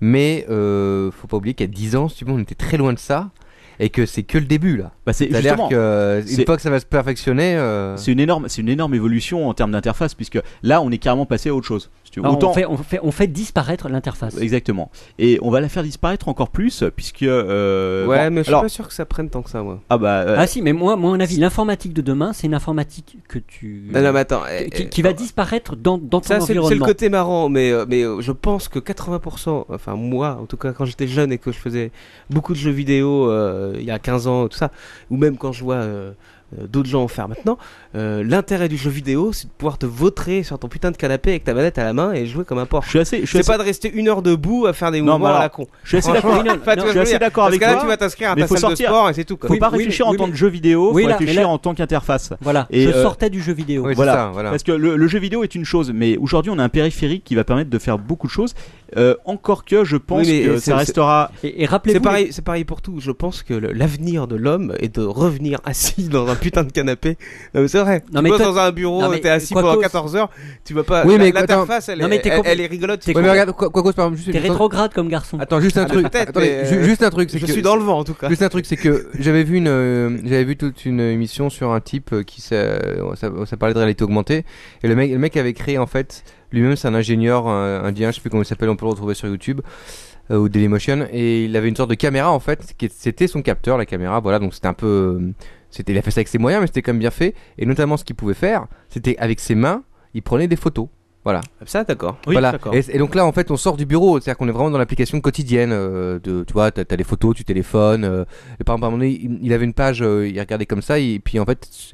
I: mais euh, faut pas oublier qu'à 10 ans, si tu veux, on était très loin de ça, et que c'est que le début là.
F: Bah, c'est
I: C'est-à-dire
F: justement.
I: que euh,
F: c'est-
I: une fois que ça va se perfectionner, euh,
F: C'est une énorme, c'est une énorme évolution en termes d'interface puisque là on est carrément passé à autre chose. Si tu veux.
H: Alors,
F: Autant-
H: on, fait, on, fait, on fait disparaître l'interface.
F: Exactement. Et on va la faire disparaître encore plus puisque. euh,
G: ouais,
F: bon,
G: mais je suis
F: alors-
G: pas sûr que ça prenne tant que ça, moi.
F: Ah bah. euh,
H: Ah si, mais moi, moi, à mon avis, l'informatique de demain, c'est une informatique que tu,
G: Non, non, mais attends. eh,
H: qui,
G: eh,
H: qui va disparaître dans, dans ton
G: Ça, c'est c'est le
H: environnement.
G: côté marrant, mais, euh, mais euh, je pense que 80%, enfin moi, en tout cas quand j'étais jeune et que je faisais beaucoup de jeux vidéo euh, il y a 15 ans, tout ça, ou même quand je vois euh, euh, d'autres gens en faire maintenant, euh, l'intérêt du jeu vidéo, c'est de pouvoir te vautrer sur ton putain de canapé avec ta manette à la main et jouer comme un porc.
F: je suis assez, je suis
G: C'est
F: assez,
G: pas de rester une heure debout à faire des
F: Non,
G: mouvements
F: mais alors,
G: à la con.
F: je suis assez
G: Franchement,
F: d'accord.
H: non,
G: enfin, tu vois
H: non,
F: Je
G: ce
F: suis assez
G: que veux dire.
F: d'accord
G: Parce
F: avec
G: que là,
F: toi.
G: tu vas t'inscrire à
F: mais
G: ta
F: faut
G: salle de
F: sortir.
G: sport et c'est tout. Quoi.
F: Faut
H: Oui,
F: pas
H: oui,
F: réfléchir
H: oui,
F: en tant
H: mais-
F: que jeu vidéo,
H: Oui,
F: faut
H: là, mais
F: réfléchir
H: là-
F: en tant qu'interface.
H: Voilà,
F: Et,
H: je
F: euh,
H: sortais du jeu vidéo.
I: oui, c'est
F: voilà.
I: ça, voilà.
F: Parce que le, le jeu vidéo est une chose, mais aujourd'hui on a un périphérique qui va permettre de faire beaucoup de choses. Euh, encore que je pense
G: Oui, mais
F: que
G: c'est-
F: ça restera.
H: Et, et
G: C'est
H: rappelez-vous,
G: pareil, c'est pareil pour tout. Je pense que le- l'avenir de l'homme est de revenir assis dans un putain de canapé. Non, mais c'est vrai.
H: Non,
G: tu
H: mais
G: bosses
H: toi-
G: dans un bureau,
H: non, mais
G: t'es assis
H: quoi
G: pendant
H: cause-
G: 14 heures, tu vas pas.
I: Oui,
G: la-
I: mais
G: L'interface, elle,
H: non, mais
G: est-
H: t'es
G: elle,
H: compl-
G: elle est rigolote.
H: t'es
I: Ouais, mais
H: con-
I: regarde, quoi, quoi qu'on se parle, juste
H: t'es
I: une-
H: rétrograde comme garçon.
I: Attends, juste un
G: Ah,
I: truc.
G: peut-être,
I: Attends,
G: mais,
I: ju-
G: euh,
I: juste un truc, c'est
G: Je
I: que-
G: suis dans le vent en tout cas.
I: Juste un truc, c'est que j'avais vu une, euh, j'avais vu toute une émission sur un type euh, qui ça, ça, ça parlait de réalité augmentée et le mec, le mec avait créé en fait lui-même c'est un ingénieur euh, indien, je sais plus comment il s'appelle, on peut le retrouver sur YouTube euh, ou Dailymotion et il avait une sorte de caméra en fait qui est- c'était son capteur la caméra voilà donc c'était un peu euh, c'était il a fait ça avec ses moyens mais c'était quand même bien fait et notamment ce qu'il pouvait faire c'était avec ses mains il prenait des photos voilà
G: Ça, d'accord.
I: voilà. Et, et donc là, en fait, on sort du bureau. C'est-à-dire qu'on est vraiment dans l'application quotidienne. euh, de, tu vois, t'as as les photos, tu téléphones. euh, et par exemple, à un moment donné, il, il avait une page, euh, il regardait comme ça, et puis en fait, s-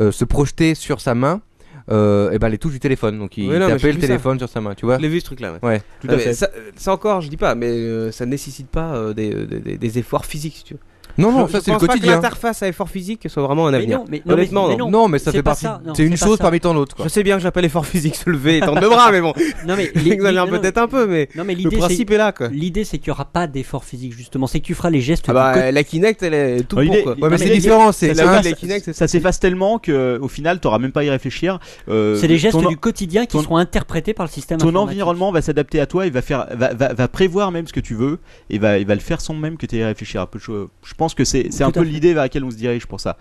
I: euh, se projeter sur sa main, euh, et ben les touches du téléphone. Donc il
G: Ouais, non, mais j'ai
I: tapait le
G: vu ça.
I: téléphone sur sa main, tu vois.
G: Je l'ai vu ce truc là.
I: Ouais,
F: tout à fait.
G: Ça, euh, ça encore, je dis pas, mais euh, ça nécessite pas euh, des, euh, des- des- des efforts physiques. si Tu veux.
I: Non, non,
G: je,
I: ça
G: je
I: c'est le
G: pense pas que
I: quotidien.
G: L'interface à effort physique soit vraiment un
H: Mais
G: avenir.
H: non, mais,
G: Honnêtement,
H: mais- mais
I: Non,
H: non.
I: mais ça
H: c'est
I: fait
H: pas
I: partie.
H: ça, non,
I: C'est une
H: c'est pas
I: chose
H: ça.
I: parmi tant d'autres, quoi.
G: Je sais bien que j'appelle effort physique se lever et tendre le bras, mais bon,
H: Non, mais l'i-
G: j'exagère
H: non, mais-
G: peut-être un peu, mais
H: Non, mais
G: le
H: l'idée, c'est
G: principe est là quoi.
H: l'idée, c'est qu'il n'y aura pas d'effort physique justement. C'est que tu feras les gestes.
G: Ah
H: du quotidien.
G: bah, la Kinect, elle est tout
F: Oh, il
G: pour
F: est-
G: quoi.
I: Ouais, mais
F: Non,
I: c'est
F: mais-
I: différent. C'est
F: Ça,
I: un-
G: va,
F: s'efface-
G: les Kinect, c'est-
F: ça s'efface tellement que au final, t'auras même pas à y réfléchir. Euh,
H: c'est les gestes
F: ton-
H: du quotidien qui
F: ton-
H: seront interprétés par le système.
F: Ton
H: informatique.
F: environnement va s'adapter à toi et va faire, va, va, va prévoir même ce que tu veux et va, il va le faire sans même que tu aies réfléchir un peu. Je, je pense que c'est, c'est un
H: Tout à
F: peu
H: fait.
F: l'idée vers laquelle on se dirige pour ça.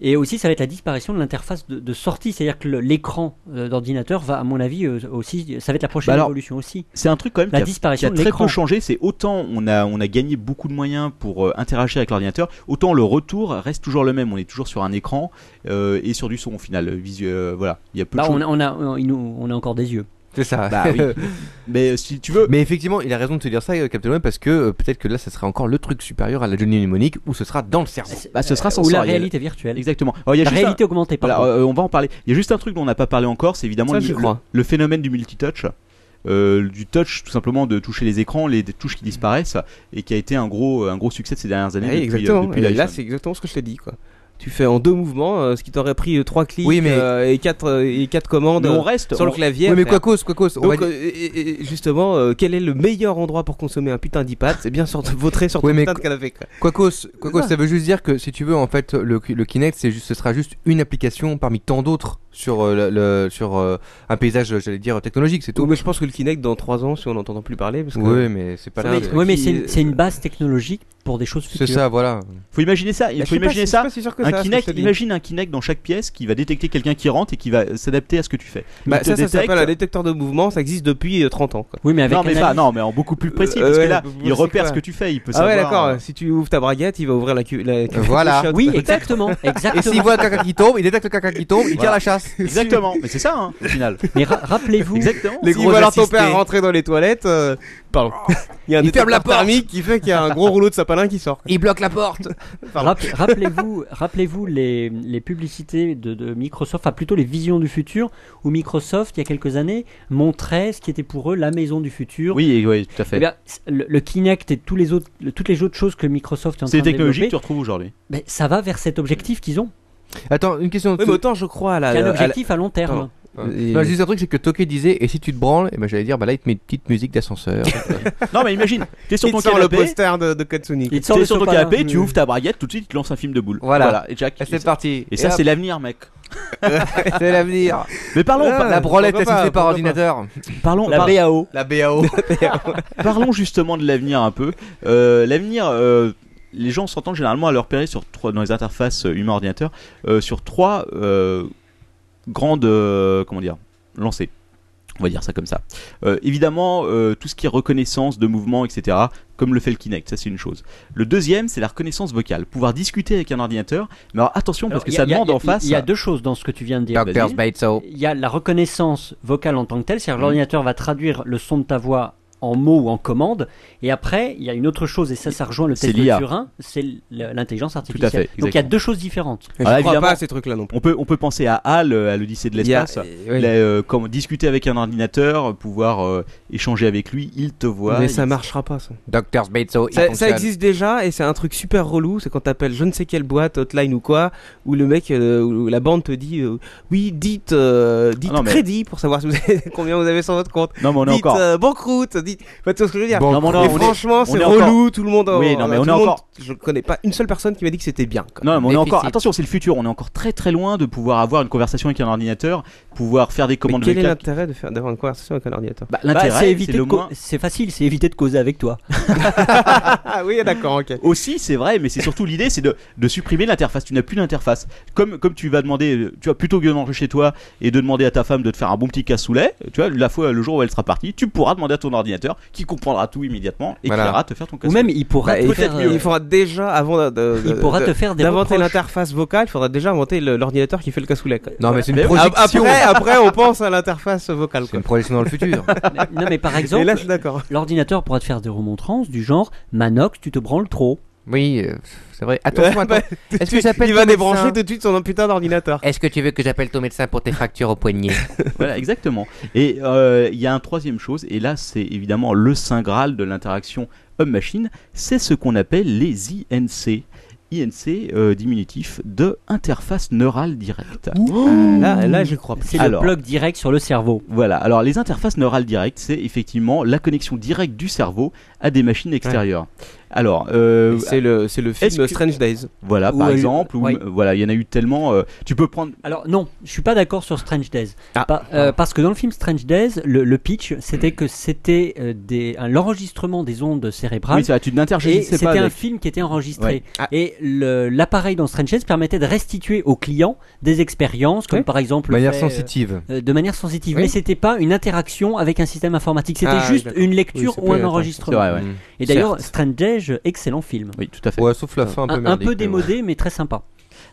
H: Et aussi, ça va être la disparition de l'interface de, de sortie. C'est-à-dire que le- l'écran euh, d'ordinateur va, à mon avis, euh, aussi. Ça va être la prochaine
F: Bah alors-
H: évolution aussi.
F: C'est un truc quand même
H: La
F: qui a, qui
H: disparition
F: a
H: de
F: très
H: l'écran.
F: peu changé. C'est autant on a, on a gagné beaucoup de moyens pour euh, interagir avec l'ordinateur, autant le retour reste toujours le même. On est toujours sur un écran euh, et sur du son au final. euh, visu- euh, voilà, il y a peu
H: Bah,
F: de
H: on
F: choses.
H: a, on a, on- il nous- on a encore des yeux.
I: C'est ça.
F: Bah oui. Mais euh, si tu veux,
I: Mais effectivement, il a raison de te dire ça, euh, Captain Web, parce que euh, peut-être que là, ça sera encore le truc supérieur à la Johnny Mnemonic, où ce sera dans le cerveau.
F: bah, ce sera
H: Ou la
F: sensoriel.
H: réalité virtuelle.
F: Exactement. Alors, il y a
H: La
F: juste un-
H: réalité augmentée,
F: Voilà,
H: pardon.
F: euh, on va en parler. Il y a juste un truc dont on n'a pas parlé encore, c'est évidemment
G: Ça,
F: le,
G: j'y
F: le-
G: crois.
F: le phénomène du multitouch. Euh, du touch tout simplement de toucher les écrans les des touches qui disparaissent et qui a été un gros un gros succès de ces dernières années
G: Ouais,
F: depuis,
G: exactement.
F: euh, depuis
G: Et là,
F: l'iPhone.
G: c'est exactement ce que je t'ai dit, quoi. Tu fais en deux mouvements, euh, ce qui t'aurait pris euh, trois clics
I: Oui, mais-
G: euh, et quatre euh, et quatre commandes
F: Mais on
G: euh,
F: reste
G: sur le
F: on-
G: clavier.
I: Oui, mais
G: à
I: quoi
G: faire.
I: cause, quoi cause. on va
G: Donc,
I: dire-
G: euh, et- et- justement, euh, quel est le meilleur endroit pour consommer un putain d'iPad C'est bien sur vautrer sur
I: Oui,
G: ton
I: mais
G: putain de
I: co-
G: canapé. quoi.
I: Quacos, Quacos,
G: euh, ça.
I: ça veut juste dire que si tu veux, en fait, le, le Kinect, c'est juste, ce sera juste une application parmi tant d'autres
C: sur, euh, le, le- sur euh, un paysage, euh, j'allais dire, technologique, c'est tout.
G: mais je pense que le Kinect, dans 3 ans, si on n'entend plus parler, parce que.
C: Oui, mais c'est pas
G: Ça
C: là.
G: va être-
C: le-
H: Oui, mais
G: qui- euh,
H: c'est une- c'est
F: euh,
H: une base technologique pour des choses
C: C'est
H: futures.
C: ça, voilà.
F: Faut imaginer ça.
C: Mais
F: Il
G: bah,
F: faut
C: je sais pas
F: imaginer
C: si-
F: ça.
C: je suis pas si sûr que ça,
F: Un
C: ce que je
F: Kinect,
C: te dis.
F: imagine un Kinect dans chaque pièce qui va détecter quelqu'un qui rentre et qui va s'adapter à ce que tu fais. Il
G: Bah,
F: te
G: ça, ça
F: détecte.
G: s'appelle un détecteur de mouvement, ça existe depuis euh, 30 ans. Quoi.
H: Oui, mais avec
F: non mais, pas,
H: analyse.
F: non mais en beaucoup plus précis
G: Euh,
F: parce
G: ouais,
F: que là
G: beaucoup plus
F: il repère
G: précis,
F: ce que tu fais il peut
G: Ah
F: savoir
G: ouais, d'accord,
F: euh,
G: si tu ouvres ta braguette, il va ouvrir la, cu- la cu-
C: Voilà.
G: la chiotte.
H: Oui, exactement,
C: Et s'il
H: exactement.
C: voit quelqu'un qui tombe, il détecte le quelqu'un qui tombe, il tire
F: Voilà.
C: la chasse.
F: exactement mais c'est ça hein, au final
H: Mais ra- rappelez-vous,
F: exactement
G: Les
C: S'il
G: gros
C: voit leur
G: assistés.
C: ton père
G: rentrer dans les toilettes, pardon. Il y a un
C: Il ferme la
G: détecteur thermique qui fait qu'il y a un gros rouleau de sapalin qui sort.
C: Il bloque la porte.
H: Rapp- rappelez-vous, rappelez-vous les, les publicités de, de Microsoft, enfin plutôt les visions du futur, où Microsoft, il y a quelques années, montrait ce qui était pour eux la maison du futur.
F: oui et- oui tout à
H: Eh
F: fait
H: bien, c- le, le Kinect et tous les autres, le- toutes les autres choses que Microsoft est en
F: c'est
H: train
F: les
H: de
F: technologies que tu
H: développer,
F: retrouves aujourd'hui
H: ben, ça va vers cet objectif qu'ils ont,
C: Attends, une question.
G: Oui, mais autant je crois à la. euh,
H: qui est un
G: à la-
H: objectif à, long terme.
G: Et-
C: Non, juste un truc, c'est que Toké disait, et si tu te branles, et ben j'allais dire, bah là il te met une petite musique d'ascenseur.
F: non mais imagine t'es sur
G: Il
F: ton
G: te sort le
F: canapé Ah,
G: poster de, de Katsuni.
H: Ils te sortent
F: t'es
H: le
F: sur ton
H: sopalin.
F: canapé tu ouvres ta braguette tout de suite il te lance un film de boule
C: Voilà.
F: et Jack
C: Et c'est parti.
F: et ça
C: hop,
F: c'est l'avenir mec
C: c'est l'avenir.
F: mais parlons
C: Ah, la branlette
G: pourquoi pas,
C: assistée par
G: pourquoi
C: ordinateur.
F: parlons
G: La
F: par-
G: BAO.
C: La BAO.
F: Parlons justement de l'avenir un peu. Euh, l'avenir, euh, les gens s'entendent généralement à leur repérer sur trois, dans les interfaces euh, humain-ordinateur euh, sur trois euh, grandes euh, comment dire lancées. On va dire ça comme ça. Euh, évidemment, euh, tout ce qui est reconnaissance de mouvement, etc., comme le fait le Kinect, ça c'est une chose. Le deuxième, c'est la reconnaissance vocale, pouvoir discuter avec un ordinateur. Mais alors attention, parce
H: Alors,
F: que
H: il y a-
F: ça
H: il y a-
F: demande
H: il y a-
F: en face.
H: Il y a deux choses dans ce que tu viens de dire.
C: Doctor's Baitso.
H: Il y a la reconnaissance vocale en tant que telle, c'est-à-dire l'ordinateur va traduire le son de ta voix en mots ou en commandes, et après, il y a une autre chose, et ça, ça rejoint le
F: C'est
H: test de
F: l'IA.
H: Turin, c'est l- l'intelligence
F: fait,
H: artificielle. Donc il y a
F: exactement.
H: deux choses différentes.
G: Mais
F: Voilà,
G: je crois
F: évidemment.
G: pas à ces trucs-là non plus.
F: On peut, on peut penser à HAL, euh, à l'Odyssée de
G: Il y a-
F: l'espace.
G: ouais.
F: La, euh, comment discuter avec un ordinateur, euh, pouvoir euh, échanger avec lui, il te voit.
G: mais
F: il-
G: ça marchera pas ça.
C: Doctor's Baitso. il
G: Ça, ça
C: fonctionne.
G: existe déjà et c'est un truc super relou. C'est quand t'appelles je ne sais quelle boîte, hotline ou quoi, où le mec, euh, où la bande te dit euh, oui, dites, euh, dites
F: Ah non, mais-
G: crédit pour savoir si vous avez- combien vous avez sur votre compte.
F: Non mais on est
G: dites
F: encore.
G: euh, banqueroute, dites. Enfin, tu vois ce que je veux dire.
C: Bon,
F: Non, mais
G: Et
F: on est- on est-
G: franchement,
F: on
G: c'est
F: est
G: relou, tout le monde.
F: Oui,
G: euh,
F: non, mais
G: tout
F: on est
G: le monde-
F: encore-
G: Je connais pas une seule personne qui m'a dit que c'était bien. quoi.
F: Non mais on est encore.
C: Déficit.
F: Attention, c'est le futur. On est encore très très loin de pouvoir avoir une conversation avec un ordinateur, pouvoir faire des
G: mais
F: commandes
G: quel est
F: vocales.
G: l'intérêt de faire d'avoir une conversation avec un ordinateur
F: Bah, l'intérêt,
H: Bah,
F: c'est
H: éviter
F: le
H: de co-
F: moins.
H: c'est facile, c'est éviter de causer avec toi.
G: Ah oui, d'accord, ok.
F: Aussi, c'est vrai, mais c'est surtout l'idée, c'est de, de supprimer l'interface. Tu n'as plus d'interface. Comme comme tu vas demander, euh, tu vois, plutôt que de manger chez toi et de demander à ta femme de te faire un bon petit cassoulet, tu vois, la fois le jour où elle sera partie, tu pourras demander à ton ordinateur qui comprendra tout immédiatement et
C: Voilà.
F: qui ira te faire ton
H: Ou
F: cassoulet.
H: même, il pourra
G: Bah,
H: te
G: il,
H: faire,
G: faudra-
H: euh,
G: il faudra déjà, avant de- de-
H: il
F: Euh,
G: de-
H: pourra
G: de-
H: te faire des
G: d'inventer
H: reproches.
G: l'interface vocale, il faudra déjà inventer le- l'ordinateur qui fait le cassoulet. quoi.
C: Non, mais c'est
F: Mais-
C: une
G: Ap-
C: projection.
G: Après, après, on pense à l'interface vocale.
C: C'est
G: Quoi.
C: une projection dans le futur.
H: Non mais par
G: Et là,
H: exemple,
G: je suis d'accord.
H: l'ordinateur pourra te faire des remontrances du genre Manox, tu te branles trop.
C: Oui, euh, c'est vrai. Attention,
G: Ouais, bah,
C: attends. Est-ce que j'appelle
G: Il va
C: ton médecin
G: débrancher tout de suite son putain d'ordinateur.
C: Est-ce que tu veux que j'appelle ton médecin pour tes fractures au poignet
F: Voilà, exactement. Et euh, il y a un troisième chose, et là c'est évidemment le saint graal de l'interaction homme-machine, c'est ce qu'on appelle les INC. INC, euh, diminutif de interface neurale directe.
G: Là, là, je crois pas.
H: C'est le
F: Mmh. Alors.
H: plug direct sur le cerveau.
F: Voilà, alors les interfaces neurales directes, c'est effectivement la connexion directe du cerveau à des machines extérieures. Alors, euh,
G: C'est le, c'est le
F: Est-ce
G: film
F: que-
G: Strange Days.
F: voilà,
H: Ou
F: par
H: à-
F: exemple, ou-
H: ouais.
F: voilà, il y en a eu tellement. euh, tu peux prendre.
H: Alors non, je suis pas d'accord sur Strange Days.
G: Ah.
H: Pas- euh, parce que dans le film Strange Days, le, le pitch, c'était que c'était euh, des- un- l'enregistrement des ondes cérébrales.
F: Oui, ça, tu
H: Ah et
F: n'interagissais
H: c'était
F: pas.
H: un
F: avec-
H: film qui était enregistré.
F: Ouais.
H: Et le- l'appareil dans Strange Days permettait de restituer aux clients des expériences, comme
G: Ouais.
H: par exemple
C: De manière
H: fait, euh,
C: sensitive.
H: euh, de manière sensitive.
C: Oui.
H: Mais c'était pas une interaction avec un système informatique. C'était
G: Ah, oui,
H: juste
G: d'accord.
H: une lecture
G: Oui, c'est
H: ou
G: plus-
H: un
F: C'est
H: enregistrement.
F: vrai, ouais.
C: Mm.
H: Et d'ailleurs, Strange Days, excellent film.
F: Oui, tout à fait.
C: Ouais, sauf la fin un peu
H: Un, un
C: merdique,
H: peu
C: mais
I: euh,
C: bon.
H: démodé, mais très sympa.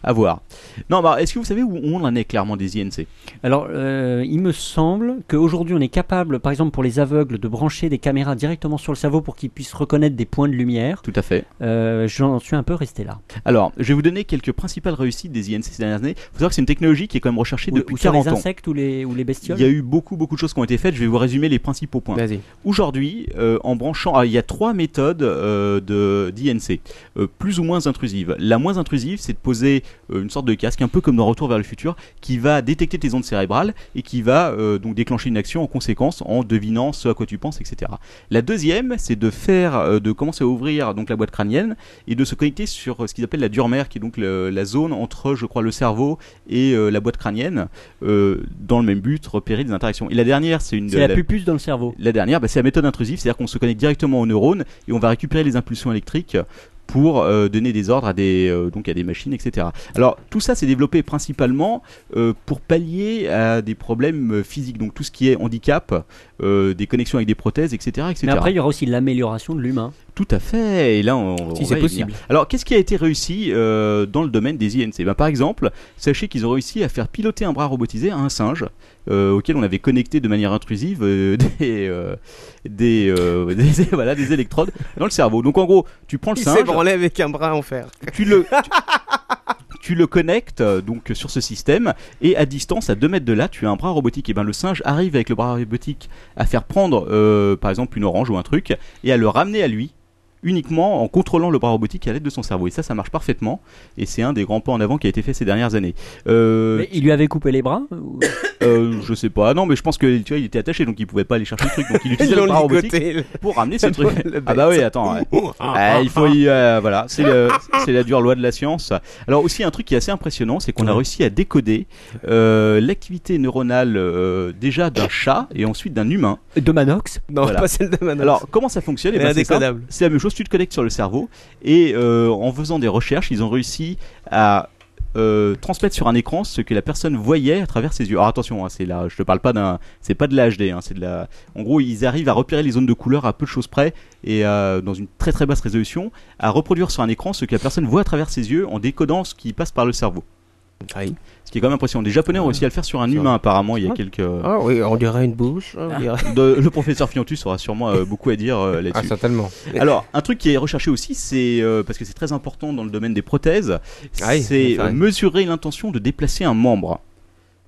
F: À voir. Non, bah, est-ce que vous savez où on en est clairement des INC
H: Alors, euh, il me semble qu'aujourd'hui, on est capable, par exemple pour les aveugles, de brancher des caméras directement sur le cerveau pour qu'ils puissent reconnaître des points de lumière.
F: Tout à fait.
H: Euh, J'en suis un peu resté là.
F: Alors, je vais vous donner quelques principales réussites des INC ces dernières années. Il faut savoir que c'est une technologie qui est quand même recherchée
H: Ou,
F: depuis
H: ou sur
F: 40
H: les
F: ans.
H: insectes ou les, ou les
F: Il
H: bestioles.
F: y a eu beaucoup, beaucoup de choses qui ont été faites. Je vais vous résumer les principaux points.
G: Vas-y.
F: Aujourd'hui, euh, en branchant, ah, il y a trois méthodes euh, de d'INC, euh, plus ou moins intrusives. La moins intrusive, c'est de poser euh, une sorte de casque, un peu comme dans Retour vers le futur, qui va détecter tes ondes cérébrales et qui va euh, donc déclencher une action en conséquence en devinant ce à quoi tu penses, etc. La deuxième, c'est de faire, euh, de commencer à ouvrir donc la boîte crânienne et de se connecter sur euh, ce qu'ils appellent la dure mère, qui est donc le- la zone entre, je crois, le cerveau et euh, la boîte crânienne, euh, dans le même but, repérer des interactions. Et la dernière, c'est une
H: C'est la pupuce dans le cerveau.
F: la dernière, bah, c'est la méthode intrusive, c'est-à-dire qu'on se connecte directement aux neurones et on va récupérer les impulsions électriques pour euh, donner des ordres à des, euh, donc à des machines, etc. Alors tout ça s'est développé principalement euh, pour pallier à des problèmes euh, physiques, donc tout ce qui est handicap, euh, des connexions avec des prothèses, etc. etc.
H: Mais après, il y aura aussi l'amélioration de l'humain.
F: Tout à fait, et là on,
G: Si
F: on
G: c'est
F: va y
G: possible.
F: venir. Alors qu'est-ce qui a été réussi euh, dans le domaine des INC Ben, Par exemple, sachez qu'ils ont réussi à faire piloter un bras robotisé à un singe euh, auquel on avait connecté de manière intrusive euh, des, euh, des, euh, des- voilà, des électrodes dans le cerveau. Donc en gros, tu prends le
G: Il s'est
F: singe,
G: branlé avec un bras en fer.
F: tu le... tu- Tu le connectes euh, donc sur ce système et à distance, à 2 mètres de là, tu as un bras robotique. Et ben le singe arrive avec le bras robotique à faire prendre euh, par exemple une orange ou un truc et à le ramener à lui uniquement en contrôlant le bras robotique à l'aide de son cerveau. Et ça, ça marche parfaitement. Et c'est un des grands pas en avant qui a été fait ces dernières années. Euh,
H: Mais il lui avait coupé les bras ou-
F: euh, je sais pas. Non, mais je pense que tu vois, il était attaché, donc il pouvait pas aller chercher le truc. Donc il utilisait le bras robotique pour ramener ce truc.
G: Le bête.
F: Ah bah oui, attends. ouais. Ah, il faut y, euh, voilà, c'est le- c'est la dure loi de la science. Alors aussi un truc qui est assez impressionnant, c'est qu'on a réussi à décoder euh, l'activité neuronale euh, déjà d'un chat et ensuite d'un humain.
H: euh, De Manox
G: Non,
F: Voilà.
G: pas celle de Manon.
F: Alors comment ça fonctionne Eh
G: Elle est
F: ben, c'est simple.
G: indécodable.
F: C'est la même chose, tu te connectes sur le cerveau et euh, en faisant des recherches, ils ont réussi à euh, transmettre sur un écran ce que la personne voyait à travers ses yeux. Alors attention, hein, c'est là, je te parle pas d'un, c'est pas de la HD, hein, c'est de la. En gros, ils arrivent à repérer les zones de couleur à peu de choses près et euh, dans une très très basse résolution à reproduire sur un écran ce que la personne voit à travers ses yeux en décodant ce qui passe par le cerveau.
G: Oui.
F: Ce qui est quand même impressionnant. Les Japonais ont réussi à le faire sur un humain apparemment il y a
G: Ah.
F: quelques.
I: Oh,
G: Ah oui, on dirait une bouche.
C: hein,
G: On dirait...
F: De- le professeur Fiontus aura sûrement euh, beaucoup à dire euh,
C: Ah,
F: là-dessus.
C: certainement.
F: Alors, un truc qui est recherché aussi, c'est euh, parce que c'est très important dans le domaine des
C: Ah
F: prothèses,
C: oui,
F: c'est
C: c'est vrai.
F: euh, mesurer l'intention de déplacer un membre.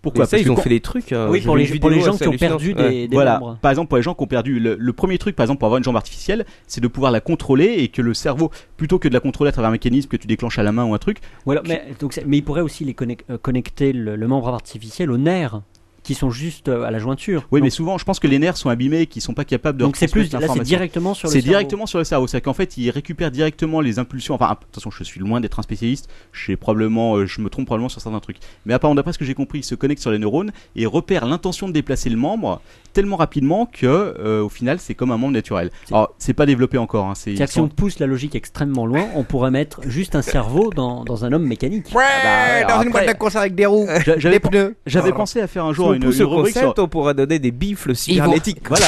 F: Pourquoi
G: Mais ça,
F: Parce
G: ils
F: que
G: ont
F: quand-
G: fait des trucs. euh,
H: Oui,
G: j'ai
H: pour
G: vu
H: les,
G: une
H: pour les
G: vidéo,
H: gens
G: c'est
H: qui ont perdu
G: hallucinant. Ouais.
H: des, des
F: voilà,
H: membres.
F: par exemple pour les gens qui ont perdu le, le premier truc, par exemple pour avoir une jambe artificielle, c'est de pouvoir la contrôler et que le cerveau, plutôt que de la contrôler à travers un mécanisme que tu déclenches à la main ou un truc,
H: Ou alors- mais, donc, c'est- mais il pourrait aussi les connec- euh, connecter le, le membre artificiel aux nerfs qui sont juste euh, à la jointure.
F: oui, mais
H: donc,
F: souvent, je pense que les nerfs sont abîmés et qu'ils sont pas capables de.
H: donc c'est plus
F: retransmettre
H: là c'est
F: l'information.
H: directement sur le
F: C'est
H: cerveau.
F: directement sur le cerveau, c'est-à-dire qu'en fait, il récupère directement les impulsions. Enfin, app- attention, je suis loin d'être un spécialiste. Je sais probablement, euh, je me trompe probablement sur certains trucs. Mais apparemment, d'après ce que j'ai compris, il se connecte sur les neurones et repère l'intention de déplacer le membre tellement rapidement que, euh, au final, c'est comme un membre naturel. Alors, c'est pas développé encore. Hein, c'est
H: C'est-à-dire que si on pousse la logique extrêmement loin, on pourrait mettre juste un cerveau dans, dans un homme mécanique.
A: Ouais,
F: Ah bah, alors
A: Ah, dans une
F: après-
A: boîte de course avec des roues,
F: J'a-
A: des
F: J'avais
A: pneus.
F: j'avais pensé à faire un
G: Si
F: jour
G: on
F: une,
G: pousse
F: une
G: le
F: rubrique sur.
G: concept, on pourra donner des bifles cybernétiques.
F: Voilà.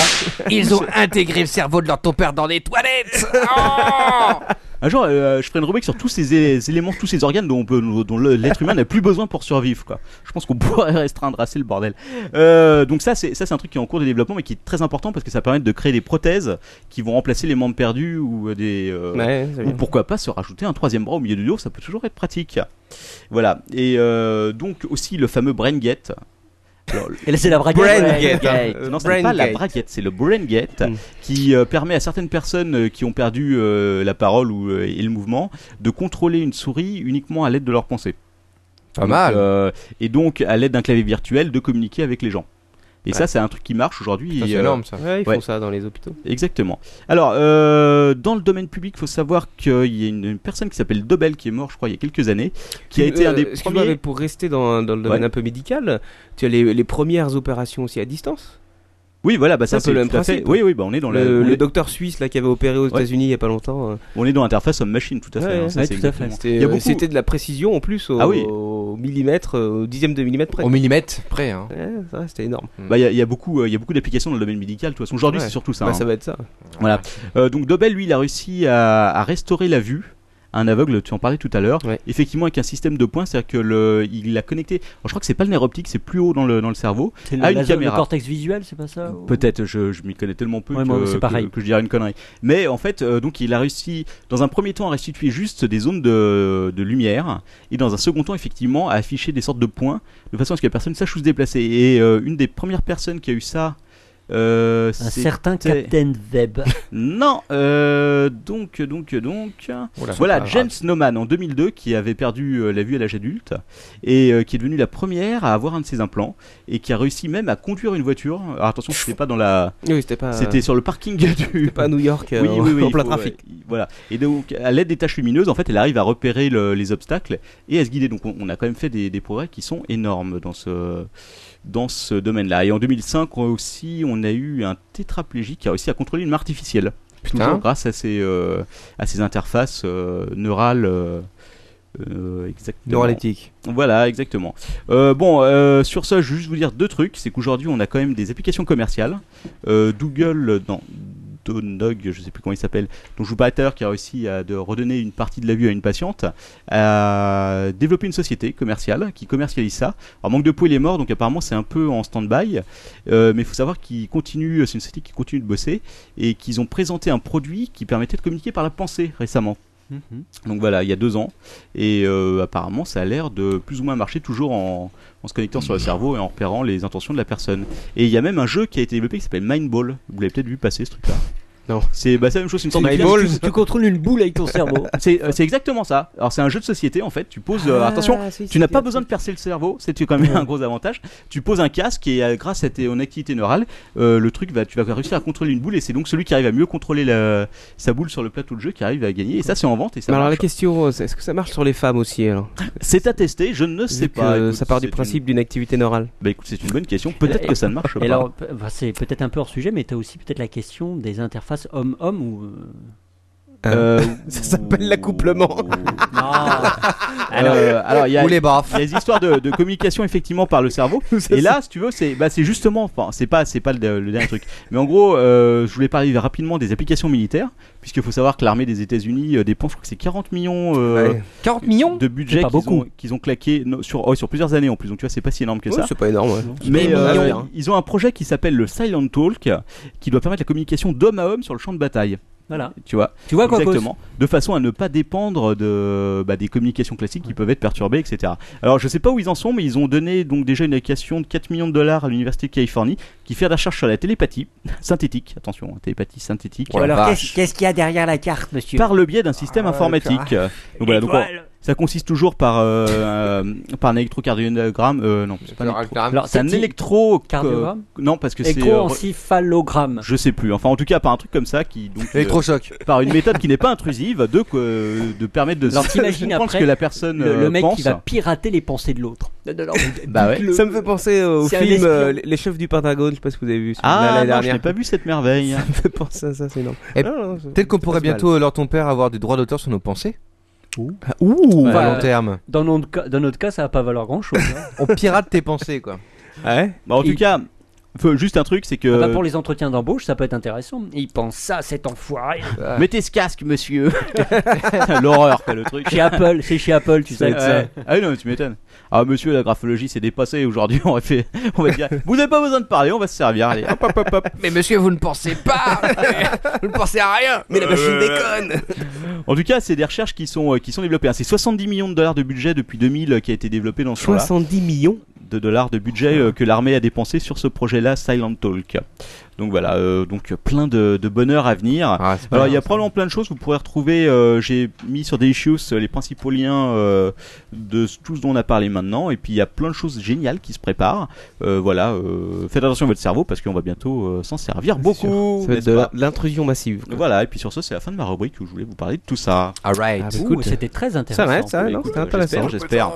A: Ils ont intégré le cerveau de leur tompeur dans les toilettes. Oh
F: Un jour, euh, je ferai une rubrique sur tous ces é- éléments, tous ces organes dont, on peut- dont le- l'être humain n'a plus besoin pour survivre. Quoi. Je pense qu'on pourrait restreindre assez le bordel. Euh, donc ça, c'est ça, c'est un truc qui est en cours de développement, mais qui est très important parce que ça permet de créer des prothèses qui vont remplacer les membres perdus ou euh, des. euh,
G: Ouais, c'est
F: ou
G: bien.
F: pourquoi pas se rajouter un troisième bras au milieu du dos, ça peut toujours être pratique. Voilà. Et euh, donc aussi le fameux brain gate. Alors,
H: Et là c'est la braguette.
G: Brain
H: ouais.
G: gate, hein.
F: euh,
G: Euh,
F: non, ce n'est pas la
G: Braingate.
F: braguette, c'est le brain gate
G: Mm.
F: qui euh, permet à certaines personnes euh, qui ont perdu euh, la parole ou, euh, et le mouvement de contrôler une souris uniquement à l'aide de leurs pensées.
C: Pas
F: Donc,
C: mal.
F: euh, et donc, à l'aide d'un clavier virtuel, de communiquer avec les gens. Et ça, c'est un truc qui marche aujourd'hui.
C: Ça, C'est
F: et, euh,
C: énorme ça.
G: Ouais, ils
F: Ouais.
G: font ça dans les hôpitaux.
F: Exactement. Alors, euh, dans le domaine public, il faut savoir qu'il y a une, une personne qui s'appelle Dobel qui est mort, je crois, il y a quelques années, qui a été
G: Euh,
F: un des
G: excuse-moi, mais
F: premiers.
G: pour rester dans, dans le domaine
F: Ouais.
G: un peu médical, tu as les, les premières opérations aussi à distance.
F: Oui, voilà, bah, ça,
G: un peu le même
F: tout à fait-
G: principe.
F: Oui, oui, bah, on est dans
G: le,
F: la- on
G: le
F: est-
G: docteur suisse là qui avait opéré aux
F: Ouais.
G: États-Unis il y a pas longtemps. euh,
F: on est dans l'interface homme-machine, tout à fait.
G: Ouais,
F: hein, ça,
H: ouais,
F: c'est
H: tout à fait.
F: exactement. Il
G: C'était
F: y a
G: euh,
F: beaucoup-
G: c'était de la précision en plus au,
F: Ah oui.
G: au millimètre, euh, au dixième de millimètre près.
C: Au millimètre près. Hein.
G: Ouais, ça, c'était énorme.
F: Bah, il y, a- il y a beaucoup, euh, il y a beaucoup d'applications dans le domaine médical. De toute façon, aujourd'hui,
G: Ouais.
F: c'est surtout ça.
G: Bah,
F: hein.
G: ça va être ça.
F: Euh, donc Dobel, lui, il a réussi à, à restaurer la vue. à Un aveugle, tu en parlais tout à l'heure.
G: Ouais.
F: Effectivement, avec un système de points, c'est-à-dire que le, il a connecté. alors, je crois que c'est pas le nerf optique, c'est plus haut dans le dans le cerveau.
H: C'est le,
F: Ah, une
H: la zone- le
F: caméra.
H: cortex visuel, c'est pas ça ou-
F: Peut-être, je, je m'y connais tellement peu
H: Ouais, moi,
F: que,
H: c'est pareil.
F: que- que je dirais une connerie. Mais en fait, euh, donc il a réussi, dans un premier temps, à restituer juste des zones de, de lumière, et dans un second temps, effectivement, à afficher des sortes de points, de façon à ce que la personne sache où se déplacer. Et euh, une des premières personnes qui a eu ça, Euh,
H: Un
F: c'était-
H: certain Captain Webb.
F: Non, euh, donc, donc, donc.
C: Oula, c'est
F: Voilà,
C: pas
F: James
C: grave.
F: Snowman en 2002 qui avait perdu euh, la vue à l'âge adulte et euh, qui est devenue la première à avoir un de ses implants et qui a réussi même à conduire une voiture. Alors attention, c'était pas dans la.
G: Oui, c'était
C: Euh.
G: pas.
F: C'était sur le parking du.
G: c'était pas à New York euh,
F: Oui, oui, oui,
G: en
F: il
G: plein
F: faut,
G: trafic.
F: ouais, il- voilà. Et donc, à l'aide des taches lumineuses, en fait, elle arrive à repérer le- les obstacles et à se guider. Donc, on, on a quand même fait des, des progrès qui sont énormes dans ce, dans ce domaine-là. Et en 2005, on a aussi, on a eu un tétraplégique qui a réussi à contrôler une main artificielle. Toujours grâce à ses, euh, à ses interfaces euh, neurales. euh, euh, exactement.
C: Neuralytique.
F: Voilà, exactement. Euh, bon, euh, sur ça, je vais juste vous dire deux trucs. C'est qu'aujourd'hui, on a quand même des applications commerciales. Euh, Google, euh, non, Donog, je sais plus comment il s'appelle, dont je vous parlais tout à l'heure, qui a réussi à de redonner une partie de la vue à une patiente, a développé une société commerciale qui commercialise ça. Alors, manque de peau, il est mort, donc apparemment, c'est un peu en stand-by. Euh, mais il faut savoir qu'ils continuent, c'est une société qui continue de bosser et qu'ils ont présenté un produit qui permettait de communiquer par la pensée récemment. Donc voilà, il y a deux ans. Et euh, apparemment, ça a l'air de plus ou moins marcher toujours en, en se connectant sur le cerveau et en repérant les intentions de la personne. Et il y a même un jeu qui a été développé qui s'appelle Mindball. Vous l'avez peut-être vu passer ce truc-là.
G: Non.
F: C'est bah, c'est la même chose, c'est une sorte de-
H: Tu, tu contrôles une boule avec ton cerveau.
F: C'est euh, c'est exactement ça. Alors c'est un jeu de société en fait. Tu poses. euh, attention,
G: Ah, si, si,
F: tu n'as
G: si,
F: pas
G: si.
F: besoin de percer le cerveau, c'est quand même un gros avantage. Tu poses un casque et euh, grâce à ton activité neurale, euh, le truc va, tu vas réussir à contrôler une boule et c'est donc celui qui arrive à mieux contrôler la- sa boule sur le plateau de jeu qui arrive à gagner. Et ça c'est en vente et ça.
G: Mais alors la
F: marche.
G: question, euh, c'est- est-ce que ça marche sur les femmes aussi alors
F: C'est à tester, je ne sais
G: Vu que,
F: pas.
G: euh,
F: Écoute,
G: ça part du
F: c'est
G: principe d'une activité neurale.
F: une- Bah écoute, c'est une bonne question. Peut-être
H: Et-
F: que ça ne marche
H: Et
F: pas.
H: alors, p- bah, c'est peut-être un peu hors sujet, mais tu as aussi peut-être la question des interfaces homme-homme ou. euh,
F: Euh,
G: Ça s'appelle l'accouplement.
F: Oh. Ah,
H: Ah,
F: Euh, alors, il y a.
C: Ou les baffes.
F: il y a des histoires de, de communication effectivement par le cerveau. Et là, si tu veux, c'est bah, c'est justement, enfin, c'est pas, c'est pas le, le dernier truc. Mais en gros, euh, je voulais parler rapidement des applications militaires, puisqu'il faut savoir que l'armée des États-Unis euh, dépense, je crois que c'est 40 millions euh,
C: 40 millions
F: de budget
H: C'est pas
F: qu'ils ont,
H: beaucoup.
F: qu'ils ont claqué no- sur, oh, sur plusieurs années en plus. Donc tu vois, c'est pas si énorme que
G: Ouais,
F: ça.
G: C'est pas énorme. ouais.
F: Mais
G: C'est pas
F: euh,
G: mal, hein.
F: ils ont un projet qui s'appelle le Silent Talk, qui doit permettre la communication d'homme à homme sur le champ de bataille.
H: Voilà.
F: Tu vois,
H: Tu vois quoi
F: exactement. De façon à ne pas dépendre de bah, des communications classiques qui peuvent être perturbées, etc. Alors je sais pas où ils en sont, mais ils ont donné donc déjà une allocation de 4 millions de dollars à l'université de Californie qui fait de la recherche sur la télépathie synthétique. Attention, hein, télépathie synthétique.
C: Oh la
H: Alors,
C: vache.
H: qu'est-ce qu'est-ce qu'il y a derrière la carte, monsieur
F: Par le biais d'un système
C: Ah,
F: informatique. Euh, Donc voilà, donc,
H: Étoile.
F: ça consiste toujours par euh, euh, par un électrocardiogramme. euh, non, c'est pas un électro-
C: Alors,
H: Alors,
F: c'est un
H: dit
F: électro
H: cardiogramme
F: Non, parce que c'est euh, re-
H: électroencéphalogramme.
F: je sais plus. Enfin, en tout cas, par un truc comme ça, qui donc euh,
C: Électrochoc.
F: par une méthode qui n'est pas intrusive, de euh, de permettre de
H: Alors, t'imagines
F: comprendre
H: après
F: ce que la personne
H: Le, le
F: euh,
H: mec
F: pense.
H: qui va pirater les pensées de l'autre.
F: Bah ouais.
G: Ça me fait penser euh, au
H: C'est un
G: film
H: espion.
G: euh, Les chefs du Pentagone, je sais pas si vous avez vu ce film-là
F: Ah, non,
G: l'année
F: je n'ai
G: dernière.
F: pas vu cette merveille.
G: Ça me fait penser à ça, c'est énorme.
C: Et
G: Non, non, c'est-
C: Peut-être qu'on
G: c'est
C: pourrait
G: pas si mal.
C: bientôt, lors ton père, avoir des droits d'auteur sur nos pensées.
G: Ouh
C: À
H: Bah,
C: long terme.
H: Dans notre, cas, dans notre cas, ça va pas valoir hein. grand chose.
C: On pirate tes pensées, quoi.
G: Ouais.
F: Bah, en
H: Et- Ah, bah,
F: tout cas, faut- juste un truc, c'est que
H: pour les entretiens d'embauche, ça peut être intéressant. Il pense ça, cet enfoiré.
F: Euh, mettez ce casque, monsieur. L'horreur, quoi, le truc.
H: Chez Apple, c'est chez Apple, tu sais.
F: Ouais. Ah oui, non, mais tu m'étonnes. Ah monsieur, la graphologie s'est dépassée aujourd'hui. On va fait, on va dire, vous n'avez pas besoin de parler, on va se servir. Allez, hop, hop, hop, hop.
A: Mais monsieur, vous ne pensez pas Vous ne pensez à rien
G: Mais
C: Euh,
G: la machine déconne
F: En tout cas, c'est des recherches qui sont euh, qui sont développées. hein. C'est 70 millions de dollars de budget depuis 2000 euh, qui a été développé dans ce là
G: 70 millions
F: de dollars de budget euh, que l'armée a dépensé sur ce projet-là, Silent Talk. Donc voilà, euh, donc euh, plein de, de bonheur à venir.
C: Ah, c'est pas
F: Alors il y a
C: grave, ça.
F: probablement plein de choses. Vous pourrez retrouver. euh, J'ai mis sur Delicious euh, les principaux liens euh, de s- tout ce dont on a parlé maintenant. Et puis il y a plein de choses géniales qui se préparent. Euh, voilà, euh, faites attention à votre cerveau parce qu'on va bientôt euh, s'en servir beaucoup.
G: Ça va être
F: n'est-ce
G: de
F: pas
G: l'intrusion massive. quoi.
F: Voilà. Et puis sur ce, c'est la fin de ma rubrique où je voulais vous parler de tout ça.
C: Alright.
G: Ah, bah,
H: Ouh,
G: écoute,
H: C'était très
G: ça
H: intéressant.
G: va être ça, va, non
F: Écoute,
G: C'était
F: euh,
G: intéressant.
I: Oh,
F: J'espère.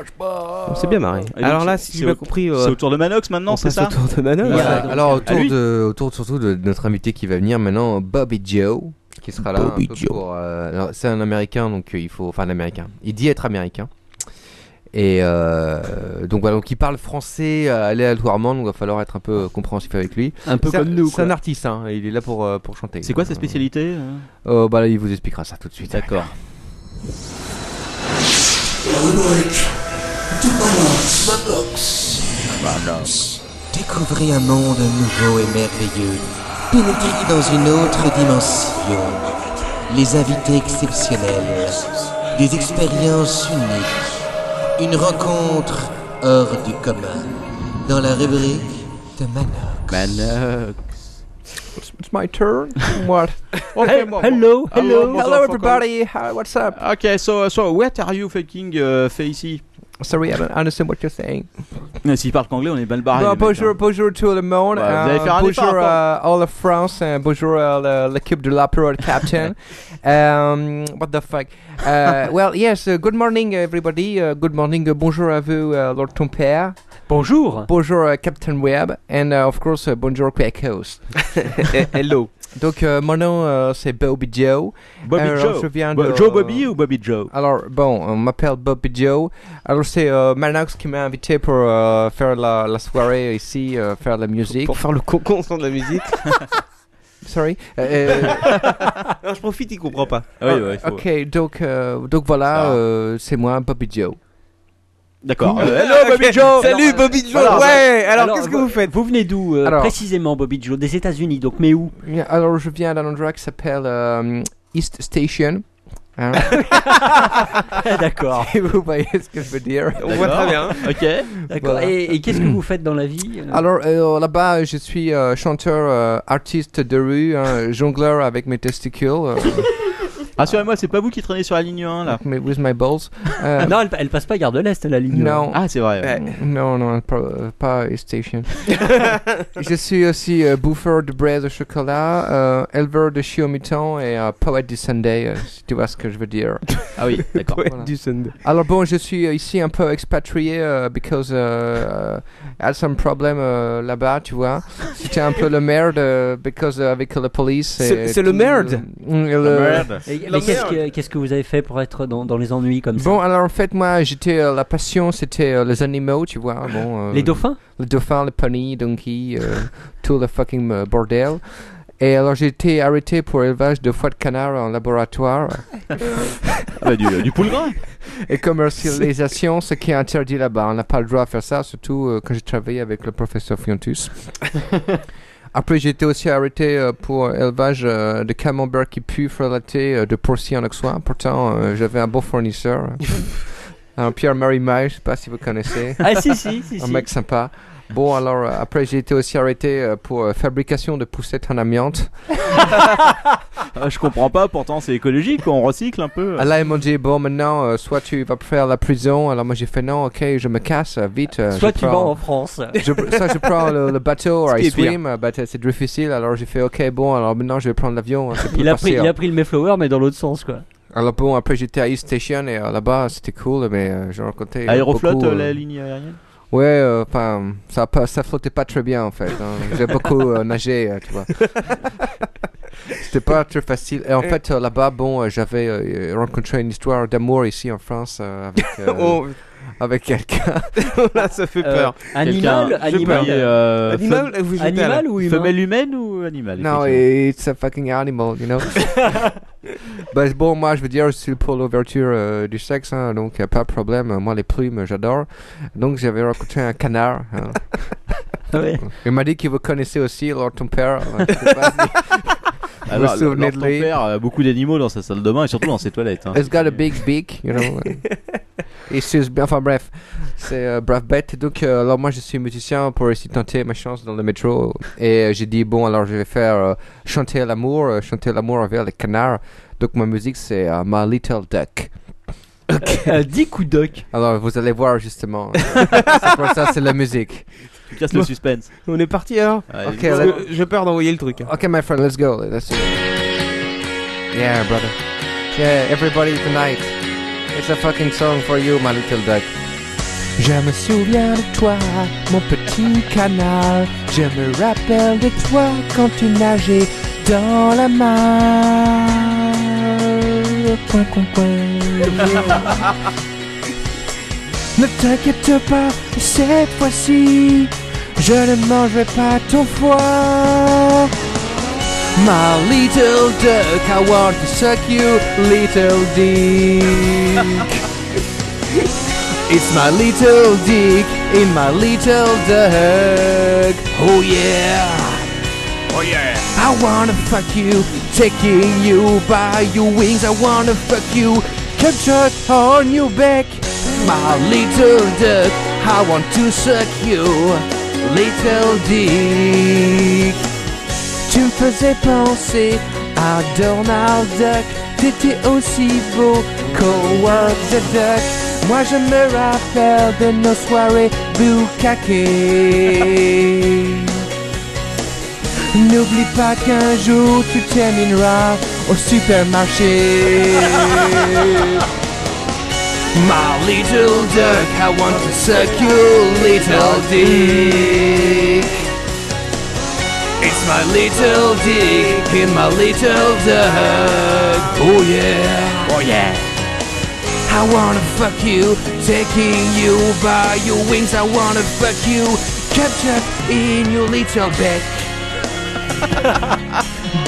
G: On s'est bien marré.
F: Et donc,
G: Alors là,
F: c'est-
G: si j'ai bien
F: c'est au-
G: compris, euh,
F: C'est autour de Manox maintenant,
G: on
F: c'est
G: passe
F: ça
G: autour de Manon.
H: Voilà.
C: Voilà. Alors autour
F: lui.
C: de, autour surtout de notre invité qui va venir maintenant, Bobby Joe, qui sera là un
G: Bobby
C: peu
G: Joe.
C: pour. euh, alors, c'est un Américain, donc euh, il faut, enfin un Américain. Il dit être Américain. Et euh, donc voilà, donc il parle français euh, aléatoirement, donc il va falloir être un peu euh, compréhensif avec lui.
H: Un peu
C: C'est un-
H: comme nous.
C: C'est un artiste, hein, il est là pour euh, pour chanter.
F: C'est quoi sa
C: Euh,
F: spécialité euh
C: euh, Bah là, il vous expliquera ça tout de suite.
F: D'accord.
A: Découvrez un monde nouveau et merveilleux. Pénétrez dans une autre dimension. Les invités exceptionnels. Des expériences uniques. Une rencontre hors du commun. Dans la rubrique de Manox.
F: Manox.
C: It's, it's my turn. What?
F: Okay, moi-
H: Hello,
F: Eh, Hello,
H: hello.
F: bonjour,
C: Hello
F: Franco.
C: everybody. Hi, what's up?
F: Okay, so so what are you fucking uh, facing?
C: Sorry, I don't understand what you're saying.
F: S'il parle qu'anglais, on est mal barré.
C: Bon,
F: les mecs,
C: bonjour,
F: hein.
C: bonjour tout le monde.
F: Ouais, vous
C: euh,
F: allez faire un
C: bonjour
F: effort,
C: à all la France. euh, bonjour à la- l'équipe de l'Apéro Captain. um, what the fuck? Uh, well, yes, uh, good morning everybody. Uh, good morning. uh, bonjour à vous, uh, Lord ton père.
H: Bonjour.
C: Bonjour uh, Captain Webb. And uh, of course, uh, bonjour Quacos.
G: Hello.
C: Donc, euh, mon nom, euh, c'est Bobby Joe.
F: hein. Bobby
C: Alors,
F: Joe.
C: je viens
F: Bo-
C: de-
F: Joe Bobby ou Bobby Joe
C: Alors, bon, on m'appelle Bobby Joe. Alors, c'est euh, Manox qui m'a invité pour euh, faire la, la soirée ici, euh, faire de la musique.
G: Pour faire le cocon sans de la musique. Ben,
C: Sorry. Euh,
G: non, je profite, il comprend pas.
F: Ah oui, ouais, il faut-
C: ok, donc, euh, donc voilà, euh, c'est moi, Bobby Joe.
F: D'accord. Euh, hello Bobby
G: Ok.
F: Joe.
G: Salut Bobby Joe.
H: Alors,
G: ouais, alors,
H: alors,
G: qu'est-ce que vous faites
H: Vous venez d'où euh,
C: Alors-
H: précisément, Bobby Joe Des États-Unis, donc mais où
C: Bien, Alors, je viens d'un endroit qui s'appelle euh, East Station. Hein,
H: Ah, D'accord.
C: si vous voyez ce que je veux dire.
G: On voit très bien.
F: Ok.
H: D'accord.
C: Voilà.
H: Et, et qu'est-ce que vous faites dans la vie euh
C: Alors euh, là-bas, je suis euh, chanteur, euh, artiste de rue, hein, jongleur avec mes testicules, euh,
F: Rassurez-moi, c'est pas vous qui traînez sur la ligne 1 là.
C: mais with my balls. Euh,
H: Non, elle, elle passe pas garde de l'Est, la ligne.
C: non,
F: Ah, c'est vrai. ouais.
C: non, non, pas, euh, pas East Station. je suis aussi euh, bouffeur de braise au chocolat, euh, éleveur de chiots mutants et euh, poète du Sunday, euh, si tu vois ce que je veux dire.
F: Ah oui, d'accord.
G: Ouais,
C: Voilà.
G: du Sunday.
C: Alors bon, je suis euh, ici un peu expatrié euh, because euh, I had some problem euh, là-bas, tu vois. C'était un peu le merde euh, because euh, avec la police. et
G: C'est- c'est le
C: tout,
G: merde.
C: euh, et le-
H: Et- mais qu'est-ce que, qu'est-ce que vous avez fait pour être dans, dans les ennuis comme
C: Bon,
H: ça
C: alors en fait, moi, j'étais euh, la passion, c'était euh, les animaux, tu vois. Bon, euh,
H: Les dauphins
C: le dauphin, le pony, donkey, euh, tout le fucking euh, bordel. Et alors j'ai été arrêté pour élevage de foie de canard en laboratoire
F: Ah bah, du, euh, du poule gras.
C: et commercialisation, ce qui est interdit là-bas. On n'a pas le droit à faire ça, surtout euh, quand j'ai travaillé avec le professeur Fiontus. Après, j'ai été aussi arrêté euh, pour élevage euh, de camembert qui pue, frelaté euh, de porci en oxois. Pourtant, euh, j'avais un beau fournisseur. Un Pierre-Marie Maille, je sais pas si vous connaissez.
H: Ah si, si, si.
C: un
H: si.
C: mec sympa. Bon, alors, euh, après, j'ai été aussi arrêté euh, pour euh, fabrication de poussettes en amiante.
F: Ah, je comprends pas, pourtant c'est écologique, quoi, on recycle un peu. euh,
C: Ah, Là, ils m'ont dit, bon, maintenant, euh, soit tu vas faire la prison. Alors, moi, j'ai fait, non, ok, je me casse, euh, vite. euh,
H: Soit
C: je
H: tu vas
C: prends-
H: en France.
C: je, ça, je prends le, le bateau,
F: Ce
C: or
F: qui
C: I
F: est pire.
C: swim, euh, but, euh, c'est difficile. Alors j'ai fait, ok, bon, alors maintenant je vais prendre l'avion. hein, c'est plus
H: Il a, pris,
C: facile.
H: il a pris le Mayflower, mais dans l'autre sens, quoi.
C: Alors bon, après j'étais à East Station et euh, là-bas c'était cool, mais euh, j'ai rencontré. euh,
F: Aéroflot,
C: beaucoup,
F: euh,
C: euh,
F: la ligne aérienne
C: Ouais, euh, enfin, ça, a pas- ça flottait pas très bien en fait. hein. J'ai beaucoup euh, nagé, euh, tu vois. C'était pas très facile. Et en fait, euh, là-bas, bon, euh, j'avais euh, rencontré une histoire d'amour ici en France euh, avec, euh,
G: Oh,
C: avec quelqu'un.
G: là, ça fait peur.
H: Euh, animal,
F: Quelqu'un-
H: animal,
F: Et, euh,
G: animal, vous
H: fem-
G: jetez à la-
H: animal ou
F: fem-
H: humain
F: Femelle humaine ou animal
C: Non,
F: effectivement
C: it's a fucking animal, you know. bah, bon, moi, je veux dire, je suis pour l'ouverture euh, du sexe, hein, donc y a pas de problème. Moi, les plumes, euh, j'adore. Donc, j'avais rencontré un canard. hein.
H: Ouais.
C: Il m'a dit qu'il vous connaissait aussi, alors ton père. euh, je sais pas si- vous
F: Alors,
C: vous souvenez
F: alors,
C: de
F: ton
C: lui
F: père a beaucoup d'animaux dans sa salle de bain et surtout dans ses toilettes. hein.
C: It's got a big beak, you know. Il suce bien, enfin bref, c'est euh, brave bête. Donc, euh, alors moi je suis musicien pour essayer de tenter ma chance dans le métro. Et euh, j'ai dit, bon, alors je vais faire euh, chanter l'amour, euh, chanter l'amour avec les canards. Donc, ma musique c'est euh, My Little Duck.
H: Euh, Dick ou Duck
C: Alors, vous allez voir justement. euh, c'est pour ça, c'est la musique.
F: Tu casses le suspense.
G: On est parti alors
F: Ouais,
C: Ok,
F: il-
C: là-
G: Parce que J'ai peur d'envoyer le truc. hein.
C: Okay, my friend, let's go. Let's do it. Yeah, brother. Yeah, everybody tonight. It's a fucking song for you, my little duck. Je me souviens de toi, mon petit canard. Je me rappelle de toi quand tu nageais dans la mare. Coin, coin, coin. ne t'inquiète pas, cette fois-ci, je ne mangerai pas ton foie. My little duck, I want to suck you, little dick. It's my little dick in my little duck. Oh yeah.
J: Oh yeah
C: I wanna fuck you, taking you by your wings. I wanna fuck you, captured on your back. My little duck, I want to suck you, little dick. Tu me faisais penser à Donald Duck. T'étais aussi beau qu'Howard the Duck. Moi je me rappelle de nos soirées bukake. N'oublie pas qu'un jour tu termineras au supermarché.
A: My little duck, I want to suck your little dick. It's my little dick in my little duck. Oh yeah. Oh yeah. I wanna fuck you, taking you by your wings. I wanna fuck you, captured in your little bed.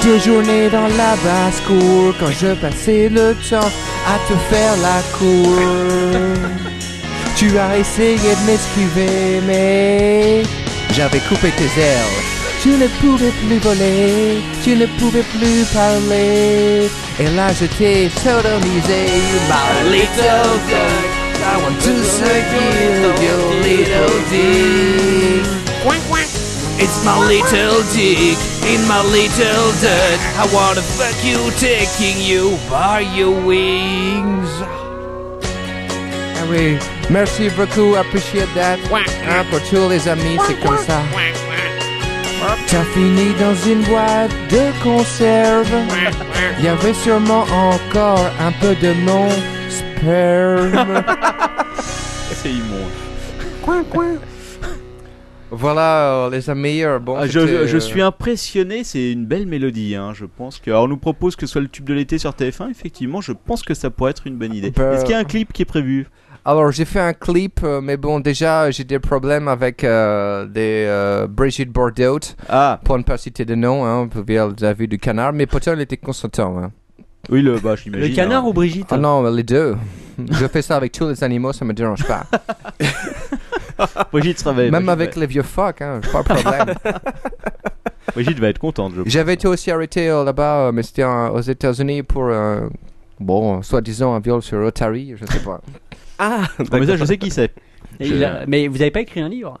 C: Deux journées dans la basse cour quand je passais le temps à te faire la cour. tu as essayé de m'esquiver, mais j'avais coupé tes ailes. Tu ne pouvais plus voler, tu ne pouvais plus parler. Et là je t'ai sodomisé,
A: My little duck, I want to suck you, your little dick. It's my little dick in my little dirt. I wanna fuck you, taking you by your wings.
C: Ah oui, merci beaucoup, appreciate that. Hein, pour tous les amis, c'est comme ça. T'as fini dans une boîte de conserve. Il y avait sûrement encore un peu de mon sperme.
F: C'est immonde.
L: Voilà, euh, les meilleurs. Bon,
F: Ah, je,
L: c'était,
F: je
L: euh,
F: suis impressionné, c'est une belle mélodie. hein, je pense que. Alors, on nous propose que ce soit le tube de l'été sur TF1. Effectivement, je pense que ça pourrait être une bonne idée.
L: Bah,
F: Est-ce qu'il y a un clip qui est prévu
L: euh, Alors, j'ai fait un clip, euh, mais bon, déjà, j'ai des problèmes avec euh, des euh, Brigitte Bordeaux,
F: Ah,
L: pour ne pas citer de nom, hein, via la vue du canard, mais pourtant, elle était consentant. hein.
F: oui, le, bah, j'imagine.
H: Le canard
F: hein.
H: ou Brigitte
L: Ah non, les deux. je fais ça avec tous les animaux, ça me dérange pas.
F: Brigitte travaille.
L: Même avec les vieux phoques, hein, pas de problème.
F: Brigitte va être contente, je pense.
L: J'avais été aussi arrêté euh, là-bas, euh, mais c'était euh, aux États-Unis pour. euh, Bon, soi-disant un viol sur Rotary, je sais pas.
G: Ah,
F: Ah, mais ça, je sais qui c'est.
H: Et
F: Je-
H: il a- Mais vous n'avez pas écrit un livre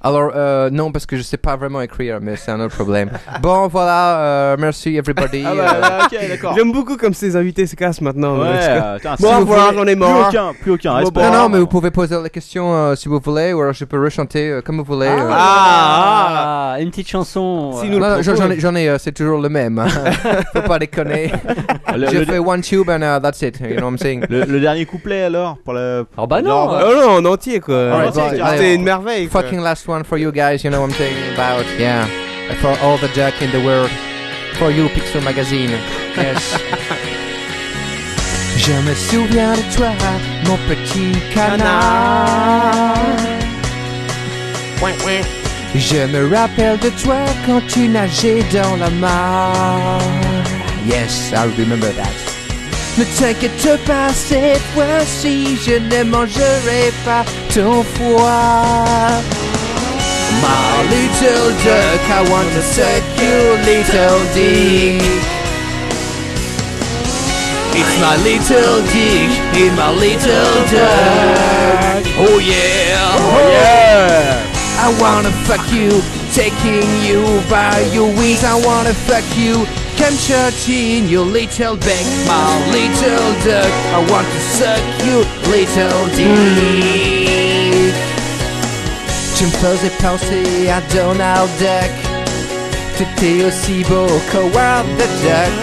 L: Alors, euh, non, parce que je sais pas vraiment écrire, mais c'est un autre problème. bon, voilà, euh, merci everybody.
F: Ah,
L: euh,
F: bah, ok, d'accord.
G: J'aime beaucoup comme ces invités se cassent maintenant.
F: Ouais,
G: Parce que-
F: euh, putain,
G: Bon,
F: si
G: au
F: vous
G: revoir,
F: voulez-
G: on est
F: Plus
G: mort.
F: aucun, plus aucun.
G: Bon,
F: reste
G: bah,
L: non,
F: pas.
L: non, mais vous pouvez poser la question euh, si vous voulez, ou alors je peux rechanter euh, comme vous voulez.
F: Ah,
L: euh.
F: bah,
H: Ah, Une petite chanson.
G: Si
H: euh,
G: nous-
L: Non, non,
G: le
L: j'en-
G: propose.
L: j'en ai, j'en ai, euh, c'est toujours le même. hein. Faut pas déconner.
F: Le-
L: J'ai
F: le-
L: fait one tube and uh, that's it. You know what I'm saying?
F: Le, le dernier couplet alors pour la.
H: Ah bah non,
F: Genre,
H: euh,
G: Oh non, en entier quoi.
F: Ah,
L: ouais,
G: C'était-
L: bah,
G: C'était
L: ouais.
G: une merveille. quoi.
L: Fucking last one for you guys. You know what I'm saying about? Yeah. For all the jack in the world. For you, Pixel Magazine. Yes.
C: Je me souviens de toi, mon petit canard. Je me rappelle de toi quand tu nageais dans la mare.
L: yes, I remember that.
C: Ne t'inquiète pas, cette fois-ci, je ne mangerai pas ton foie.
A: My little duck, I want to suck your little dick. It's my little dick in my little duck. Oh yeah. Oh yeah. I wanna fuck you, taking you by your wings. I wanna fuck you, come in your little back. My little duck, I want to suck you, little dick.
C: Tu me faisais penser à Donald Duck. T'étais aussi beau qu'Howard the Duck.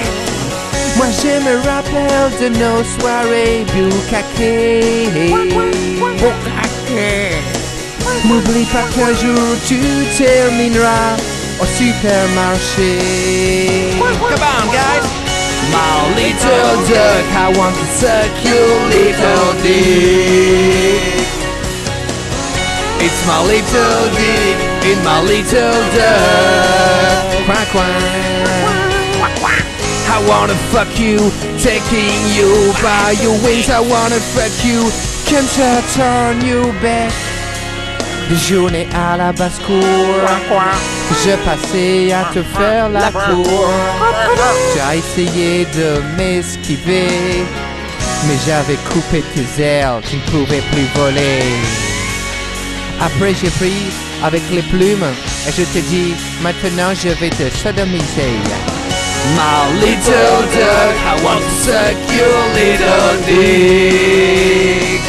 C: Moi je me rappelle de nos soirées bukake. N'oublie pas qu'un jour tu termineras au supermarché.
A: Come on, guys. My little duck, I want to suck your little dick. It's my little dick in my little duck. Quack, quack. I wanna fuck you, taking you by your wings. I wanna fuck you, come to turn you back.
C: Des journées à la basse-cour. Je passais à te faire la cour. Tu as essayé de m'esquiver. Mais j'avais coupé tes ailes, tu ne pouvais plus voler. Après j'ai pris
M: avec les plumes et je te dis maintenant je vais te sodomiser.
J: My little duck, I want to suck your little dick.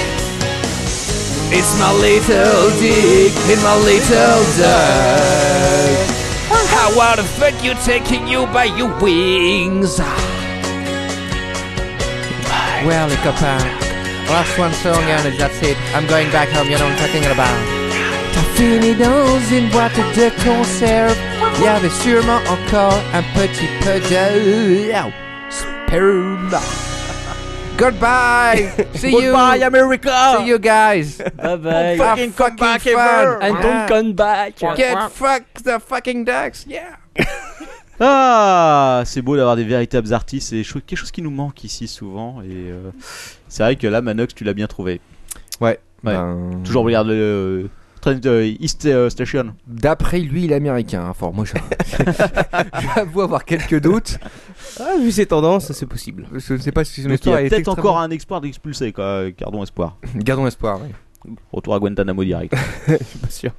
J: It's my little dick, it's my little duck. I want to fuck you, taking you by your wings.
M: Well, les copains, last one song and that's it. I'm going back home, you know what I'm talking about. T'as fini dans une boîte de conserve. Il y avait sûrement encore un petit peu de sperme. Goodbye. See you.
H: Goodbye,
M: America. See you guys.
H: Bye bye.
M: Have fucking fun.
H: And don't come back.
M: Get fucked the fucking ducks. Yeah.
F: Ah, c'est beau d'avoir des véritables artistes, c'est cho- quelque chose qui nous manque ici souvent. Et euh, c'est vrai que là, Manox, tu l'as bien trouvé.
C: Ouais.
F: Ouais.
C: ben,
F: Toujours regarde le euh, Train euh, East euh, Station.
C: D'après lui, il est américain. hein, Fort, moi, je- j'avoue avoir quelques doutes.
G: Ah, vu ces tendances, c'est possible.
C: Je ne sais pas si son
F: Donc il y
C: histoire
F: a
C: est
F: peut-être
C: extrêmement-
F: encore un espoir d'expulser, quoi. Gardons espoir.
C: Gardons espoir. oui.
F: Retour à Guantanamo direct.
C: Pas sûr.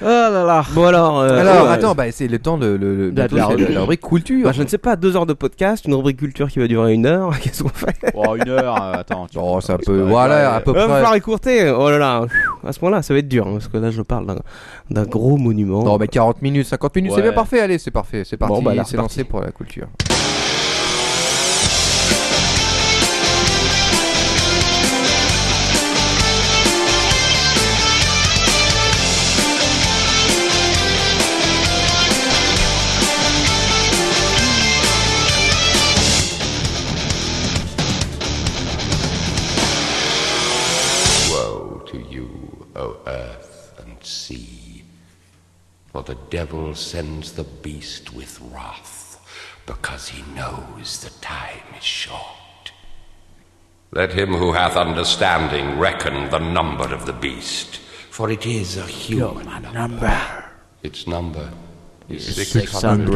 F: Ah là là.
G: Bon alors, euh,
C: Alors,
F: ouais.
C: attends, bah, c'est le temps de, le- le-
F: La-
C: bientôt,
F: la
C: c'est
F: rubrique.
C: rubrique culture.
G: bah, je ne sais pas, deux heures de podcast, une rubrique culture qui va durer une heure. Qu'est-ce qu'on fait
F: Oh, une heure. euh, attends. tu-
C: Oh, ça
F: c'est
C: peut.
F: pas-
C: Voilà, à peu
G: On va
C: près.
G: falloir écourter. Oh là là, à ce moment-là, ça va être dur hein, parce que là, je parle d'un- d'un gros monument.
C: Non, mais 40 minutes, 50 minutes, c'est
F: Ouais.
C: bien parfait. Allez, c'est parfait. C'est parti.
F: Bon, bah, là,
C: c'est
F: c'est
C: lancé pour la culture.
N: Woe to you, O earth and sea! For the devil sends the beast with wrath, because he knows the time is short. Let him who hath understanding reckon the number of the beast, for it is a human number. Its number is 600.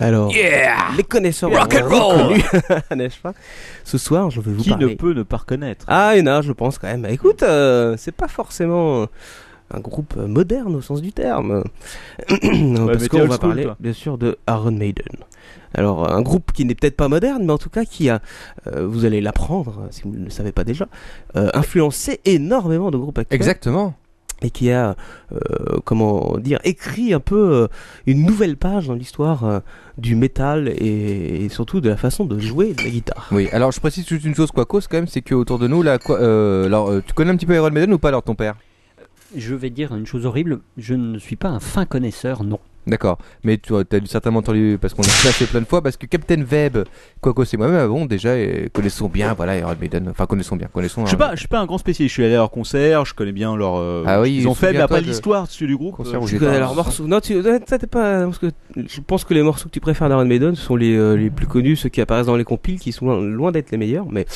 G: Alors,
J: Yeah!
G: les connaisseurs
J: Rock and
G: auront
J: roll.
G: reconnu, n'est-ce pas Ce soir, je vais vous
F: Qui
G: parler.
F: ne peut ne pas reconnaître
G: Ah, il y en a, je pense quand même. Bah, Écoute, euh, c'est pas forcément euh, un groupe euh, moderne au sens du terme. Parce
F: mais
G: qu'on
F: t'es old
G: va
F: school,
G: parler,
F: toi.
G: bien sûr, de Iron Maiden. Alors, euh, un groupe qui n'est peut-être pas moderne, mais en tout cas qui a, euh, vous allez l'apprendre euh, si vous ne le savez pas déjà, euh, influencé énormément de groupes actuels
C: Exactement.
G: et qui a, euh, comment dire, écrit un peu euh, une nouvelle page dans l'histoire euh, du métal et, et surtout de la façon de jouer de la guitare.
C: Oui, alors je précise juste une chose, Quacos, quand même, c'est qu'autour de nous, là, quoi- euh, alors, euh, tu connais un petit peu Iron Maiden ou pas, alors ton père
H: Je vais dire une chose horrible. Je ne suis pas un fin connaisseur, non.
C: D'accord, mais tu as dû certainement entendu parce qu'on a flashé plein de fois parce que Captain Webb, Quacos et moi-même avons déjà euh, connaissons bien, voilà Iron Maiden, enfin connaissons bien, connaissons.
F: Je suis
C: hein,
F: pas, je suis pas un grand spécialiste. Je suis allé à leur concert, je connais bien leur. euh,
C: Ah oui,
F: ils ont fait, mais
C: souviens-toi
F: pas
C: de-
F: l'histoire dessus du groupe.
C: concert
F: euh,
C: où
G: Tu
C: j'étais.
G: connais leurs morceaux Non, tu, ouais, ça, t'es pas. Parce que je pense que les morceaux que tu préfères d'Iron Maiden sont les, euh, les plus connus, ceux qui apparaissent dans les compiles, qui sont loin, loin d'être les meilleurs, mais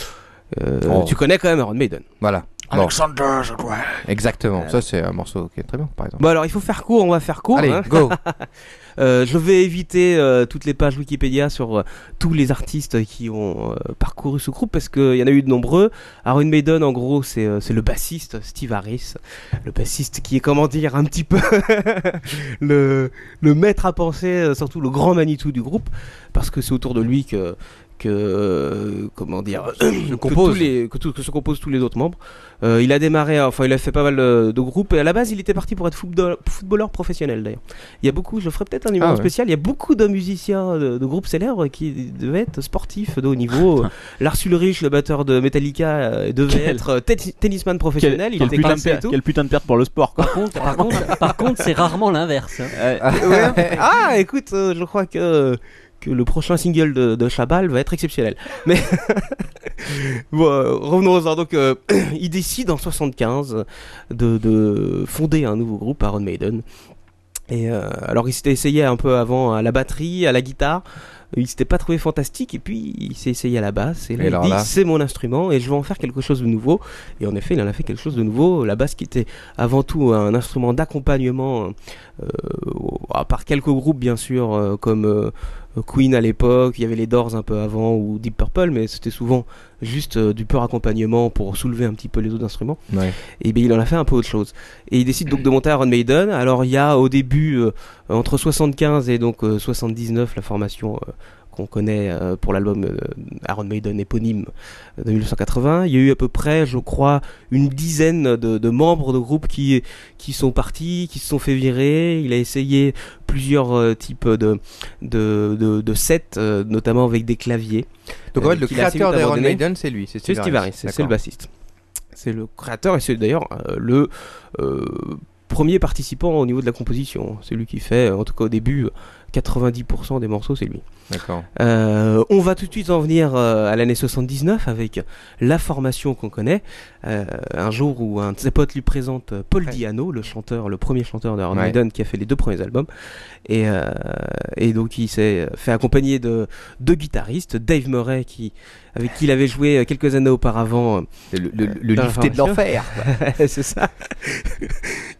G: euh,
C: Oh.
G: tu connais quand même Iron Maiden.
C: Voilà,
F: Ah,
C: Bon.
J: Alexander, je crois.
C: exactement. Ça c'est un morceau qui est très bien, par exemple.
G: Bon, alors il faut faire court, on va faire court.
C: Allez,
G: hein.
C: go.
G: Euh, je vais éviter euh, toutes les pages Wikipédia sur euh, tous les artistes qui ont euh, parcouru ce groupe parce qu'il y en a eu de nombreux. Aaron Maiden, en gros, c'est euh, c'est le bassiste Steve Harris, le bassiste qui est comment dire un petit peu le, le maître à penser, euh, surtout le grand Manitou du groupe, parce que c'est autour de lui que que euh, comment dire que
C: compose.
G: tous les- que, tout- que se composent tous les autres membres. Euh, il a démarré, enfin il a fait pas mal euh, de groupes et à la base il était parti pour être football- footballeur professionnel d'ailleurs. Il y a beaucoup, je ferai peut-être un numéro
C: Ah ouais.
G: spécial, il y a beaucoup de musiciens euh, de, de groupes célèbres qui devaient être sportifs de haut niveau. Lars Ulrich, le batteur de Metallica, euh, devait
F: Quel-
G: être euh, tenni- tennisman
F: Quel,
G: professionnel, il
F: quel
G: était
F: putain de
G: classé et
F: perte,
G: tout.
F: quel putain de perte pour le sport, quoi.
H: Par contre, par contre, par contre, c'est rarement l'inverse. hein.
G: Ouais. Ah, écoute, euh, je crois que, que le prochain single de, de Chabal va être exceptionnel. Mais bon, euh, revenons-en. Donc, euh, il décide en 75 de, de fonder un nouveau groupe, Iron Maiden. Et euh, alors, il s'était essayé un peu avant à la batterie, à la guitare. il s'était pas trouvé fantastique et puis il s'est essayé à la basse et là
C: Et
G: il
C: alors
G: dit
C: là
G: c'est mon instrument et je vais en faire quelque chose de nouveau et en effet il en a fait quelque chose de nouveau la basse qui était avant tout un instrument d'accompagnement euh, à part quelques groupes bien sûr euh, comme euh, Queen à l'époque il y avait les Doors un peu avant ou Deep Purple mais c'était souvent juste euh, du pur accompagnement pour soulever un petit peu les autres instruments
C: Ouais.
G: et bien il en a fait un peu autre chose. Et il décide donc de monter Iron Maiden. Alors il y a au début euh, entre 75 et donc euh, 79 la formation euh, qu'on connaît euh, pour l'album euh, Iron Maiden éponyme euh, de 1980. Il y a eu à peu près, je crois, une dizaine de, de membres de groupes qui qui sont partis, qui se sont fait virer. Il a essayé plusieurs euh, types de de, de, de sets, euh, notamment avec des claviers. Euh,
C: Donc, en fait, le
G: qu'il a assez
C: créateur
G: vite
C: d'Iron
G: abandonné.
C: Maiden, c'est lui, c'est Steve Harris.
G: Harris, c'est c'est le
C: D'accord.
G: bassiste. C'est le créateur et c'est d'ailleurs euh, le euh, premier participant au niveau de la composition. C'est lui qui fait, euh, en tout cas au début, 90% des morceaux, c'est lui.
C: D'accord.
G: Euh, on va tout de suite en venir euh, à l'année 79 avec la formation qu'on connaît. Euh, un jour où un de ses potes lui présente euh, Paul Diano, le chanteur, le premier chanteur de Iron
C: Ouais.
G: Maiden qui a fait les deux premiers albums. Et, euh, et donc il s'est fait accompagner de deux guitaristes, Dave Murray qui avec qui il avait joué euh, quelques années auparavant. euh,
C: Le, le, lifté de l'enfer,
G: c'est ça.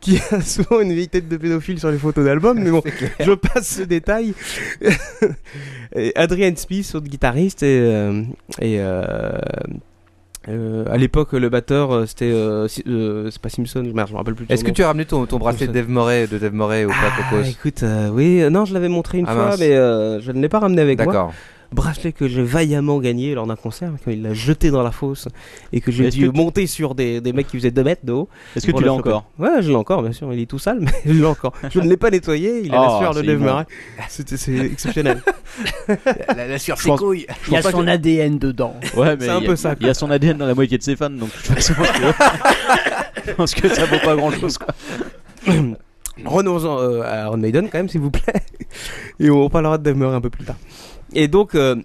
G: qui a souvent une vieille tête de pédophile sur les photos d'album, mais bon, je passe ce détail. Et Adrian Smith, autre guitariste, et, euh, et, euh, euh, à l'époque, le batteur, euh, c'était. euh, Si- euh, c'est pas Simpson, je merde, je me rappelle plus. de son
C: Est-ce que
G: nom.
C: tu as ramené ton, ton bracelet de Dave Murray, de Dave Murray au pas
G: Ah, écoute, euh, oui, euh, non, je l'avais montré une
C: Ah,
G: fois,
C: mince.
G: mais euh, je ne l'ai pas ramené avec moi.
C: D'accord.
G: Bracelet que j'ai vaillamment gagné lors d'un concert, quand il l'a jeté dans la fosse et que j'ai
F: Est-ce
G: dû
F: que tu-
G: monter sur des, des mecs qui faisaient 2 mètres de haut.
F: Est-ce que
G: pour
F: tu
G: le
F: l'as
G: choper.
F: encore
G: Ouais, je l'ai encore, bien sûr. Il est tout sale, mais je l'ai encore. Je ne l'ai pas nettoyé, il a
F: Oh,
G: la sueur de
F: c'est
G: Dave
F: immonde.
G: Murray. C'était c'est exceptionnel.
H: La, sur
F: Je ses pense- couilles. je
H: Il y a
F: pense pas
H: son
F: que-
H: ADN dedans.
F: Ouais, mais
H: C'est un
F: il y a-
H: peu ça,
F: Il y a son ADN dans la moitié de ses fans, donc je pense que, je pense que ça vaut pas grand chose.
G: Renonçons euh, à Iron Maiden quand même, s'il vous plaît. Et on parlera de Dave Murray un peu plus tard. Et donc, euh,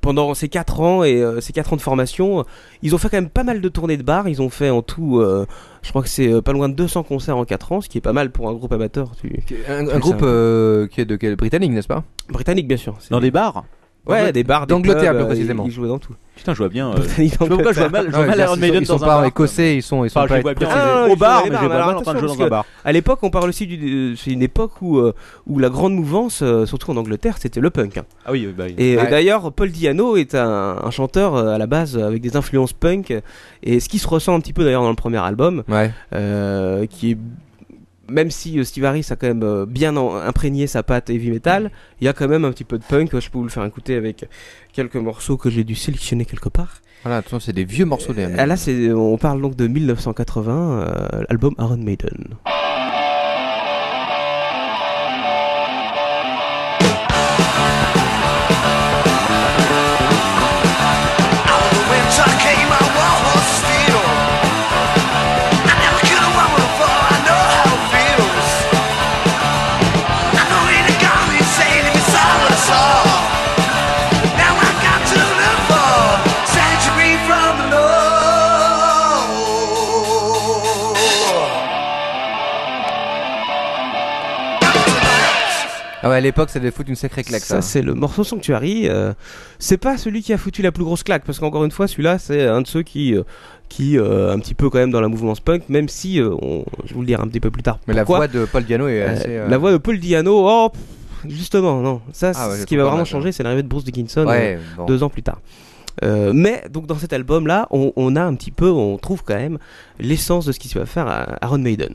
G: pendant ces 4 ans et euh, ces 4 ans de formation, euh, ils ont fait quand même pas mal de tournées de bars. Ils ont fait en tout, euh, je crois que c'est euh, pas loin de 200 concerts en 4 ans, ce qui est pas mal pour un groupe amateur. Tu,
C: Un, un groupe euh, qui est de quel britannique, n'est-ce pas
G: Britannique, bien sûr.
F: Dans des bars
G: Ouais, des bars, des
C: D'Angleterre,
G: clubs,
C: plus
G: euh,
C: précisément.
G: ils- ils jouaient dans tout.
F: Putain, je vois bien. euh,
G: Britannique,
F: je vois pourquoi je vois mal, je vois
C: Ouais,
F: mal
C: bien
F: Iron
C: sûr,
F: Maiden
C: ils sont
F: dans un
C: pas
F: bar.
C: écossais, ils sont, ils sont
F: Enfin, je
C: pas
F: les vois bien
C: écossais.
F: au bar, mais
G: ils jouaient dans
F: je
G: les
F: les vois
G: bars,
F: mal
G: mais
F: en train de
G: alors,
F: jouer dans un
G: attention,
F: bar.
G: parce que À l'époque, on parle aussi du. euh, C'est une époque où, euh, où la grande mouvance, euh, surtout en Angleterre, c'était le punk. hein.
F: Ah oui, oui, bah oui.
G: Et, et
F: Ouais.
G: d'ailleurs, Paul Diano est un, un chanteur euh, à la base euh, avec des influences punk, euh, et ce qui se ressent un petit peu d'ailleurs dans le premier album, euh, qui est même si euh, Steve Harris a quand même euh, bien en- imprégné sa patte heavy metal, il y a quand même un petit peu de punk. Je peux vous le faire écouter avec quelques morceaux que j'ai dû sélectionner quelque part.
C: Voilà, attention, c'est des vieux morceaux d'air.
G: Ah, là, c'est, on parle donc de 1980, euh, l'album Iron Maiden.
O: winter came, my wall was steel. I never killed a woman before, I know how it feels. I know it had gone insane if you saw what I saw. Now I got to look for sanctuary from the law.
C: Ah ouais, à l'époque, ça devait foutre une sacrée claque, ça.
G: Ça, c'est le morceau Sanctuary. euh, c'est pas celui qui a foutu la plus grosse claque, parce qu'encore une fois, celui-là, c'est un de ceux qui, euh, qui euh, un petit peu quand même dans la mouvance punk, même si, euh, on- je vous le dirai un petit peu plus tard.
C: Mais la
G: pourquoi.
C: voix de Paul Diano est
G: Euh,
C: assez. euh,
G: La voix de Paul Diano, oh, pff, justement, non. Ça,
C: Ah ouais,
G: ce
C: je
G: qui va
C: comprends
G: vraiment
C: maintenant.
G: changer, c'est l'arrivée de Bruce Dickinson
C: Ouais,
G: euh,
C: bon.
G: deux ans plus tard. Euh, mais donc dans cet album là, on, on a un petit peu, on trouve quand même l'essence de ce qui se va faire à Iron Maiden.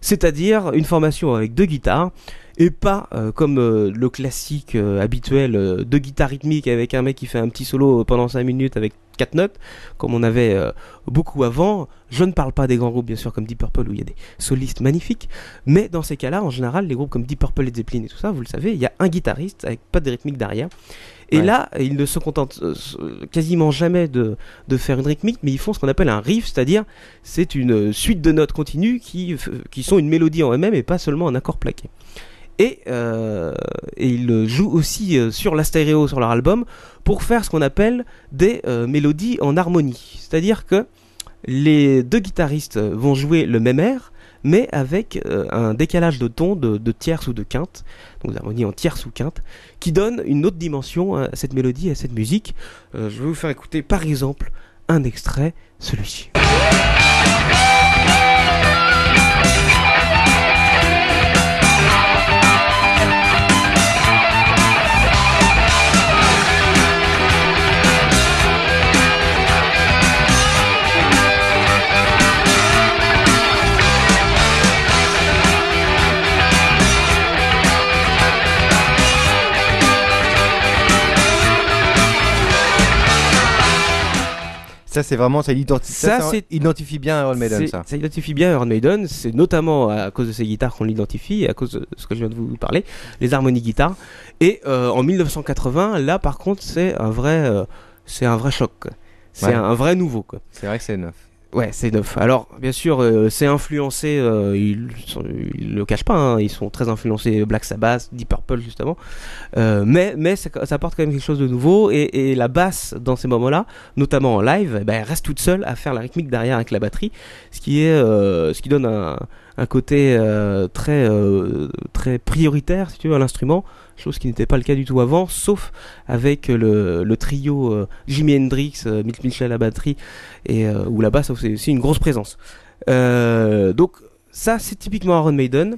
G: C'est-à-dire une formation avec deux guitares et pas euh, comme euh, le classique euh, habituel euh, deux guitares rythmiques avec un mec qui fait un petit solo pendant 5 minutes avec quatre notes comme on avait euh, beaucoup avant. Je ne parle pas des grands groupes bien sûr comme Deep Purple où il y a des solistes magnifiques, mais dans ces cas-là en général les groupes comme Deep Purple et Zeppelin et tout ça, vous le savez, il y a un guitariste avec pas de rythmique derrière. Et
C: Ouais.
G: là, ils ne se contentent euh, s- euh, quasiment jamais de, de faire une rythmique, mais ils font ce qu'on appelle un riff, c'est-à-dire c'est une euh, suite de notes continues qui, f- qui sont une mélodie en elle-même et pas seulement un accord plaqué. Et, euh, et ils euh, jouent aussi euh, sur la stéréo, sur leur album, pour faire ce qu'on appelle des euh, mélodies en harmonie. C'est-à-dire que les deux guitaristes vont euh, jouer le même air, mais avec euh, un décalage de ton de, de tierce ou de quinte, donc des harmonies en tierce ou quinte, qui donne une autre dimension à cette mélodie et à cette musique. Euh, je vais vous faire écouter par exemple un extrait, celui-ci.
C: Ça, c'est vraiment, ça, identifie, ça,
G: Ça,
C: ça
G: c'est-
C: identifie bien Iron Maiden,
G: C'est-
C: ça.
G: identifie bien Iron Maiden, c'est notamment à cause de ses guitares qu'on l'identifie, et à cause de ce que je viens de vous parler, les harmonies guitares. Et euh, en 1980, là par contre, c'est un vrai, euh, c'est un vrai choc. quoi. C'est
C: Ouais.
G: un, un vrai nouveau. Quoi.
C: C'est vrai que c'est neuf.
G: Ouais, c'est neuf. Alors, bien sûr, euh, c'est influencé, euh, ils, sont- ils le cachent pas, hein, ils sont très influencés Black Sabbath, Deep Purple, justement. Euh, mais mais ça, ça apporte quand même quelque chose de nouveau, et, et la basse, dans ces moments-là, notamment en live, eh ben, elle reste toute seule à faire la rythmique derrière avec la batterie, ce qui, est, euh, ce qui donne un, un côté euh, très, euh, très prioritaire, si tu veux, à l'instrument, chose qui n'était pas le cas du tout avant, sauf avec le, le trio euh, Jimi Hendrix, euh, Mitch Mitchell à la batterie, et euh, où la basse c'est aussi une grosse présence. Euh, donc ça c'est typiquement Iron Maiden.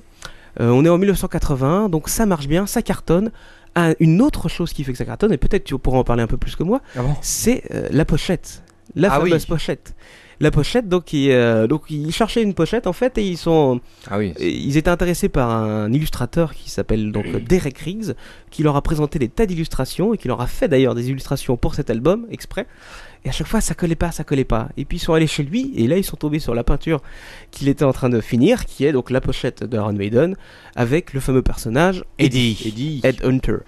G: Euh, on est en 1981, donc ça marche bien, ça cartonne. Ah, une autre chose qui fait que ça cartonne, et peut-être tu pourras en parler un peu plus que moi, c'est euh, la pochette. La
C: Ah oui.
G: fameuse pochette. La pochette, donc ils, euh, donc ils cherchaient une pochette en fait et ils sont,
C: Ah
G: et ils étaient intéressés par un illustrateur qui s'appelle donc Derek Riggs, qui leur a présenté des tas d'illustrations et qui leur a fait d'ailleurs des illustrations pour cet album exprès. Et à chaque fois ça collait pas, ça collait pas. Et puis ils sont allés chez lui et là ils sont tombés sur la peinture qu'il était en train de finir, qui est donc la pochette de Iron Maiden avec le fameux personnage Eddie, Ed Hunter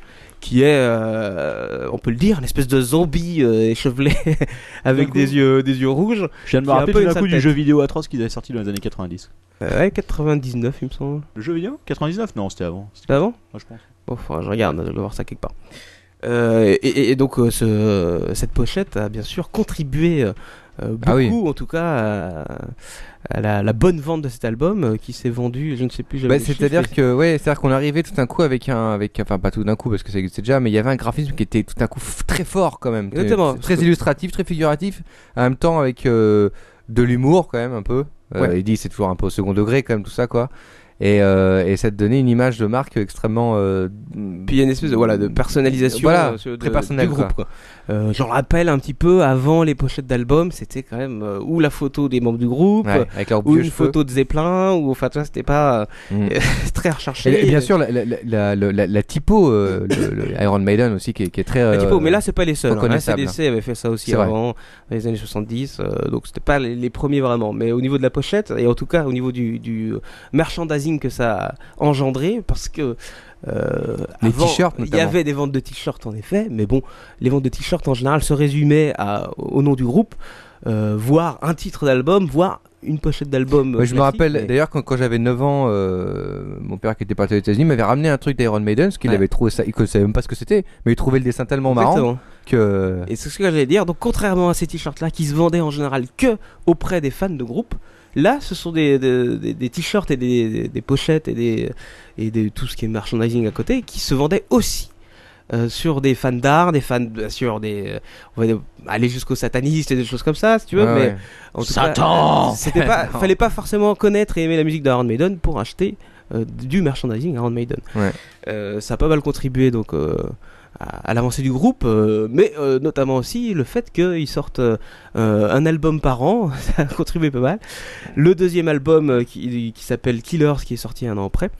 G: qui est, euh, on peut le dire, une espèce de zombie euh, échevelé avec des yeux, des yeux rouges.
F: Je viens de me
G: qui a un
F: rappeler
G: peu
F: tout
G: une
F: d'un
G: sale
F: coup du
G: tête.
F: jeu vidéo atroce qu'ils avaient sorti dans les années 90.
G: Euh, ouais, 99, il me semble.
F: Le jeu vidéo 99 Non, c'était avant.
G: C'était avant
F: Moi, je pense.
G: Bon, faudra que je regarde, je dois voir ça quelque part. Euh, et- et, et donc, euh, ce- cette pochette a bien sûr contribué euh, euh, beaucoup,
C: Ah oui.
G: en tout cas, à, à la, la bonne vente de cet album euh, qui s'est vendu, je ne sais plus. j'avais
C: Bah,
G: le chiffre,
C: c'est-à-dire
G: mais-
C: que ouais, c'est-à-dire qu'on arrivait tout d'un coup avec un avec enfin pas tout d'un coup parce que ça existait déjà mais il y avait un graphisme qui était tout d'un coup f- très fort quand même.
G: Exactement.
C: C'est Très illustratif, très figuratif, en même temps avec euh, de l'humour quand même un peu. Euh,
G: Ouais.
C: Il dit c'est toujours un peu au second degré quand même tout ça quoi. Et, euh, et ça te donnait une image de marque extrêmement. euh, Puis
G: il y a une espèce de, voilà, de personnalisation
C: Voilà,
G: euh, sur- de-
C: très personnelle.
G: du groupe.
C: quoi.
G: quoi. Euh, J'en rappelle un petit peu avant les pochettes d'albums, c'était quand même euh, ou la photo des membres du groupe,
C: Ouais,
G: euh,
C: avec leurs
G: ou
C: vieux
G: une
C: cheveux. Mm.
G: photo de Zeppelin, ou enfin tu vois, c'était pas euh, très recherché.
C: Et, et bien sûr, la, la, la, la- la- la typo, euh, le- le Iron Maiden aussi, qui, est- qui est très.
G: La
C: euh,
G: typo, mais là c'est pas les seuls. Hein.
C: reconnaissable.
G: ACDC avait fait ça aussi
C: C'est vrai.
G: avant, dans les années 70, euh, donc c'était pas les, les premiers vraiment. Mais au niveau de la pochette, et en tout cas au niveau du, du euh, merchandising que ça a engendré, parce que. euh,
C: Les
G: avant,
C: t-shirts,
G: Il y
C: notamment.
G: avait des ventes de t-shirts en effet, mais bon, les ventes de t-shirts en général se résumaient à, au nom du groupe, euh, voire un titre d'album, voire une pochette d'album.
C: Ouais, Bah, je me
G: classique,
C: rappelle
G: mais-
C: d'ailleurs quand, quand j'avais 9 ans, euh, mon père qui était parti aux États-Unis m'avait ramené un truc d'Iron Maiden parce qu'il
G: Ouais.
C: avait trouvé ça, il ne savait même pas ce que c'était, mais il trouvait le dessin tellement marrant
G: Exactement.
C: que. euh,
G: Et c'est ce que j'allais dire. Donc, contrairement à ces t-shirts-là qui se vendaient en général que auprès des fans de groupe, là, ce sont des, des, des- des t-shirts et des, des- des pochettes et, des, et des- tout ce qui est merchandising à côté qui se vendaient aussi. euh, sur des fans d'art, des fans, bien sûr, des, euh, on va dire, aller jusqu'aux satanistes et des choses comme ça, si tu veux,
C: Ouais,
G: mais
C: ouais.
G: en tout
C: Satan
G: cas, euh, c'était pas,
C: Non.
G: fallait pas forcément connaître et aimer la musique d'Iron Maiden pour acheter euh, du merchandising Iron Maiden.
C: Ouais.
G: Euh, ça a pas mal contribué donc euh, à, à l'avancée du groupe, euh, mais euh, notamment aussi le fait qu'ils sortent euh, euh, un album par an, ça a contribué pas mal. Le deuxième album euh, qui, qui s'appelle Killers, qui est sorti un an après,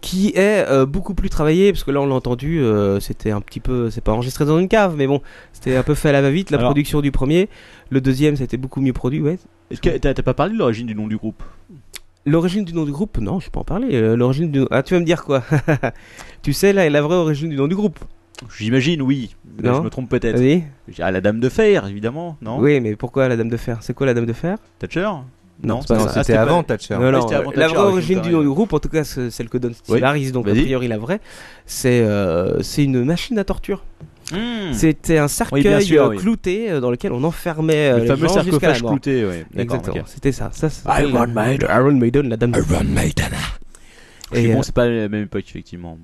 G: qui est euh, beaucoup plus travaillé, parce que là on l'a entendu, euh, c'était un petit peu, c'est pas enregistré dans une cave, mais bon, c'était un peu fait à la va-vite, la
F: Alors-
G: production du premier, le deuxième ça a été beaucoup mieux produit, ouais.
F: Est-ce que t'as t'as pas parlé de l'origine du nom du groupe
G: L'origine du nom du groupe, non, je peux en parler. euh, L'origine du... Ah, tu vas me dire quoi Tu sais, là, la vraie origine du nom du groupe.
F: J'imagine, oui. Mais
G: Non
F: Je me trompe peut-être.
G: Vas-y.
F: Je dirais la Dame de Fer, évidemment, non
G: Oui, mais pourquoi la Dame de Fer C'est quoi la Dame de Fer
F: Thatcher Non,
G: c'est pas
F: non,
G: ça.
F: c'était Ah, c'était avant pas- Thatcher.
G: Non,
F: Ah,
G: non,
F: c'était avant
G: la
F: Thatcher,
G: vraie
F: oui,
G: origine
F: c'est
G: du nom du groupe, en tout cas ce- celle que donne Steve
F: Oui,
G: Harris, donc a
F: vas-y.
G: priori la vraie, c'est euh, c'est une machine à torture.
F: Hmm.
G: C'était un cercueil
F: bien sûr,
G: euh,
F: oui.
G: clouté euh, dans lequel on enfermait euh,
F: Le
G: les
F: fameux
G: gens jusqu'à la
F: sarcophage
G: mort.
F: clouté, oui. D'accord,
G: Exactement.
F: ok.
G: C'était ça. ça c'est-
F: Iron Maiden.
G: Iron Maiden, la dame. de-
F: Et
G: Et,
F: bon,
G: euh,
F: c'est pas la même époque, effectivement.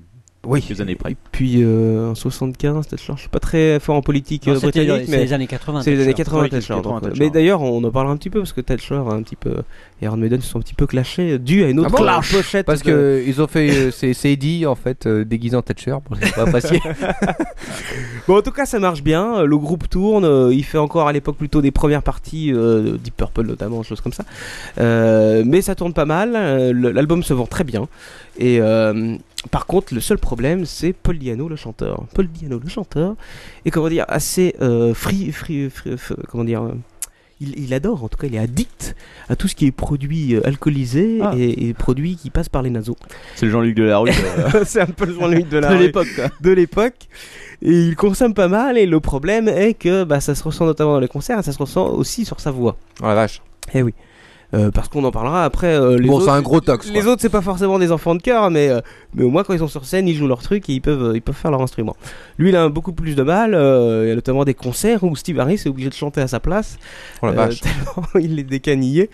G: Oui.
F: Quelques années près.
G: Puis euh, en 75, Thatcher. Je suis pas très fort en politique
H: Non,
G: euh,
H: c'était-
G: britannique,
H: c'est
G: mais
H: les années 80,
G: C'est les années
H: Thatcher.
G: 80,
H: Oui,
G: Thatcher, donc,
H: 80,
G: euh,
H: Thatcher.
G: Mais d'ailleurs, on en parlera un petit peu parce que Thatcher a un petit peu et Iron Maiden se sont un petit peu clashés euh, dû à une autre
C: Ah bon
G: clash pochette.
C: Parce
G: de-
C: que ils ont fait. euh, c'est- C'est Eddie en fait, euh, déguisé en Thatcher. Pour les pas apprécier.
G: bon, en tout cas, ça marche bien. euh, Le groupe tourne. euh, Il fait encore à l'époque plutôt des premières parties, euh, Deep Purple notamment, choses comme ça. Euh, mais ça tourne pas mal. euh, le- L'album se vend très bien. Et euh, par contre, le seul problème, c'est Paul Diano, le chanteur. Paul Diano, le chanteur, est comment dire, assez euh, free, free, free- f- comment dire. euh, il, il adore, en tout cas, il est addict à tout ce qui est produit euh, alcoolisé et, et produit qui passe par les naseaux.
F: C'est le Jean-Luc Delarue. euh,
G: c'est un peu le Jean-Luc de
F: De l'époque, quoi.
G: De l'époque. Et il consomme pas mal, et le problème est que bah, ça se ressent notamment dans les concerts, et ça se ressent aussi sur sa voix.
C: Oh la vache.
G: Eh oui. Euh, parce qu'on en parlera après. euh, les
C: Bon,
G: autres-
C: c'est un gros tox,
G: Les
C: quoi.
G: autres, c'est pas forcément des enfants de cœur, mais, euh, mais au moins quand ils sont sur scène, ils jouent leur truc et ils peuvent, euh, ils peuvent faire leur instrument. Lui, il a beaucoup plus de mal. euh, il y a notamment des concerts où Steve Harris est obligé de chanter à sa place.
C: Oh la vache.
G: Euh, tellement il est décanillé.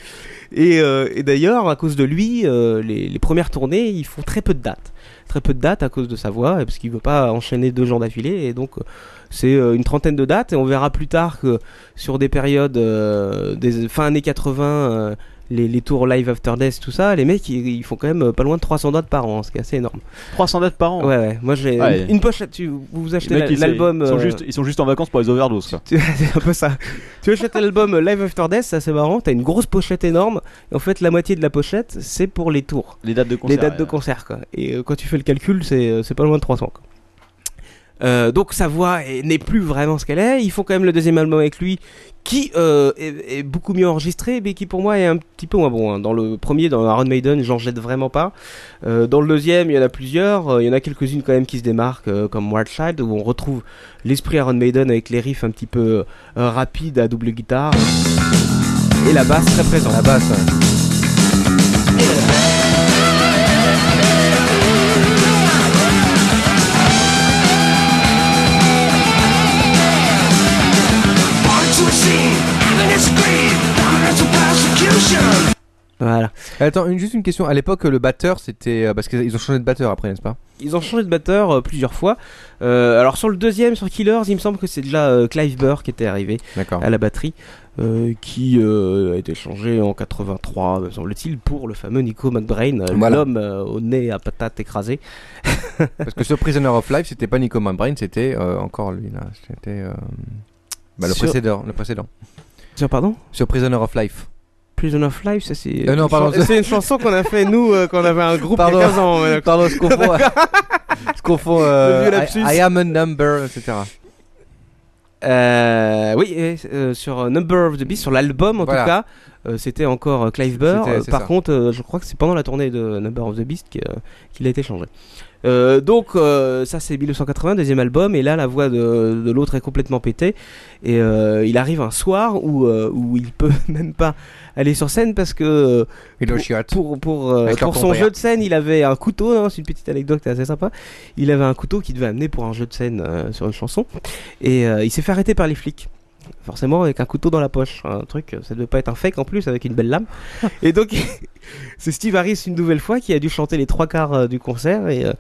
G: Et, euh, et d'ailleurs, à cause de lui, euh, les, les premières tournées, ils font très peu de dates. Très peu de dates à cause de sa voix, et parce qu'il veut pas enchaîner deux jours d'affilée. Et donc, euh, c'est euh, une trentaine de dates. Et on verra plus tard que sur des périodes euh, des fin années 80, euh, les, les tours live after death, tout ça, les mecs, ils, ils font quand même euh, pas loin de 300 dates par an, ce qui est assez énorme.
F: 300 dates par an
G: Ouais, ouais. Moi, j'ai
F: Oh. Ouais.
G: une, une pochette. tu- vous vous
F: Les
G: achetez
F: mecs,
G: la-
F: ils-
G: l'album.
F: Ils, sont
G: euh,
F: juste- ils sont juste en vacances pour les overdoses. quoi.
G: c'est un peu ça. Tu achètes l'album euh, Live After Death, ça c'est marrant, t'as une grosse pochette énorme, et en fait la moitié de la pochette c'est pour les tours.
F: Les dates de concert,
G: Les dates de
F: ouais.
G: concert quoi. Et euh, quand tu fais le calcul, c'est euh, c'est pas loin de 300 quoi. Euh, donc sa voix est- n'est plus vraiment ce qu'elle est. Ils font quand même le deuxième album avec lui, qui euh, est, est beaucoup mieux enregistré, mais qui pour moi est un petit peu moins bon. hein. Dans le premier, dans Iron Maiden, j'en jette vraiment pas. Euh, dans le deuxième, il y en a plusieurs. Euh, Il y en a quelques-unes quand même qui se démarquent, euh, comme Wild Child, où on retrouve l'esprit Iron Maiden avec les riffs un petit peu euh, rapides à double guitare et la basse très présente. La
C: basse.
O: Born to a scene, and it's greed, dominance and persecution.
G: Voilà.
C: Attends, une- juste une question. À l'époque, le batteur, c'était euh, parce qu'ils ont changé de batteur après, n'est-ce pas
G: Ils ont changé de batteur euh, plusieurs fois. Euh, alors sur le deuxième, sur Killers, il me semble que c'est déjà euh, Clive Burr qui était arrivé à la batterie, euh, qui euh, a été changé en 83, me semble-t-il, pour le fameux Nico McBrain, euh,
C: Voilà.
G: l'homme euh, au nez à patate écrasée.
C: Parce que sur Prisoner of Life, c'était pas Nico McBrain, c'était euh, encore lui là. C'était euh, bah, le
G: Sur-
C: précédent, le précédent.
G: Sur pardon
C: Sur Prisoner of Life.
G: Prison of Life, ça c'est.
C: Euh, non,
G: une
C: pardon.
G: chan- C'est une chanson qu'on a fait nous euh, quand on avait un groupe
C: Pardon.
G: il y a 15 ans. ouais,
C: Pardon, je confonds. je confonds. euh,
G: Le vieux
C: I-
G: lapsus.
C: I, am a number, etc.
G: Euh, oui, et, euh, sur euh, Number of the Beast, sur l'album en
C: Voilà.
G: tout cas, euh, c'était encore euh, Clive Burr.
C: C'était-
G: Euh,
C: c'est
G: par
C: ça.
G: contre, euh, je crois que c'est pendant la tournée de Number of the Beast que- euh, qu'il a été changé. Euh, donc euh, ça c'est 1980, deuxième album, et là la voix de, de l'autre est complètement pétée, et euh, il arrive un soir où, euh, où il peut même pas aller sur scène parce que euh, pour, pour, pour, euh,
C: Avec leur
G: pour son
C: compère.
G: jeu de scène il avait un couteau, hein, c'est une petite anecdote assez sympa, il avait un couteau qu'il devait amener pour un jeu de scène euh, sur une chanson, et euh, il s'est fait arrêter par les flics. Forcément, avec un couteau dans la poche, un truc, euh, ça devait pas être un fake en plus, avec une belle lame. Et donc, c'est Steve Harris une nouvelle fois qui a dû chanter les trois quarts euh, du concert et, euh,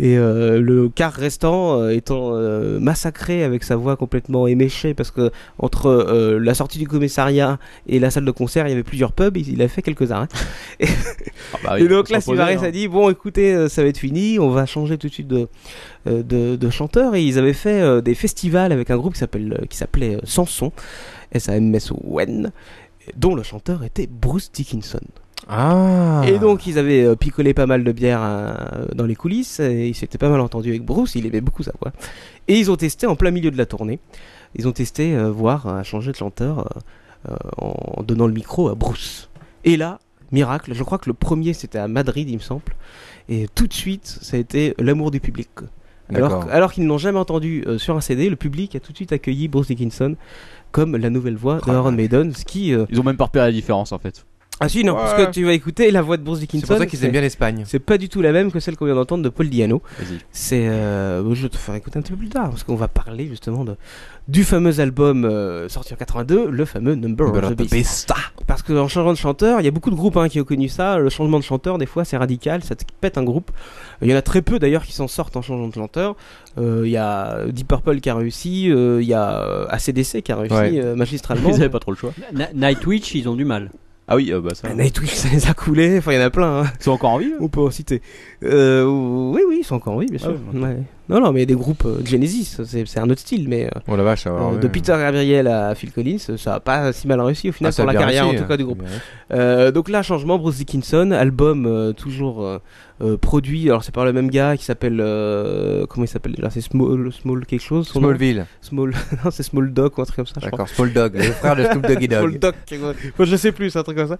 G: et euh, le quart restant euh, étant euh, massacré avec sa voix complètement éméchée parce que entre euh, la sortie du commissariat et la salle de concert, il y avait plusieurs pubs, il, il a fait quelques arrêts. Et,
F: bah oui,
G: et donc
F: faut
G: là,
F: se
G: Steve
F: reposer,
G: Harris
F: hein.
G: a dit bon, écoutez, euh, ça va être fini, on va changer tout de suite de, euh, de, de chanteur et ils avaient fait euh, des festivals avec un groupe qui s'appelle euh, qui s'appelait euh, Sanson, S A M S O N dont le chanteur était Bruce Dickinson.
C: Ah.
G: Et donc ils avaient euh, picolé pas mal de bière euh, dans les coulisses et ils s'étaient pas mal entendus avec Bruce, il aimait beaucoup sa voix. Et ils ont testé en plein milieu de la tournée. Ils ont testé euh, voir euh, changer de chanteur euh, euh, en donnant le micro à Bruce. Et là, miracle, je crois que le premier c'était à Madrid il me semble et tout de suite ça a été l'amour du public. quoi. Alors,
C: D'accord.
G: alors qu'ils n'ont jamais entendu euh, sur un CD, le public a tout de suite
C: Ah.
G: accueilli Bruce Dickinson comme la nouvelle voix de Iron Maiden, ce qui euh,
F: Ils ont même pas repéré la différence en fait.
G: Ah si, non, parce
C: Ouais.
G: que tu vas écouter la voix de Bruce Dickinson.
C: pour ça qu'ils aiment bien l'Espagne.
G: C'est pas du tout la même que celle qu'on vient d'entendre de Paul Diano. C'est, euh, je vais te ferai écouter un petit peu plus tard, parce qu'on va parler justement de, du fameux album euh, sorti en 82, le fameux Number,
C: Number
G: of the, Beast. Parce qu'en changeant de chanteur, il y a beaucoup de groupes hein, qui ont connu ça. Le changement de chanteur, des fois, c'est radical, ça te pète un groupe. Il y en a très peu d'ailleurs qui s'en sortent en changeant de chanteur. Euh, Il y a Deep Purple qui a réussi, euh, il y a euh, ACDC qui a réussi
F: Ouais.
G: euh, magistralement.
F: Ils avaient pas trop le choix.
H: Na- Nightwitch, ils ont du mal.
F: Ah oui, euh, bah ça.
G: Ah, Nightwish, ça les a coulés. Enfin, il y en a plein. Hein.
F: Ils sont encore en vie
G: On peut en citer. Euh, oui, oui, ils sont encore en vie, bien sûr.
C: Ah,
G: Ouais. Non, non, mais des groupes euh, Genesis, c'est c'est un autre style. Mais euh,
C: Oh la vache, alors,
G: euh,
C: ouais.
G: de Peter Gabriel à Phil Collins, euh, ça a pas si mal réussi au final
C: Ah, ça
G: pour
C: a
G: la
C: bien
G: carrière,
C: réussi,
G: en tout cas,
C: hein, ça
G: du
C: a
G: groupe.
C: bien réussi.
G: Euh, donc là, changement, Bruce Dickinson, album euh, toujours euh, euh, produit. Alors, c'est par le même gars qui s'appelle. euh, comment il s'appelle déjà C'est Small, Small quelque chose son nom
C: Smallville.
G: Small, non, c'est Small Dog ou un truc comme ça, je crois.
C: D'accord, Small Dog, le frère de Snoop Doggy Dogg.
G: Small Dog, Enfin, je sais plus, c'est un truc comme ça.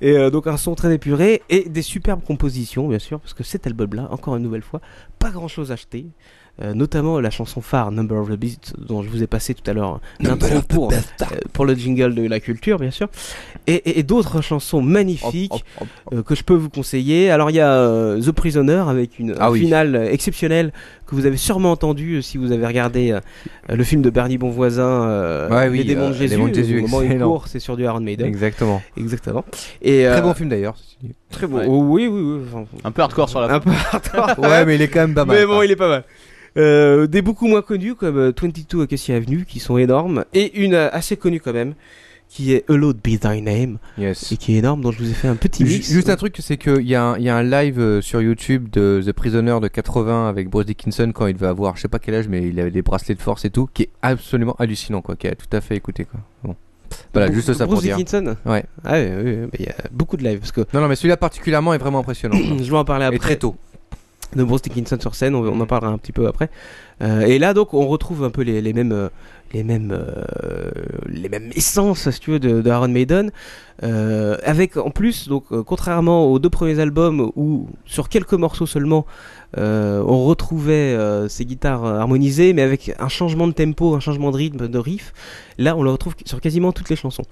G: Et euh, donc un son très épuré et des superbes compositions, bien sûr, parce que cet album-là, encore une nouvelle fois, pas grand-chose acheté. Euh, notamment la chanson phare Number of the Beast dont je vous ai passé tout à l'heure l'intro pour, euh, pour le jingle de la culture bien sûr et, et- et d'autres chansons magnifiques euh, que je peux vous conseiller alors il y a euh, The Prisoner avec une
C: Ah
G: un
C: oui.
G: finale euh, exceptionnelle que vous avez sûrement entendu euh, si vous avez regardé euh, le film de Bernie Bonvoisin euh,
C: Ouais, oui,
G: Les démons
C: euh,
G: de
C: Les
G: Jésus,
C: démons de Jésus,
G: au moment où il
C: excellent.
G: court c'est sur du Iron Maiden
C: Exactement.
G: exactement et
C: Très
G: euh,
C: bon film d'ailleurs.
G: Très bon. Oh, oui, oui, oui.
F: un peu hardcore sur la
G: Un peu hardcore.
C: Ouais, mais il est quand même pas mal,
G: Mais bon,
C: quoi.
G: il est pas mal. Euh, des beaucoup moins connus comme euh, 22 Acacia Avenue qui sont énormes et une euh, assez connue quand même qui est Allowed Be Thy Name et qui est énorme dont je vous ai fait un petit
C: Ju-
G: mix.
C: Juste un truc, c'est qu'il y, a un- il y a un live euh, sur YouTube de The Prisoner de 80 avec Bruce Dickinson quand il va avoir, je sais pas quel âge, mais il avait des bracelets de force et tout, qui est absolument hallucinant, quoi, qui a tout à fait écouté, quoi. Bon. Voilà,
G: Bru-
C: juste ça pour
G: Bruce
C: dire.
G: Dickinson
C: Ouais.
G: Ah oui, oui, oui, mais il y a beaucoup de lives parce que.
C: Non, non, mais celui-là particulièrement est vraiment impressionnant. quoi.
G: je vais en parler après.
C: très tôt.
G: De Bruce Dickinson sur scène, on, on en parlera un petit peu après. Euh, et là, donc, on retrouve un peu les, les mêmes, euh, les mêmes, euh, les mêmes essences, si tu veux, de, de Iron Maiden, Euh, avec en plus, donc, euh, contrairement aux deux premiers albums où sur quelques morceaux seulement, euh, on retrouvait euh, ces guitares euh, harmonisées, mais avec un changement de tempo, un changement de rythme, de riff. Là, on le retrouve sur quasiment toutes les chansons.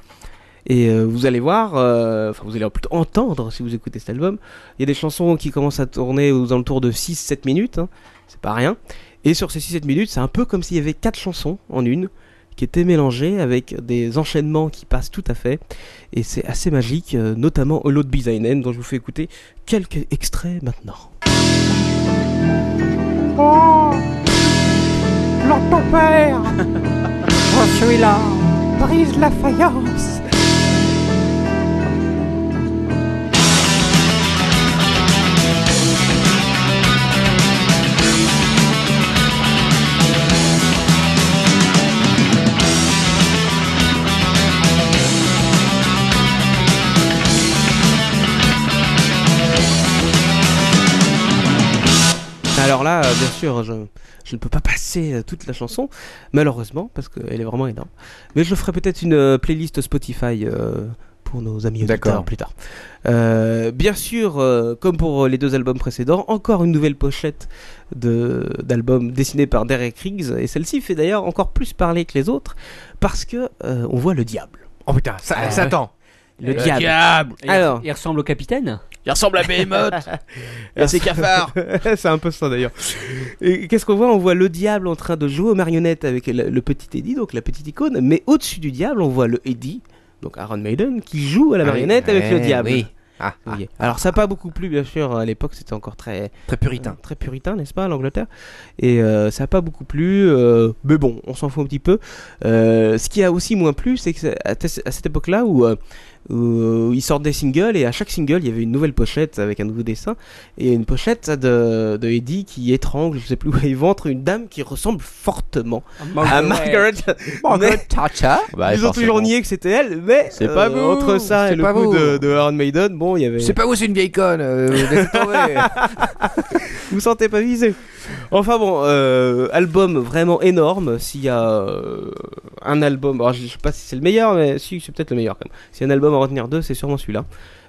G: Et euh, vous allez voir, euh, enfin vous allez plutôt entendre si vous écoutez cet album, il y a des chansons qui commencent à tourner aux alentours de 6-7 minutes, hein, c'est pas rien. Et sur ces 6-7 minutes, c'est un peu comme s'il y avait quatre chansons en une qui étaient mélangées avec des enchaînements qui passent tout à fait. Et c'est assez magique, euh, notamment Hollow de Bizainen dont je vous fais écouter quelques extraits maintenant.
M: Oh Lord ton père Je suis là Brise la faïence
G: Alors là, euh, bien sûr, je, je ne peux pas passer euh, toute la chanson, malheureusement, parce qu'elle est vraiment énorme. Mais je ferai peut-être une euh, playlist Spotify euh, pour nos amis auditeurs
C: D'accord.
G: plus tard. Euh, bien sûr, euh, comme pour les deux albums précédents, encore une nouvelle pochette de- d'album dessiné par Derek Riggs, et celle-ci fait d'ailleurs encore plus parler que les autres, parce que euh, on voit le diable.
C: Oh putain, ça,
G: Ah,
C: Satan.
G: Le,
H: Le
G: diable.
H: diable. Et il-
G: Alors,
H: il ressemble au capitaine.
G: Il ressemble à Behemoth
H: Et à ses cafards.
G: C'est un peu ça d'ailleurs. Et qu'est-ce qu'on voit On voit le diable en train de jouer aux marionnettes avec le, le petit Eddie, donc la petite icône, mais au-dessus du diable, on voit le Eddie, donc Aaron Maiden, qui joue à la
C: Ah oui.
G: marionnette avec le
C: Eh
G: diable.
C: oui. Ah,
G: Oui. Alors ça n'a pas beaucoup plu bien sûr à l'époque c'était encore très
C: très puritain
G: très puritain n'est-ce pas l'Angleterre et euh, ça n'a pas beaucoup plu euh, mais bon on s'en fout un petit peu Euh, ce qui a aussi moins plu c'est que c'est à, t- à cette époque là où, euh, où euh, ils sortent des singles et à chaque single il y avait une nouvelle pochette avec un nouveau dessin et une pochette de, de Eddie qui étrangle je sais plus où il ventre une dame qui ressemble fortement
M: Ah,
G: à Margaret
M: Margaret. Margaret
G: Thatcher
M: Bah,
G: ils ont toujours
M: forcément.
G: nié que c'était elle mais euh,
M: C'est pas vous,
G: entre ça
M: c'est
G: et le
M: pas
G: coup
M: vous.
G: de, de Iron Maiden bon il y avait
C: C'est pas vous, c'est une vieille conne. euh, laissez tomber.
G: vous sentez pas visé. Enfin bon, euh, album vraiment énorme. S'il y a euh, un album, alors je je sais pas si c'est le meilleur, mais si c'est peut-être le meilleur quand même. S'il y a un album à retenir deux, c'est sûrement celui-là.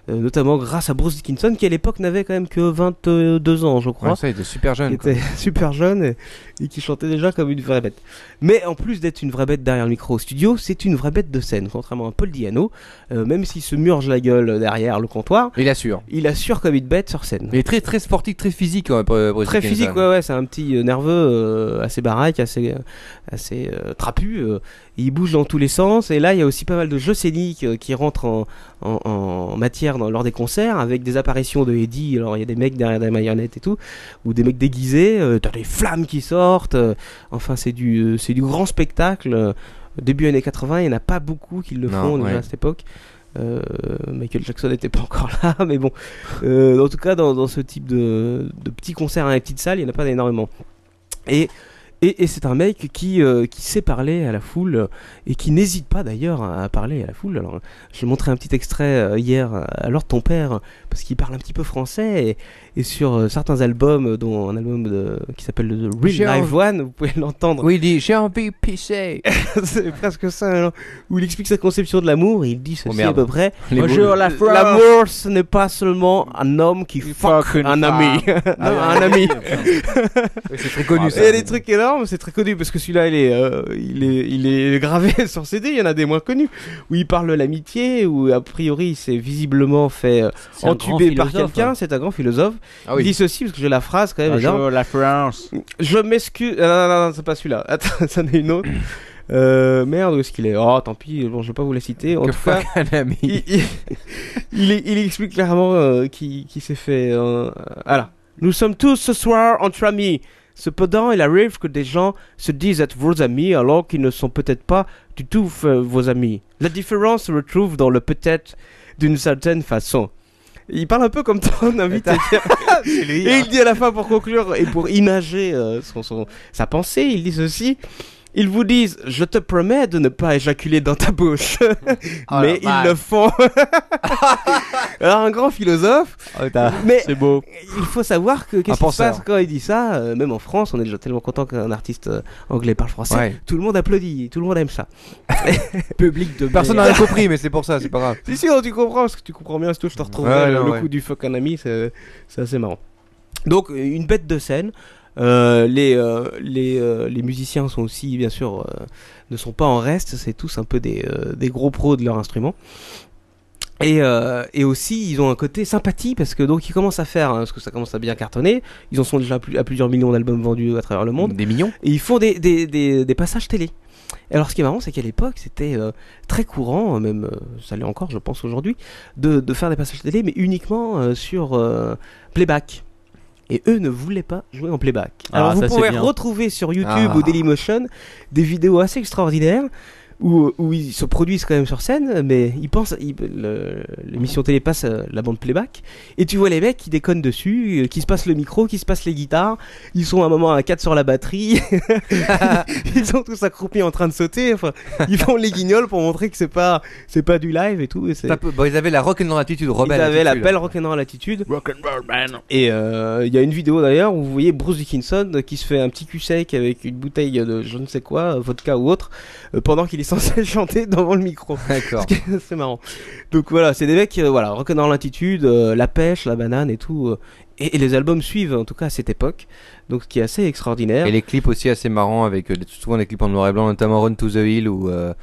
G: euh, notamment grâce à Bruce Dickinson, qui à l'époque n'avait quand même que 22 ans, je crois.
C: Ouais, ça, il était super jeune,
G: Il
C: quoi.
G: était super jeune et, et qui chantait déjà comme une vraie bête. Mais en plus d'être une vraie bête derrière le micro au studio, c'est une vraie bête de scène, contrairement à Paul Diano, euh, même s'il se murge la gueule derrière le comptoir.
C: Il assure.
G: Il assure comme une bête sur scène.
C: Mais très très sportif, très physique. hein, Bru- Bruce
G: Très
C: Dickinson.
G: physique, ouais, ouais, c'est un petit euh, nerveux euh, assez baraque, assez, euh, assez euh, trapu. euh, il bouge dans tous les sens. Et là, il y a aussi pas mal de jeux scéniques euh, qui rentrent en, en- en matière dans- lors des concerts avec des apparitions de Eddie. Alors, il y a des mecs derrière des marionnettes et tout, ou des mecs déguisés. euh, T'as des flammes qui sortent. euh, enfin, c'est du, euh, c'est du grand spectacle. euh, début années 80, il n'y en a pas beaucoup qui le
C: Non,
G: font déjà
C: ouais.
G: à cette époque. Euh, Michael Jackson n'était pas encore là, mais bon. Euh, en tout cas, dans, dans ce type de, de petits concerts à la petite salle, il n'y en a pas énormément. Et, et, et c'est un mec qui, euh, qui sait parler à la foule euh, et qui n'hésite pas d'ailleurs à, à parler à la foule. Alors, je lui montrais un petit extrait euh, hier euh, à l'heure de ton père parce qu'il parle un petit peu français et, et sur euh, certains albums, euh, dont un album de- qui s'appelle The
C: J'ai
G: Real Live
C: envie-
G: One, vous pouvez l'entendre.
C: Oui, il dit J'ai envie de pisser.
G: c'est presque ça, hein, où il explique sa conception de l'amour et il dit ceci
C: Oh, merde.
G: à peu près.
C: Les mots.
G: L'amour, ce n'est pas seulement un homme qui fuck, un ami.
C: femme.
G: Non,
C: Ah,
G: un
C: oui.
G: ami.
C: C'est très connu, ça.
G: Il y a des Ah, trucs énormes, c'est très connu parce que celui-là, il est, euh, il est, il est gravé sur CD. Il y en a des moins connus où il parle de l'amitié, où a priori, il s'est visiblement fait euh,
C: C'est un
G: entuber
C: grand
G: par
C: philosophe,
G: quelqu'un.
C: hein.
G: C'est un grand philosophe.
C: Ah oui.
G: Il dit ceci parce que j'ai la phrase quand même.
C: Un
G: énorme.
C: jour, la France.
G: Je m'excuse. Ah, non, non, non, c'est pas celui-là. Attends, ça n'est une autre. Euh, merde, où est-ce qu'il est Oh, tant pis, bon, je vais pas vous la citer. En
C: Que
G: tout cas,
C: fuck un ami.
G: Il, il- il est- il explique clairement euh, qui, qui s'est fait. euh, euh, voilà. Nous sommes tous ce soir entre amis. Cependant, il arrive que des gens se disent être vos amis alors qu'ils ne sont peut-être pas du tout euh, vos amis. La différence se retrouve dans le peut-être d'une certaine façon. Il parle un peu comme ton invité. et
C: hein.
G: il dit à la fin pour conclure et pour imaginer euh, son, son- sa pensée, il dit ceci. Ils vous disent, je te promets de ne pas éjaculer dans ta bouche.
C: Oh la
G: Mais ils
C: vache.
G: le font. Alors, un grand philosophe.
C: Oh,
G: mais c'est beau. Il faut savoir que qu'est-ce qui se
C: penseur.
G: passe quand il dit ça euh, Même en France, on est déjà tellement content qu'un artiste euh, anglais parle français.
C: Ouais.
G: Tout le monde applaudit, tout le monde aime ça. Public de
C: Personne n'a
G: merde.
C: rien compris, mais c'est pour ça, c'est pas grave.
G: Si, si, non, tu comprends, parce que tu comprends bien, surtout, je te retrouverai
C: Ouais,
G: le,
C: non,
G: le
C: ouais.
G: coup du fuck un ami, c'est c'est assez marrant. Donc, une bête de scène. Euh, les, euh, les, euh, les musiciens sont aussi, bien sûr, euh, ne sont pas en reste, c'est tous un peu des, euh, des gros pros de leur instrument. Et, euh, et aussi, ils ont un côté sympathie parce que donc ils commencent à faire, hein, parce que ça commence à bien cartonner. Ils en sont déjà à, plus- à plusieurs millions d'albums vendus à travers le monde.
C: Des millions.
G: Et ils font des, des, des, des passages télé. Et alors, ce qui est marrant, c'est qu'à l'époque, c'était euh, très courant, euh, même euh, ça l'est encore, je pense aujourd'hui, de, de faire des passages télé, mais uniquement euh, sur euh, playback. Et eux ne voulaient pas jouer en playback.
C: Ah,
G: Alors, vous
C: ça, c'est
G: pouvez
C: bien.
G: retrouver sur YouTube
C: Ah.
G: ou Dailymotion des vidéos assez extraordinaires où, euh, où ils se produisent quand même sur scène, mais ils pensent, ils- le- l'émission télé passe euh, la bande playback, et tu vois les mecs qui déconnent dessus, euh, qui se passent le micro, qui se passent les guitares, ils sont à un moment à 4 sur la batterie, ils sont tous accroupis en train de sauter, enfin, ils font les guignols pour montrer que c'est pas, c'est pas du live et tout. Et c'est-
C: Pas peu- Bon, ils avaient la rock'n'roll attitude, rebelle.
G: ils avaient la
C: attitude.
G: belle rock'n'roll attitude. Et euh, il y a une vidéo d'ailleurs où vous voyez Bruce Dickinson euh, qui se fait un petit cul sec avec une bouteille de je ne sais quoi, euh, vodka ou autre, euh, pendant qu'il est censé chanter devant le micro.
C: D'accord.
G: Ce qui est- C'est marrant. Donc voilà, c'est des mecs, euh, voilà, rock'n'roll l'attitude, euh, la pêche, la banane et tout. euh, et, et les albums suivent en tout cas à cette époque. Donc ce qui est assez extraordinaire.
C: Et les clips aussi assez marrants, avec euh, des- souvent des clips en noir et blanc, notamment Run to the Hill, où euh,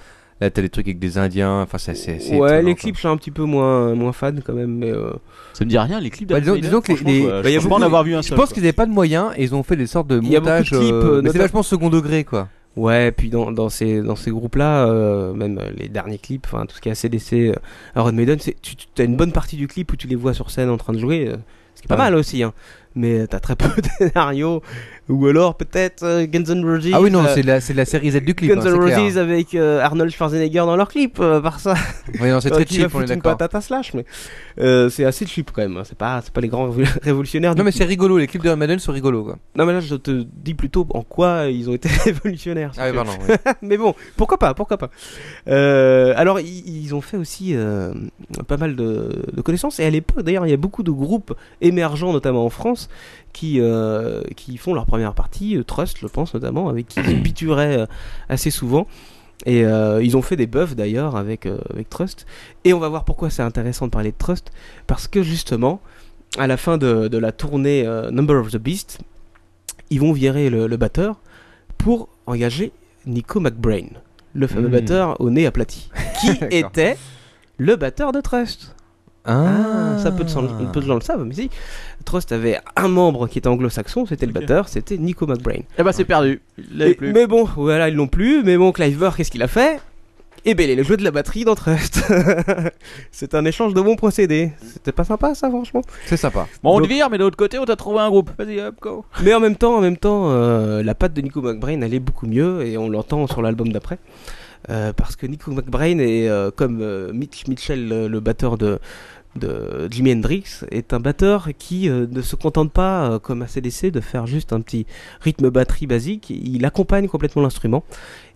C: là t'as des trucs avec des Indiens. Enfin, c'est assez. assez
G: ouais,
C: étonnant,
G: les
C: quoi.
G: clips, je suis un petit peu moins, moins fan quand même. Mais, euh,
C: Ça me dit rien, les clips
G: de
C: Bah, disons, disons que les, les-
F: je- Bah, il y a je pense beaucoup- pas en avoir vu un
C: Je
F: seul,
C: pense
F: quoi.
C: qu'ils n'avaient pas de moyens et ils ont fait des sortes de
G: Il y a
C: montages.
G: beaucoup de clips,
C: euh,
G: euh,
C: mais c'est
G: notamment-
C: vachement second degré, quoi.
G: Ouais, puis dans, dans ces, dans ces groupes-là, euh, même euh, les derniers clips, enfin, tout ce qui est ACDC, euh, Iron Maiden, c'est- tu, tu as une bonne partie du clip où tu les vois sur scène en train de jouer, euh, ce qui est pas
C: Ouais.
G: mal aussi, hein. mais euh, t'as très peu de scénarios, ou alors peut-être euh, Guns N' Roses.
C: Ah oui, non,
G: euh,
C: c'est de la, c'est de la série Z du clip.
G: Guns
C: hein,
G: N'
C: c'est clair.
G: Roses avec euh, Arnold Schwarzenegger dans leur clip, euh, par ça.
C: Oui, non, c'est
G: Euh,
C: très
G: qui va
C: cheap, on est
G: foutre une
C: d'accord.
G: patate à Slash, mais euh, c'est assez cheap quand même. hein. C'est pas, c'est pas les grands révo- révolutionnaires. du
C: Non, mais
G: clip.
C: c'est rigolo, les clips de Iron Maiden sont rigolos, quoi.
G: Non mais là je te dis plutôt en quoi ils ont été révolutionnaires. si
C: Ah oui,
G: tu veux.
C: pardon, oui.
G: mais bon, pourquoi pas, pourquoi pas. Euh, alors i- ils ont fait aussi euh, pas mal de, de connaissances et à l'époque d'ailleurs il y a beaucoup de groupes émergents notamment en France qui euh, qui font leur première partie, euh, Trust je pense notamment avec qui ils se bituraient euh, assez souvent. Et euh, ils ont fait des buffs d'ailleurs avec, euh, avec Trust. Et on va voir pourquoi c'est intéressant de parler de Trust. Parce que justement, à la fin de, de la tournée euh, Number of the Beast, ils vont virer le, le batteur pour engager Nico McBrain, le fameux
C: Mm.
G: batteur au nez aplati, qui était le batteur de Trust. Ah, ça peu de, gens- peu de gens le savent, mais si. Trust avait un membre qui était anglo-saxon, c'était le batteur, c'était Nico McBrain.
F: Eh ben c'est perdu. Il l'avait
G: Et-
F: plus.
G: Mais bon, voilà, ils l'ont plus. Mais bon, Clive Burr, qu'est-ce qu'il a fait Eh ben, il est le jeu de la batterie dans Trust. c'est un échange de bons procédés. C'était pas sympa, ça, franchement.
C: C'est sympa.
F: Bon, on te
G: Donc-
F: vire, mais de l'autre côté, on t'a trouvé un groupe. Vas-y, hein. hop, go.
G: Mais en même temps, en même temps, euh, la patte de Nico McBrain allait beaucoup mieux et on l'entend sur l'album d'après. Euh, parce que Nico McBrain est euh, comme euh, Mitch Mitchell, le, le batteur de, de Jimi Hendrix, est un batteur qui euh, ne se contente pas, euh, comme ACDC, de faire juste un petit rythme batterie basique. Il accompagne complètement l'instrument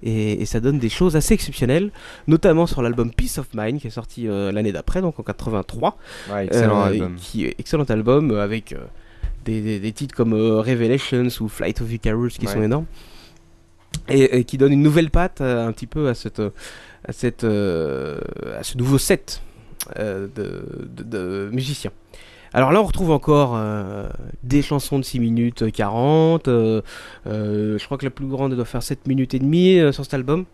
G: et, et ça donne des choses assez exceptionnelles, notamment sur l'album Peace of Mind qui est sorti euh, l'année d'après, donc en 83.
C: Ouais, Ah, excellent
G: Euh,
C: album.
G: qui est excellent album euh, avec euh, des, des- des titres comme euh, Revelations ou Flight of Icarus qui sont
C: Ouais.
G: énormes et, et qui donnent une nouvelle patte euh, un petit peu à cette euh, à cette euh, à ce nouveau set euh, de, de- de musiciens. Alors là, on retrouve encore euh, des chansons de 6 minutes 40. euh, euh, je crois que la plus grande doit faire 7 minutes et demie euh, sur cet album.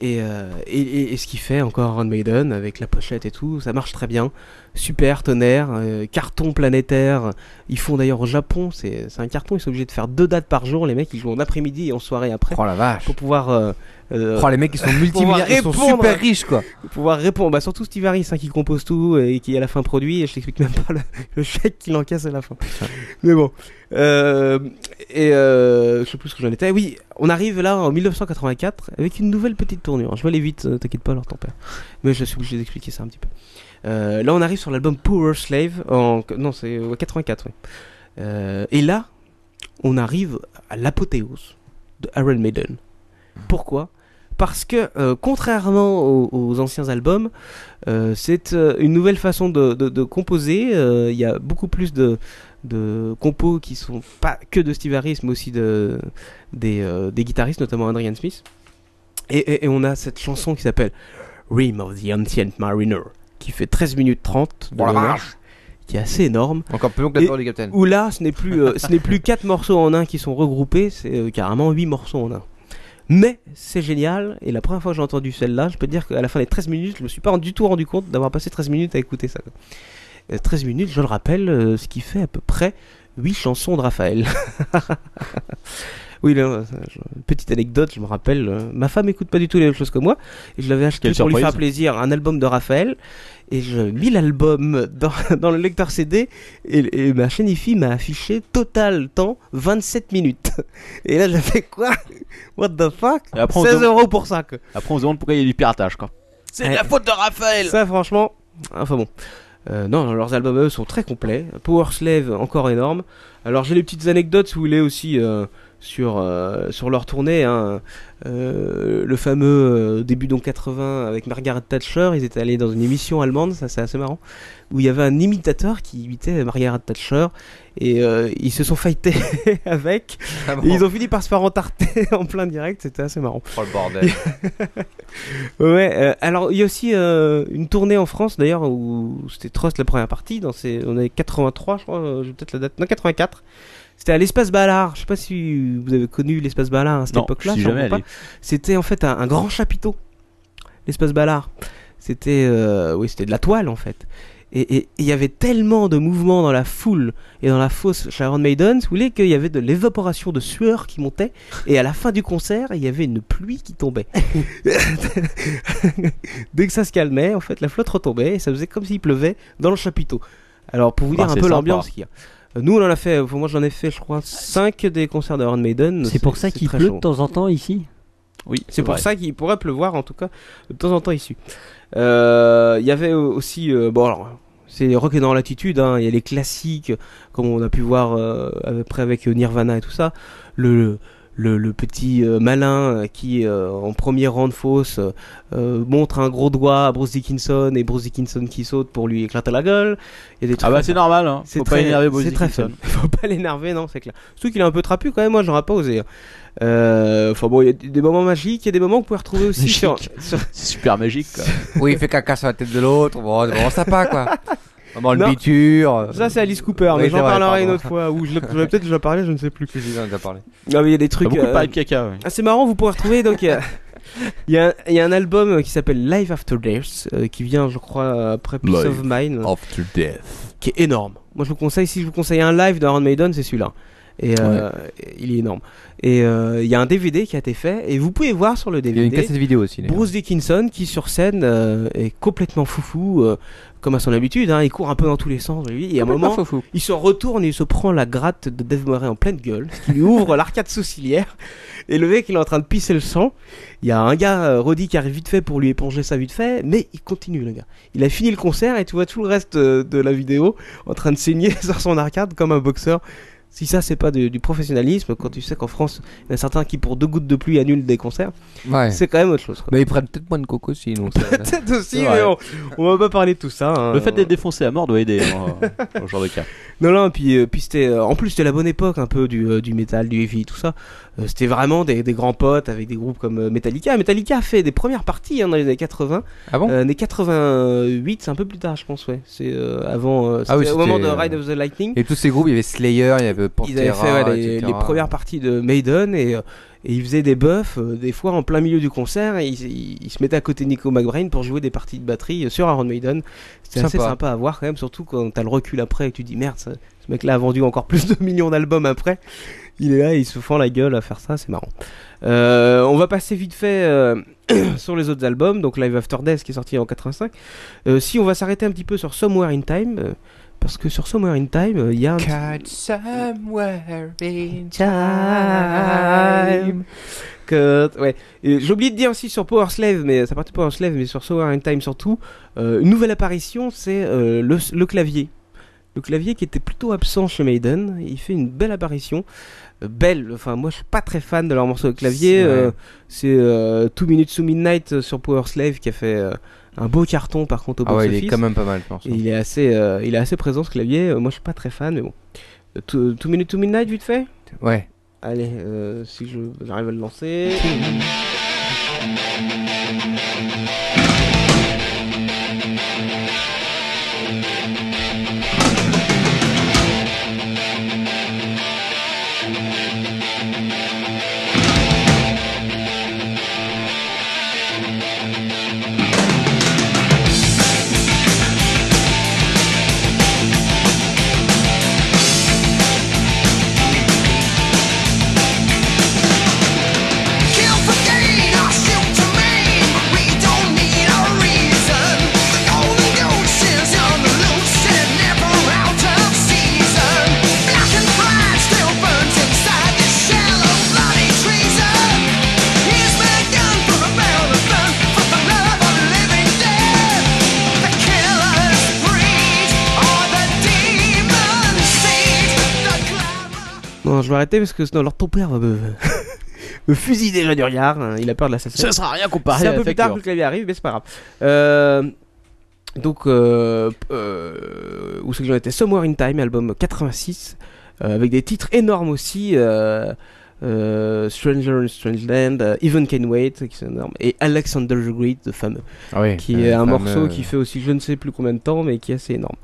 G: Et, euh, et, et- et ce qu'il fait encore Iron Maiden avec la pochette et tout, ça marche très bien. Super tonnerre, euh, carton planétaire. Ils font d'ailleurs au Japon, c'est c'est un carton, ils sont obligés de faire deux dates par jour. Les mecs, ils jouent en après-midi et en soirée après.
C: Oh la vache.
G: Pour pouvoir. euh, euh,
C: Oh, les mecs, ils sont
G: pour
C: multimilliardaires, ils sont
G: pouvoir répondre-
C: super riches, quoi.
G: pour Pouvoir répondre, bah surtout Steve Harris hein, qui compose tout et qui à la fin produit, et je t'explique même pas le, le chèque qu'il encaisse à la fin. Mais bon. Euh, et euh, je sais plus ce que j'en étais. Oui, on arrive là en 1984 avec une nouvelle petite tournure. Je vais aller vite, euh, t'inquiète pas, alors ton père. Mais je suis obligé d'expliquer ça un petit peu. Euh, là, on arrive sur l'album Power Slave en. Non, c'est euh, 84, oui. Euh, et là, on arrive à l'apothéose de Iron Maiden. Pourquoi Parce que, euh, contrairement aux, aux anciens albums, euh, c'est euh, une nouvelle façon de, de- de composer. Euh, Il y a beaucoup plus de, de compos qui sont pas que de Steve Harris, mais aussi de, des, euh, des guitaristes, notamment Adrian Smith. Et, et- et on a cette chanson qui s'appelle Rim of the Ancient Mariner, qui fait 13 minutes 30. de
C: Oh la
G: mémoire,
C: vache
G: Qui est assez énorme.
C: Encore plus long que la
G: Et-
C: parole du Capitaine.
G: Où là, ce n'est plus, euh, ce n'est plus 4 morceaux en un qui sont regroupés, c'est euh, carrément 8 morceaux en un. Mais c'est génial, et la première fois que j'ai entendu celle-là, je peux te dire qu'à la fin des 13 minutes, je me suis pas du tout rendu compte d'avoir passé 13 minutes à écouter ça. quoi. Euh, 13 minutes, je le rappelle, euh, ce qui fait à peu près 8 chansons de Raphaël. oui, là, euh, je- petite anecdote, je me rappelle, euh, ma femme écoute pas du tout les mêmes choses que moi, et je l'avais acheté
F: Quelle
G: pour lui faire
F: surprise.
G: plaisir un album de Raphaël, et je mis l'album dans, dans le lecteur CD, et, et ma chaîne IFI m'a affiché total temps 27 minutes. Et là, j'avais quoi What the fuck
F: Et après, on
G: 16
F: demande-
G: euros pour ça, quoi.
F: Après, on se demande pourquoi il y a du piratage, quoi.
J: C'est la faute de Raphaël
G: Ça, franchement, enfin bon. Euh, non, leurs albums, eux, sont très complets. Power Slave, encore énorme. Alors, j'ai les petites anecdotes, si vous voulez, aussi euh, sur, euh, sur leur tournée. hein. Euh, le fameux euh, début d'an 80 avec Margaret Thatcher, ils étaient allés dans une émission allemande, ça c'est assez marrant, où il y avait un imitateur qui imitait Margaret Thatcher et euh, ils se sont fightés avec.
C: Ah bon
G: et ils ont fini par se faire entarter en plein direct, c'était assez marrant.
C: Oh le bordel.
G: Ouais, euh, alors il y a aussi euh, une tournée en France d'ailleurs où c'était Trust la première partie, dans ces, on est 83 je crois, euh, j'ai peut-être la date, non 84. C'était à l'espace Ballard, je sais pas si vous avez connu l'espace Ballard à cette
F: Non,
G: époque-là.
F: je suis
G: sûrement
F: jamais allé.
G: pas. C'était en fait un, un grand chapiteau, l'espace Ballard. C'était euh, oui, c'était de la toile en fait. Et et- et il y avait tellement de mouvements dans la foule et dans la fosse chez Iron Maiden, si vous voulez, qu'il y avait de l'évaporation de sueur qui montait. Et à la fin du concert, il y avait une pluie qui tombait. Dès que ça se calmait, en fait, la flotte retombait et ça faisait comme s'il pleuvait dans le chapiteau. Alors, pour vous
H: Ah,
F: Bah,
G: dire un
F: c'est
G: peu
F: sympa.
G: l'ambiance qu'il y a. Euh, Nous, on en a fait, pour moi, j'en ai fait, je crois, 5 des concerts d'Iron Maiden.
H: C'est pour ça
G: c'est
H: qu'il
G: très
H: pleut
G: chaud.
H: de temps en temps ici.
F: Oui,
G: C'est pour ça qu'il pourrait pleuvoir, en tout cas, de temps en temps ici. Euh, Il y avait aussi. euh, bon, alors, c'est rock et dans l'attitude, hein, il y a les euh, classiques, comme on a pu voir euh, à peu près avec Nirvana et tout ça. Le, le, le petit euh, malin euh, qui, euh, en premier rang de fosse, euh, euh, montre un gros doigt à Bruce Dickinson et Bruce Dickinson qui saute pour lui éclater la gueule. Il y a des
F: Ah
G: trucs
F: bah
G: comme
F: c'est
G: ça.
F: normal, hein.
G: C'est
F: Faut pas
G: très-
F: énerver Bruce
G: C'est très
F: Dickinson.
G: fun. Faut pas l'énerver, non, c'est clair. Surtout qu'il est un peu trapu quand même, moi j'aurais pas osé. hein. Euh, Enfin bon, il y a des des moments magiques, il y a des moments que vous pouvez retrouver aussi sur, sur,
F: C'est super magique quoi.
C: Oui, il fait caca sur la tête de l'autre. Bon, c'est vraiment sympa quoi. Vraiment le
G: Non.
C: biture.
G: Ça, c'est Alice Cooper,
C: Oui,
G: mais
C: c'est
G: j'en
C: vrai,
G: parlerai
C: pardon.
G: une autre fois. Ou je l'ai- je l'ai peut-être déjà parlé, je ne sais plus.
C: Si, si, on en a parlé.
G: Ah, mais il y a des trucs.
F: beaucoup
G: euh,
F: parlé de caca, ouais.
G: Ah, c'est marrant, vous pourrez retrouver donc. euh, Il y, a un- il y a un album euh, qui s'appelle Live After Death euh, qui vient, je crois, euh, après Peace
F: Live
G: of Mind,
F: After death.
G: qui est énorme. Moi, je vous conseille, si je vous conseille un live d'Iron Maiden, c'est celui-là. Et euh, il est énorme. Et euh, il y a un DVD qui a été fait, et vous pouvez voir sur le
C: Il y
G: DVD.
C: a une cassette vidéo aussi. d'ailleurs.
G: Bruce Dickinson qui sur scène euh, est complètement foufou, euh, comme à son habitude, hein, il court un peu dans tous les sens. Lui, et à un
C: Complètement
G: moment,
C: foufou.
G: il se retourne et il se prend la gratte de Dave Murray en pleine gueule, ce qui lui ouvre l'arcade sourcilière. Et le mec, il est en train de pisser le sang. Il y a un gars, euh, Roddy, qui arrive vite fait pour lui éponger ça vite fait, mais il continue, le gars. Il a fini le concert et tu vois tout le reste euh, de la vidéo en train de saigner sur son arcade comme un boxeur. Si ça, c'est pas du- du professionnalisme, quand tu sais qu'en France, il y en a certains qui, pour deux gouttes de pluie, annulent des concerts,
C: Ouais.
G: c'est quand même autre chose. quoi.
C: Mais ils prennent peut-être moins de coco aussi. donc ça-
G: Peut-être aussi,
C: C'est
G: mais
C: vrai.
G: on, on va pas parler de tout ça. hein.
F: Le fait d'être défoncé à mort doit aider hein, au genre de cas.
G: Non, non, puis, euh, puis c'était. euh, en plus, c'était la bonne époque un peu du, euh, du métal, du heavy, tout ça. Euh, c'était vraiment des, des grands potes avec des groupes comme euh, Metallica. Metallica a fait des premières parties hein, dans les années 80.
C: Ah bon
G: Euh, Années 88, c'est un peu plus tard, je pense, ouais. C'est euh, avant. euh,
C: Ah oui,
G: c'était au moment de
C: c'était, euh,
G: Ride of the Lightning.
C: Et tous ces groupes, il y avait Slayer, il y avait Pantera.
G: Ils avaient fait ouais, les,
C: etc.
G: les premières parties de Maiden et, euh, et ils faisaient des buffs, euh, des fois en plein milieu du concert, et ils, ils- ils se mettaient à côté de Nico McBrain pour jouer des parties de batterie euh, sur Iron Maiden. C'était assez
C: Sympa.
G: sympa à voir quand même, surtout quand t'as le recul après et que tu te dis merde, ça- ce mec-là a vendu encore plus de millions d'albums après. Il est là et il se fend la gueule à faire ça, c'est marrant. Euh, on va passer vite fait euh, sur les autres albums, donc Live After Death qui est sorti en 85. Euh, si on va s'arrêter un petit peu sur Somewhere in Time, euh, parce que sur Somewhere in Time, euh, il y a un petit-
O: Somewhere in
C: Ah
G: time. Que- ouais. Et J'ai oublié de dire aussi sur Power Slave, mais ça partait de Power Slave, mais sur Sower in Time surtout, euh, une nouvelle apparition, c'est euh, le, le clavier. Le clavier qui était plutôt absent chez Maiden, il fait une belle apparition. Euh, belle, enfin moi je suis pas très fan de leur morceau de clavier.
C: Ouais.
G: euh, c'est euh, Two Minutes to Midnight euh, sur Power Slave qui a fait euh, un beau carton par contre au
C: Ah ouais, il
G: box-office.
C: est quand même pas mal, je pense.
G: Et il est assez, euh, il est assez présent ce clavier. Euh, Moi, je suis pas très fan, mais bon. Euh, Two, Two Minutes to Midnight, vite fait.
C: Ouais.
G: Allez, euh, si je- j'arrive à le lancer.
O: Kill for gain or shoot to maim, but we don't need a reason. The golden goose is on the loose and never out of season. Black and pride still burns inside this shell of bloody treason. Here's the gun for the barrel of fun, for the love of living dead. The killers breed, or the demon seed. The glamour.
G: Non, je vais arrêter parce que sinon, alors ton père va me, me fusiller déjà du regard. hein, Il a peur de l'assassin.
F: Ça sera rien comparé
G: C'est
F: à
G: un peu plus
F: Factor.
G: tard que le clavier arrive, mais c'est pas grave. Euh, donc, euh, euh, où c'est que j'en étais Somewhere in Time, album 86, euh, avec des titres énormes aussi. euh, euh, Stranger in Strangeland, euh, Even Can Wait, qui sont énormes, et Alexander the Great, le fameux
C: Ah oui,
G: qui
C: euh,
G: est un
C: fameux-
G: morceau qui fait aussi je ne sais plus combien de temps, mais qui est assez énorme.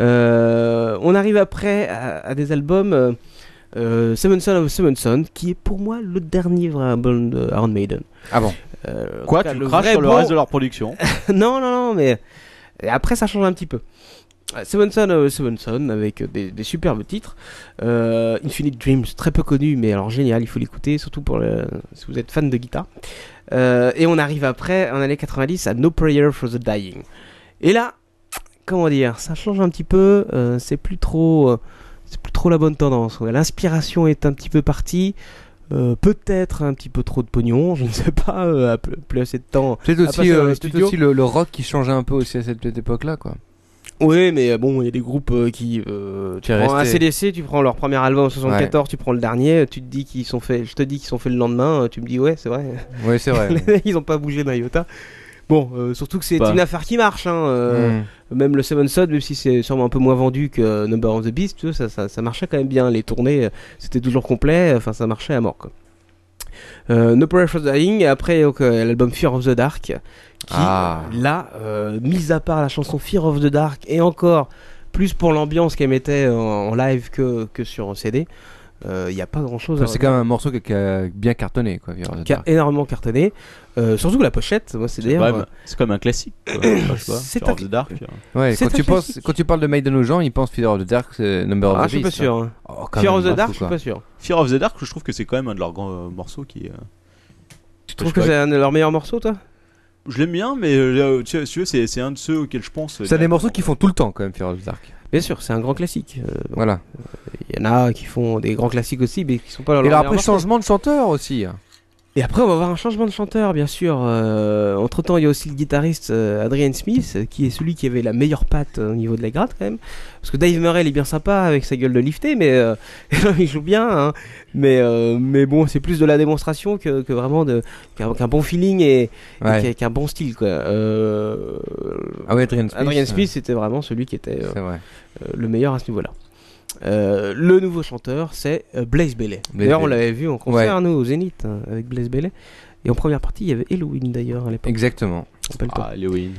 G: Euh, on arrive après à, à des albums euh, euh, Seven Son of Seven Son, qui est pour moi le dernier vrai album de Iron Maiden.
C: Ah bon
G: Euh, en
F: Quoi,
G: tout cas,
F: tu craches
G: vrai
F: sur le
G: bon-
F: reste de leur production
G: non, non, non, mais et après ça change un petit peu. Euh, Seven Son, euh, Seven Son, avec euh, des, des superbes titres. Euh, Infinite Dreams, très peu connu, mais alors génial, il faut l'écouter, surtout pour le- si vous êtes fan de guitare. Euh, et on arrive après, en années 90, à No Prayer for the Dying. Et là, comment dire, ça change un petit peu, euh, c'est plus trop, euh, c'est plus trop la bonne tendance. Ouais, L'inspiration est un petit peu partie. euh, peut-être un petit peu trop de pognon, je ne sais pas, euh, à pl- plus assez de temps.
C: Peut-être
G: à passer
C: aussi,
G: dans
C: euh,
G: les
C: peut-être
G: studios.
C: aussi le, le rock qui changeait un peu aussi à cette petite époque-là, quoi.
G: Oui, mais euh, bon, il y a des groupes euh, qui. Euh, tu
C: es
G: prends
C: resté.
G: ACDC, tu prends leur premier album en 74, tu prends le dernier, euh, tu te dis qu'ils sont faits. Je te dis qu'ils sont faits le lendemain, euh, tu me dis ouais, c'est vrai.
C: Ouais, c'est vrai.
G: Ils ont pas bougé d'un iota. Bon, euh, surtout que c'est
C: Pas.
G: une affaire qui marche. hein, euh, Même le Seven Son, même si c'est sûrement un peu moins vendu que euh, Number of the Beast, tu vois, ça, ça, ça marchait quand même bien. Les tournées, euh, c'était toujours complet, euh, enfin ça marchait à mort. Quoi. Euh, no Prayer for Dying, et après donc, euh, l'album Fear of the Dark, qui
C: Ah.
G: là, euh, mis à part la chanson Fear of the Dark, et encore plus pour l'ambiance qu'elle mettait en, en live que, que sur un CD, il n'y a pas grand chose
C: Enfin, c'est quand même un morceau qui a, qui a bien cartonné, quoi. Fear of the
G: qui a
C: Dark.
G: énormément cartonné. Euh, surtout que la pochette, moi c'est d'ailleurs. euh,
F: quand même- c'est comme un classique. quoi. Enfin, je sais pas,
G: C'est
F: Fear of
G: un-
F: the Dark. hein.
C: Ouais,
G: C'est
C: quand
G: un
C: tu, penses,
G: classique.
C: quand tu parles de Maiden aux gens, ils pensent Fear of the Dark, c'est Number of
G: Ah,
C: the
G: je suis pas
C: Beast,
G: sûr,
C: hein.
G: hein.
C: Oh, quand
G: Fear
C: même,
G: of the
C: un
G: Dark,
C: fou,
G: je suis
C: quoi.
G: pas sûr.
F: Fear of the Dark, je trouve que c'est quand même un de leurs grands euh, morceaux qui. euh,
G: Tu
F: je
G: trouves
F: sais
G: que
F: pas,
G: c'est un de leurs meilleurs morceaux, toi
F: Je l'aime bien, mais euh, tu sais, si tu veux, c'est c'est un de ceux auxquels je pense. euh,
C: C'est un des morceaux qu'ils font tout le temps, quand même, Fear of the Dark.
G: Bien sûr, c'est un grand classique. euh, donc,
C: Voilà.
G: euh, Il y en a qui font des grands classiques aussi, mais qui sont pas leurs
C: Et alors
G: meilleurs
C: après,
G: morceaux.
C: changement de chanteur aussi. hein.
G: Et après, on va avoir un changement de chanteur, bien sûr. entre temps, il y a aussi le guitariste euh, Adrian Smith, euh, qui est celui qui avait la meilleure patte euh, au niveau de la gratte, quand même. Parce que Dave Murray, il est bien sympa avec sa gueule de lifté, mais euh, il joue bien. hein. Mais, euh, mais bon, c'est plus de la démonstration que, que vraiment de- qu'un qu'un bon feeling et, et
C: Ouais.
G: qu'un- qu'un bon style, quoi. Euh,
C: Ah ouais, Adrian Smith.
G: Adrian Smith, c'était vraiment celui qui était euh,
C: C'est vrai.
G: euh, le meilleur à ce niveau-là. Euh, le nouveau chanteur, c'est euh, Blaze Bailey.
C: Blaze
G: D'ailleurs, on
C: Bailey.
G: l'avait vu en concert,
C: Ouais.
G: nous, au Zénith, hein, avec Blaze Bailey. Et en première partie, il y avait Halloween, d'ailleurs, à l'époque.
C: Exactement.
G: Rappelle-toi.
F: Ah, Halloween.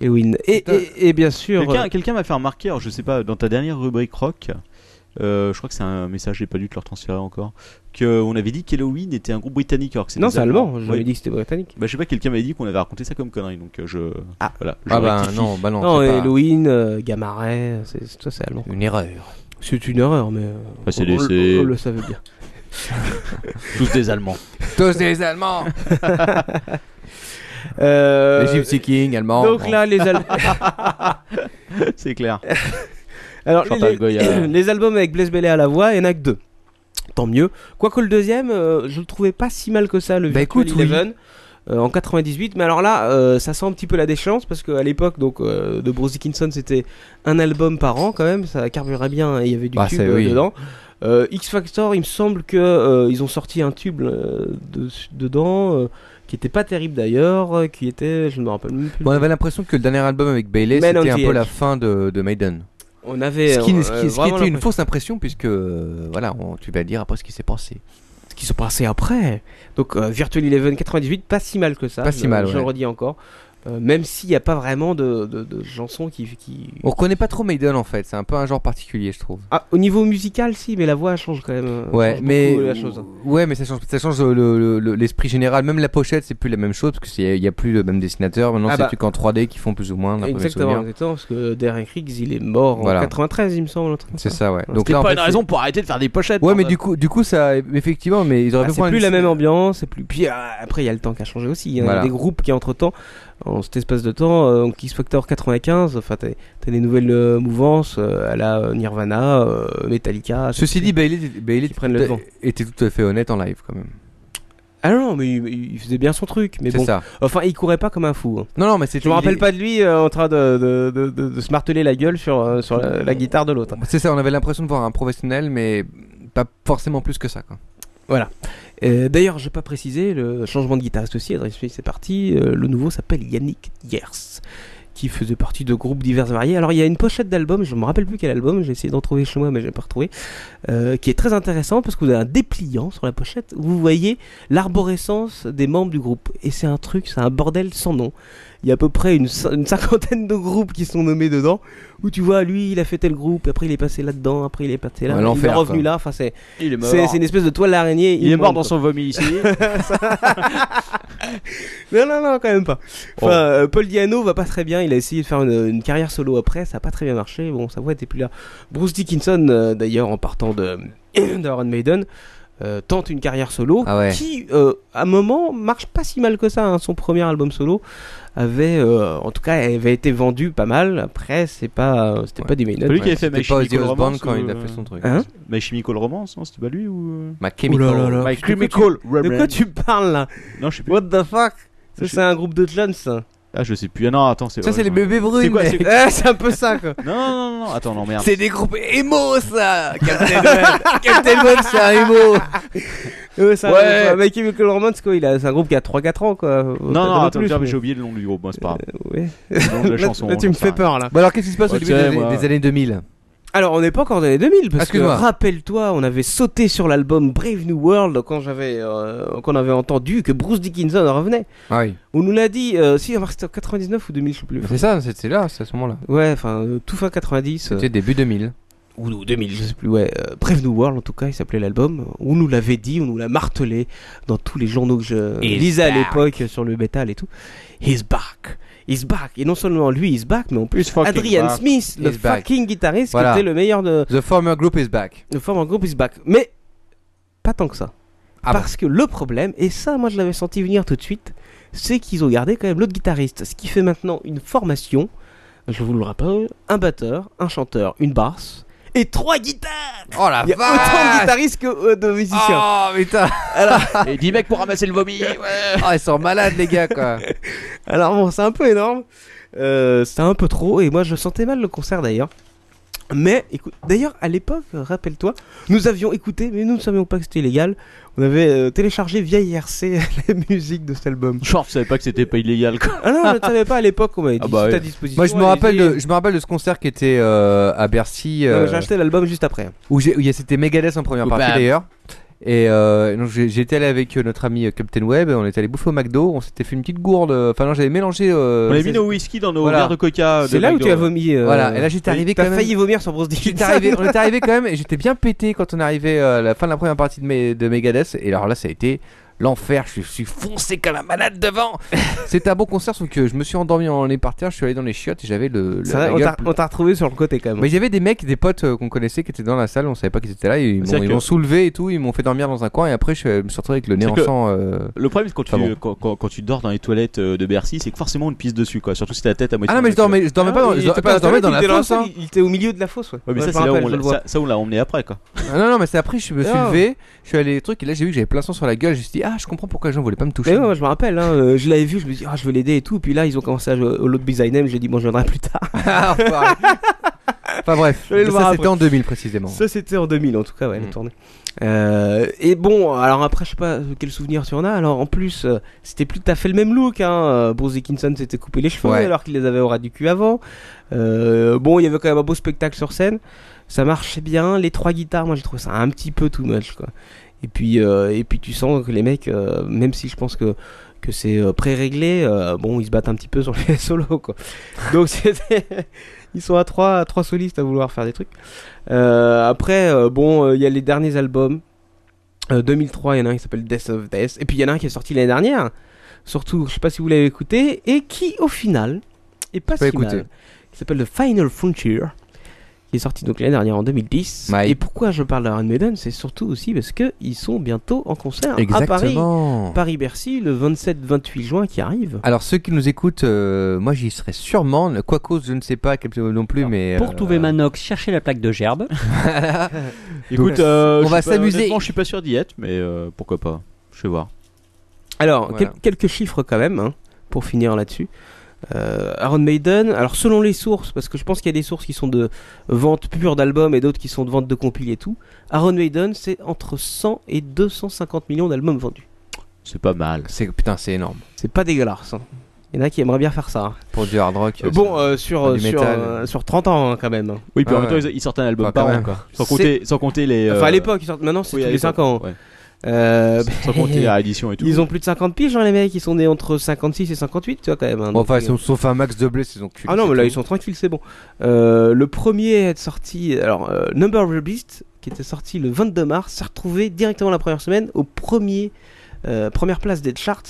G: Halloween. Et, et- et bien sûr.
F: Quelqu'un quelqu'un m'a fait remarquer, alors je sais pas, dans ta dernière rubrique rock, euh, je crois que c'est un message, j'ai pas dû te le retransférer encore, qu'on avait dit qu'Halloween était un groupe britannique alors que c'est
G: euh, Non,
F: des
G: c'est
F: Allemands.
G: allemand, j'avais
F: Oui.
G: dit que c'était britannique.
F: Bah, je sais pas, quelqu'un m'avait dit qu'on avait raconté ça comme connerie, donc euh, je.
G: Ah,
F: voilà, je
C: Ah bah
F: rectifie.
C: non, bah non.
G: Non,
C: c'est pas-
G: Halloween, euh, Gamaret, c'est c'est- ça, c'est allemand.
C: Une erreur.
G: C'est une erreur, mais. euh,
F: Bah, c'est
G: on-
F: des-
G: on-
F: c'est-
G: on le savait bien.
F: Tous des Allemands.
C: Tous des Allemands
G: Euh,
C: Les Gypsy King, Allemands.
G: Donc
C: bon.
G: là, les Allemands.
F: c'est clair.
G: Alors,
F: Chantal
G: les,
F: Goya.
G: les albums avec Blaise Bellet à la voix, il n'y en a que deux. Tant mieux. Quoique le deuxième, euh, je le trouvais pas si mal que ça, le
C: Bah,
G: Virtual
C: écoute, oui.
G: Eleven, euh, en 98. Mais alors là, euh, ça sent un petit peu la déchéance parce qu'à l'époque, donc euh, de Bruce Dickinson, c'était un album par an quand même. Ça carburait bien et il y avait du
C: Bah,
G: tube
C: c'est-
G: euh,
C: oui.
G: dedans. Euh, X Factor, il me semble que euh, ils ont sorti un tube euh, de- dedans euh, qui était pas terrible d'ailleurs, euh, qui était, je ne me rappelle même plus.
C: Bon, on avait l'impression que le dernier album avec Bailey,
G: Men on
C: c'était un
G: the
C: peu
G: Edge.
C: la fin de, de Maiden.
G: On avait
C: Ce qui,
G: euh,
C: ce qui- ce qui
G: vraiment
C: était une
G: l'impression-
C: fausse impression, puisque euh, voilà, on- tu vas dire après ce qui s'est passé.
G: ce qui se passait après. Donc euh, Virtual Eleven 98, pas si mal que ça.
C: Pas
G: je-
C: si mal,
G: Je
C: ouais.
G: le redis encore. Euh, même s'il n'y a pas vraiment de, de, de chansons qui. qui...
C: On reconnaît pas trop Maiden en fait, c'est un peu un genre particulier, je trouve.
G: Ah, au niveau musical, si, mais la voix change quand même. euh,
C: Ouais,
G: change
C: mais
G: beaucoup La chose. hein.
C: ouais, mais ça change, ça change le- le- le- l'esprit général. Même la pochette, c'est plus la même chose parce qu'il y a plus le même dessinateur. Maintenant,
G: Ah
C: c'est
G: bah.
C: des trucs en 3D qui font plus ou moins. d'après mes
G: Exactement,
C: souvenirs.
G: exactement, parce que Darren Riggs, il est mort
C: Voilà.
G: en 93, il me semble. un truc comme
C: C'est ça, ouais. Donc
F: C'est
C: là, en
F: pas
C: fait,
F: une raison pour arrêter de faire des pochechettes.
C: c'est- Ouais, mais
F: bordel.
C: du coup, du coup, ça, effectivement, mais ils auraient pu
G: Ah, hein, bah. c'est
C: prendre
G: plus
C: une-
G: la même ambiance, c'est plus. Puis euh, après, il y a le temps qui a changé aussi. hein. Il y en
C: Voilà.
G: a des groupes qui, entre temps, en cet espace de temps, euh, donc X Factor 95, enfin, t'as t'as des nouvelles euh, mouvances euh, à la euh, Nirvana, euh, Metallica.
C: Ceci dit, Bailey, Bailey
G: prennent le
C: était-
G: devant.
C: était tout à fait honnête en live quand même.
G: Ah non, mais il, il faisait bien son truc, mais
C: C'est
G: bon.
C: ça.
G: Enfin, il courait pas comme un fou. hein.
C: Non, non, mais c'était.
G: Je me rappelle
C: il-
G: pas de lui euh, en train de, de, de- de- de se marteler la gueule sur, euh, sur la, la guitare de l'autre.
C: Bah, C'est ça, on avait l'impression de voir un professionnel, mais pas forcément plus que ça. Quoi.
G: Voilà. Euh, D'ailleurs, j'ai pas précisé le changement de guitariste aussi. Adrian Smith c'est parti. Euh, le nouveau s'appelle Yannick Yers, qui faisait partie de groupes divers et variés. Alors, il y a une pochette d'album. Je me rappelle plus quel album. J'ai essayé d'en trouver chez moi, mais j'ai pas retrouvé. euh, qui est très intéressant parce que vous avez un dépliant sur la pochette où vous voyez l'arborescence des membres du groupe. Et c'est un truc, c'est un bordel sans nom. Il y a à peu près une, cin- une cinquantaine de groupes qui sont nommés dedans. Où tu vois, lui, il a fait tel groupe, après il est passé là-dedans, après il est passé là,
C: Ouais,
G: il est
C: l'enfer,
G: revenu
C: quoi.
G: là. Enfin, c'est
F: Il est mort.
G: c'est c'est une espèce de toile d'araignée.
F: Il est mort
G: immonde,
F: dans son vomi ici.
G: quoi. Non, non, non, quand même pas. Enfin,
F: Oh.
G: euh, Paul Diano va pas très bien. Il a essayé de faire une, une carrière solo après. Ça a pas très bien marché. Bon, sa voix était plus là. Bruce Dickinson, euh, d'ailleurs, en partant de, de Iron Maiden. euh, tente une carrière solo
C: Ah ouais.
G: qui euh, à un moment marche pas si mal que ça hein. son premier album solo avait euh, en tout cas avait été vendu pas mal après c'est pas c'était
C: Ouais.
G: pas du
F: C'est
G: Maiden
F: lui qui avait fait
C: C'était
F: My
C: pas Ozzy
F: Chemical
C: Osbourne
F: Romance.
C: quand
F: ou,
C: il a
F: euh,
C: fait son truc.
G: Hein
F: My Chemical Romance, non C'était pas lui ou. euh,
C: Ma Chemical.
G: Ouh là là là.
F: My
G: putain, de quoi
F: Chemical
G: de quoi tu parles là
F: Non, je sais plus.
G: what the fuck Ça,
F: Je-
G: c'est un groupe de Jones ça.
F: Ah, je sais plus. Ah non, attends, c'est.
M: Ça,
F: ouais,
M: c'est les
F: non.
M: bébés brunes,
F: C'est quoi
M: mec.
F: c'est-
M: Ah, c'est un peu ça, quoi.
F: Non, non, non, non, attends, non, merde.
M: C'est des groupes émo ça Captain Web Captain Web c'est un émo
G: Ouais, c'est un
M: Ouais.
G: groupe, euh, My Chemical Romance, quoi, il a- c'est un groupe qui a 3-4 ans, quoi.
F: Non, non, attends, tiens, j'ai oublié le nom du groupe, bon, c'est pas grave. Le nom de la
G: Là-
F: chanson.
G: là,
F: j'en
G: tu me
F: sais
G: fais
F: rien.
G: peur, là.
C: Bon, alors, qu'est-ce qui se passe au
F: Ouais,
C: début
F: tu
C: des
F: sais,
C: années-
F: moi-
C: des années 2000
G: Alors, on n'est pas encore dans les 2000, parce que
C: Excuse-moi.
G: rappelle-toi, on avait sauté sur l'album Brave New World quand j'avais, euh, qu'on avait entendu que Bruce Dickinson revenait.
C: Ah oui.
G: On nous l'a dit, euh, si, alors, c'était en 99 ou 2000, je sais plus.
C: C'est ça, c'est c'est là, c'est à ce moment-là.
G: Ouais, enfin, euh, tout fin 90.
C: C'était début 2000.
G: Ou ou 2000, je sais plus, ouais. euh, Brave New World, en tout cas, il s'appelait l'album. On nous l'avait dit, on nous l'a martelé dans tous les journaux que je
M: He's
G: lisais à
M: back.
G: l'époque sur le métal et tout. He's back. He's back. Et non seulement lui, he's back, mais en plus, Adrian
C: back.
G: Smith, le
C: He's back.
G: fucking guitariste
C: Voilà.
G: qui était le meilleur de.
C: The former group is back.
G: Le former group is back. Mais pas tant que ça.
C: Ah
G: Parce que le problème, et ça, moi je l'avais senti venir tout de suite, c'est qu'ils ont gardé quand même l'autre guitariste. Ce qui fait maintenant une formation, je vous le rappelle, un batteur, un chanteur, une basse et trois guitares
C: Oh la
G: Il y a autant de guitaristes que euh, de musiciens.
C: Oh putain
F: Et 10 mecs pour ramasser le vomi
C: Oh, ils sont malades les gars quoi
G: Alors bon, c'est un peu énorme. Euh, c'était un peu trop. Et moi, je sentais mal le concert d'ailleurs. Mais écoute, d'ailleurs, à l'époque, euh, rappelle-toi, nous avions écouté, mais nous ne savions pas que c'était illégal. On avait euh, téléchargé via IRC la musique de cet album.
F: Genre, je savais pas que c'était pas illégal quoi.
G: Ah non, je ne savais pas à l'époque qu'on m'avait dit
F: Ah bah
G: c'est à
F: oui.
G: disposition.
C: Moi je me rappelle,
G: allez-y.
C: de, je me rappelle de ce concert qui était euh, à Bercy.
G: Non,
C: euh,
G: mais J'ai acheté l'album juste après.
C: où j'ai- où il y a- c'était Megadeth en première
G: Ou
C: partie
G: bam.
C: d'ailleurs. Et euh, donc j'ai- j'étais allé avec euh, notre ami euh, Captain Web, on était allé bouffer au McDo, on s'était fait une petite gourde. euh, Enfin non, j'avais mélangé. euh,
F: On
C: les-
F: a mis nos whisky dans nos
C: Voilà.
F: verres de
C: Ah,
F: coca. de
G: C'est là où
F: McDo,
G: tu as
F: ouais.
G: vomi. euh,
C: Voilà, et là j'étais arrivé
G: T'as
C: quand même.
G: failli vomir sur Bruce
C: J'étais
G: Dickinson.
C: arrivé- on était arrivé quand même et j'étais bien pété quand on arrivait euh, à la fin de la première partie de, mes, de Megadeth. Et alors là, ça a été l'enfer. Je, suis- je suis foncé comme un malade devant. C'était un bon concert, sauf que je me suis endormi en les par terre. Je suis allé dans les chiottes et j'avais le.
G: C'est
C: la-
G: vrai,
C: la
G: on
C: gueule
G: t'a- on t'a retrouvé sur le côté quand même.
C: mais j'avais des mecs, des potes euh, qu'on connaissait qui étaient dans la salle, on savait pas qu'ils étaient là, et ils m'ont
F: C'est-à-dire
C: ils
F: que-
C: m'ont soulevé et tout, ils m'ont fait dormir dans un coin et après je euh, me suis retrouvé avec le nez
F: C'est
C: en
F: que-
C: sang. euh,
F: Le problème, c'est quand tu,
C: Pas bon.
F: quand, quand- quand tu dors dans les toilettes euh, de Bercy, c'est que forcément on te pisse dessus, quoi. Surtout si t'as la tête à moitié.
C: Ah non, mais je dormais, je dormais pas dans,
G: il
C: je dormais
G: était
C: pas- je dormais dans la fosse. hein.
G: salle, Il était au milieu de la fosse, ouais.
F: Ouais, mais ça,
G: Ouais, je
F: c'est
G: me
F: là où
G: rappelle,
F: on
G: je
F: l'a-
G: le vois.
F: ça- ça, on l'a emmené après, quoi.
C: Ah non, non, mais c'est après, je me suis
G: Ah.
C: levé, je suis allé, truc, et là j'ai vu que j'avais plein sang sur la gueule, je me suis dit, ah, je comprends pourquoi les gens voulaient pas me toucher.
G: Mais ouais, je me rappelle, hein, euh, je l'avais vu, je me dis, ah, je vais l'aider et tout. Puis là, ils ont commencé à jouer au lot Behind Them, j'ai dit, bon, je viendrai plus tard.
C: Ah, enfoiré. enfin bref,
G: Je vais le voir
C: ça c'était
G: après.
C: en 2000 précisément.
G: Ça, c'était en 2000, en tout cas, ouais, la tournée. Euh, et bon, alors après, je sais pas quel souvenir tu en as. Alors en plus, euh, c'était plus tout à fait le même look. Hein. Euh, Bruce Dickinson s'était coupé les cheveux
C: Ouais.
G: alors qu'il les avait au ras du cul avant. Euh, bon, il y avait quand même un beau spectacle sur scène. Ça marchait bien. Les trois guitares, moi j'ai trouvé ça un petit peu too much. Quoi. Et, puis, euh, et puis tu sens que les mecs, euh, même si je pense que, que c'est euh, pré-réglé, euh, bon, ils se battent un petit peu sur les solos. Quoi. Donc c'était- ils sont à trois, à trois solistes à vouloir faire des trucs. Euh, après, euh, bon, euh, il y a les derniers albums. Euh, 2003, il y en a un qui s'appelle Death of Death. Et puis il y en a un qui est sorti l'année dernière. Surtout, je sais pas si vous l'avez écouté. Et qui, au final, est pas
C: J'ai
G: si
C: pas écouté.
G: mal. Qui s'appelle The Final Frontier. Qui est sorti donc l'année dernière en 2010.
C: Ouais.
G: Et pourquoi je parle d'Iron Maiden C'est surtout aussi parce que ils sont bientôt en concert à Ah, Paris.
C: Exactement.
G: Paris-Bercy le 27-28 juin qui arrive.
C: Alors ceux qui nous écoutent, euh, moi j'y serais sûrement, quoi cause je ne sais pas, Captain Web non plus, mais...
H: Pour
C: euh,
H: trouver Manox, cherchez la plaque de gerbe.
F: Écoute, euh,
C: on
F: je
C: va
F: sais pas-
C: s'amuser.
F: honnêtement, Je suis pas sûr d'y être, mais euh, pourquoi pas. Je vais voir.
G: Alors,
C: Voilà.
G: quel- quelques chiffres quand même, hein, pour finir là-dessus. Euh, Iron Maiden, alors selon les sources, parce que je pense qu'il y a des sources qui sont de vente pure d'albums et d'autres qui sont de vente de compiles et tout. Iron Maiden, c'est entre 100 et 250 millions d'albums vendus.
F: C'est pas mal.
C: C'est, putain, c'est énorme.
G: C'est pas dégueulasse. hein. Il y en a qui aimeraient bien faire ça. hein.
C: Pour du hard rock. euh,
G: bon,
C: ça-
G: euh, sur,
C: du
G: euh, sur,
C: métal.
G: euh, sur 30 ans hein, quand même.
F: Oui, puis
C: Ah
F: en même temps,
C: ouais.
F: ils- ils sortent
G: euh,
F: un album
C: Enfin,
F: par
C: quand
F: an,
C: même.
F: quoi. Sans compter, sans compter les.
G: Enfin à
F: euh,
G: l'époque, ils sortent- maintenant c'est
F: oui, à
G: tous les 5
F: l'époque,
G: ans.
F: ouais.
G: Euh,
F: Sans compter la réédition et tout.
G: ils ont plus de 50 piges, hein, les mecs, ils sont nés entre 56 et 58, tu vois quand même. hein,
C: Bon,
G: donc,
C: enfin,
G: euh,
C: ils sont, sauf un max de blé, ils ont cul.
G: Ah non, mais là ils sont tranquilles, c'est bon. Euh, le premier à être sorti, alors euh, Number of the Beast, qui était sorti le 22 mars, s'est retrouvé directement la première semaine au premier, euh, première place des charts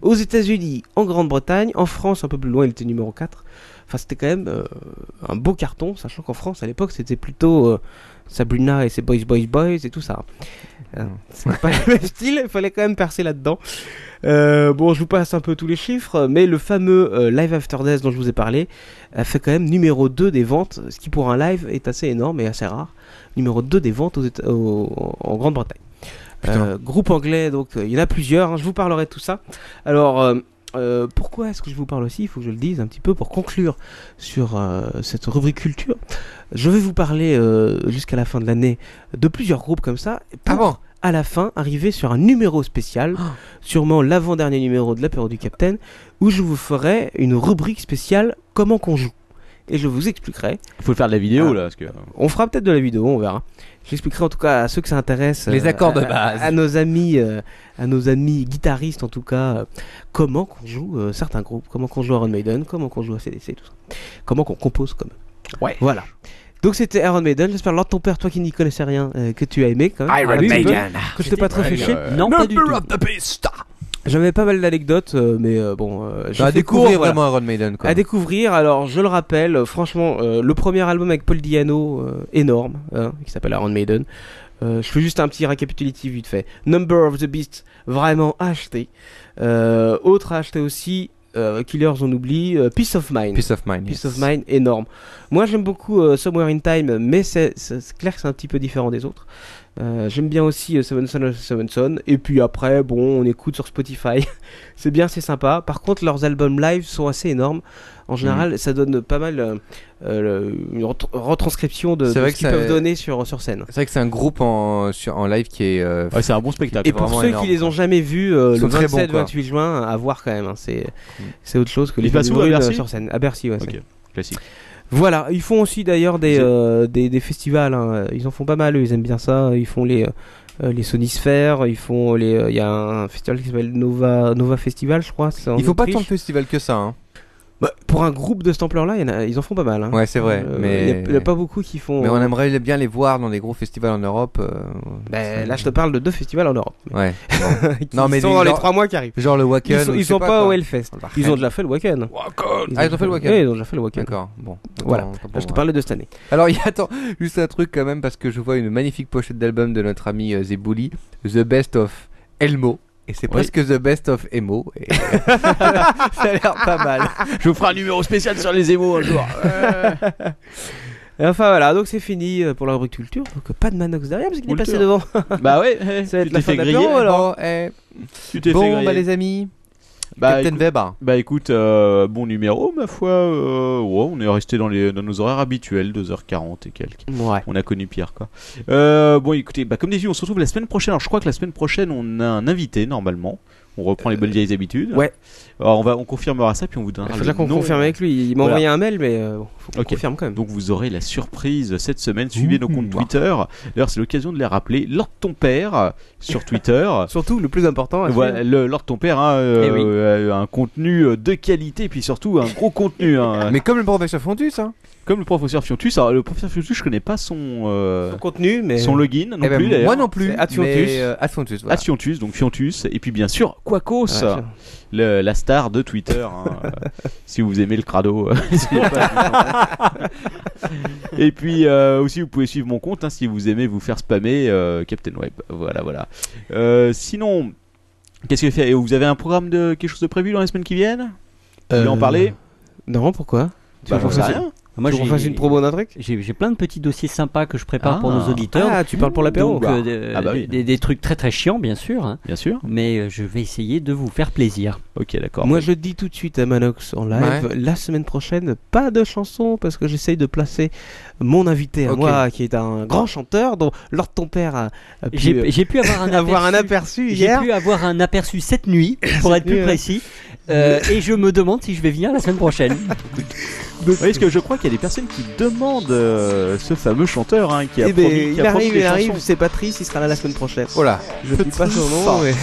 G: aux États-Unis, en Grande-Bretagne, en France un peu plus loin, il était numéro 4. Enfin, c'était quand même euh, un beau carton, sachant qu'en France à l'époque c'était plutôt euh, Sabrina et ses Boys, Boys, Boys et tout ça. Euh, c'est pas le même style, il fallait quand même percer là-dedans. Euh, bon, je vous passe un peu tous les chiffres, mais le fameux euh, Live After Death dont je vous ai parlé a fait quand même numéro 2 des ventes, ce qui pour un live est assez énorme et assez rare. Numéro 2 des ventes aux Éta- au- en Grande-Bretagne. Euh, groupe anglais, donc euh, il y en a plusieurs, hein, je vous parlerai de tout ça. Alors, euh, euh, pourquoi est-ce que je vous parle aussi Il faut que je le dise un petit peu pour conclure sur euh, cette rubrique culture. Je vais vous parler euh, jusqu'à la fin de l'année de plusieurs groupes comme ça.
C: Ah
G: Pour, À la fin, arriver sur un numéro spécial, sûrement l'avant-dernier numéro de l'apéro du Capitaine, où je vous ferai une rubrique spéciale Comment qu'on joue. Et je vous expliquerai.
F: Il faut faire de la vidéo
G: Ah.
F: là. Parce que... euh,
G: On fera peut-être de la vidéo, on verra. J'expliquerai en tout cas à ceux que ça intéresse.
C: Les accords de
G: à- à-
C: base.
G: À, nos amis, euh, à nos amis guitaristes en tout cas, euh, comment qu'on joue euh, certains groupes, comment qu'on joue Iron Maiden, comment qu'on joue ACDC, tout ça. Comment qu'on compose comme. Ouais. Voilà. Donc c'était Iron Maiden. J'espère, Lord ton père, toi qui n'y connaissais rien, euh, que tu as aimé quand même.
O: Iron
G: un petit peu,
O: Maiden.
G: Que je t'ai pas trop fait chier.
O: Non, pas du
G: Number
O: tout.
J: the beast.
G: J'avais pas mal d'anecdotes, euh, mais euh, bon. euh, j'ai
C: À
G: fait
C: découvrir,
G: court, voilà.
C: vraiment, Iron Maiden, quoi.
G: À découvrir. Alors, je le rappelle, euh, franchement, euh, le premier album avec Paul Diano, euh, énorme, hein, qui s'appelle Iron Maiden. Euh, je fais juste un petit récapitulatif vite fait. Number of the Beast, vraiment acheté. Euh, autre acheté aussi. euh, Killers, on oublie. euh, Peace of Mind.
C: Peace of Mind, yes.
G: Peace of Mind, énorme. Moi, j'aime beaucoup euh, Somewhere in Time, mais c'est c'est- c'est clair que c'est un petit peu différent des autres. Euh, j'aime bien aussi euh, Seven Son of Seven Son. Et puis après, bon, on écoute sur Spotify. c'est bien, c'est sympa. Par contre, leurs albums live sont assez énormes. En général,
C: Mm.
G: ça donne pas mal euh, euh, le- une ret- retranscription de, de
C: C'est vrai
G: ce
C: que
G: qu'ils
C: ça-
G: peuvent donner sur, sur scène.
C: C'est vrai que c'est un groupe en, sur- en live qui est. euh,
F: c'est un bon spectacle.
G: Et pour ceux qui les ont jamais vus, euh,
C: Ils
G: le
C: sont très bons,
G: 27
C: quoi. Mm.
G: 28 juin, à voir quand même. hein. C'est c'est autre chose que
F: Ils
G: les
F: passent
G: Feux
F: où, à
G: Brunes,
F: Bercy
G: euh, sur scène. À Bercy, ouais. c'est-
F: Classique.
G: Voilà, ils font aussi d'ailleurs des, euh, des, des festivals. hein. Ils en font pas mal, eux, ils aiment bien ça. Ils font les, euh, les Sonisphères, ils font les. euh, Il y a un festival qui s'appelle Nova, Nova Festival, je crois. c'est en
C: Il faut pas
G: Autriche.
C: tant de festivals que ça. hein.
G: Bah, pour un groupe de cette ampleur-là, il y en a- ils en font pas mal. hein.
C: Ouais, c'est vrai.
G: Euh,
C: mais
G: Il n'y a, pas beaucoup qui font.
C: Mais on
G: euh,
C: aimerait bien les voir dans des gros festivals en Europe. euh,
G: ben,
C: ça-
G: là, je te parle de deux festivals en Europe.
C: Ouais.
G: Qui sont dans les trois mois qui arrivent.
C: Genre le Wacken.
G: Ils sont,
C: ou
G: ils
C: je sais
G: sont pas, au
C: quoi.
G: Hellfest. Ils ont déjà fait le Wacken.
C: Ah, ils ont fait le Wacken.
G: Ouais, ils ont déjà fait le Wacken.
C: D'accord. Bon. Autant-
G: Voilà.
C: autant pour
G: Là, je te
C: moi.
G: parlais de cette année.
C: Alors, il y a- attends, juste un truc quand même, parce que je vois une magnifique pochette d'album de notre ami euh, Zebuli, The Best of Elmo. Et c'est presque The Best of Emo. Et- ça a l'air pas mal.
F: Je vous ferai un numéro spécial sur les émos un jour.
G: Et enfin voilà, donc c'est fini euh, pour la rubrique culture. Donc euh, pas de Manox derrière parce qu'il est passé devant.
F: bah ouais, eh,
G: ça va
F: tu
G: être la
F: t'es
G: fin
F: fait
G: de
F: griller.
G: l'apéro, alors.
C: Bon, eh,
F: Tu t'es
C: bon,
F: fait
C: bah
F: griller.
C: les amis,
F: Bah,
C: Captain
F: écoute-
C: Weber.
F: Bah écoute, euh, bon numéro, ma foi. euh, ouais, on est resté dans, les, dans nos horaires habituels, 2h40 et quelques.
G: Ouais.
F: On a connu pire, quoi. Euh, bon, écoutez, bah, comme dit, on se retrouve la semaine prochaine. Alors, je crois que la semaine prochaine, on a un invité, normalement. On reprend les bonnes vieilles habitudes.
G: Euh, ouais.
F: Alors, on, va, on confirmera ça, puis on vous donnera
G: Il faut
F: Ah, le
G: déjà qu'on
F: nom.
G: confirme avec lui. Il m'a
F: Voilà.
G: envoyé un mail, mais euh, bon, faut qu'on
F: Ok.
G: confirme quand même.
F: Donc vous aurez la surprise cette semaine. Suivez nos
C: Mmh.
F: comptes Twitter. D'ailleurs, c'est l'occasion de les rappeler. Lord ton père euh, sur Twitter.
G: surtout le plus important.
F: Voilà, le, Lord ton père, hein, euh,
C: Eh oui.
F: euh, un contenu euh, de qualité, puis surtout un gros contenu. hein.
C: Mais comme le professeur Fontus, hein.
F: Comme le professeur Fiontus. Alors, le professeur Fiontus, je connais pas son, euh,
G: Son contenu, mais
F: son login non
C: Eh ben,
F: plus. d'ailleurs.
C: moi non plus.
G: C'est Atfiontus.
C: mais, euh, Atfiontus, voilà.
F: À Fiontus, donc Fiontus, et puis bien sûr Quacos,
C: sûr.
F: le- la star de Twitter. hein, euh, si vous aimez le crado, euh, n'essayez pas. et puis euh, aussi, vous pouvez suivre mon compte hein, si vous aimez vous faire spammer euh, Captain Web. Voilà, voilà. Euh, sinon, qu'est-ce que fait Vous avez un programme de quelque chose de prévu dans les semaines qui viennent Vous voulez en
G: Euh,
F: parler
G: Non, pourquoi Tu
F: Bah,
G: veux qu'on
F: j'en sais
G: fasse-
F: rien.
G: Moi,
H: j'ai-
G: je fasse une promo d'un truc.
H: J'ai j'ai plein de petits dossiers sympas que je prépare
G: Ah.
H: pour nos auditeurs.
G: Ah, tu parles pour l'apéro.
H: Donc, euh,
G: Ah bah oui.
H: des, des trucs très très chiants, bien sûr. hein.
F: Bien sûr.
H: Mais euh, je vais essayer de vous faire plaisir.
F: Ok, d'accord.
G: Moi, je dis tout de suite à Manox en live,
H: Ouais.
G: la semaine prochaine, pas de chanson parce que j'essaye de placer mon invité à
H: Ok.
G: moi, qui est un grand chanteur dont Lord ton père a, a pu,
H: J'ai j'ai pu avoir un aperçu,
G: euh, avoir un aperçu hier.
H: J'ai pu avoir un aperçu cette nuit, pour être
G: nuit,
H: plus
G: ouais.
H: précis. Euh, et je me demande si je vais venir la semaine prochaine.
F: Oui, parce
G: Eh
F: que je crois qu'il y a des personnes qui demandent euh, ce fameux chanteur hein, qui a
G: Eh ben,
F: promis, qui
G: il
F: a promis
G: arrive,
F: des
G: il arrive,
F: chansons.
G: c'est Patrice, il sera là la semaine prochaine.
F: Euh,
C: Voilà.
G: Je dis pas son nom, mais...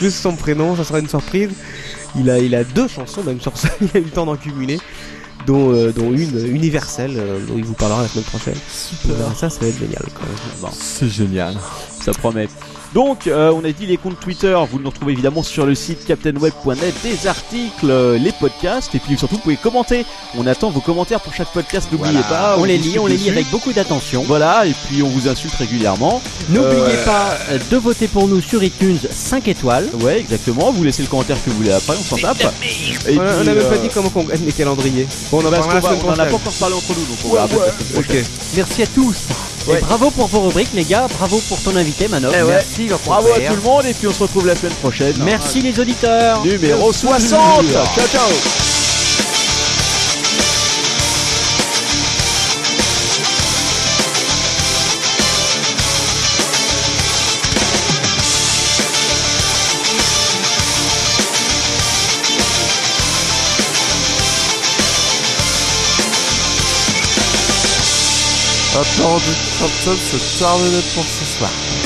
G: juste son prénom, ça sera une surprise. Il a, il a deux chansons, même sur ça, il a eu le temps d'en cumuler, dont, euh, dont une euh, universelle, euh, dont il vous parlera la semaine prochaine. Vous verrez Ça, ça va être génial quand même.
F: C'est génial. Ça promet. Donc, euh, on a dit les comptes Twitter, vous nous retrouvez évidemment sur le site captainweb.net, des articles, euh, les podcasts, et puis surtout vous pouvez commenter. On attend vos commentaires pour chaque podcast, n'oubliez
H: Voilà.
F: pas.
H: On les
F: vous
H: lit,
F: suit
H: on les lit
F: dessus.
H: avec beaucoup d'attention.
F: Voilà, et puis on vous insulte régulièrement.
H: N'oubliez
F: Euh,
H: pas euh, de voter pour nous sur iTunes 5 étoiles.
F: Ouais, exactement, vous laissez le commentaire que vous voulez après, on s'en tape. Et
G: on a, on
F: puis,
G: a même
F: euh,
G: pas dit comment on gagne les calendriers. Bon, on en
F: parce
G: parlera la
F: qu'on va-
G: semaine
F: on en a
G: prochaine.
F: pas encore parlé entre nous, donc on va rappeler la semaine prochaine.
G: Ok.
C: Merci à tous.
H: Et bravo pour vos rubriques, les gars. Bravo pour ton invité, Manoff.
F: Eh ouais.
H: Merci, grand
F: Bravo à
H: confrère.
F: tout le monde et puis on se retrouve la semaine prochaine.
H: Merci, les auditeurs.
F: Numéro 60. Ciao ciao.
C: Attends, Thompson se charme pour ce soir.